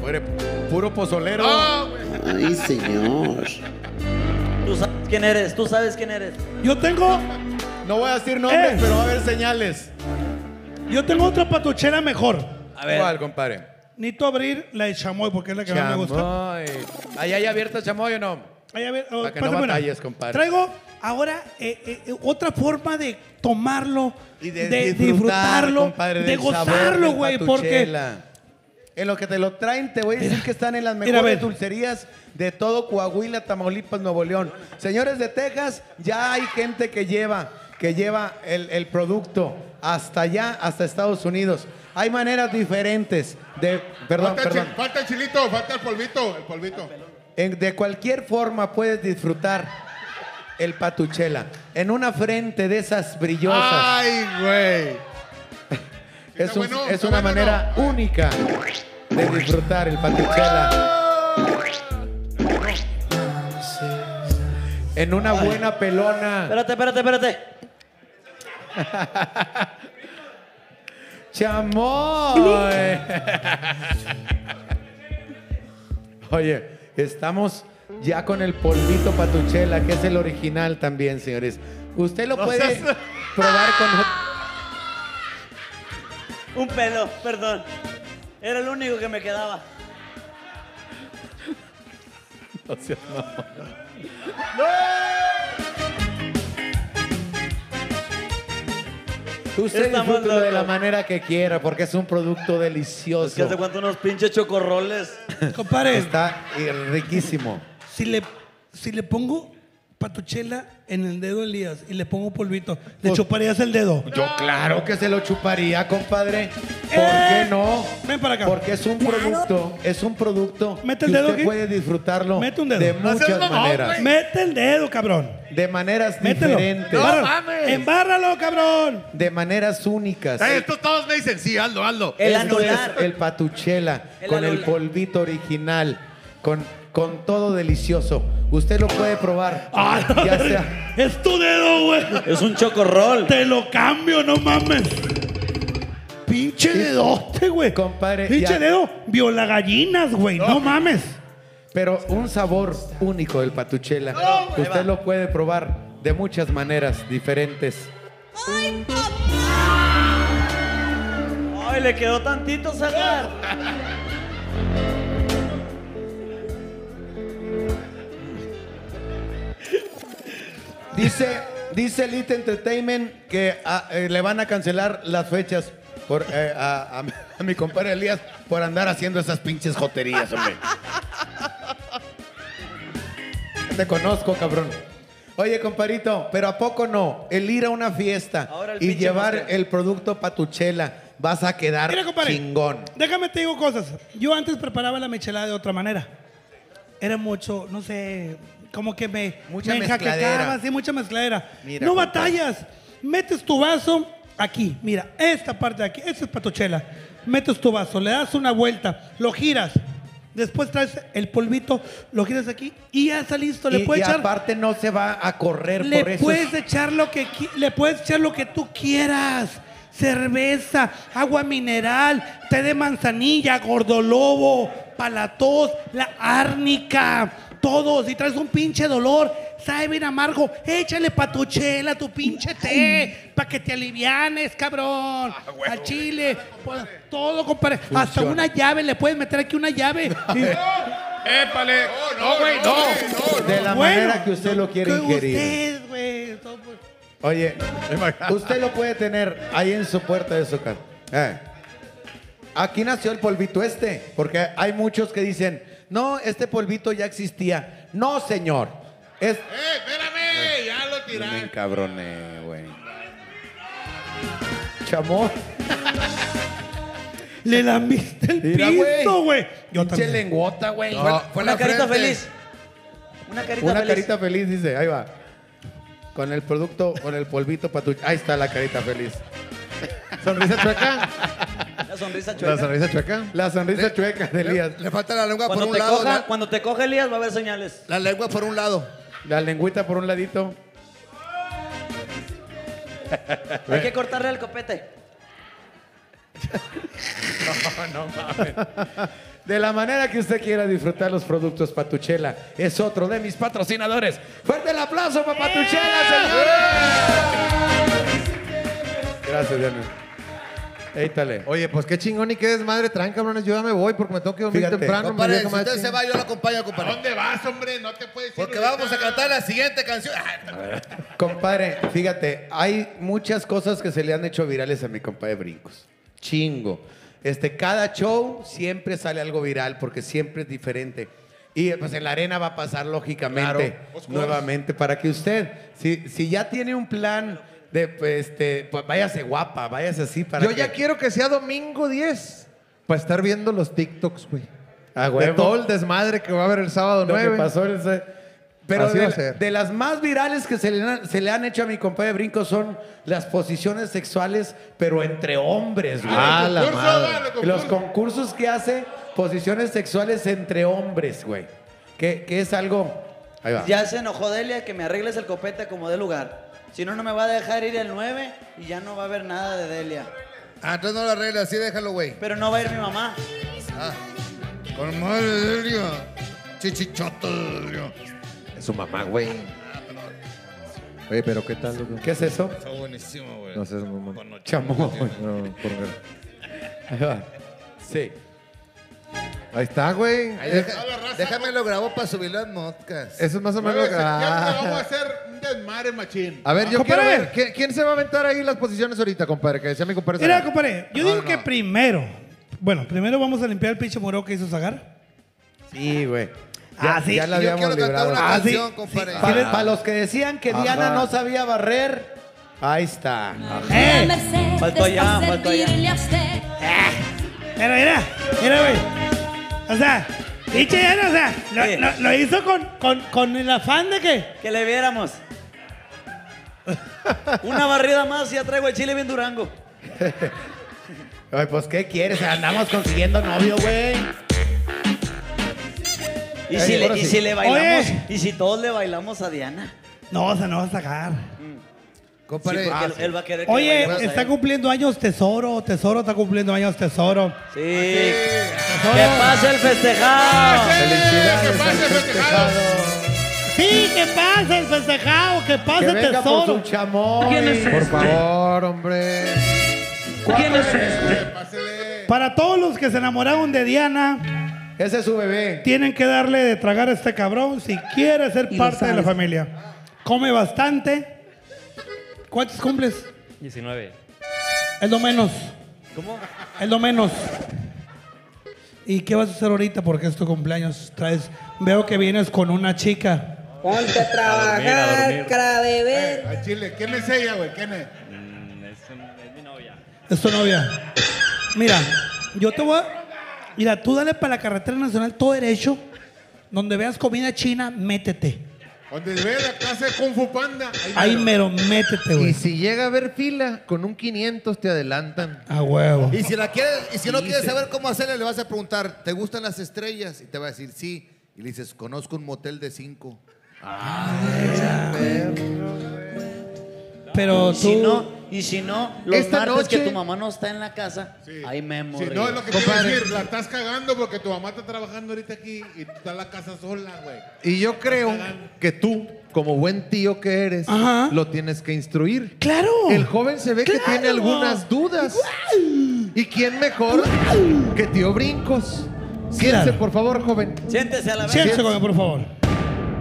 Speaker 4: Muere puro pozolero.
Speaker 6: Ay, señor. Tú sabes quién eres, tú sabes quién eres.
Speaker 12: Yo tengo.
Speaker 4: No voy a decir nombres,
Speaker 12: Eh.
Speaker 4: pero va a haber señales.
Speaker 12: Yo tengo otra patuchela mejor.
Speaker 4: A ver. ¿Cuál, compadre?
Speaker 12: Necesito abrir la de chamoy porque es la que más me gusta.
Speaker 4: ¿Ahí hay abierto chamoy o no?
Speaker 12: Ahí, a ver, oh,
Speaker 4: Para que
Speaker 12: pásame
Speaker 4: no
Speaker 12: una.
Speaker 4: batalles, compadre.
Speaker 12: Traigo ahora eh, eh, eh, otra forma de tomarlo,
Speaker 4: Y
Speaker 12: de,
Speaker 4: de disfrutar,
Speaker 12: disfrutarlo,
Speaker 4: compadre,
Speaker 12: de
Speaker 4: del sabor
Speaker 12: gozarlo,
Speaker 4: del
Speaker 12: güey,
Speaker 4: patuchela.
Speaker 12: porque
Speaker 4: En lo que te lo traen, te voy a decir que están en las
Speaker 12: mira, a ver.
Speaker 4: mejores dulcerías de todo Coahuila, Tamaulipas, Nuevo León. Señores de Texas, ya hay gente que lleva, que lleva el, el producto hasta allá, hasta Estados Unidos. Hay maneras diferentes de, perdón,
Speaker 9: falta, el
Speaker 4: perdón.
Speaker 9: chi- falta el chilito, falta el polvito, el
Speaker 5: Ah,
Speaker 9: polvito.
Speaker 4: En- de cualquier forma puedes disfrutar el patuchela. En una frente de esas brillosas.
Speaker 9: ¡Ay, güey!
Speaker 4: <laughs> Es, un-
Speaker 9: bueno,
Speaker 4: es
Speaker 9: está
Speaker 4: una
Speaker 9: bueno,
Speaker 4: manera única de disfrutar el patuchela. En una buena pelona.
Speaker 6: Espérate, espérate, espérate.
Speaker 4: <laughs> ¡Chamoy! Oye, estamos ya con el polvito patuchela, que es el original también, señores. Usted lo
Speaker 6: No
Speaker 4: puede
Speaker 6: seas-
Speaker 4: probar
Speaker 6: <laughs>
Speaker 4: con...
Speaker 6: Un pelo, perdón. Era el único que me quedaba.
Speaker 4: No seas mamón. Usted
Speaker 6: Estamos
Speaker 4: disfrútelo de la
Speaker 6: locos.
Speaker 4: manera que quiera, porque es un producto delicioso.
Speaker 6: Que hace cuánto unos pinches chocorroles.
Speaker 12: Compadre.
Speaker 4: Está eh, riquísimo.
Speaker 12: si le, si le pongo patuchela en el dedo a Elías y le pongo polvito, le chuparías el dedo.
Speaker 4: Pues,
Speaker 12: Eh,
Speaker 4: Yo claro que se lo chuparía, compadre. ¿Por qué no?
Speaker 12: Ven para acá.
Speaker 4: Porque es un producto, es un producto
Speaker 12: Mete el
Speaker 4: que
Speaker 12: dedo
Speaker 4: usted
Speaker 12: aquí.
Speaker 4: puede disfrutarlo
Speaker 12: Mete un dedo.
Speaker 4: de muchas maneras.
Speaker 12: Mete el dedo, cabrón.
Speaker 4: De maneras
Speaker 12: Mételo.
Speaker 4: diferentes.
Speaker 12: Embárralo. Embárralo, cabrón.
Speaker 4: De maneras únicas.
Speaker 8: Ay, Eh, estos todos me dicen, sí, Aldo, Este, Aldo.
Speaker 4: Esto es el patuchela
Speaker 8: El
Speaker 4: con el
Speaker 8: anular.
Speaker 4: polvito original. con, con todo delicioso. Usted lo puede probar. ya sea.
Speaker 12: Es tu dedo, güey.
Speaker 5: Es un chocorrol.
Speaker 12: Te lo cambio, no mames. Pinche dedote, güey.
Speaker 4: Compadre.
Speaker 12: Pinche
Speaker 4: ya-
Speaker 12: dedo. Viola gallinas, güey. No mames.
Speaker 4: Pero un sabor único del patuchela. Usted lo puede probar de muchas maneras diferentes.
Speaker 6: Ay, le quedó tantito cerrar.
Speaker 4: Dice, dice Elite Entertainment que ah, eh, le van a cancelar las fechas por, eh, a, <laughs> a mi- a mi compadre Elías por andar haciendo esas pinches joterías, hombre. Te conozco, cabrón. Oye, comparito, pero ¿a poco no? El ir a una fiesta
Speaker 12: Ahora el
Speaker 4: y
Speaker 12: pinche
Speaker 4: llevar
Speaker 12: Mosca.
Speaker 4: el producto patuchela, vas a quedar
Speaker 12: Mira, compadre.
Speaker 4: chingón.
Speaker 12: Déjame te digo cosas. Yo antes preparaba la michelada de otra manera. Era mucho, no sé, como que me,
Speaker 4: Mucha
Speaker 12: me
Speaker 4: mezcladera.
Speaker 12: enjaquecaba, así, mucha mezcladera.
Speaker 4: Mira,
Speaker 12: no
Speaker 4: compadre.
Speaker 12: batallas. Metes tu vaso aquí, mira, esta parte de aquí, esta es patochela. Metes tu vaso, le das una vuelta, lo giras. Después traes el polvito, lo giras aquí y ya está listo. Le
Speaker 4: Y-
Speaker 12: puedes
Speaker 4: y
Speaker 12: echar
Speaker 4: aparte no se va a correr
Speaker 12: le
Speaker 4: por eso.
Speaker 12: puedes echar lo que qui- le puedes echar lo que tú quieras. Cerveza, agua mineral, té de manzanilla, gordolobo, palatos, la árnica, todo. Si traes un pinche dolor, sabe bien amargo, échale patuchela a tu pinche té para que te alivianes, cabrón.
Speaker 4: Ah,
Speaker 12: Al chile, pues, todo, compadre. Hasta
Speaker 31: Funciona.
Speaker 12: una llave, le puedes meter aquí una
Speaker 4: <laughs>
Speaker 12: llave. Y-
Speaker 31: ¡Épale! ¡No, güey, no!
Speaker 4: De la
Speaker 12: Bueno,
Speaker 4: manera que usted lo quiere
Speaker 12: que
Speaker 4: ingerir.
Speaker 12: usted, güey, todo, pues.
Speaker 4: Oye, usted lo puede tener ahí en su puerta de su casa. Eh. Aquí nació el polvito este, porque hay muchos que dicen, no, este polvito ya existía. No, señor. Es...
Speaker 9: Eh, espérame! Ya lo tiraste.
Speaker 4: Me cabroné, güey. Chamor.
Speaker 12: Le lambiste el
Speaker 4: piso,
Speaker 12: güey. Yo
Speaker 4: Pinche lengüota, güey.
Speaker 6: No,
Speaker 4: Fue la-
Speaker 6: una
Speaker 4: la
Speaker 6: carita
Speaker 4: frente.
Speaker 6: feliz. Una carita
Speaker 4: Una
Speaker 6: feliz.
Speaker 4: carita feliz, dice. Ahí va. Con el producto, con el polvito para tu... Ahí está la carita feliz. Sonrisa
Speaker 8: <laughs>
Speaker 4: chueca.
Speaker 6: Una sonrisa chueca.
Speaker 4: La sonrisa chueca. La sonrisa chueca de Elías.
Speaker 8: Le falta la lengua
Speaker 6: Cuando
Speaker 8: por
Speaker 6: te
Speaker 8: un lado.
Speaker 6: coja-
Speaker 8: la-
Speaker 6: cuando te coja Elías va a haber señales.
Speaker 8: La lengua por un lado.
Speaker 4: La lengüita por un ladito.
Speaker 6: Hay que cortarle el copete.
Speaker 4: De la manera que usted quiera disfrutar los productos Patuchela, es otro de mis patrocinadores. Fuerte el aplauso para Patuchela,
Speaker 12: Eh.
Speaker 4: señores. Gracias, Diana. Éítale.
Speaker 31: Oye, pues qué chingón y qué desmadre traen, cabrones. Yo ya me voy porque me tengo que dormir
Speaker 4: Fíjate.
Speaker 31: temprano.
Speaker 4: Compadre,
Speaker 31: me
Speaker 8: Si
Speaker 31: viejo
Speaker 8: usted
Speaker 31: machín.
Speaker 8: se va, yo lo acompaño, compadre.
Speaker 9: ¿A dónde vas, hombre? No te puedes ir.
Speaker 8: Porque vamos a cantar la
Speaker 4: <laughs>
Speaker 8: siguiente canción.
Speaker 4: Compadre, fíjate, hay muchas cosas que se le han hecho virales a mi compadre Brincos. Chingo. Este, cada show siempre sale algo viral porque siempre es diferente. Y pues en la arena va a pasar lógicamente
Speaker 31: Claro, of course.
Speaker 4: nuevamente para que usted, si, si ya tiene un plan de, pues, este, pues váyase guapa, váyase así para
Speaker 31: Yo
Speaker 4: que-
Speaker 31: ya quiero que sea domingo 10 para estar viendo los TikToks, güey.
Speaker 4: A
Speaker 31: De
Speaker 4: huevo.
Speaker 31: todo el desmadre que va a haber el sábado
Speaker 4: Lo que
Speaker 31: 9.
Speaker 4: pasó el se- Pero
Speaker 31: Así
Speaker 4: de,
Speaker 31: va a
Speaker 4: la-
Speaker 31: ser.
Speaker 4: de las más virales que se le, han, se le han hecho a mi compadre Brinco son las posiciones sexuales, pero entre hombres, güey.
Speaker 31: Ah, la Concurso, madre.
Speaker 9: dale, concurso.
Speaker 4: Los concursos que hace, posiciones sexuales entre hombres, güey. Que, que es algo. Ahí va.
Speaker 6: Ya se enojó Delia que me arregles el copete como dé lugar. Si no, no me va a dejar ir el 9 y ya no va a haber nada de Delia.
Speaker 8: Ah, entonces no lo arreglas, así déjalo, güey.
Speaker 6: Pero no va a ir mi mamá.
Speaker 8: Con madre de Dios. Chichichoto de Dios. Ah,
Speaker 31: Es su mamá, güey. Oye, pero ¿qué tal? loco?
Speaker 4: ¿Qué es eso?
Speaker 8: Está buenísimo, güey.
Speaker 31: No seas mamón.
Speaker 4: Chamón.
Speaker 31: No, por ver.
Speaker 4: <laughs> Ahí va. Sí.
Speaker 31: Ahí está, güey.
Speaker 8: Ahí
Speaker 31: Es-
Speaker 8: deja- déjame lo grabo para subirlo al podcast.
Speaker 31: Eso es más o menos.
Speaker 9: Nueve de septiembre
Speaker 31: Ah.
Speaker 9: vamos a hacer un desmadre, machín.
Speaker 31: A ver, yo
Speaker 9: Compadre,
Speaker 31: quiero ver. ¿Quién, quién se va a aventar ahí las posiciones ahorita, compadre? Que decía mi compadre.
Speaker 12: Mira,
Speaker 31: Zagar.
Speaker 12: compadre, yo
Speaker 31: No,
Speaker 12: digo
Speaker 31: no.
Speaker 12: que primero. Bueno, primero vamos a limpiar el pinche muro que hizo Zagar.
Speaker 4: Sí, güey.
Speaker 12: Ah, sí.
Speaker 4: la
Speaker 12: Yo quiero
Speaker 4: habíamos
Speaker 12: cantar
Speaker 4: librado.
Speaker 12: una Ah, sí. canción,
Speaker 8: compadre.
Speaker 4: Para
Speaker 12: ¿Quieres-
Speaker 4: los que decían que Diana
Speaker 12: Ajá.
Speaker 4: no sabía barrer, ahí está.
Speaker 12: Eh, Faltó allá, faltó allá. Mira, mira, mira, güey. O sea, pinche Diana, o sea, lo, lo- lo hizo con, con, con el afán de que.
Speaker 6: Que le viéramos. Una barrida más y ya traigo el chile bien Durango.
Speaker 4: Ay, pues, ¿qué quieres? Andamos consiguiendo novio, güey.
Speaker 5: ¿Y si,
Speaker 12: ahora
Speaker 5: le, y
Speaker 12: sí.
Speaker 5: si le bailamos?
Speaker 12: Oye.
Speaker 5: ¿Y si todos le bailamos a Diana?
Speaker 12: No, o sea, no va a sacar.
Speaker 5: Compadre,
Speaker 12: Ah,
Speaker 6: ah,
Speaker 5: Sí, porque él- él va a querer que le
Speaker 12: Oye,
Speaker 5: bailemos a
Speaker 12: está
Speaker 5: él.
Speaker 12: cumpliendo años Tesoro, Tesoro está cumpliendo años Tesoro.
Speaker 5: Sí. Ah, ¡Que pase el festejado!
Speaker 12: ¡Felicidades que pase el festejado! Sí, que pase el festejado, que pase
Speaker 28: Que
Speaker 12: el
Speaker 28: venga
Speaker 12: Tesoro.
Speaker 28: por su chamoy, ¿Quién es por este? favor, hombre.
Speaker 12: ¿Quién es este? Para todos los que se enamoraron de Diana,
Speaker 28: ese es su bebé.
Speaker 12: Tienen que darle de tragar a este cabrón si quiere ser
Speaker 28: Y lo
Speaker 12: parte de la
Speaker 28: sabes.
Speaker 12: familia. Come bastante. ¿Cuántos cumples?
Speaker 34: 19.
Speaker 12: Es lo menos.
Speaker 34: ¿Cómo?
Speaker 12: Es lo menos. ¿Y qué vas a hacer ahorita? Porque es tu cumpleaños. Traes, veo que vienes con una chica.
Speaker 35: Ponte a trabajar, cara de bebé.
Speaker 9: A Eh, Chile, ¿quién es ella, güey? ¿Quién es?
Speaker 12: Es tu novia. Mira, yo te voy a. Mira, tú dale para la carretera nacional todo derecho. Donde veas comida china, métete.
Speaker 9: Donde ve la clase de Kung Fu Panda.
Speaker 12: Ahí mero, métete, güey.
Speaker 31: Y si llega a haber fila, con un 500 te adelantan.
Speaker 12: A huevo.
Speaker 8: Y si, la quieres, y si no
Speaker 31: Sí,
Speaker 8: quieres
Speaker 31: sí.
Speaker 8: saber cómo hacerle, le vas a preguntar, ¿te gustan las estrellas? Y te va a decir sí. Y le dices, conozco un motel de cinco.
Speaker 12: Pero
Speaker 5: y Si
Speaker 12: tú-
Speaker 5: no, y si no, los
Speaker 12: Esta
Speaker 5: martes que
Speaker 12: noche-
Speaker 5: tu mamá no está en la casa, ahí me
Speaker 9: Si
Speaker 5: morí.
Speaker 9: no, es lo que te iba a decir, la estás cagando porque tu mamá está trabajando ahorita aquí y tú estás en la casa sola, güey.
Speaker 31: Y yo creo que tú, como buen tío que eres, lo tienes que instruir.
Speaker 12: ¡Claro!
Speaker 31: El joven se ve que tiene algunas dudas. ¿Y quién mejor que tío Brincos? Siéntese, por favor, joven.
Speaker 5: Siéntese a la vez.
Speaker 31: Siéntese,
Speaker 12: joven, por favor.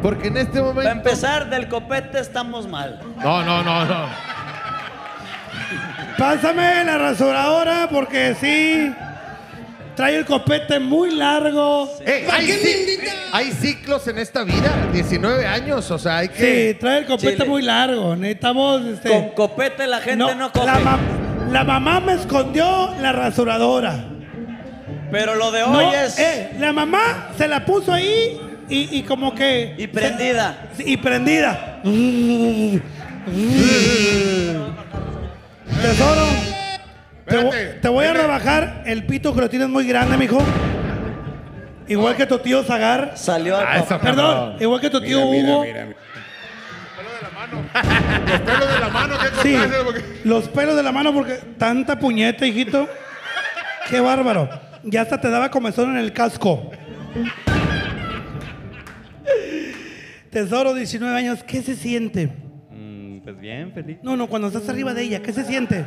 Speaker 31: Porque en este momento...
Speaker 5: Para empezar, del copete estamos mal.
Speaker 31: No, no, no, no.
Speaker 12: Pásame la rasuradora porque sí. Trae el copete muy largo.
Speaker 31: Eh, hay, ci- hay ciclos en esta vida, 19 años, o sea, hay que...
Speaker 12: Sí, trae el copete muy largo. Necesitamos. Este, Con
Speaker 5: copete la gente no come.
Speaker 12: La, mam- la mamá me escondió la rasuradora.
Speaker 5: Pero lo de hoy
Speaker 12: No,
Speaker 5: es.
Speaker 12: eh, la mamá se la puso ahí y, y como que. Y
Speaker 5: prendida.
Speaker 12: y prendida. Tesoro, te, vo- te voy a rebajar el pito que lo tienes muy grande, mijo. Igual que tu tío Zagar.
Speaker 5: Salió al
Speaker 12: ah,
Speaker 5: papá.
Speaker 12: Perdón, igual que tu tío Hugo.
Speaker 9: Los pelos de la mano, ¿qué
Speaker 12: Sí,
Speaker 9: cortaste? Porque-
Speaker 12: los pelos de la mano porque tanta puñeta, hijito. Qué bárbaro. Ya hasta te daba comezón en el casco. Tesoro, 19 años, ¿qué se siente?
Speaker 34: Mm, pues bien, feliz.
Speaker 12: No, no, cuando estás arriba de ella, ¿qué se siente?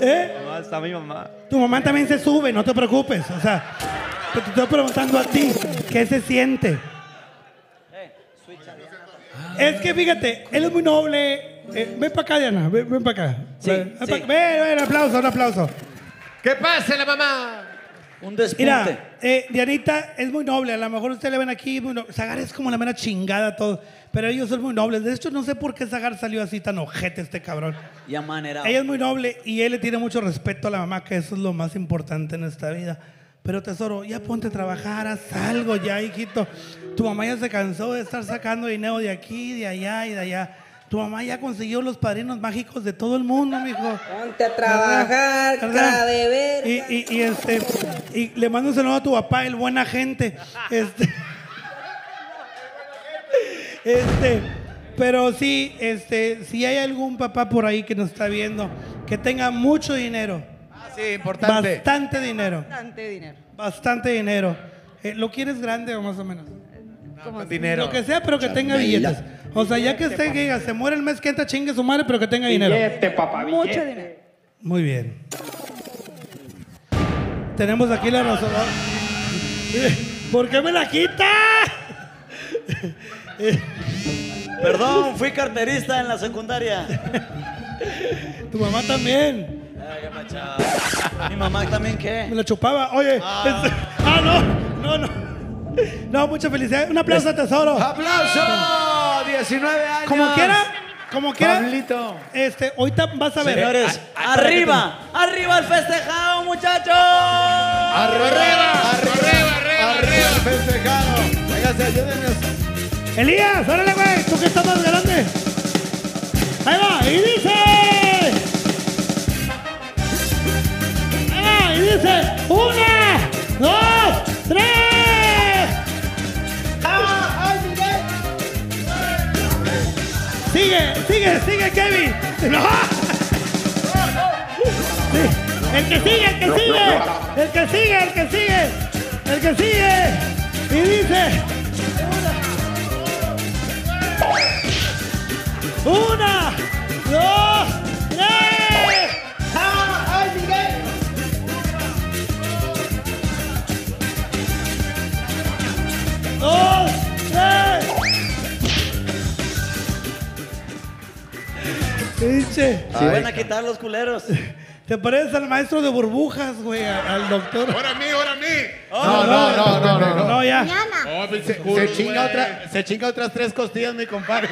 Speaker 12: ¿Eh?
Speaker 34: Mamá, está mi mamá.
Speaker 12: Tu mamá también se sube, no te preocupes. O sea, te te estoy preguntando a ti, ¿qué se siente? Es que fíjate, él es muy noble. Eh, ven para acá, Diana, ven, ven para acá.
Speaker 34: sí.
Speaker 12: ven, Ven, ven, aplauso, un aplauso.
Speaker 31: ¡Que pase la mamá!
Speaker 5: Un
Speaker 12: Mira, eh, Dianita es muy noble. A lo mejor ustedes le ven aquí. Muy no- Zagar es como la mera chingada, todo. Pero ellos son muy nobles. De hecho, no sé por qué Zagar salió así tan ojete este cabrón.
Speaker 5: Ya manera.
Speaker 12: Ella es muy noble y él le tiene mucho respeto a la mamá, que eso es lo más importante en esta vida. Pero tesoro, ya ponte a trabajar, haz algo ya, hijito. Tu mamá ya se cansó de estar sacando dinero de aquí, de allá y de allá. Tu mamá ya consiguió los padrinos mágicos de todo el mundo, mijo.
Speaker 35: Ponte a trabajar,
Speaker 12: ¿Verdad?
Speaker 35: cara de ver.
Speaker 12: Y, y- y, este, y le mando un saludo a tu papá, el buena gente. Este, este, pero sí, este, si hay algún papá por ahí que nos está viendo, que tenga mucho dinero.
Speaker 4: Ah, sí, importante.
Speaker 12: Bastante dinero.
Speaker 36: Bastante dinero.
Speaker 12: Bastante dinero. Eh, ¿Lo quieres grande o más o menos?
Speaker 36: ¿Cómo así?
Speaker 12: Lo que sea, pero que tenga billetes. O sea, ya que esté que diga, se muere el mes que entra, chingue su madre, pero que tenga dinero.
Speaker 36: Billete, papá, Mucho billete.
Speaker 12: dinero. Muy bien. Tenemos aquí la razón. ¿Por qué me la quita?
Speaker 5: <laughs> Perdón, fui carterista en la secundaria.
Speaker 12: Tu mamá también.
Speaker 5: Ay, qué machado. Mi mamá también, ¿qué?
Speaker 12: Me la chupaba. Oye. Ah, ah no. No, no. No, mucha felicidad. Un aplauso a Tesoro.
Speaker 28: ¡Aplauso! 19 años.
Speaker 12: Como quiera, como quiera.
Speaker 28: Pablito.
Speaker 12: Este, ahorita vas a ver.
Speaker 5: Señores, arriba, arriba el festejado, muchachos. Arriba,
Speaker 12: Ah.
Speaker 5: arriba, arriba, arriba, el festejado.
Speaker 12: Elías, órale, güey. Tú que estás más grande. Ahí va. Y dice. Ahí va. Y dice. Ah, Una.
Speaker 5: dos, tres. ¡Ah! ¡Ay, Miguel!
Speaker 12: Sigue, sigue, sigue, Kevin. No. Sí, El que sigue, el que
Speaker 5: No, no,
Speaker 12: sigue. El que sigue, el que sigue. El que sigue. Y dice. Una, dos, tres.
Speaker 5: ¡Ah! ¡Ay, Miguel!
Speaker 12: dos, tres. Pinche.
Speaker 6: Si van a quitar los culeros.
Speaker 12: Te pareces al maestro de burbujas, güey, a- al doctor.
Speaker 9: ¡Ahora a mí, ahora a mí!
Speaker 12: No, no, no, no, no, no. No, ya.
Speaker 9: Oh, pinche
Speaker 4: Se,
Speaker 9: culo,
Speaker 4: se chinga
Speaker 9: güey.
Speaker 4: otra, se chinga otras tres costillas, mi compadre.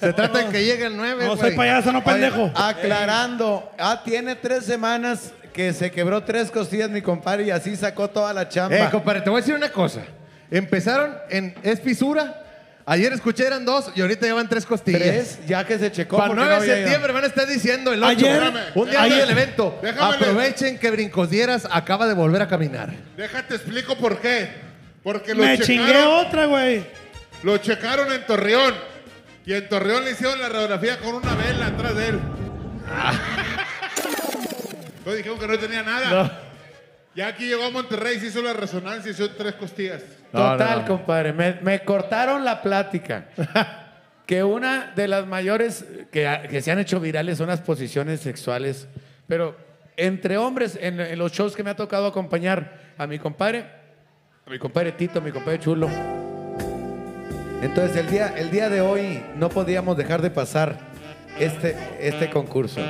Speaker 31: Se trata de que llegue el 9.
Speaker 4: güey. Oye, aclarando, ah, tiene tres semanas que se quebró tres costillas, mi compadre, y así sacó toda la chamba.
Speaker 31: Eh, compadre, te voy a decir una cosa. Empezaron en Es Fisura. Ayer escuché eran dos y ahorita llevan tres costillas.
Speaker 4: Tres, ya que se checó.
Speaker 31: Para
Speaker 4: porque
Speaker 31: 9 de
Speaker 4: no había
Speaker 31: septiembre
Speaker 4: ido.
Speaker 31: van a estar diciendo el 8.
Speaker 4: Ayer,
Speaker 31: un día antes
Speaker 4: ayer.
Speaker 31: del evento.
Speaker 4: Déjame leer.
Speaker 31: Aprovechen que Brincos Dieras acaba de volver a caminar.
Speaker 9: Déjate explico por qué. Porque lo
Speaker 31: Me
Speaker 9: checaron.
Speaker 31: chingué
Speaker 12: otra, güey.
Speaker 9: Lo checaron en Torreón. Y en Torreón le hicieron la radiografía con una vela atrás de él. Entonces dijeron que no tenía nada. Ya aquí llegó a Monterrey, se hizo la resonancia y hizo tres costillas.
Speaker 4: Total, compadre. Me, me cortaron la
Speaker 31: <laughs>
Speaker 4: plática. que una de las mayores que, que se han hecho virales son las posiciones sexuales. Pero entre hombres, en, en los shows que me ha tocado acompañar a mi compadre, a mi compadre Tito, a mi compadre Chulo.
Speaker 31: Entonces, el día, el día de hoy no podíamos dejar de pasar este, este concurso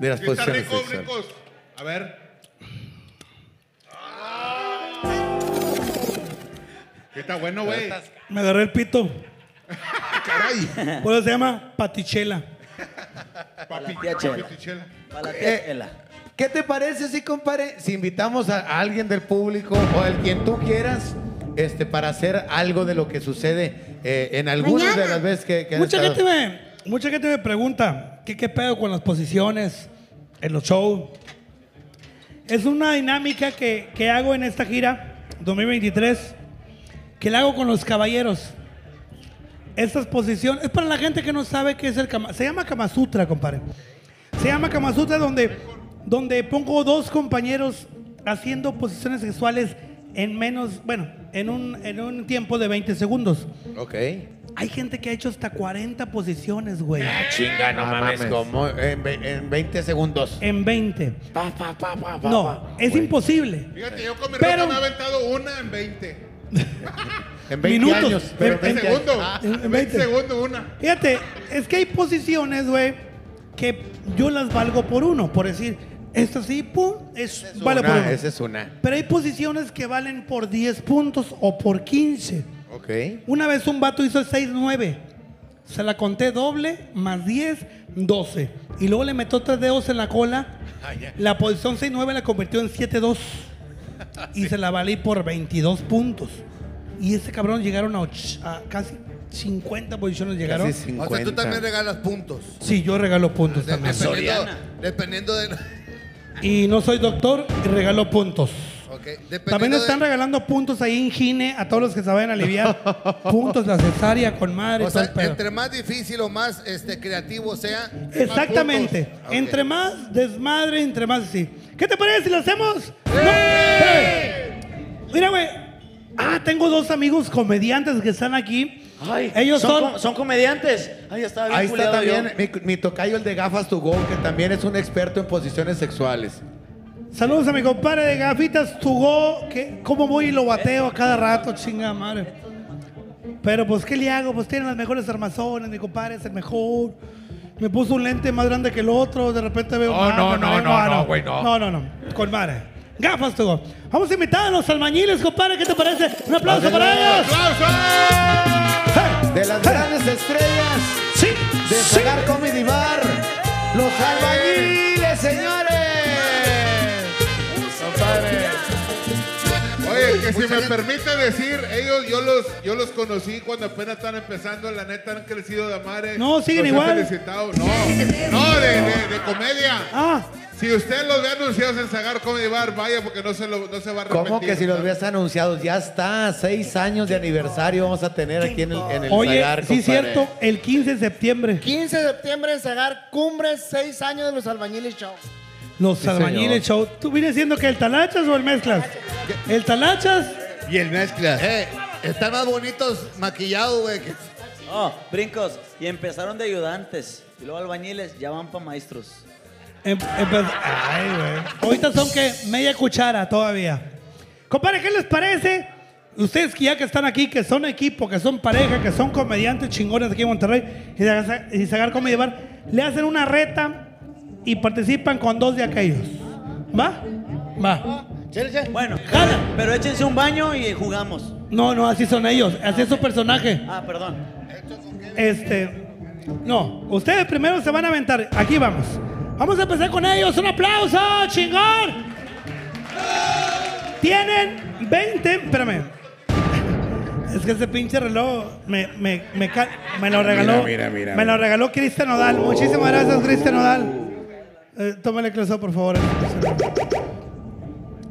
Speaker 31: de las
Speaker 9: Sí está
Speaker 31: posiciones
Speaker 9: rico,
Speaker 31: sexuales.
Speaker 9: ricos. A ver. Sí Está bueno, güey. Ah,
Speaker 12: Me agarré el pito. Por eso se llama patichela.
Speaker 9: Papi,
Speaker 12: tía Chela.
Speaker 9: papi Chela.
Speaker 4: ¿Qué te parece, sí, compadre? Si invitamos a, a alguien del público o al quien tú quieras este, para hacer algo de lo que sucede eh, en algunas de las veces que, que han
Speaker 12: Mucha
Speaker 4: estado.
Speaker 12: gente, me, mucha gente me pregunta, ¿qué, ¿qué pedo con las posiciones en los shows? Es una dinámica que, que hago en esta gira 2023, que la hago con los caballeros. Estas posiciones, es para la gente que no sabe qué es el Kama, se llama Kama Sutra, compadre. Se llama Kama Sutra donde, donde pongo dos compañeros haciendo posiciones sexuales en menos, bueno, en un, en un tiempo de 20 segundos.
Speaker 4: Ok.
Speaker 12: Hay gente que ha hecho hasta 40 posiciones, güey.
Speaker 4: Chinga, no, Ah, mames, como en, ve- en 20 segundos.
Speaker 12: En 20.
Speaker 4: Pa, pa, pa, pa, pa,
Speaker 12: No,
Speaker 4: pa.
Speaker 12: es imposible.
Speaker 9: Fíjate, yo con mi
Speaker 12: Pero-
Speaker 9: ropa me he aventado una en 20.
Speaker 4: En
Speaker 12: 20 Minutos. años, pero
Speaker 9: en 20
Speaker 12: 20
Speaker 9: segundos.
Speaker 12: años. Ah,
Speaker 9: En 20
Speaker 12: 20.
Speaker 9: segundos una.
Speaker 12: Fíjate, es que hay posiciones, güey, que yo las valgo por uno. Por decir, esta sí, pum, es, vale por uno.
Speaker 4: Una, esa es una.
Speaker 12: Pero hay posiciones que valen por 10 puntos o por 15.
Speaker 4: Ok.
Speaker 12: Una vez un vato hizo 6-9. Se la conté doble, más 10, 12. Y luego le metió tres dedos en la cola. La posición 6-9 la convirtió en 7-2. Y se la valí por 22 puntos. Y ese cabrón llegaron a, och- a casi 50 posiciones. Llegaron.
Speaker 8: O sea, tú también regalas puntos.
Speaker 12: Sí, yo regalo puntos también.
Speaker 8: Dependiendo, dependiendo de.
Speaker 12: Y no soy doctor, y regalo puntos.
Speaker 8: Ok, dependiendo
Speaker 12: También nos
Speaker 8: de-
Speaker 12: están regalando puntos ahí en Gine a todos los que se vayan a
Speaker 8: <laughs>
Speaker 12: aliviar. puntos, la cesárea con madre.
Speaker 8: O
Speaker 12: todo el
Speaker 8: sea,
Speaker 12: pedo.
Speaker 8: entre más difícil o más este, creativo sea.
Speaker 12: Exactamente.
Speaker 8: más puntos.
Speaker 12: Entre
Speaker 8: Ok.
Speaker 12: más desmadre, entre más así. ¿Qué te parece si lo hacemos? No, espérame. Mira, güey. Ah, tengo dos amigos comediantes que están aquí. Ellos
Speaker 3: son
Speaker 12: son.
Speaker 3: com- son comediantes. Ahí estaba bien
Speaker 4: Ahí está
Speaker 3: culeado yo.
Speaker 4: también mi, mi tocayo, el de gafas to go, que también es un experto en posiciones sexuales.
Speaker 12: Saludos a mi compadre de Gafitas Tugó. Que, ¿Cómo voy y lo bateo a cada rato? Chinga madre. Pero pues, ¿qué le hago? Pues tienen las mejores armazones. Mi compadre es el mejor. Me puso un lente más grande que el otro. De repente veo.
Speaker 31: No,
Speaker 12: más,
Speaker 31: Oh, no,
Speaker 12: me
Speaker 31: no,
Speaker 12: vengo,
Speaker 31: no,
Speaker 12: ah,
Speaker 31: no, güey, no.
Speaker 12: No, no, no. Con madre. Gafas Tugó. Vamos a invitar a los albañiles, compadre. ¿Qué te parece? Un aplauso para ellos.
Speaker 4: De las grandes estrellas.
Speaker 12: Sí.
Speaker 4: De Sagar Comedy Bar. Los albañiles, señores. Compadre.
Speaker 9: Oye, que si me permite decir, ellos yo los, yo los conocí cuando apenas están empezando, la neta han crecido de madre.
Speaker 12: No, siguen
Speaker 9: Los he
Speaker 12: igual.
Speaker 9: felicitado. No, no, de, de- de comedia.
Speaker 12: Ah.
Speaker 9: Si usted los ve anunciados en Sagar Comedy Bar, vaya porque no se, lo- no se va a repetir.
Speaker 28: ¿Cómo que si los ves anunciados? Ya está, seis años de aniversario vamos a tener aquí en el, en el
Speaker 12: Oye,
Speaker 28: Sagar,
Speaker 12: sí,
Speaker 28: compadre.
Speaker 12: cierto, el 15 de septiembre.
Speaker 7: 15 de septiembre en Sagar, cumbre, 6 años de los albañiles show.
Speaker 12: Los
Speaker 7: Sí,
Speaker 12: albañiles show. ¿Tú vienes siendo que el talachas o el mezclas? El talachas.
Speaker 8: Y el mezclas. Eh, están más bonitos maquillados, güey. que-
Speaker 6: Oh, brincos. Y empezaron de ayudantes. Y luego albañiles, ya van para maestros.
Speaker 12: Em- empe- Ay, güey. Ahorita son que media cuchara todavía. Compadre, ¿qué les parece? Ustedes que ya que están aquí, que son equipo, que son pareja, que son comediantes chingones aquí en Monterrey y Sagar- y sacar cómo llevar, le hacen una reta y participan con dos de aquellos. ¿Va? Va.
Speaker 6: Bueno, Pero échense un baño y jugamos.
Speaker 12: No, no, así son ellos. Así es su personaje.
Speaker 6: Ah, perdón.
Speaker 12: Este. No, ustedes primero se van a aventar. Aquí vamos. Vamos a empezar con ellos. ¡Un aplauso, chingón! Tienen 20. Espérame. Es que ese pinche reloj me, me, me, ca- me lo regaló.
Speaker 2: Mira, mira, mira,
Speaker 12: me lo
Speaker 2: mira.
Speaker 12: regaló Cristian Odal. Muchísimas gracias, Cristian Odal. Eh, tómale close por favor.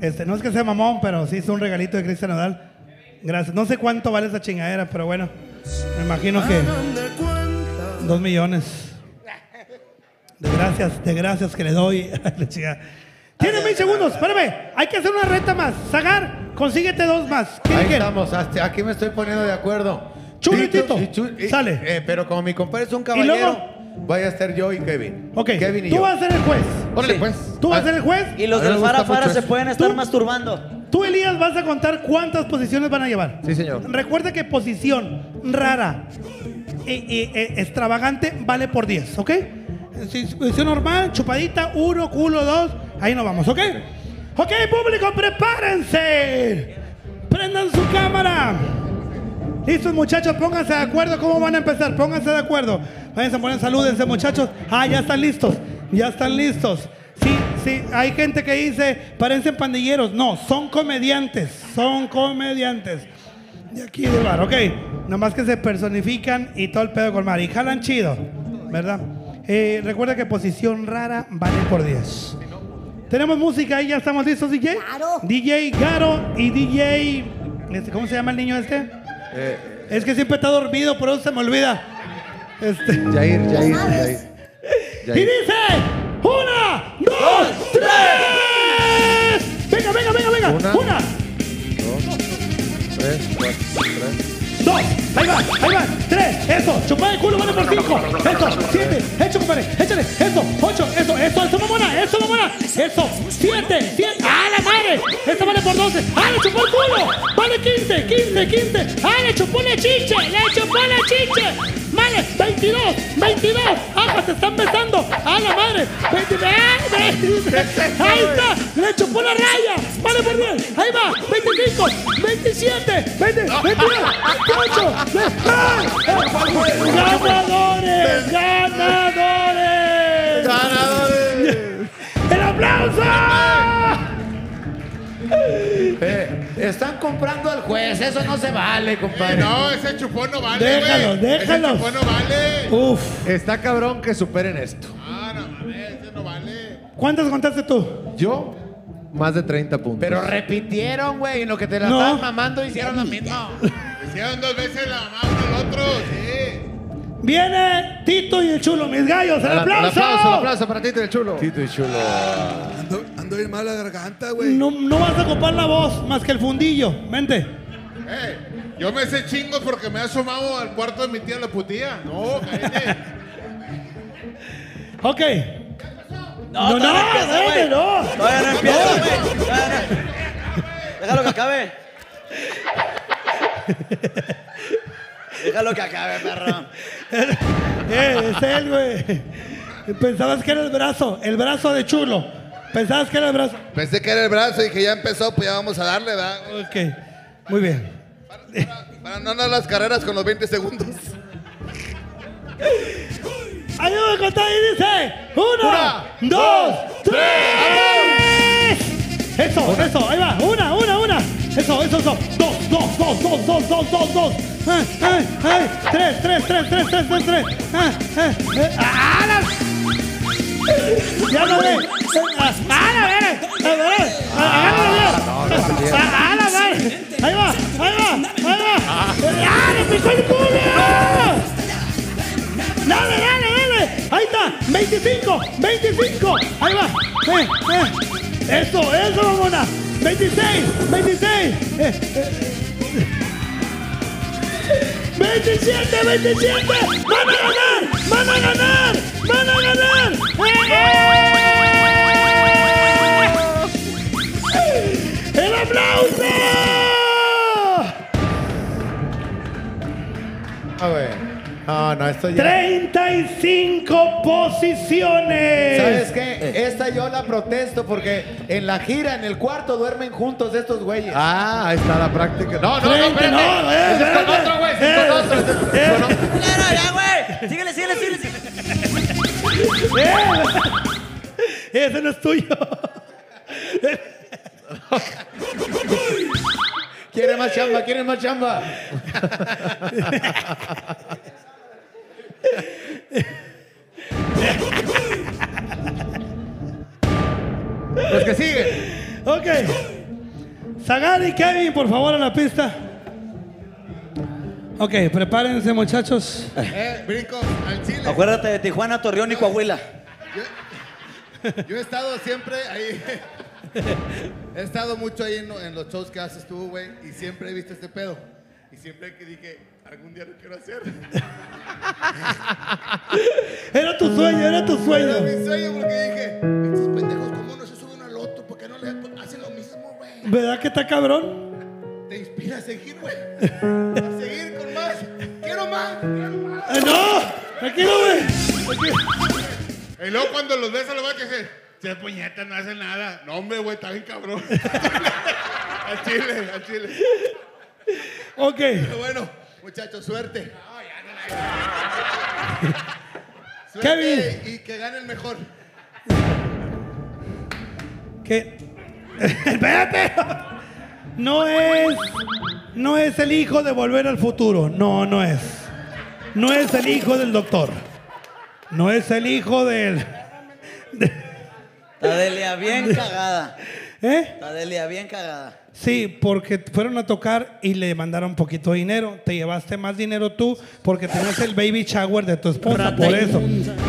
Speaker 12: Este, no es que sea mamón, pero sí es un regalito de Cristian Odal. Gracias. No sé cuánto vale esa chingadera, pero bueno. Me imagino que. Dos millones. De gracias, de gracias que le doy. <laughs> La chingada. Tienen 20 segundos, espérame. Hay que hacer una reta más. Zagar, consíguete dos más. ¿Quién
Speaker 28: Ahí
Speaker 12: quiere?
Speaker 28: estamos, hasta aquí me estoy poniendo de acuerdo.
Speaker 12: Chulitito,
Speaker 28: sale. eh, pero como mi compadre es un
Speaker 12: luego?
Speaker 28: caballero, vaya a ser yo y Kevin.
Speaker 12: Ok,
Speaker 28: Kevin y
Speaker 12: tú
Speaker 28: yo.
Speaker 12: vas a ser el juez.
Speaker 28: Órale,
Speaker 12: Sí.
Speaker 28: pues.
Speaker 12: Tú vas a
Speaker 28: Ah,
Speaker 12: ser el juez.
Speaker 28: Y los A mí del me gusta Fara Fara mucho se eso.
Speaker 6: pueden estar masturbando.
Speaker 12: Tú, Elías, vas a contar cuántas posiciones van a llevar.
Speaker 31: Sí, señor.
Speaker 12: Recuerda que posición rara y, y, eh, extravagante vale por 10, ¿ok? Si si es normal, chupadita, uno, culo, dos, ahí nos vamos, ¿ok? Ok, público, prepárense. Prendan su cámara. Listos, muchachos, pónganse de acuerdo. ¿Cómo van a empezar? Pónganse de acuerdo. Váyanse a poner, salúdense, muchachos. Ah, ya están listos. Ya están listos. Sí, sí, hay gente que dice, parecen pandilleros. No, son comediantes. Son comediantes. De aquí de bar, ok. Nomás que se personifican y todo el pedo con mar. Y jalan chido, ¿verdad? Eh, recuerda que posición rara vale por 10. Tenemos música y ya estamos listos, DJ. DJ Garo y DJ. este, ¿Cómo se llama el niño este? Es que siempre está dormido, por eso se me olvida. Este.
Speaker 31: Jair, Jair, Jair.
Speaker 12: Y dice: ¡Una, dos, tres! Venga, venga, venga, venga.
Speaker 31: Una.
Speaker 12: Una,
Speaker 31: Tres, cuatro, tres.
Speaker 12: dos, ahí va, ahí va, tres, eso, chupada el culo, vale por cinco, eso, siete, hecho, compadre, échale, eso, ocho, eso, eso, eso, mamona, eso, mamona, eso, siete, siete, ¡ah, la madre! Eso vale por doce, ¡ah, le chupó el culo! Vale quince, quince, quince, ¡ah, le chupó la chiche, le chupó la chiche! Vale, 22, 22, ¡ah, se están besando! ¡Ah, la madre! 22, ¡ah, 23! ¡Ahí está! ¡Le chupó la raya! ¡Vale por bien! ¡Ahí va! 25, 27, 20, 22, 28, ¡Ganadores! ¡Ganadores! ¡Ganadores! ¡El aplauso!
Speaker 28: Eh, están comprando al juez, eso no se vale, compadre.
Speaker 9: No, ese chupón no vale,
Speaker 28: Déjalo,
Speaker 9: güey. Ese
Speaker 28: déjalo.
Speaker 9: chupón no vale.
Speaker 12: Uf.
Speaker 31: Está cabrón que superen esto.
Speaker 12: ¿Cuántas contaste tú?
Speaker 31: Yo, más de 30 puntos.
Speaker 28: Pero repitieron, güey, en lo que te la
Speaker 31: No.
Speaker 28: estaban mamando hicieron lo mismo.
Speaker 9: <laughs> Hicieron dos veces la mamá uno al otro. Sí.
Speaker 12: Viene Tito y el Chulo, mis gallos, el
Speaker 31: Al- al
Speaker 12: aplauso.
Speaker 31: aplauso, al aplauso para Tito y el Chulo. Tito y Chulo.
Speaker 12: Ando, bien mal la garganta, güey. No, no vas a copar la voz más que el fundillo. Vente.
Speaker 9: Eh, yo me sé chingos porque me he asomado al cuarto de mi tía la putía. No, cállate.
Speaker 12: <laughs> Ok. No, no,
Speaker 6: todavía no empieza,
Speaker 12: vente,
Speaker 6: güey.
Speaker 12: no.
Speaker 6: Todavía no empieza, güey. Todavía no. Déjalo que acabe. Déjalo que acabe, perro.
Speaker 12: Eh, es él, güey. Pensabas que era el brazo, el brazo de Chulo. Pensabas que era el brazo.
Speaker 8: Pensé que era el brazo y que ya empezó, pues ya vamos a darle, ¿verdad?
Speaker 12: Ok, muy bien.
Speaker 8: Para no andar las carreras con los 20 segundos.
Speaker 12: Ayúdame a contar y dice: Uno, dos, tres. Eso, eso, ahí va. Una, una, una. Eso, eso, eso. Dos, dos, dos, dos, dos, dos, dos, dos. Ah, ah, eh, ah. Tres, tres, tres, tres, tres, tres, tres. Ah, ah, ah. Ah, la-
Speaker 5: ¡Llámale! ¡A la ver! ¡A la ver! ¡A la ver! ¡A la ver! ¡Ahí va! ¡Ahí va! ¡Ahí va! ¡Ah, le picó el culo! ¡Dale, dale, dale! ¡Ahí está! ¡25! ¡25! ¡Ahí va! ¡Eh, eh! ¡Eso, eso, mamona! ¡26! ¡26! Eh, eh. ¡27, 27! ¡Van a ganar! ¡Van a ganar! ¡Van a ganar! ¡Eh! ¡El aplauso!
Speaker 4: A ver. No, no, esto ya.
Speaker 5: 35 posiciones.
Speaker 4: ¿Sabes qué? Esta yo la protesto porque en la gira, en el cuarto, duermen juntos estos güeyes.
Speaker 31: Ah, ahí está la práctica. No, no, no,
Speaker 4: Frente,
Speaker 31: espérate.
Speaker 4: no, eh,
Speaker 31: Ese es con
Speaker 4: espérate.
Speaker 31: otro, güey. ese
Speaker 5: Eh.
Speaker 31: es con otro. ese es con otro.
Speaker 10: ya, güey! ¡Síguele, síguele, síguele!
Speaker 5: ¡Eh! Ese no es tuyo.
Speaker 4: Quiere más chamba, quiere más chamba.
Speaker 5: Los que siguen. Ok. Zagar y Kevin, por favor, a la pista. Ok, prepárense, muchachos.
Speaker 8: Eh, brinco al chile.
Speaker 6: Acuérdate de Tijuana, Torreón y Coahuila.
Speaker 8: Yo he estado siempre ahí. <laughs> he estado mucho ahí en, en los shows que haces tú, güey, y siempre he visto este pedo. Y siempre que dije, algún día lo quiero hacer.
Speaker 5: Era tu sueño, era tu sueño.
Speaker 8: Era mi sueño porque dije, estos pendejos, ¿cómo no se suben al otro? ¿Por qué no le hacen lo mismo, güey?
Speaker 5: ¿Verdad que está cabrón?
Speaker 8: Te inspira a seguir, güey. A seguir con más. Quiero más. Quiero más.
Speaker 5: Eh, ¡No! ¡Tranquilo,
Speaker 8: güey!
Speaker 9: Y luego cuando los ves a los vatos dicen, se puñetas, no hacen nada. No, hombre, güey, está bien cabrón. <laughs> al chile, al chile.
Speaker 5: Ok.
Speaker 8: Pero bueno, muchachos, suerte.
Speaker 5: Kevin.
Speaker 8: <laughs> Suerte Y que gane el mejor.
Speaker 5: Que. <laughs> ¡Espérate! No es. No es el hijo de volver al futuro. No, no es. No es el hijo del doctor. No es el hijo del.
Speaker 6: Está Delia bien cagada.
Speaker 5: ¿Eh?
Speaker 6: Está Delia bien cagada.
Speaker 5: Sí, porque fueron a tocar y le mandaron poquito dinero. Te llevaste más dinero tú porque tenías el baby shower de tu esposa.
Speaker 6: Rata
Speaker 5: por eso.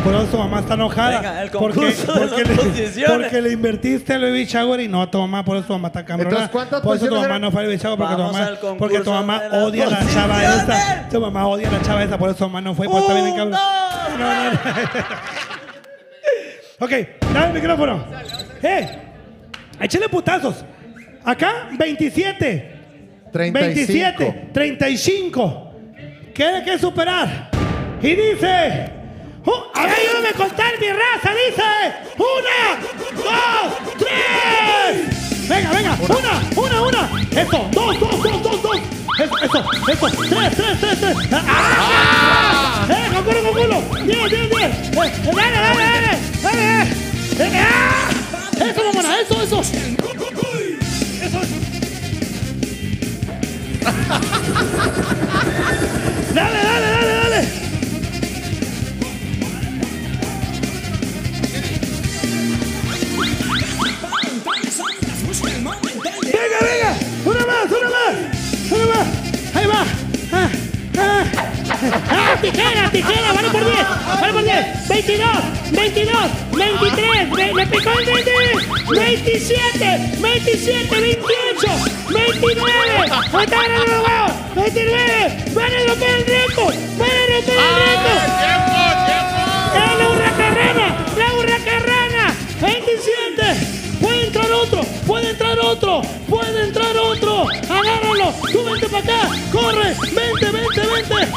Speaker 5: Por eso su mamá está enojada.
Speaker 6: Venga, el
Speaker 5: porque,
Speaker 6: concurso de
Speaker 5: porque,
Speaker 6: las
Speaker 5: le,
Speaker 6: posiciones.
Speaker 5: porque le invertiste al baby shower y no a tu mamá. Por eso tu mamá está cabrona.
Speaker 6: Entonces, ¿cuántas
Speaker 5: Por eso tu
Speaker 6: posiciones
Speaker 5: mamá
Speaker 6: eran?
Speaker 5: no fue al baby shower porque tu
Speaker 6: Vamos
Speaker 5: mamá,
Speaker 6: al concurso
Speaker 5: porque tu mamá
Speaker 6: de las
Speaker 5: odia a la chava
Speaker 6: posiciones.
Speaker 5: esa. Tu mamá odia a la chava esa. Por eso tu mamá no fue. Por eso está bien
Speaker 6: Un,
Speaker 5: cabrona. No, no, no. Ok, dame el micrófono. ¡Eh! Échale putazos. Acá, 27. 27, 35. ¿Qué hay que superar? Y dice. Uh, a ver, ayúdame a contar mi raza. Dice. Una, dos, tres. Venga, venga. Una, una, una. Eso. Dos, dos, dos, dos, dos. Eso, eso, eso. Tres, tres, tres, tres. ¡Ah! ¡Eh, con culo, con culo! ¡Diez, diez, diez! Eh, eh, ¡Dale, dale, dale! ¡Dale! eh. Eh, ¡Ah! ¡Eso, mamona! ¡Eso, eso! ¡Eso, eso! Dale, dale, dale, dale. Venga, venga. Una más, una más. Una más. Ahí va. Ah, ah. Ah, tijera, tijera, vale por 10, vale por 10, 22, 22, 23, ve- le picó el 20, 27, 27, 28, 29, ahí está ganando los huevos, 29, van a romper el récord, van a romper el récord. ¡Es la hurracarrana! ¡La hurracarrana! 27. Este Puede entrar otro, puede entrar otro, puede entrar otro. Agárralo, tú vente para acá, corre, vente, vente, vente.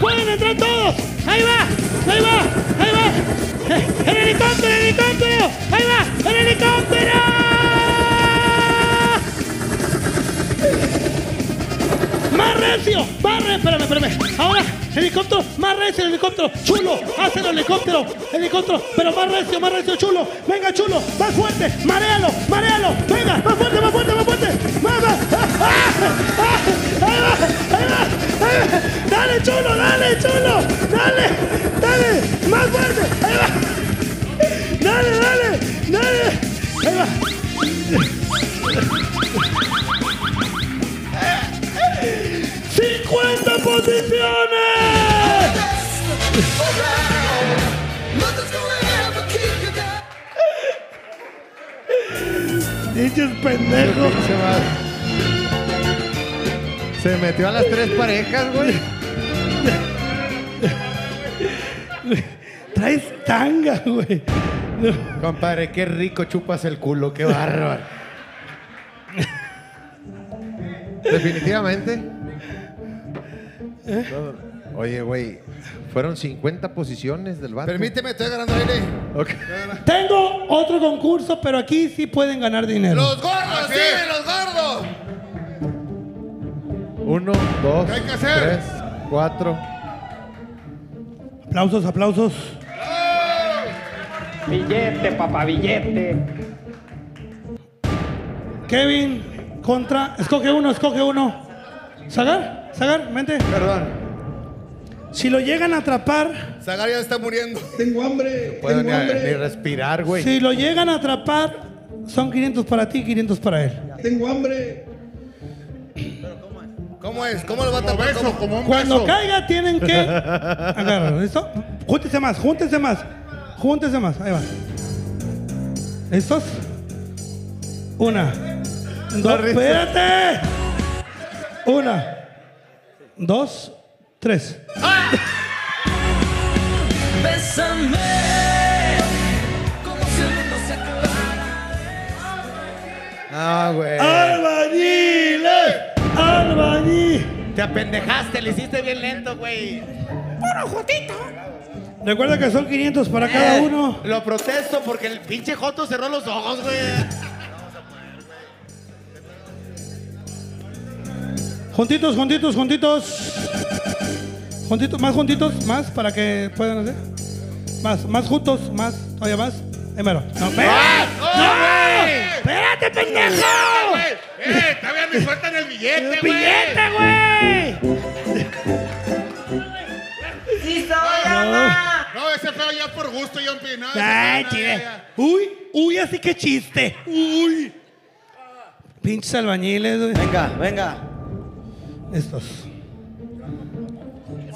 Speaker 5: Pueden entrar todos. Ahí va, ahí va, ahí va. <laughs> Eh, El helicóptero, el helicóptero. Ahí va, el helicóptero. ¡Más recio! ¡Más recio! Espérame, espérame. Ahora, helicóptero, más recio el helicóptero. Chulo, hazlo helicóptero. Helicóptero, pero más recio, más recio, chulo. Venga, chulo, más fuerte. Marealo, marealo. Venga, más fuerte, más fuerte, más fuerte. Más, más. ¡Ah! ¡Ah! ¡Ah! Ahí va, ahí va, ahí va. Dale, chulo, dale, chulo. Dale, dale. Más fuerte. Ahí va.
Speaker 12: ¡Dale, dale! ¡Dale! Ahí va. ¡50 posiciones! Dichos pendejos.
Speaker 31: Se metió a las tres parejas, güey.
Speaker 12: Traes tanga, güey.
Speaker 28: Compadre, qué rico chupas el culo, qué bárbaro.
Speaker 31: Definitivamente. Oye, güey, fueron 50 posiciones del vato.
Speaker 8: Permíteme, estoy agarrando aire.
Speaker 31: Ok.
Speaker 12: Tengo otro concurso, pero aquí sí pueden ganar dinero.
Speaker 8: ¡Los gordos! ¡Sí, los gordos!
Speaker 31: Uno, dos,
Speaker 8: ¿Qué hay que hacer?
Speaker 31: tres, cuatro.
Speaker 12: Aplausos, aplausos.
Speaker 36: Billete, papá, billete.
Speaker 12: Kevin contra. Escoge uno, escoge uno. Sagar, Sagar, mente. Perdón. Si lo llegan a atrapar.
Speaker 8: Sagar ya está muriendo.
Speaker 12: Tengo hambre.
Speaker 31: Puedo ni, ni respirar, güey.
Speaker 12: Si lo llegan a atrapar, son 500 para ti y 500 para él.
Speaker 8: Tengo hambre. ¿Cómo es? ¿Cómo lo va a tapar? ¿Cómo?
Speaker 12: Cuando caiga, tienen que. Agarrar, ¿listo? Júntense más, júntense más. Júntense más, ahí va. ¿Listos? Una. Dos,
Speaker 2: risa.
Speaker 12: espérate. Una. Dos, tres.
Speaker 28: Ah, güey.
Speaker 12: ¡Albañiles! eh. ¡Albañil!
Speaker 4: Te apendejaste, le hiciste bien lento, güey. ¡Puro Jotito!
Speaker 12: Recuerda que son 500 para cada
Speaker 4: Eh,
Speaker 12: uno.
Speaker 4: Lo protesto porque el pinche Joto cerró los ojos, güey.
Speaker 12: Juntitos, juntitos, juntitos. Juntitos, más juntitos, más para que puedan hacer. Más, más juntos, más, todavía más. Eh, mero. No, espérate. ¡No! ¡Espérate, pendejo!
Speaker 9: ¡Eh! ¡Todavía me sueltan el billete, güey!
Speaker 12: ¡Billete, güey!
Speaker 9: ¡Sí,
Speaker 12: mamá!
Speaker 9: No, no, ese pedo ya por gusto, John P. No, ese
Speaker 12: Ay,
Speaker 9: pedo, no,
Speaker 12: chile.
Speaker 9: ya, ya.
Speaker 12: Uy, uy, así que chiste. Uy. Pinches albañiles, güey. Venga, venga. Estos.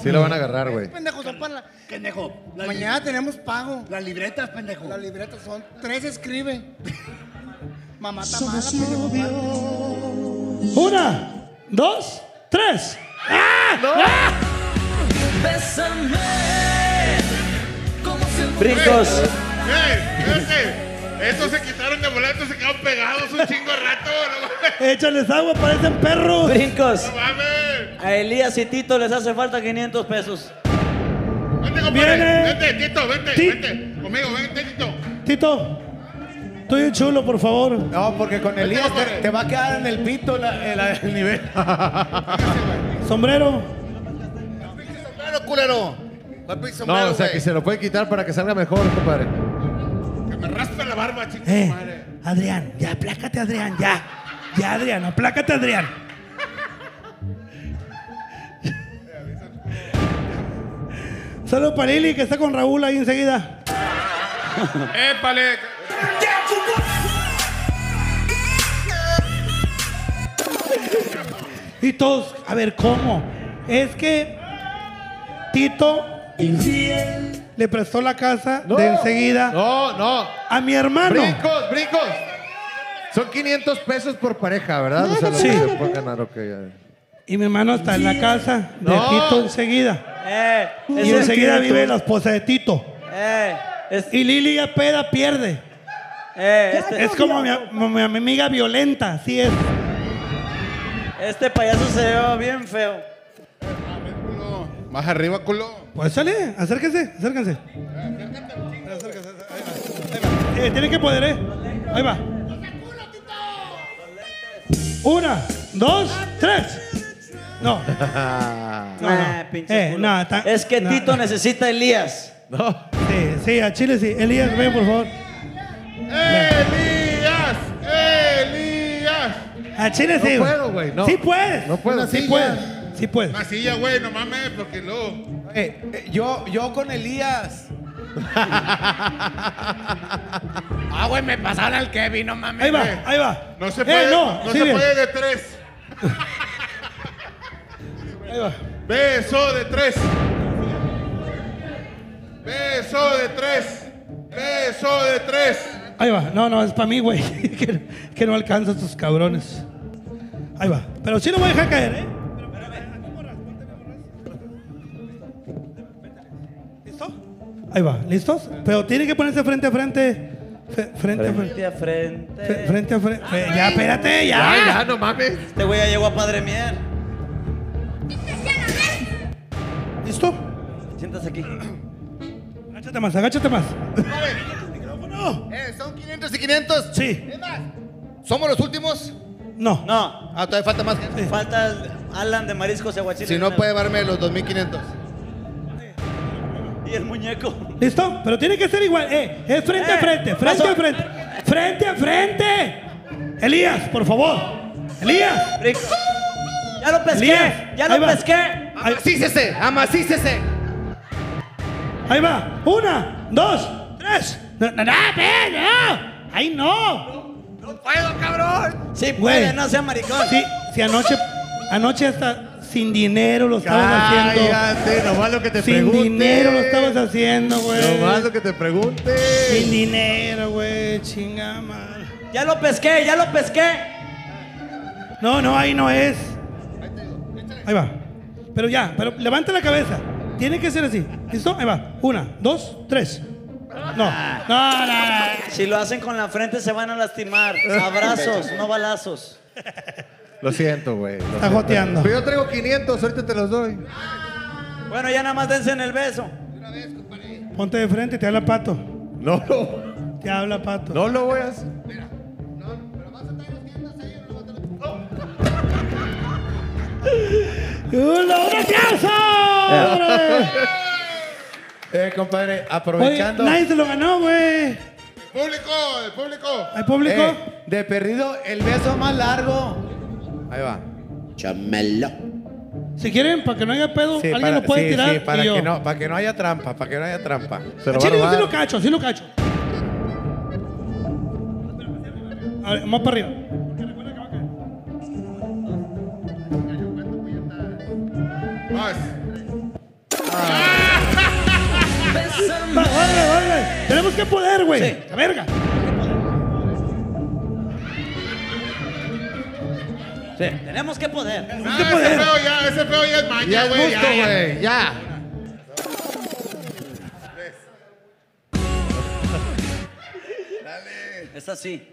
Speaker 31: Sí lo van a agarrar, güey.
Speaker 14: Pendejo, son para la... Pendejo. Mañana tenemos pago. Las libretas, pendejo. Las libretas son... Tres escribe.
Speaker 12: <laughs>
Speaker 14: Mamá está mala, pendejo.
Speaker 12: Una, dos, tres. ¡Ah! ¡Ah!
Speaker 5: Brincos.
Speaker 9: ¡Eh! espérate. Estos se quitaron de boletos, se quedaron pegados un chingo de rato.
Speaker 12: Échales agua, parecen perros.
Speaker 5: Brincos.
Speaker 9: ¡No mames!
Speaker 5: A Elías y Tito les hace falta 500 pesos.
Speaker 9: Vente, compadre. Vente, Tito, vente, vente. Conmigo, vente, Tito.
Speaker 12: Tito, tú y el chulo, por favor.
Speaker 28: No, porque con
Speaker 4: Este
Speaker 28: Elías te, te va a quedar en el pito la- el, el nivel.
Speaker 12: <laughs> Sombrero.
Speaker 8: ¡Sombrero, culero! Papi, sombrero,
Speaker 31: No, o sea,
Speaker 8: güey.
Speaker 31: que se lo puede quitar para que salga mejor, compadre.
Speaker 9: Me raspa la barba, chico.
Speaker 12: Eh, Adrián, ya, aplácate, Adrián, ya. Ya, Adrián, aplácate, Adrián. Saludos para Lili, que está con Raúl ahí enseguida.
Speaker 9: ¡Épale!
Speaker 12: Y todos, a ver, ¿cómo? Es que Tito le prestó la casa de enseguida.
Speaker 31: No, no.
Speaker 12: A mi hermano.
Speaker 31: Brincos, brincos. Son 500 pesos por pareja, ¿verdad? O sea, lo
Speaker 12: Sí.
Speaker 31: que se puede ganar, ok. ya.
Speaker 12: Y mi hermano está en la casa de
Speaker 31: No.
Speaker 12: Tito enseguida.
Speaker 5: Eh,
Speaker 12: Y
Speaker 5: ese-
Speaker 12: enseguida vive la esposa de Tito.
Speaker 5: Eh, es-
Speaker 12: Y Lili ya peda pierde.
Speaker 5: eh, este,
Speaker 12: Es como mi, como mi amiga violenta, así es.
Speaker 5: este payaso se ve bien feo.
Speaker 31: Más arriba, culo.
Speaker 12: Pues sale, acérquense, acérquense. Acérquense, ahí va, ahí va. Eh, tienen que poder, ¿eh? Ahí va. Una, dos, tres.
Speaker 6: <laughs>
Speaker 12: No. No,
Speaker 5: Ah,
Speaker 12: no.
Speaker 5: pinche
Speaker 12: Eh,
Speaker 5: culo.
Speaker 12: no, está-
Speaker 5: es que
Speaker 12: no,
Speaker 5: Tito
Speaker 12: no.
Speaker 5: necesita a Elías.
Speaker 31: No.
Speaker 12: Sí, sí, a Chile sí. Elías, ven, por favor.
Speaker 9: ¡Elías! ¡Elías!
Speaker 12: A Chile sí.
Speaker 9: No puedo, güey, no.
Speaker 12: Sí puedes.
Speaker 31: No puedo. Una
Speaker 12: Sí
Speaker 31: silla.
Speaker 12: puedes. Sí puedes.
Speaker 9: Una silla, güey, no mames, porque luego.
Speaker 28: Eh, eh, yo, yo con Elías.
Speaker 4: <laughs> Ah, güey, me pasaron al Kevin, no mames.
Speaker 12: Ahí va, ¡Eh,
Speaker 4: güey.
Speaker 12: ahí va.
Speaker 4: No se puede- no se puede
Speaker 9: de tres. Beso de tres. Beso de tres. Beso de tres.
Speaker 12: Ahí va. No, no, es para mí, güey. <laughs> que, que no alcanza estos cabrones. Ahí va. Pero sí lo voy a dejar caer, ¿eh? Ahí va, ¿listos? Pero tiene que ponerse frente a frente. Fe- Frente a frente.
Speaker 6: Frente a frente.
Speaker 12: Fe- Frente a frente. Fe- Ya, espérate, ya.
Speaker 6: no mames. Este güey ya llegó a Padre Mier.
Speaker 12: ¿Listo?
Speaker 6: Siéntase aquí.
Speaker 12: Agáchate más, agáchate más.
Speaker 1: Eh, ¿Son 500 y 500?
Speaker 12: Sí.
Speaker 1: Es más, ¿Somos los últimos?
Speaker 12: No.
Speaker 6: No.
Speaker 1: Ah, todavía falta más.
Speaker 6: Falta el Alan de Mariscos y Aguachiles.
Speaker 1: Si no, puede darme los 2500.
Speaker 6: Y el muñeco.
Speaker 12: ¿Listo? Pero tiene que ser igual. Eh, es frente a frente, frente a frente. ¡Frente a frente! Elías, por favor. Elías.
Speaker 6: Ya lo pesqué. Ya lo pesqué.
Speaker 12: Amacícese, amacícese. Ahí va. Una, dos, tres. No, no, no, ve, no. Ahí no.
Speaker 6: ¡No puedo, cabrón! Sí,
Speaker 12: Güey.
Speaker 6: puede, no sea maricón.
Speaker 12: Sí, sí, anoche, anoche hasta sin dinero lo estaban haciendo.
Speaker 31: Cállate, nomás lo que te
Speaker 12: Sin
Speaker 31: pregunte.
Speaker 12: dinero lo estabas haciendo, güey.
Speaker 31: Nomás lo que te pregunte.
Speaker 12: Sin dinero, güey, chingada madre.
Speaker 6: Ya lo pesqué, ya lo pesqué.
Speaker 12: No, no, ahí no es. Ahí va. Pero ya, pero levanta la cabeza. Tiene que ser así. ¿Listo? Ahí va. Una, dos, tres. No. No, no,
Speaker 6: Si lo hacen con la frente se van a lastimar.
Speaker 1: <laughs>
Speaker 6: Abrazos, no balazos.
Speaker 31: Lo siento, güey. lo
Speaker 12: Está
Speaker 31: siento.
Speaker 12: joteando.
Speaker 31: Pero yo traigo 500, ahorita te los doy.
Speaker 6: Bueno, ya nada más dense en el beso.
Speaker 12: Ponte de frente, te habla pato. No Te habla pato. No lo voy a hacer. <laughs> ¡Un aplauso! órale!
Speaker 28: <laughs> Eh, compadre,
Speaker 12: Oye,
Speaker 28: aprovechando.
Speaker 12: nadie se lo ganó, güey.
Speaker 9: Público, el público.
Speaker 12: ¿Hay público?
Speaker 28: Eh, de perdido, el beso más largo.
Speaker 4: Ahí va.
Speaker 28: Chamelo.
Speaker 12: Si quieren, para que no haya pedo,
Speaker 28: Sí,
Speaker 12: alguien
Speaker 28: para,
Speaker 12: lo puede
Speaker 28: sí,
Speaker 12: tirar.
Speaker 28: sí, para,
Speaker 12: y yo.
Speaker 28: que no, para que no haya trampa, para que no haya trampa. Se
Speaker 12: Al Chile, yo sí lo cacho, sí lo cacho. A ver, vamos para arriba.
Speaker 9: Más.
Speaker 12: Va, órale, órale. Tenemos que poder, güey. La verga.
Speaker 6: Tenemos que poder.
Speaker 9: Ah, ese feo ya, ese feo ya es
Speaker 6: Ya
Speaker 9: maña,
Speaker 6: es
Speaker 9: güey.
Speaker 6: gusto, güey,
Speaker 31: ya.
Speaker 6: Es así.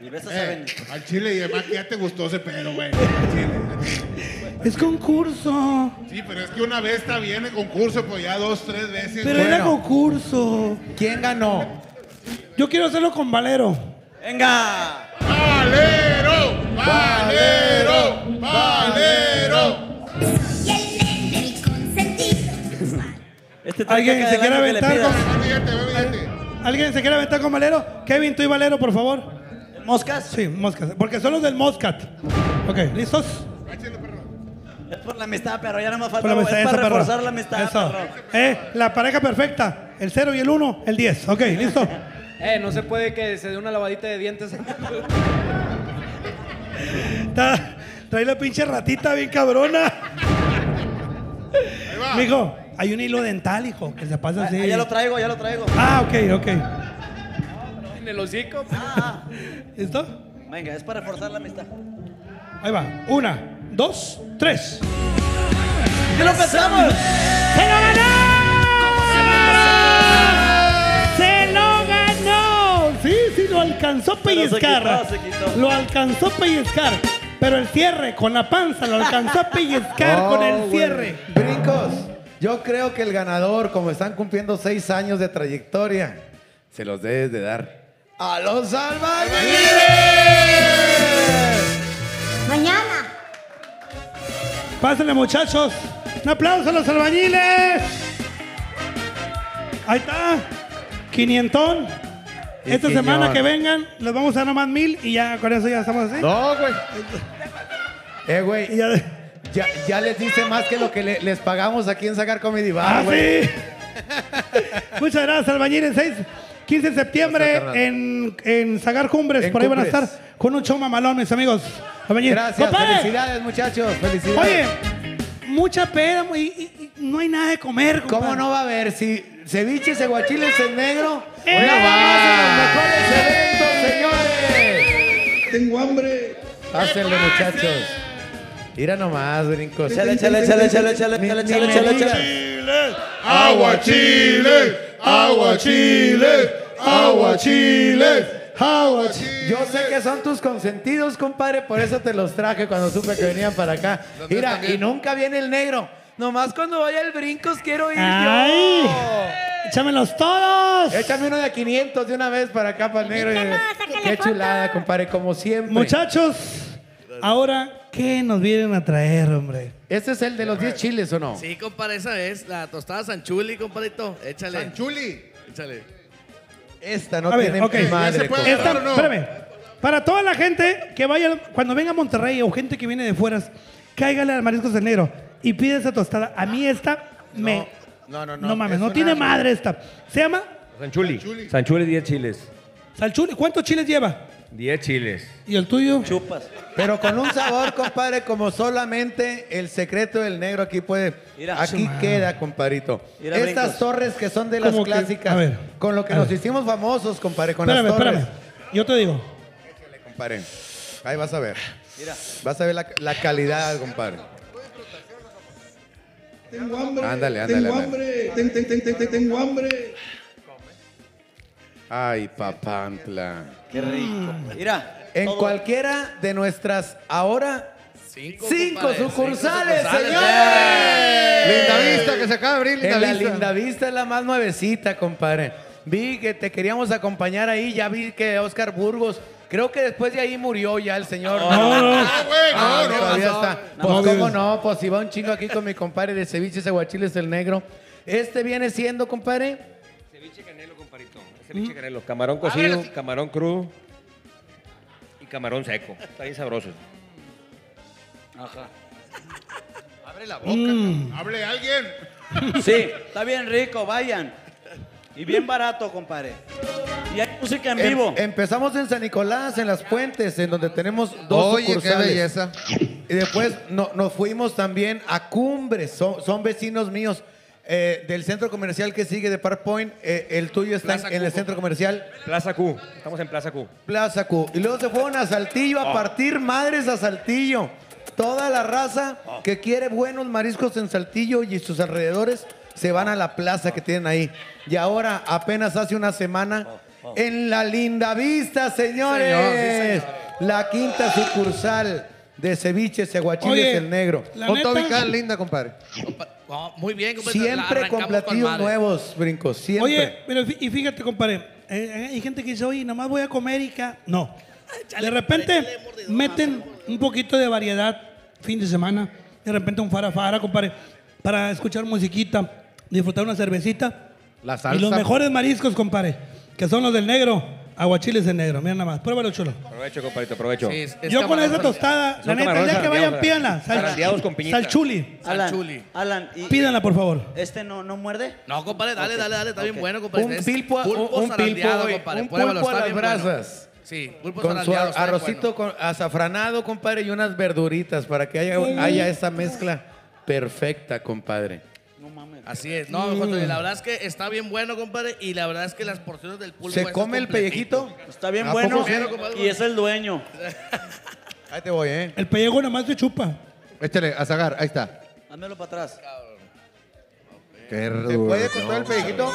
Speaker 6: Y besas a
Speaker 9: Eh,
Speaker 6: Benny.
Speaker 9: al chile y además que ya te gustó ese pedo, güey. Al chile.
Speaker 12: Es concurso.
Speaker 9: Sí, pero es que una vez está bien el concurso, pues ya dos, tres veces.
Speaker 12: Pero
Speaker 9: güey.
Speaker 12: era concurso.
Speaker 28: ¿Quién ganó?
Speaker 12: Yo quiero hacerlo con Valero.
Speaker 6: Venga.
Speaker 9: Valero, Valero, Valero.
Speaker 6: Este
Speaker 12: ¿Alguien se quiere aventar con
Speaker 9: Fíjate, güey, fíjate.
Speaker 12: ¿Alguien se quiere aventar con Valero? Kevin, tú y Valero, por favor.
Speaker 6: ¿Moscas?
Speaker 12: Sí, moscas. Porque son los del Moscat. Ok, ¿listos?
Speaker 6: Es por la amistad, pero ya nada más
Speaker 12: Por
Speaker 6: falta.
Speaker 12: la amistad,
Speaker 6: es
Speaker 12: eso,
Speaker 6: para
Speaker 12: perro.
Speaker 6: reforzar la amistad,
Speaker 12: Eso.
Speaker 6: perro.
Speaker 12: Eh, la pareja perfecta. El 0 y el 1, el 10. Ok, listo.
Speaker 37: Eh, no se puede que se dé una lavadita de dientes.
Speaker 12: Está- trae la pinche ratita bien cabrona. Mijo, hay un hilo dental, hijo, que se pasa
Speaker 6: Ah,
Speaker 12: así.
Speaker 6: ya lo traigo, ya lo traigo.
Speaker 12: Ah, ok, ok.
Speaker 37: en el hocico.
Speaker 12: ¿Listo?
Speaker 6: Ah, Venga, es para reforzar la amistad.
Speaker 12: Ahí va. Una, dos, tres.
Speaker 6: ¡Ya lo pensamos!
Speaker 12: ¡Se lo ganó! ¡Se lo ganó! Oh, Sí, sí, lo alcanzó a pellizcar.
Speaker 6: se quitó, se quitó.
Speaker 12: Lo alcanzó a pellizcar. Pero el cierre con la panza lo alcanzó a pellizcar con el cierre.
Speaker 28: Brincos, yo creo que el ganador, como están cumpliendo seis años de trayectoria, se los debes de dar. ¡A los albañiles!
Speaker 12: Mañana. Pásenle, muchachos. Un aplauso a los albañiles. Ahí está. Quinientón. Esta
Speaker 31: Quinientón.
Speaker 12: semana que vengan, les vamos a dar nomás mil y ya con eso ya estamos así.
Speaker 28: No, güey. Eh, güey. Ya, ya les diste más que lo que le- les pagamos aquí en Sacar Comedy Bar,
Speaker 12: Ah,
Speaker 28: güey.
Speaker 12: sí. <laughs> Muchas gracias, Albañil. En 6, 15 de septiembre
Speaker 38: carnal.
Speaker 12: en, en Sagar Cumbres.
Speaker 38: En
Speaker 12: por ahí van a
Speaker 38: Cumbres.
Speaker 12: estar con un show mamalón, mis amigos. Albañil.
Speaker 4: Gracias,
Speaker 12: ¡Compadre!
Speaker 4: felicidades muchachos, felicidades.
Speaker 12: Oye, mucha peda y, y- y no hay nada de comer.
Speaker 4: ¿Cómo no va a haber? Si ceviches, aguachiles en negro,
Speaker 12: ¡Eh!
Speaker 4: una más en los mejores eventos, señores.
Speaker 16: Tengo hambre.
Speaker 12: eh,
Speaker 4: Pásenle, muchachos. Mira nomás, brinco.
Speaker 39: Échale, échale, échale, échale, échale, échale, échale, échale,
Speaker 5: Agua chile, agua chile, agua chile.
Speaker 4: Yo sé que son tus consentidos, compadre, por eso te los traje cuando supe que venían para acá. Mira, y nunca viene el negro. Nomás cuando vaya el brincos quiero ir
Speaker 12: ¡Ay!
Speaker 4: yo.
Speaker 12: ¡Échamelos todos!
Speaker 4: Échame uno de 500 de una vez para acá, para el negro. Eh, Qué chulada, compadre, como siempre.
Speaker 12: Muchachos, ahora, ¿qué nos vienen a traer, hombre?
Speaker 4: ¿Este es el de <laughs> los 10 chiles o no?
Speaker 28: Sí, compadre, esa es la tostada Sanchuli, compadrito. Échale.
Speaker 9: Sanchuli.
Speaker 28: Échale.
Speaker 4: Esta no
Speaker 12: A ver,
Speaker 4: tiene
Speaker 12: ok.
Speaker 4: madre. compadre.
Speaker 12: Esta- espérame. Para toda la gente que vaya, cuando venga a Monterrey o gente que viene de fuera, cáigale al Mariscos del Negro y pide esa tostada. A mí esta me...
Speaker 31: No,
Speaker 12: No, mames, no tiene madre esta. Se llama
Speaker 31: Sanchuli. Sanchuli 10 chiles.
Speaker 12: salchuli. ¿Cuántos chiles lleva?
Speaker 31: 10 chiles.
Speaker 12: ¿Y el tuyo?
Speaker 31: Chupas.
Speaker 4: Pero con un sabor, compadre, como solamente el secreto del negro aquí puede.
Speaker 40: Mira.
Speaker 4: aquí
Speaker 40: Chuma.
Speaker 4: queda, compadrito.
Speaker 40: Mira,
Speaker 4: Estas
Speaker 40: brincos.
Speaker 4: torres que son de las
Speaker 40: Como que-
Speaker 4: clásicas.
Speaker 40: a ver,
Speaker 4: con lo que
Speaker 40: a
Speaker 4: nos
Speaker 40: ver.
Speaker 4: hicimos famosos, compadre, con
Speaker 12: Espérame,
Speaker 4: las torres.
Speaker 12: espérame. Yo te digo.
Speaker 4: Compadre, ahí vas a ver. Vas a ver la, la calidad, compadre.
Speaker 16: Tengo hambre.
Speaker 4: Ándale, ándale,
Speaker 16: Tengo
Speaker 4: ándale.
Speaker 16: hambre. ten- ten- ten- ten- ten- Tengo hambre.
Speaker 4: Ay, papantla.
Speaker 6: Qué rico. Mira.
Speaker 4: En
Speaker 6: todo.
Speaker 4: cualquiera de nuestras ahora cinco,
Speaker 6: compadre,
Speaker 4: sucursales,
Speaker 6: cinco sucursales.
Speaker 4: señores.
Speaker 6: Linda Vista, que se
Speaker 4: acaba de
Speaker 6: abrir, Linda
Speaker 4: La
Speaker 6: Vista.
Speaker 4: linda vista es la más nuevecita, compadre. Vi que te queríamos acompañar ahí, ya vi que Oscar Burgos. Creo que después de ahí murió ya el señor.
Speaker 39: No, no, no. Ah, güey, no,
Speaker 4: Ah,
Speaker 39: no,
Speaker 4: todavía
Speaker 39: no.
Speaker 4: está.
Speaker 39: No,
Speaker 4: Pues
Speaker 39: no,
Speaker 4: cómo
Speaker 39: vives.
Speaker 4: no, pues si va un chingo aquí con mi compadre de ceviches aguachiles el negro. Este viene siendo, compadre,
Speaker 31: Ceviche canelo, compadrito. Ceviche canelo. Camarón cocido, camarón crudo y camarón seco. Está bien sabroso.
Speaker 6: Ajá.
Speaker 9: Abre la
Speaker 6: boca, Mm. cabrón.
Speaker 9: Hable alguien.
Speaker 6: Sí, está bien rico, vayan. Y bien barato, compadre. Y hay música en
Speaker 4: Em-
Speaker 6: vivo.
Speaker 4: empezamos en San Nicolás, en Las Puentes, en donde tenemos dos
Speaker 38: Oye, qué
Speaker 4: sucursales.
Speaker 38: belleza.
Speaker 4: Y después no- nos fuimos también a Cumbres, son, son vecinos míos. eh, del centro comercial que sigue de Park Point, eh, el tuyo está en,
Speaker 31: Plaza
Speaker 4: en
Speaker 31: Q,
Speaker 4: el centro comercial
Speaker 31: Plaza Q. Estamos en Plaza Q.
Speaker 4: Plaza Q. Y luego se fueron a Saltillo a
Speaker 28: Ah.
Speaker 31: Oh.
Speaker 4: partir madres a Saltillo. Toda la raza
Speaker 28: Ah.
Speaker 4: que quiere buenos mariscos en Saltillo y sus alrededores se van a la plaza que tienen ahí. Y ahora, apenas hace una semana,
Speaker 28: Ah,
Speaker 4: en la linda vista, señores,
Speaker 39: Señor, sí,
Speaker 4: la quinta sucursal de ceviches, aguachiles,
Speaker 39: Oye,
Speaker 4: el negro.
Speaker 39: la Ponte a neta- ubicar,
Speaker 4: linda, compadre.
Speaker 28: Oh, muy bien, compadrito. La
Speaker 4: Siempre
Speaker 28: arrancamos
Speaker 4: con
Speaker 28: con
Speaker 4: platillos
Speaker 28: madre.
Speaker 4: nuevos, brincos, siempre.
Speaker 12: Oye, pero fí- y fíjate, compadre, eh, eh, hay gente que dice, oye, nomás voy a comer y ca-".
Speaker 38: <laughs>
Speaker 12: No. de repente meten un poquito de variedad fin de semana. De repente un farafara, compadre, para escuchar musiquita, disfrutar una cervecita.
Speaker 38: La
Speaker 12: Y los
Speaker 38: salsa.
Speaker 12: mejores mariscos, compadre, que son los del negro, aguachiles del negro. Mira nada más, pruébalo, chulo.
Speaker 31: Aprovecho, compadrito, aprovecho.
Speaker 12: Yo con esa tostada, la neta, ya que vayan, pídanla. Sal- Salchuli.
Speaker 6: Alan, Alan, y-
Speaker 12: Pídanla, por favor.
Speaker 6: ¿Este no, no muerde?
Speaker 28: No, compadre, dale,
Speaker 6: Ok,
Speaker 28: dale, dale, está
Speaker 6: ok.
Speaker 28: bien bueno, compadre. Es pulpo zarandeado, compadre.
Speaker 4: un
Speaker 28: Pruébalo,
Speaker 4: pulpo
Speaker 28: está
Speaker 4: a las
Speaker 28: bien bueno.
Speaker 4: brasas.
Speaker 28: Sí, pulpo
Speaker 4: Con su
Speaker 28: zarandeado, está bien
Speaker 4: arrocito con azafranado, compadre, y unas verduritas para que haya,
Speaker 28: Sí.
Speaker 4: haya esa mezcla perfecta, compadre.
Speaker 28: Así es. No,
Speaker 4: Mm.
Speaker 28: compadre, la verdad es que está bien bueno, compadre, y la verdad es que las porciones del pulpo...
Speaker 4: ¿Se come el pellejito?
Speaker 6: Está bien
Speaker 4: ¿A
Speaker 6: bueno.
Speaker 4: poco sí?
Speaker 6: Y es el
Speaker 28: <laughs>
Speaker 6: dueño. <laughs>
Speaker 4: Ahí te voy, ¿eh?
Speaker 12: El pellejo nomás se chupa.
Speaker 38: Échale, a Zagar, ahí está.
Speaker 6: Dámelo para atrás.
Speaker 38: Qué
Speaker 4: ¿Se puede
Speaker 38: duro,
Speaker 4: con
Speaker 38: no,
Speaker 4: todo el pellejito?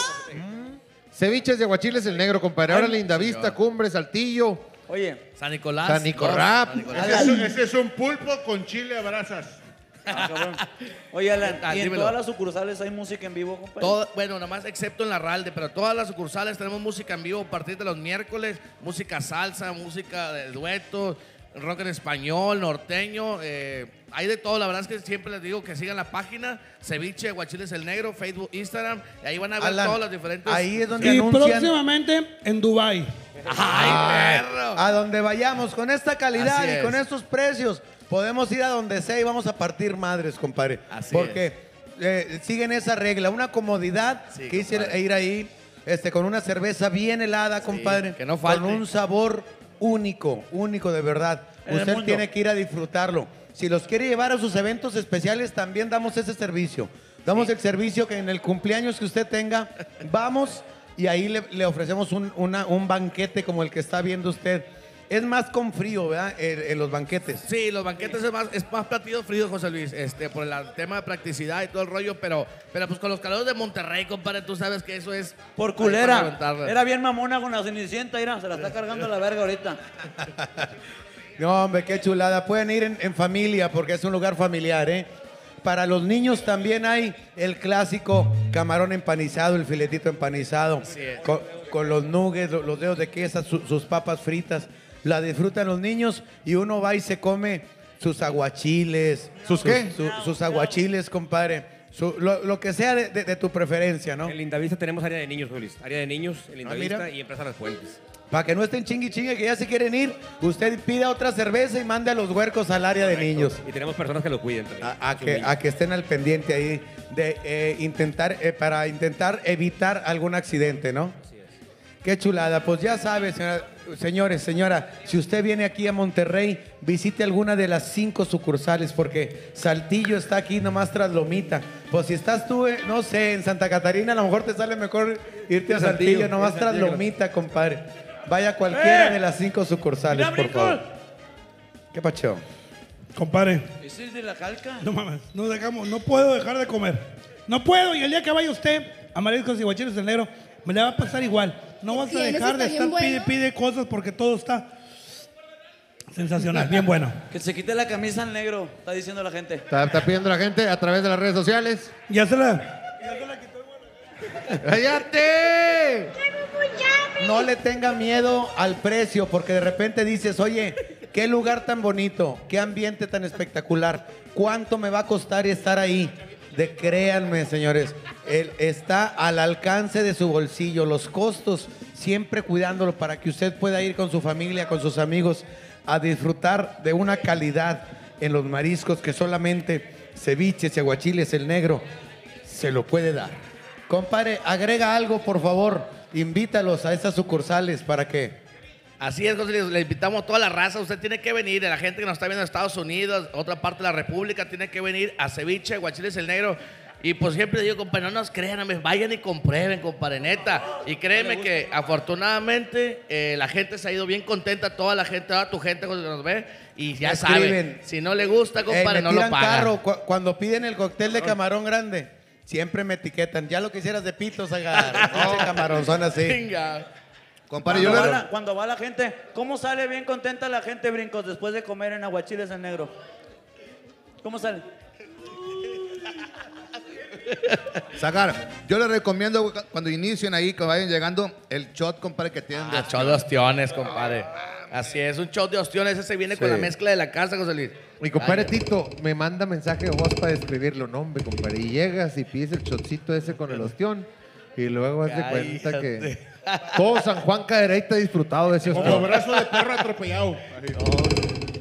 Speaker 38: Ceviches de aguachiles el negro, compadre. Ahora
Speaker 4: Ay,
Speaker 38: Linda Vista,
Speaker 4: señor.
Speaker 38: Cumbre, Saltillo.
Speaker 6: Oye.
Speaker 28: San Nicolás.
Speaker 38: San Nicolás.
Speaker 28: San Nicolás.
Speaker 9: Ese es, un- ese es un pulpo con chile a brasas.
Speaker 6: Oye, Alan,
Speaker 28: Ah,
Speaker 6: ¿y en
Speaker 28: dímelo.
Speaker 6: todas las sucursales hay música en vivo, compadre?
Speaker 28: Todo- bueno, nada más excepto en la Ralde, pero todas las sucursales tenemos música en vivo a partir de los miércoles, música salsa, música de dueto, rock en español, norteño, eh, hay de todo, la verdad es que siempre les digo que sigan la página, Ceviche, Guachiles el Negro, Facebook, Instagram, y ahí van a ver
Speaker 4: Alan,
Speaker 28: todas las diferentes...
Speaker 12: y próximamente en Dubai.
Speaker 4: Ay, Ah. A donde vayamos, con esta calidad
Speaker 28: Así
Speaker 4: y con
Speaker 28: es.
Speaker 4: estos precios, podemos ir a donde sea y vamos a partir madres, compadre.
Speaker 28: Así
Speaker 4: Porque eh, siguen esa regla, una comodidad que hiciera ir ahí este, con una cerveza bien helada, compadre.
Speaker 28: que no falte.
Speaker 4: Con un sabor único, único de verdad.
Speaker 28: En el
Speaker 4: Usted
Speaker 28: mundo.
Speaker 4: tiene que ir a disfrutarlo. Si los quiere llevar a sus eventos especiales, también damos ese servicio. Damos el servicio que en el cumpleaños que usted tenga, vamos y ahí le, le ofrecemos un, una- un banquete como el que está viendo usted. Es más con frío, ¿verdad? En, en los banquetes.
Speaker 28: Sí, los banquetes es más, es más platillo frío, José Luis, este, por el tema de practicidad y todo el rollo, pero, pero pues con los calores de Monterrey, compadre, tú sabes que eso es. Por
Speaker 6: Culera. Era bien mamona con la cenicienta, mira, se la está cargando la verga ahorita.
Speaker 4: No, hombre, qué chulada. Pueden ir en, en familia porque es un lugar familiar, ¿eh? Para los niños también hay el clásico camarón empanizado, el filetito empanizado,
Speaker 28: Así es.
Speaker 4: con, con los nuggets, lo- los dedos de queso, su- sus papas fritas. La disfrutan los niños y uno va y se come sus aguachiles. ¿Sus
Speaker 31: qué?
Speaker 4: sus aguachiles, compadre. Su- lo, lo que sea de, de- de tu preferencia, ¿no? Ah,
Speaker 41: En Lindavista tenemos área de niños, José Luis. Área de niños,
Speaker 8: Ah,
Speaker 41: en Lindavista
Speaker 4: mira.
Speaker 41: y Empresa Las Fuentes.
Speaker 4: Para que no estén chingui chingue que ya se quieren ir, usted pida otra cerveza y mande a los huercos al área de niños.
Speaker 41: Y tenemos personas que lo cuiden también.
Speaker 31: Ah,
Speaker 4: a que, a que estén al pendiente ahí de eh, intentar eh, para intentar evitar algún accidente, ¿no? Qué chulada. Pues ya sabes, señora- señores, señora, si usted viene aquí a Monterrey, visite alguna de las cinco sucursales, porque Saltillo está aquí nomás tras Lomita. Pues si estás tú, eh, no sé, en Santa Catarina, a lo mejor te sale mejor irte a
Speaker 31: Saltillo,
Speaker 4: Saltillo, nomás
Speaker 31: en
Speaker 4: tras
Speaker 31: Santiago.
Speaker 4: Lomita, compadre. Vaya a cualquiera
Speaker 12: ¡Eh!
Speaker 4: de las cinco sucursales,
Speaker 12: Mira,
Speaker 4: por
Speaker 12: brinco.
Speaker 4: favor. ¿Qué pacho?
Speaker 12: Compadre.
Speaker 6: ¿Ese es de la calca?
Speaker 12: No mames, no dejamos, no puedo dejar de comer. No puedo, y el día que vaya usted a Mariscos y Guachiros del Negro, me la va a pasar igual. No vas a
Speaker 6: que en
Speaker 12: dejar
Speaker 6: eso
Speaker 12: de
Speaker 6: está bien
Speaker 12: estar pide,
Speaker 6: bueno.
Speaker 12: pide cosas porque todo está sensacional,
Speaker 31: <laughs>
Speaker 12: bien bueno.
Speaker 6: Que se quite la camisa al negro, está diciendo la gente.
Speaker 31: Está, está pidiendo la gente a través de las redes sociales.
Speaker 12: Ya se la.
Speaker 4: ¡Cállate! No le tenga miedo al precio, porque de repente dices, oye, qué lugar tan bonito, qué ambiente tan espectacular, cuánto me va a costar estar ahí. De créanme, señores, el- está al alcance de su bolsillo, los costos, siempre cuidándolo para que usted pueda ir con su familia, con sus amigos, a disfrutar de una calidad en los mariscos que solamente ceviches y aguachiles, el negro, se lo puede dar. Compadre, agrega algo, por favor. Invítalos a esas sucursales para que.
Speaker 28: Así es, José Luis, le invitamos a toda la raza, usted tiene que venir, la gente que nos está viendo en Estados Unidos, otra parte de la República, tiene que venir a Ceviche, Guachiles el Negro. Y pues siempre digo, compadre, no nos crean, hombre, vayan y comprueben, compadre, neta. Y créeme que afortunadamente eh, la gente se ha ido bien contenta, toda la gente, toda tu gente José, que nos ve, y ya
Speaker 4: Me
Speaker 28: saben,
Speaker 4: escriben.
Speaker 28: si no le gusta,
Speaker 4: Ey,
Speaker 28: compadre,
Speaker 4: eh, me
Speaker 28: no lo
Speaker 4: tiran
Speaker 28: pagan.
Speaker 4: carro. Cu- cuando piden el cóctel de camarón grande, siempre me etiquetan. Ya lo quisieras de
Speaker 28: <laughs>
Speaker 4: pitos, agarrar. Ese camarón, son así.
Speaker 28: Venga.
Speaker 4: Compadre,
Speaker 6: Cuando va,
Speaker 4: le-
Speaker 6: la, cuando va la gente, ¿cómo sale bien contenta la gente, Brincos, después de comer en Aguachiles el Negro? ¿Cómo sale?
Speaker 8: Sacar, yo les recomiendo güey, cuando inicien ahí, que vayan llegando, el shot, compadre, que tienen de
Speaker 28: Ah, shot de ostiones, compadre. Así es, un shot de ostiones, ese viene con
Speaker 31: Sí.
Speaker 28: la mezcla de la casa, José Luis.
Speaker 31: Mi compadre
Speaker 28: Ay,
Speaker 31: Tito me manda mensaje de voz para describirlo. No, hombre, compadre. Y llegas y pides el chocito ese con el ostión. Y luego haz de cuenta que todo San Juan Cadereyta ha disfrutado de ese
Speaker 9: Como
Speaker 31: ostión.
Speaker 9: brazo de perro atropellado.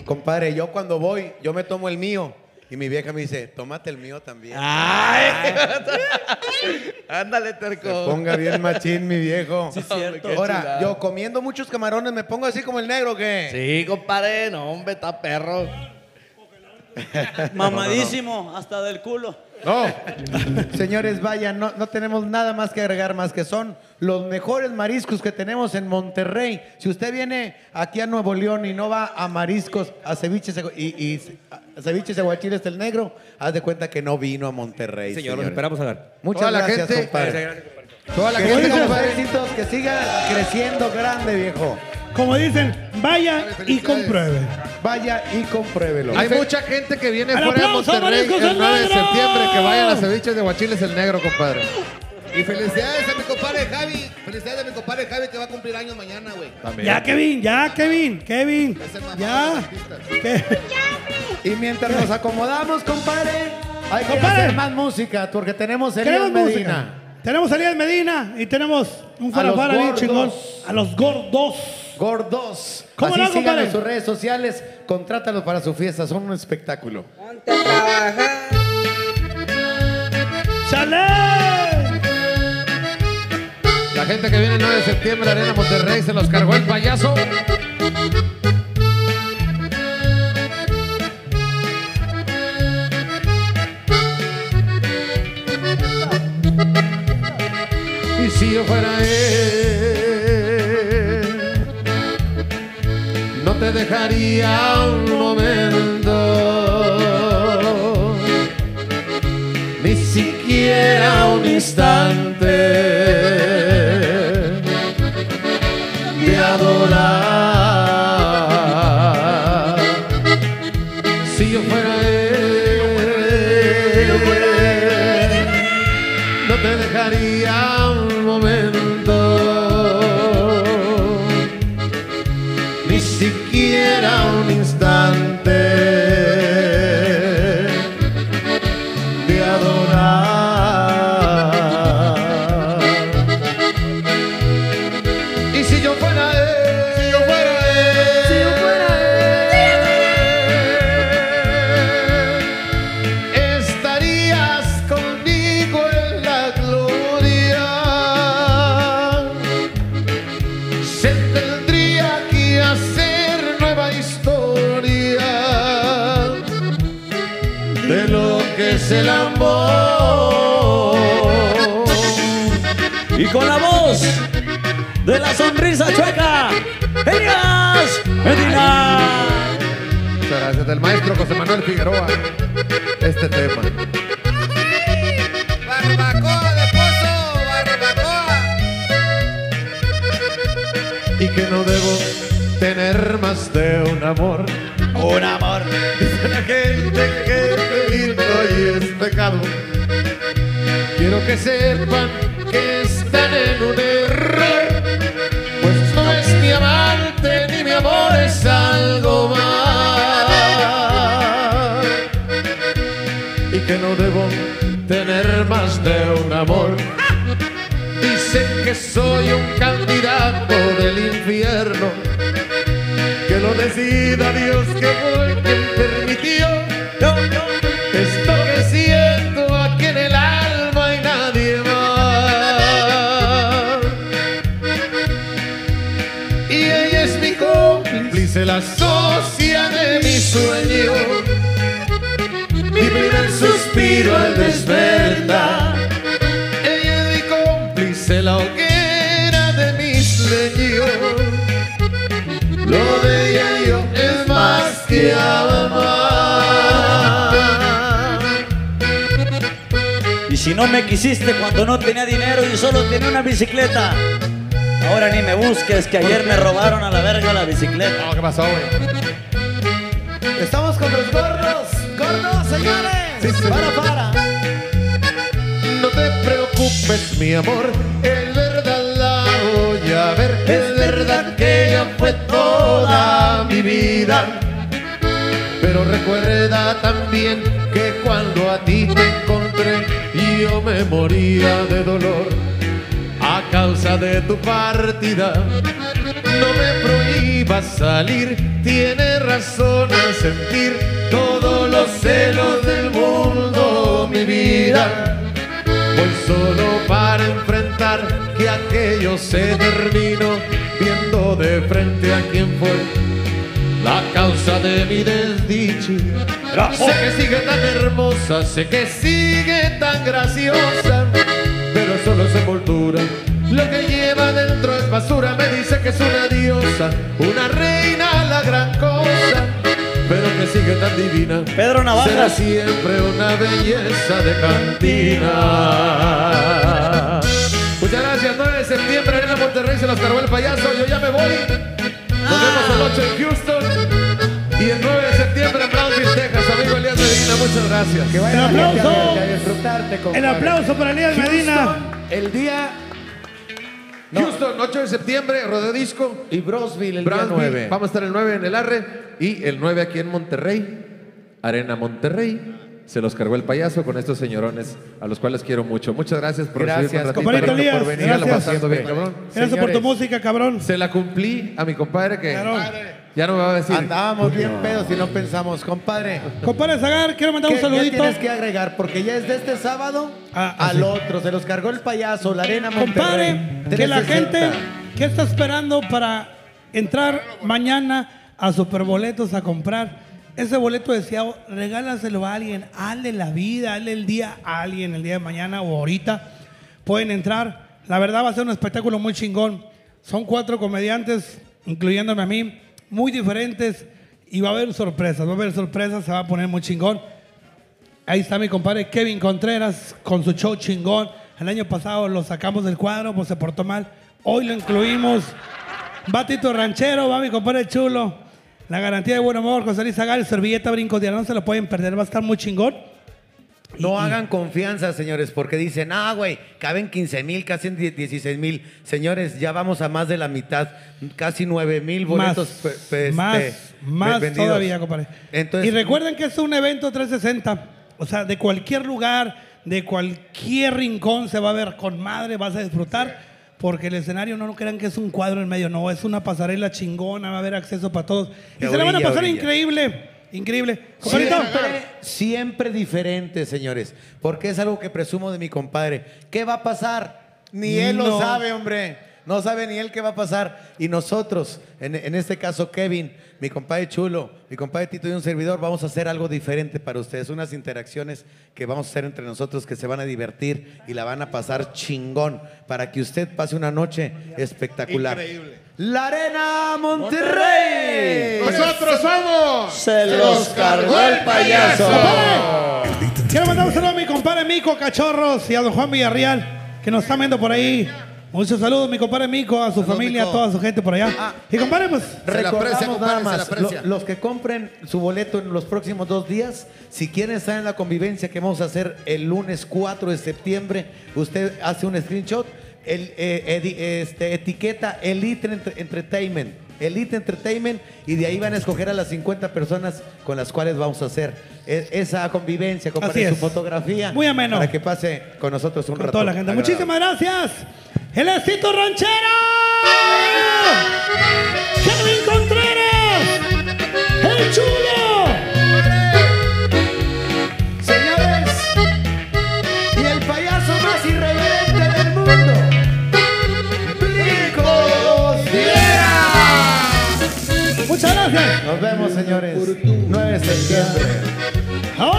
Speaker 4: Compadre, yo cuando voy, yo me tomo el mío. Y mi vieja me dice, tómate el mío también.
Speaker 28: Ándale, terco.
Speaker 4: Se ponga bien machín, mi viejo.
Speaker 28: Sí, cierto. Qué
Speaker 4: Ahora,
Speaker 28: chulada.
Speaker 4: yo comiendo muchos camarones, me pongo así como el negro, ¿qué?
Speaker 28: Sí, compadre, no, hombre, está perro.
Speaker 6: Mamadísimo, hasta del culo.
Speaker 4: No. Señores, vayan, no, no tenemos nada más que agregar más que son los mejores mariscos que tenemos en Monterrey. Si usted viene aquí a Nuevo León y no va a mariscos, a ceviches y, y a ceviches aguachiles del negro, haz de cuenta que no vino a Monterrey.
Speaker 41: Señor, los
Speaker 4: señores.
Speaker 41: esperamos a ver.
Speaker 4: Muchas
Speaker 31: Toda la
Speaker 4: gracias,
Speaker 31: gente- eh,
Speaker 4: compadre.
Speaker 31: Toda la
Speaker 4: que
Speaker 31: gente,
Speaker 4: sigan los
Speaker 31: compadre.
Speaker 4: éxitos, que siga creciendo grande, viejo.
Speaker 12: Como dicen, vaya y compruebe.
Speaker 4: Vaya y compruébelo.
Speaker 31: Hay mucha gente que viene
Speaker 4: ¡Al
Speaker 31: fuera de
Speaker 4: aplauso,
Speaker 31: Monterrey
Speaker 4: Mariscos
Speaker 31: el
Speaker 4: el
Speaker 31: 9 de
Speaker 4: Negro!
Speaker 31: septiembre. Que vayan a ceviches de Guachiles el Negro, compadre.
Speaker 42: Y felicidades a mi compadre Javi. Felicidades a mi compadre Javi que va a cumplir años mañana, güey.
Speaker 12: Ya, Kevin, ya, Kevin, Kevin. Ya.
Speaker 4: Y mientras nos acomodamos, compadre, hay que
Speaker 12: Compadre.
Speaker 4: hacer más música porque tenemos Elías
Speaker 12: Tenemos
Speaker 4: Medina.
Speaker 12: música. Tenemos a Elías Medina y tenemos un
Speaker 4: A los
Speaker 12: farafara bien
Speaker 4: gordos.
Speaker 12: chingón. A los gordos.
Speaker 4: Gordos.
Speaker 12: ¿Cómo
Speaker 4: Así
Speaker 12: no,
Speaker 4: síganlo
Speaker 12: compadre?
Speaker 4: en sus redes sociales, contrátalos para su fiesta, son un espectáculo.
Speaker 43: Ponte a trabajar.
Speaker 4: ¡Eh!
Speaker 31: La gente que viene el 9 de septiembre, Arena Monterrey, se los cargó el payaso.
Speaker 10: Y si yo fuera él, no te dejaría un momento, ni siquiera un instante de adorar. Si yo fuera él, no te dejaría un momento, ni siquiera un instante de adorar. Y si yo fuera él, si yo fuera él, si yo fuera él, estarías conmigo en la gloria. Se tendría que hacer nueva historia de lo que es el amor.
Speaker 6: Y con la voz de la sonrisa chueca, Elías Medina.
Speaker 31: Muchas gracias. Del maestro José Manuel Figueroa, este tema.
Speaker 2: Barbacoa de pozo, barbacoa.
Speaker 10: y que no debo tener más de un amor. Un amor. Dice la gente que es lindo y es pecado. Quiero que sepan que están en un error. Pues no es mi amante ni mi amor es algo más. Y que no debo tener más de un amor. Dicen que soy un candidato del infierno. Que lo decida Dios que fue quien permitió. Esto que siento aquí en el alma y nadie más. Y ella es mi cómplice, la socia de mi sueño. Mi primer suspiro al despertar. Ella es mi cómplice, la hoguera de mis leños. Lo de ella y yo es más que amar.
Speaker 6: Y si no me quisiste cuando no tenía dinero y solo tenía una bicicleta, ahora ni me busques que ayer me robaron a la verga la bicicleta.
Speaker 31: ¿qué pasó, güey?
Speaker 28: Estamos con los gordos, gordos, señores. Para, para.
Speaker 10: No te preocupes, mi amor, es verdad la voy a ver. Es verdad que ella fue toda mi vida. Pero recuerda también que cuando a ti te encontré, yo me moría de dolor a causa de tu partida. No me prohíbas salir, tiene razón al sentir todos los celos del mundo, mi vida. Voy solo para enfrentar que aquello se terminó, viendo de frente a quien fue la causa de mi desdicha. Sé que sigue tan hermosa, sé que sigue tan graciosa, pero solo es envoltura. Lo que lleva dentro es basura, me dice que es una diosa, una reina, la gran cosa, pero que sigue tan divina.
Speaker 6: Pedro
Speaker 10: Será
Speaker 6: Navajas.
Speaker 10: siempre una belleza de cantina.
Speaker 31: Muchas gracias, 9 de septiembre, Arena Monterrey, se los cargó el payaso. Yo ya me voy. Nos vemos el 8 en Houston. Y el 9 de septiembre en Brownsville, Texas. Amigo Elías Medina, muchas gracias. Que
Speaker 28: vaya
Speaker 12: El
Speaker 28: la gente
Speaker 12: aplauso.
Speaker 28: a- a disfrutarte, compadre.
Speaker 12: El aplauso para Elías
Speaker 28: Houston,
Speaker 12: Medina.
Speaker 28: El día.
Speaker 31: Houston, 8 de septiembre, Rodedisco.
Speaker 28: Y Brosville, el
Speaker 31: Brownsville.
Speaker 28: día 9.
Speaker 31: Vamos a estar el 9 en el Arre y el 9 aquí en Monterrey, Arena Monterrey. Se los cargó el payaso con estos señores a los cuales quiero mucho. Muchas gracias por
Speaker 28: Gracias,
Speaker 31: recibirme un ratito,
Speaker 28: compadre
Speaker 31: por
Speaker 28: Elías,
Speaker 31: venir,
Speaker 28: gracias.
Speaker 31: la pasando bien, cabrón.
Speaker 28: Gracias por tu Señores.
Speaker 12: música, cabrón.
Speaker 31: Se la cumplí a mi compadre que
Speaker 44: Ya no me va a decir.
Speaker 4: Andábamos bien pedos y no pensamos, compadre.
Speaker 12: Compadre Zagar, quiero mandar un
Speaker 4: ¿qué-
Speaker 12: saludito. Ah,
Speaker 4: ¿Qué tienes que agregar? Porque ya es de este sábado al otro. Se los cargó el payaso, la arena Monterrey.
Speaker 12: Compadre, que la
Speaker 4: 360.
Speaker 12: gente que está esperando para entrar mañana a Superboletos a comprar ese boleto deseado, regálaselo a alguien, hazle la vida, hazle el día a alguien el día de mañana o ahorita. Pueden entrar. La verdad va a ser un espectáculo muy chingón. Son cuatro comediantes, incluyéndome a mí, muy diferentes y va a haber sorpresas, va a haber sorpresas, se va a poner muy chingón. Ahí está mi compadre Kevin Contreras con su show chingón. El año pasado lo sacamos del cuadro, pues se portó mal. Hoy lo incluimos. Va Tito Ranchero, va mi compadre chulo. La garantía de buen humor, José Luis Zagal, servilleta, brinco de no se lo pueden perder, va a estar muy chingón.
Speaker 4: No hagan confianza, señores, porque dicen, ah, güey, caben 15 mil, casi 16 mil. Señores, ya vamos a más de la mitad, casi 9 mil
Speaker 12: Más,
Speaker 4: boletos. pe- pe- este,
Speaker 12: más, más
Speaker 4: ve- vendidos.
Speaker 12: todavía, compadre.
Speaker 4: Entonces-
Speaker 12: y recuerden que es un evento 360. O sea, de cualquier lugar, de cualquier rincón se va a ver con madre, vas a disfrutar. Porque el escenario no lo crean que es un cuadro en medio, no, es una pasarela chingona, va a haber acceso para todos. Y
Speaker 4: De
Speaker 12: se la van a
Speaker 4: orilla a
Speaker 12: pasar
Speaker 4: orilla.
Speaker 12: increíble, increíble. Compadrito,
Speaker 4: Siempre, siempre diferente, señores, porque es algo que presumo de mi compadre. ¿Qué va a pasar? Ni él
Speaker 12: No.
Speaker 4: lo sabe, hombre. No sabe ni él qué va a pasar. Y nosotros, en, en este caso Kevin, mi compadre Chulo, mi compadre Tito y un servidor, vamos a hacer algo diferente para ustedes. Unas interacciones que vamos a hacer entre nosotros que se van a divertir y la van a pasar chingón para que usted pase una noche espectacular.
Speaker 5: Increíble.
Speaker 4: La Arena Monterrey.
Speaker 5: Nosotros
Speaker 4: somos.
Speaker 5: Se los cargó el payaso.
Speaker 12: Quiero mandar un saludo a mi compadre Mico Cachorros y a don Juan Villarreal, que nos están viendo por ahí. Muchos saludos, mi compadre Mico, a su familia, a toda su gente por allá. y compadre, pues.
Speaker 4: Ah, Recordamos nada más, lo- los que compren su boleto en los próximos dos días, si quieren estar en la convivencia que vamos a hacer el lunes 4 de septiembre, usted hace un screenshot, el, eh, edi- este, etiqueta Elite Ent- Entertainment, Elite Entertainment, y de ahí van a escoger a las 50 personas con las cuales vamos a hacer e- esa convivencia,
Speaker 12: Así
Speaker 4: compartir su
Speaker 12: es.
Speaker 4: fotografía,
Speaker 12: Muy ameno.
Speaker 4: para que pase con nosotros un
Speaker 12: Con
Speaker 4: rato
Speaker 12: toda la gente.
Speaker 4: agradable.
Speaker 12: Muchísimas gracias. El éxito ranchero. Kevin Contreras. El
Speaker 5: chulo.
Speaker 4: Señores. Y el payaso más irreverente del mundo.
Speaker 5: Brincos Viera.
Speaker 12: Muchas gracias.
Speaker 4: Nos vemos, señores. 9 de septiembre.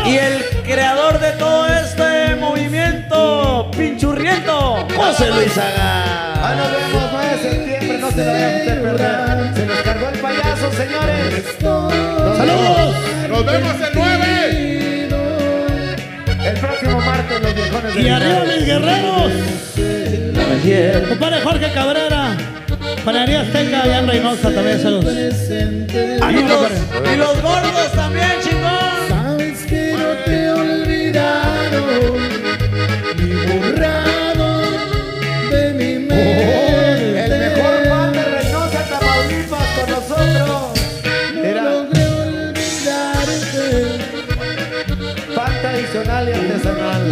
Speaker 6: Y el creador de todo este movimiento, pinchurriento, José Luis Zagar.
Speaker 4: Ah, nos vemos 9 de septiembre, no se lo vayan a usted perder. Se nos cargó el payaso, señores.
Speaker 5: Saludos.
Speaker 4: Nos vemos el 9. El próximo martes los viejones
Speaker 12: Y arriba mis guerreros. Compadre Jorge Cabrera. Panadería Azteca, allá en Reynosa, también saludos. Ah, no,
Speaker 6: Y los,
Speaker 12: compadre.
Speaker 6: y los gordos también, chingón.
Speaker 45: Sabes que no te olvidaron ni borrado de mi mente.
Speaker 4: El mejor pan de Reynosa, Tamaulipas, con nosotros.
Speaker 45: No logré olvidarte.
Speaker 4: Pan tradicional y artesanal.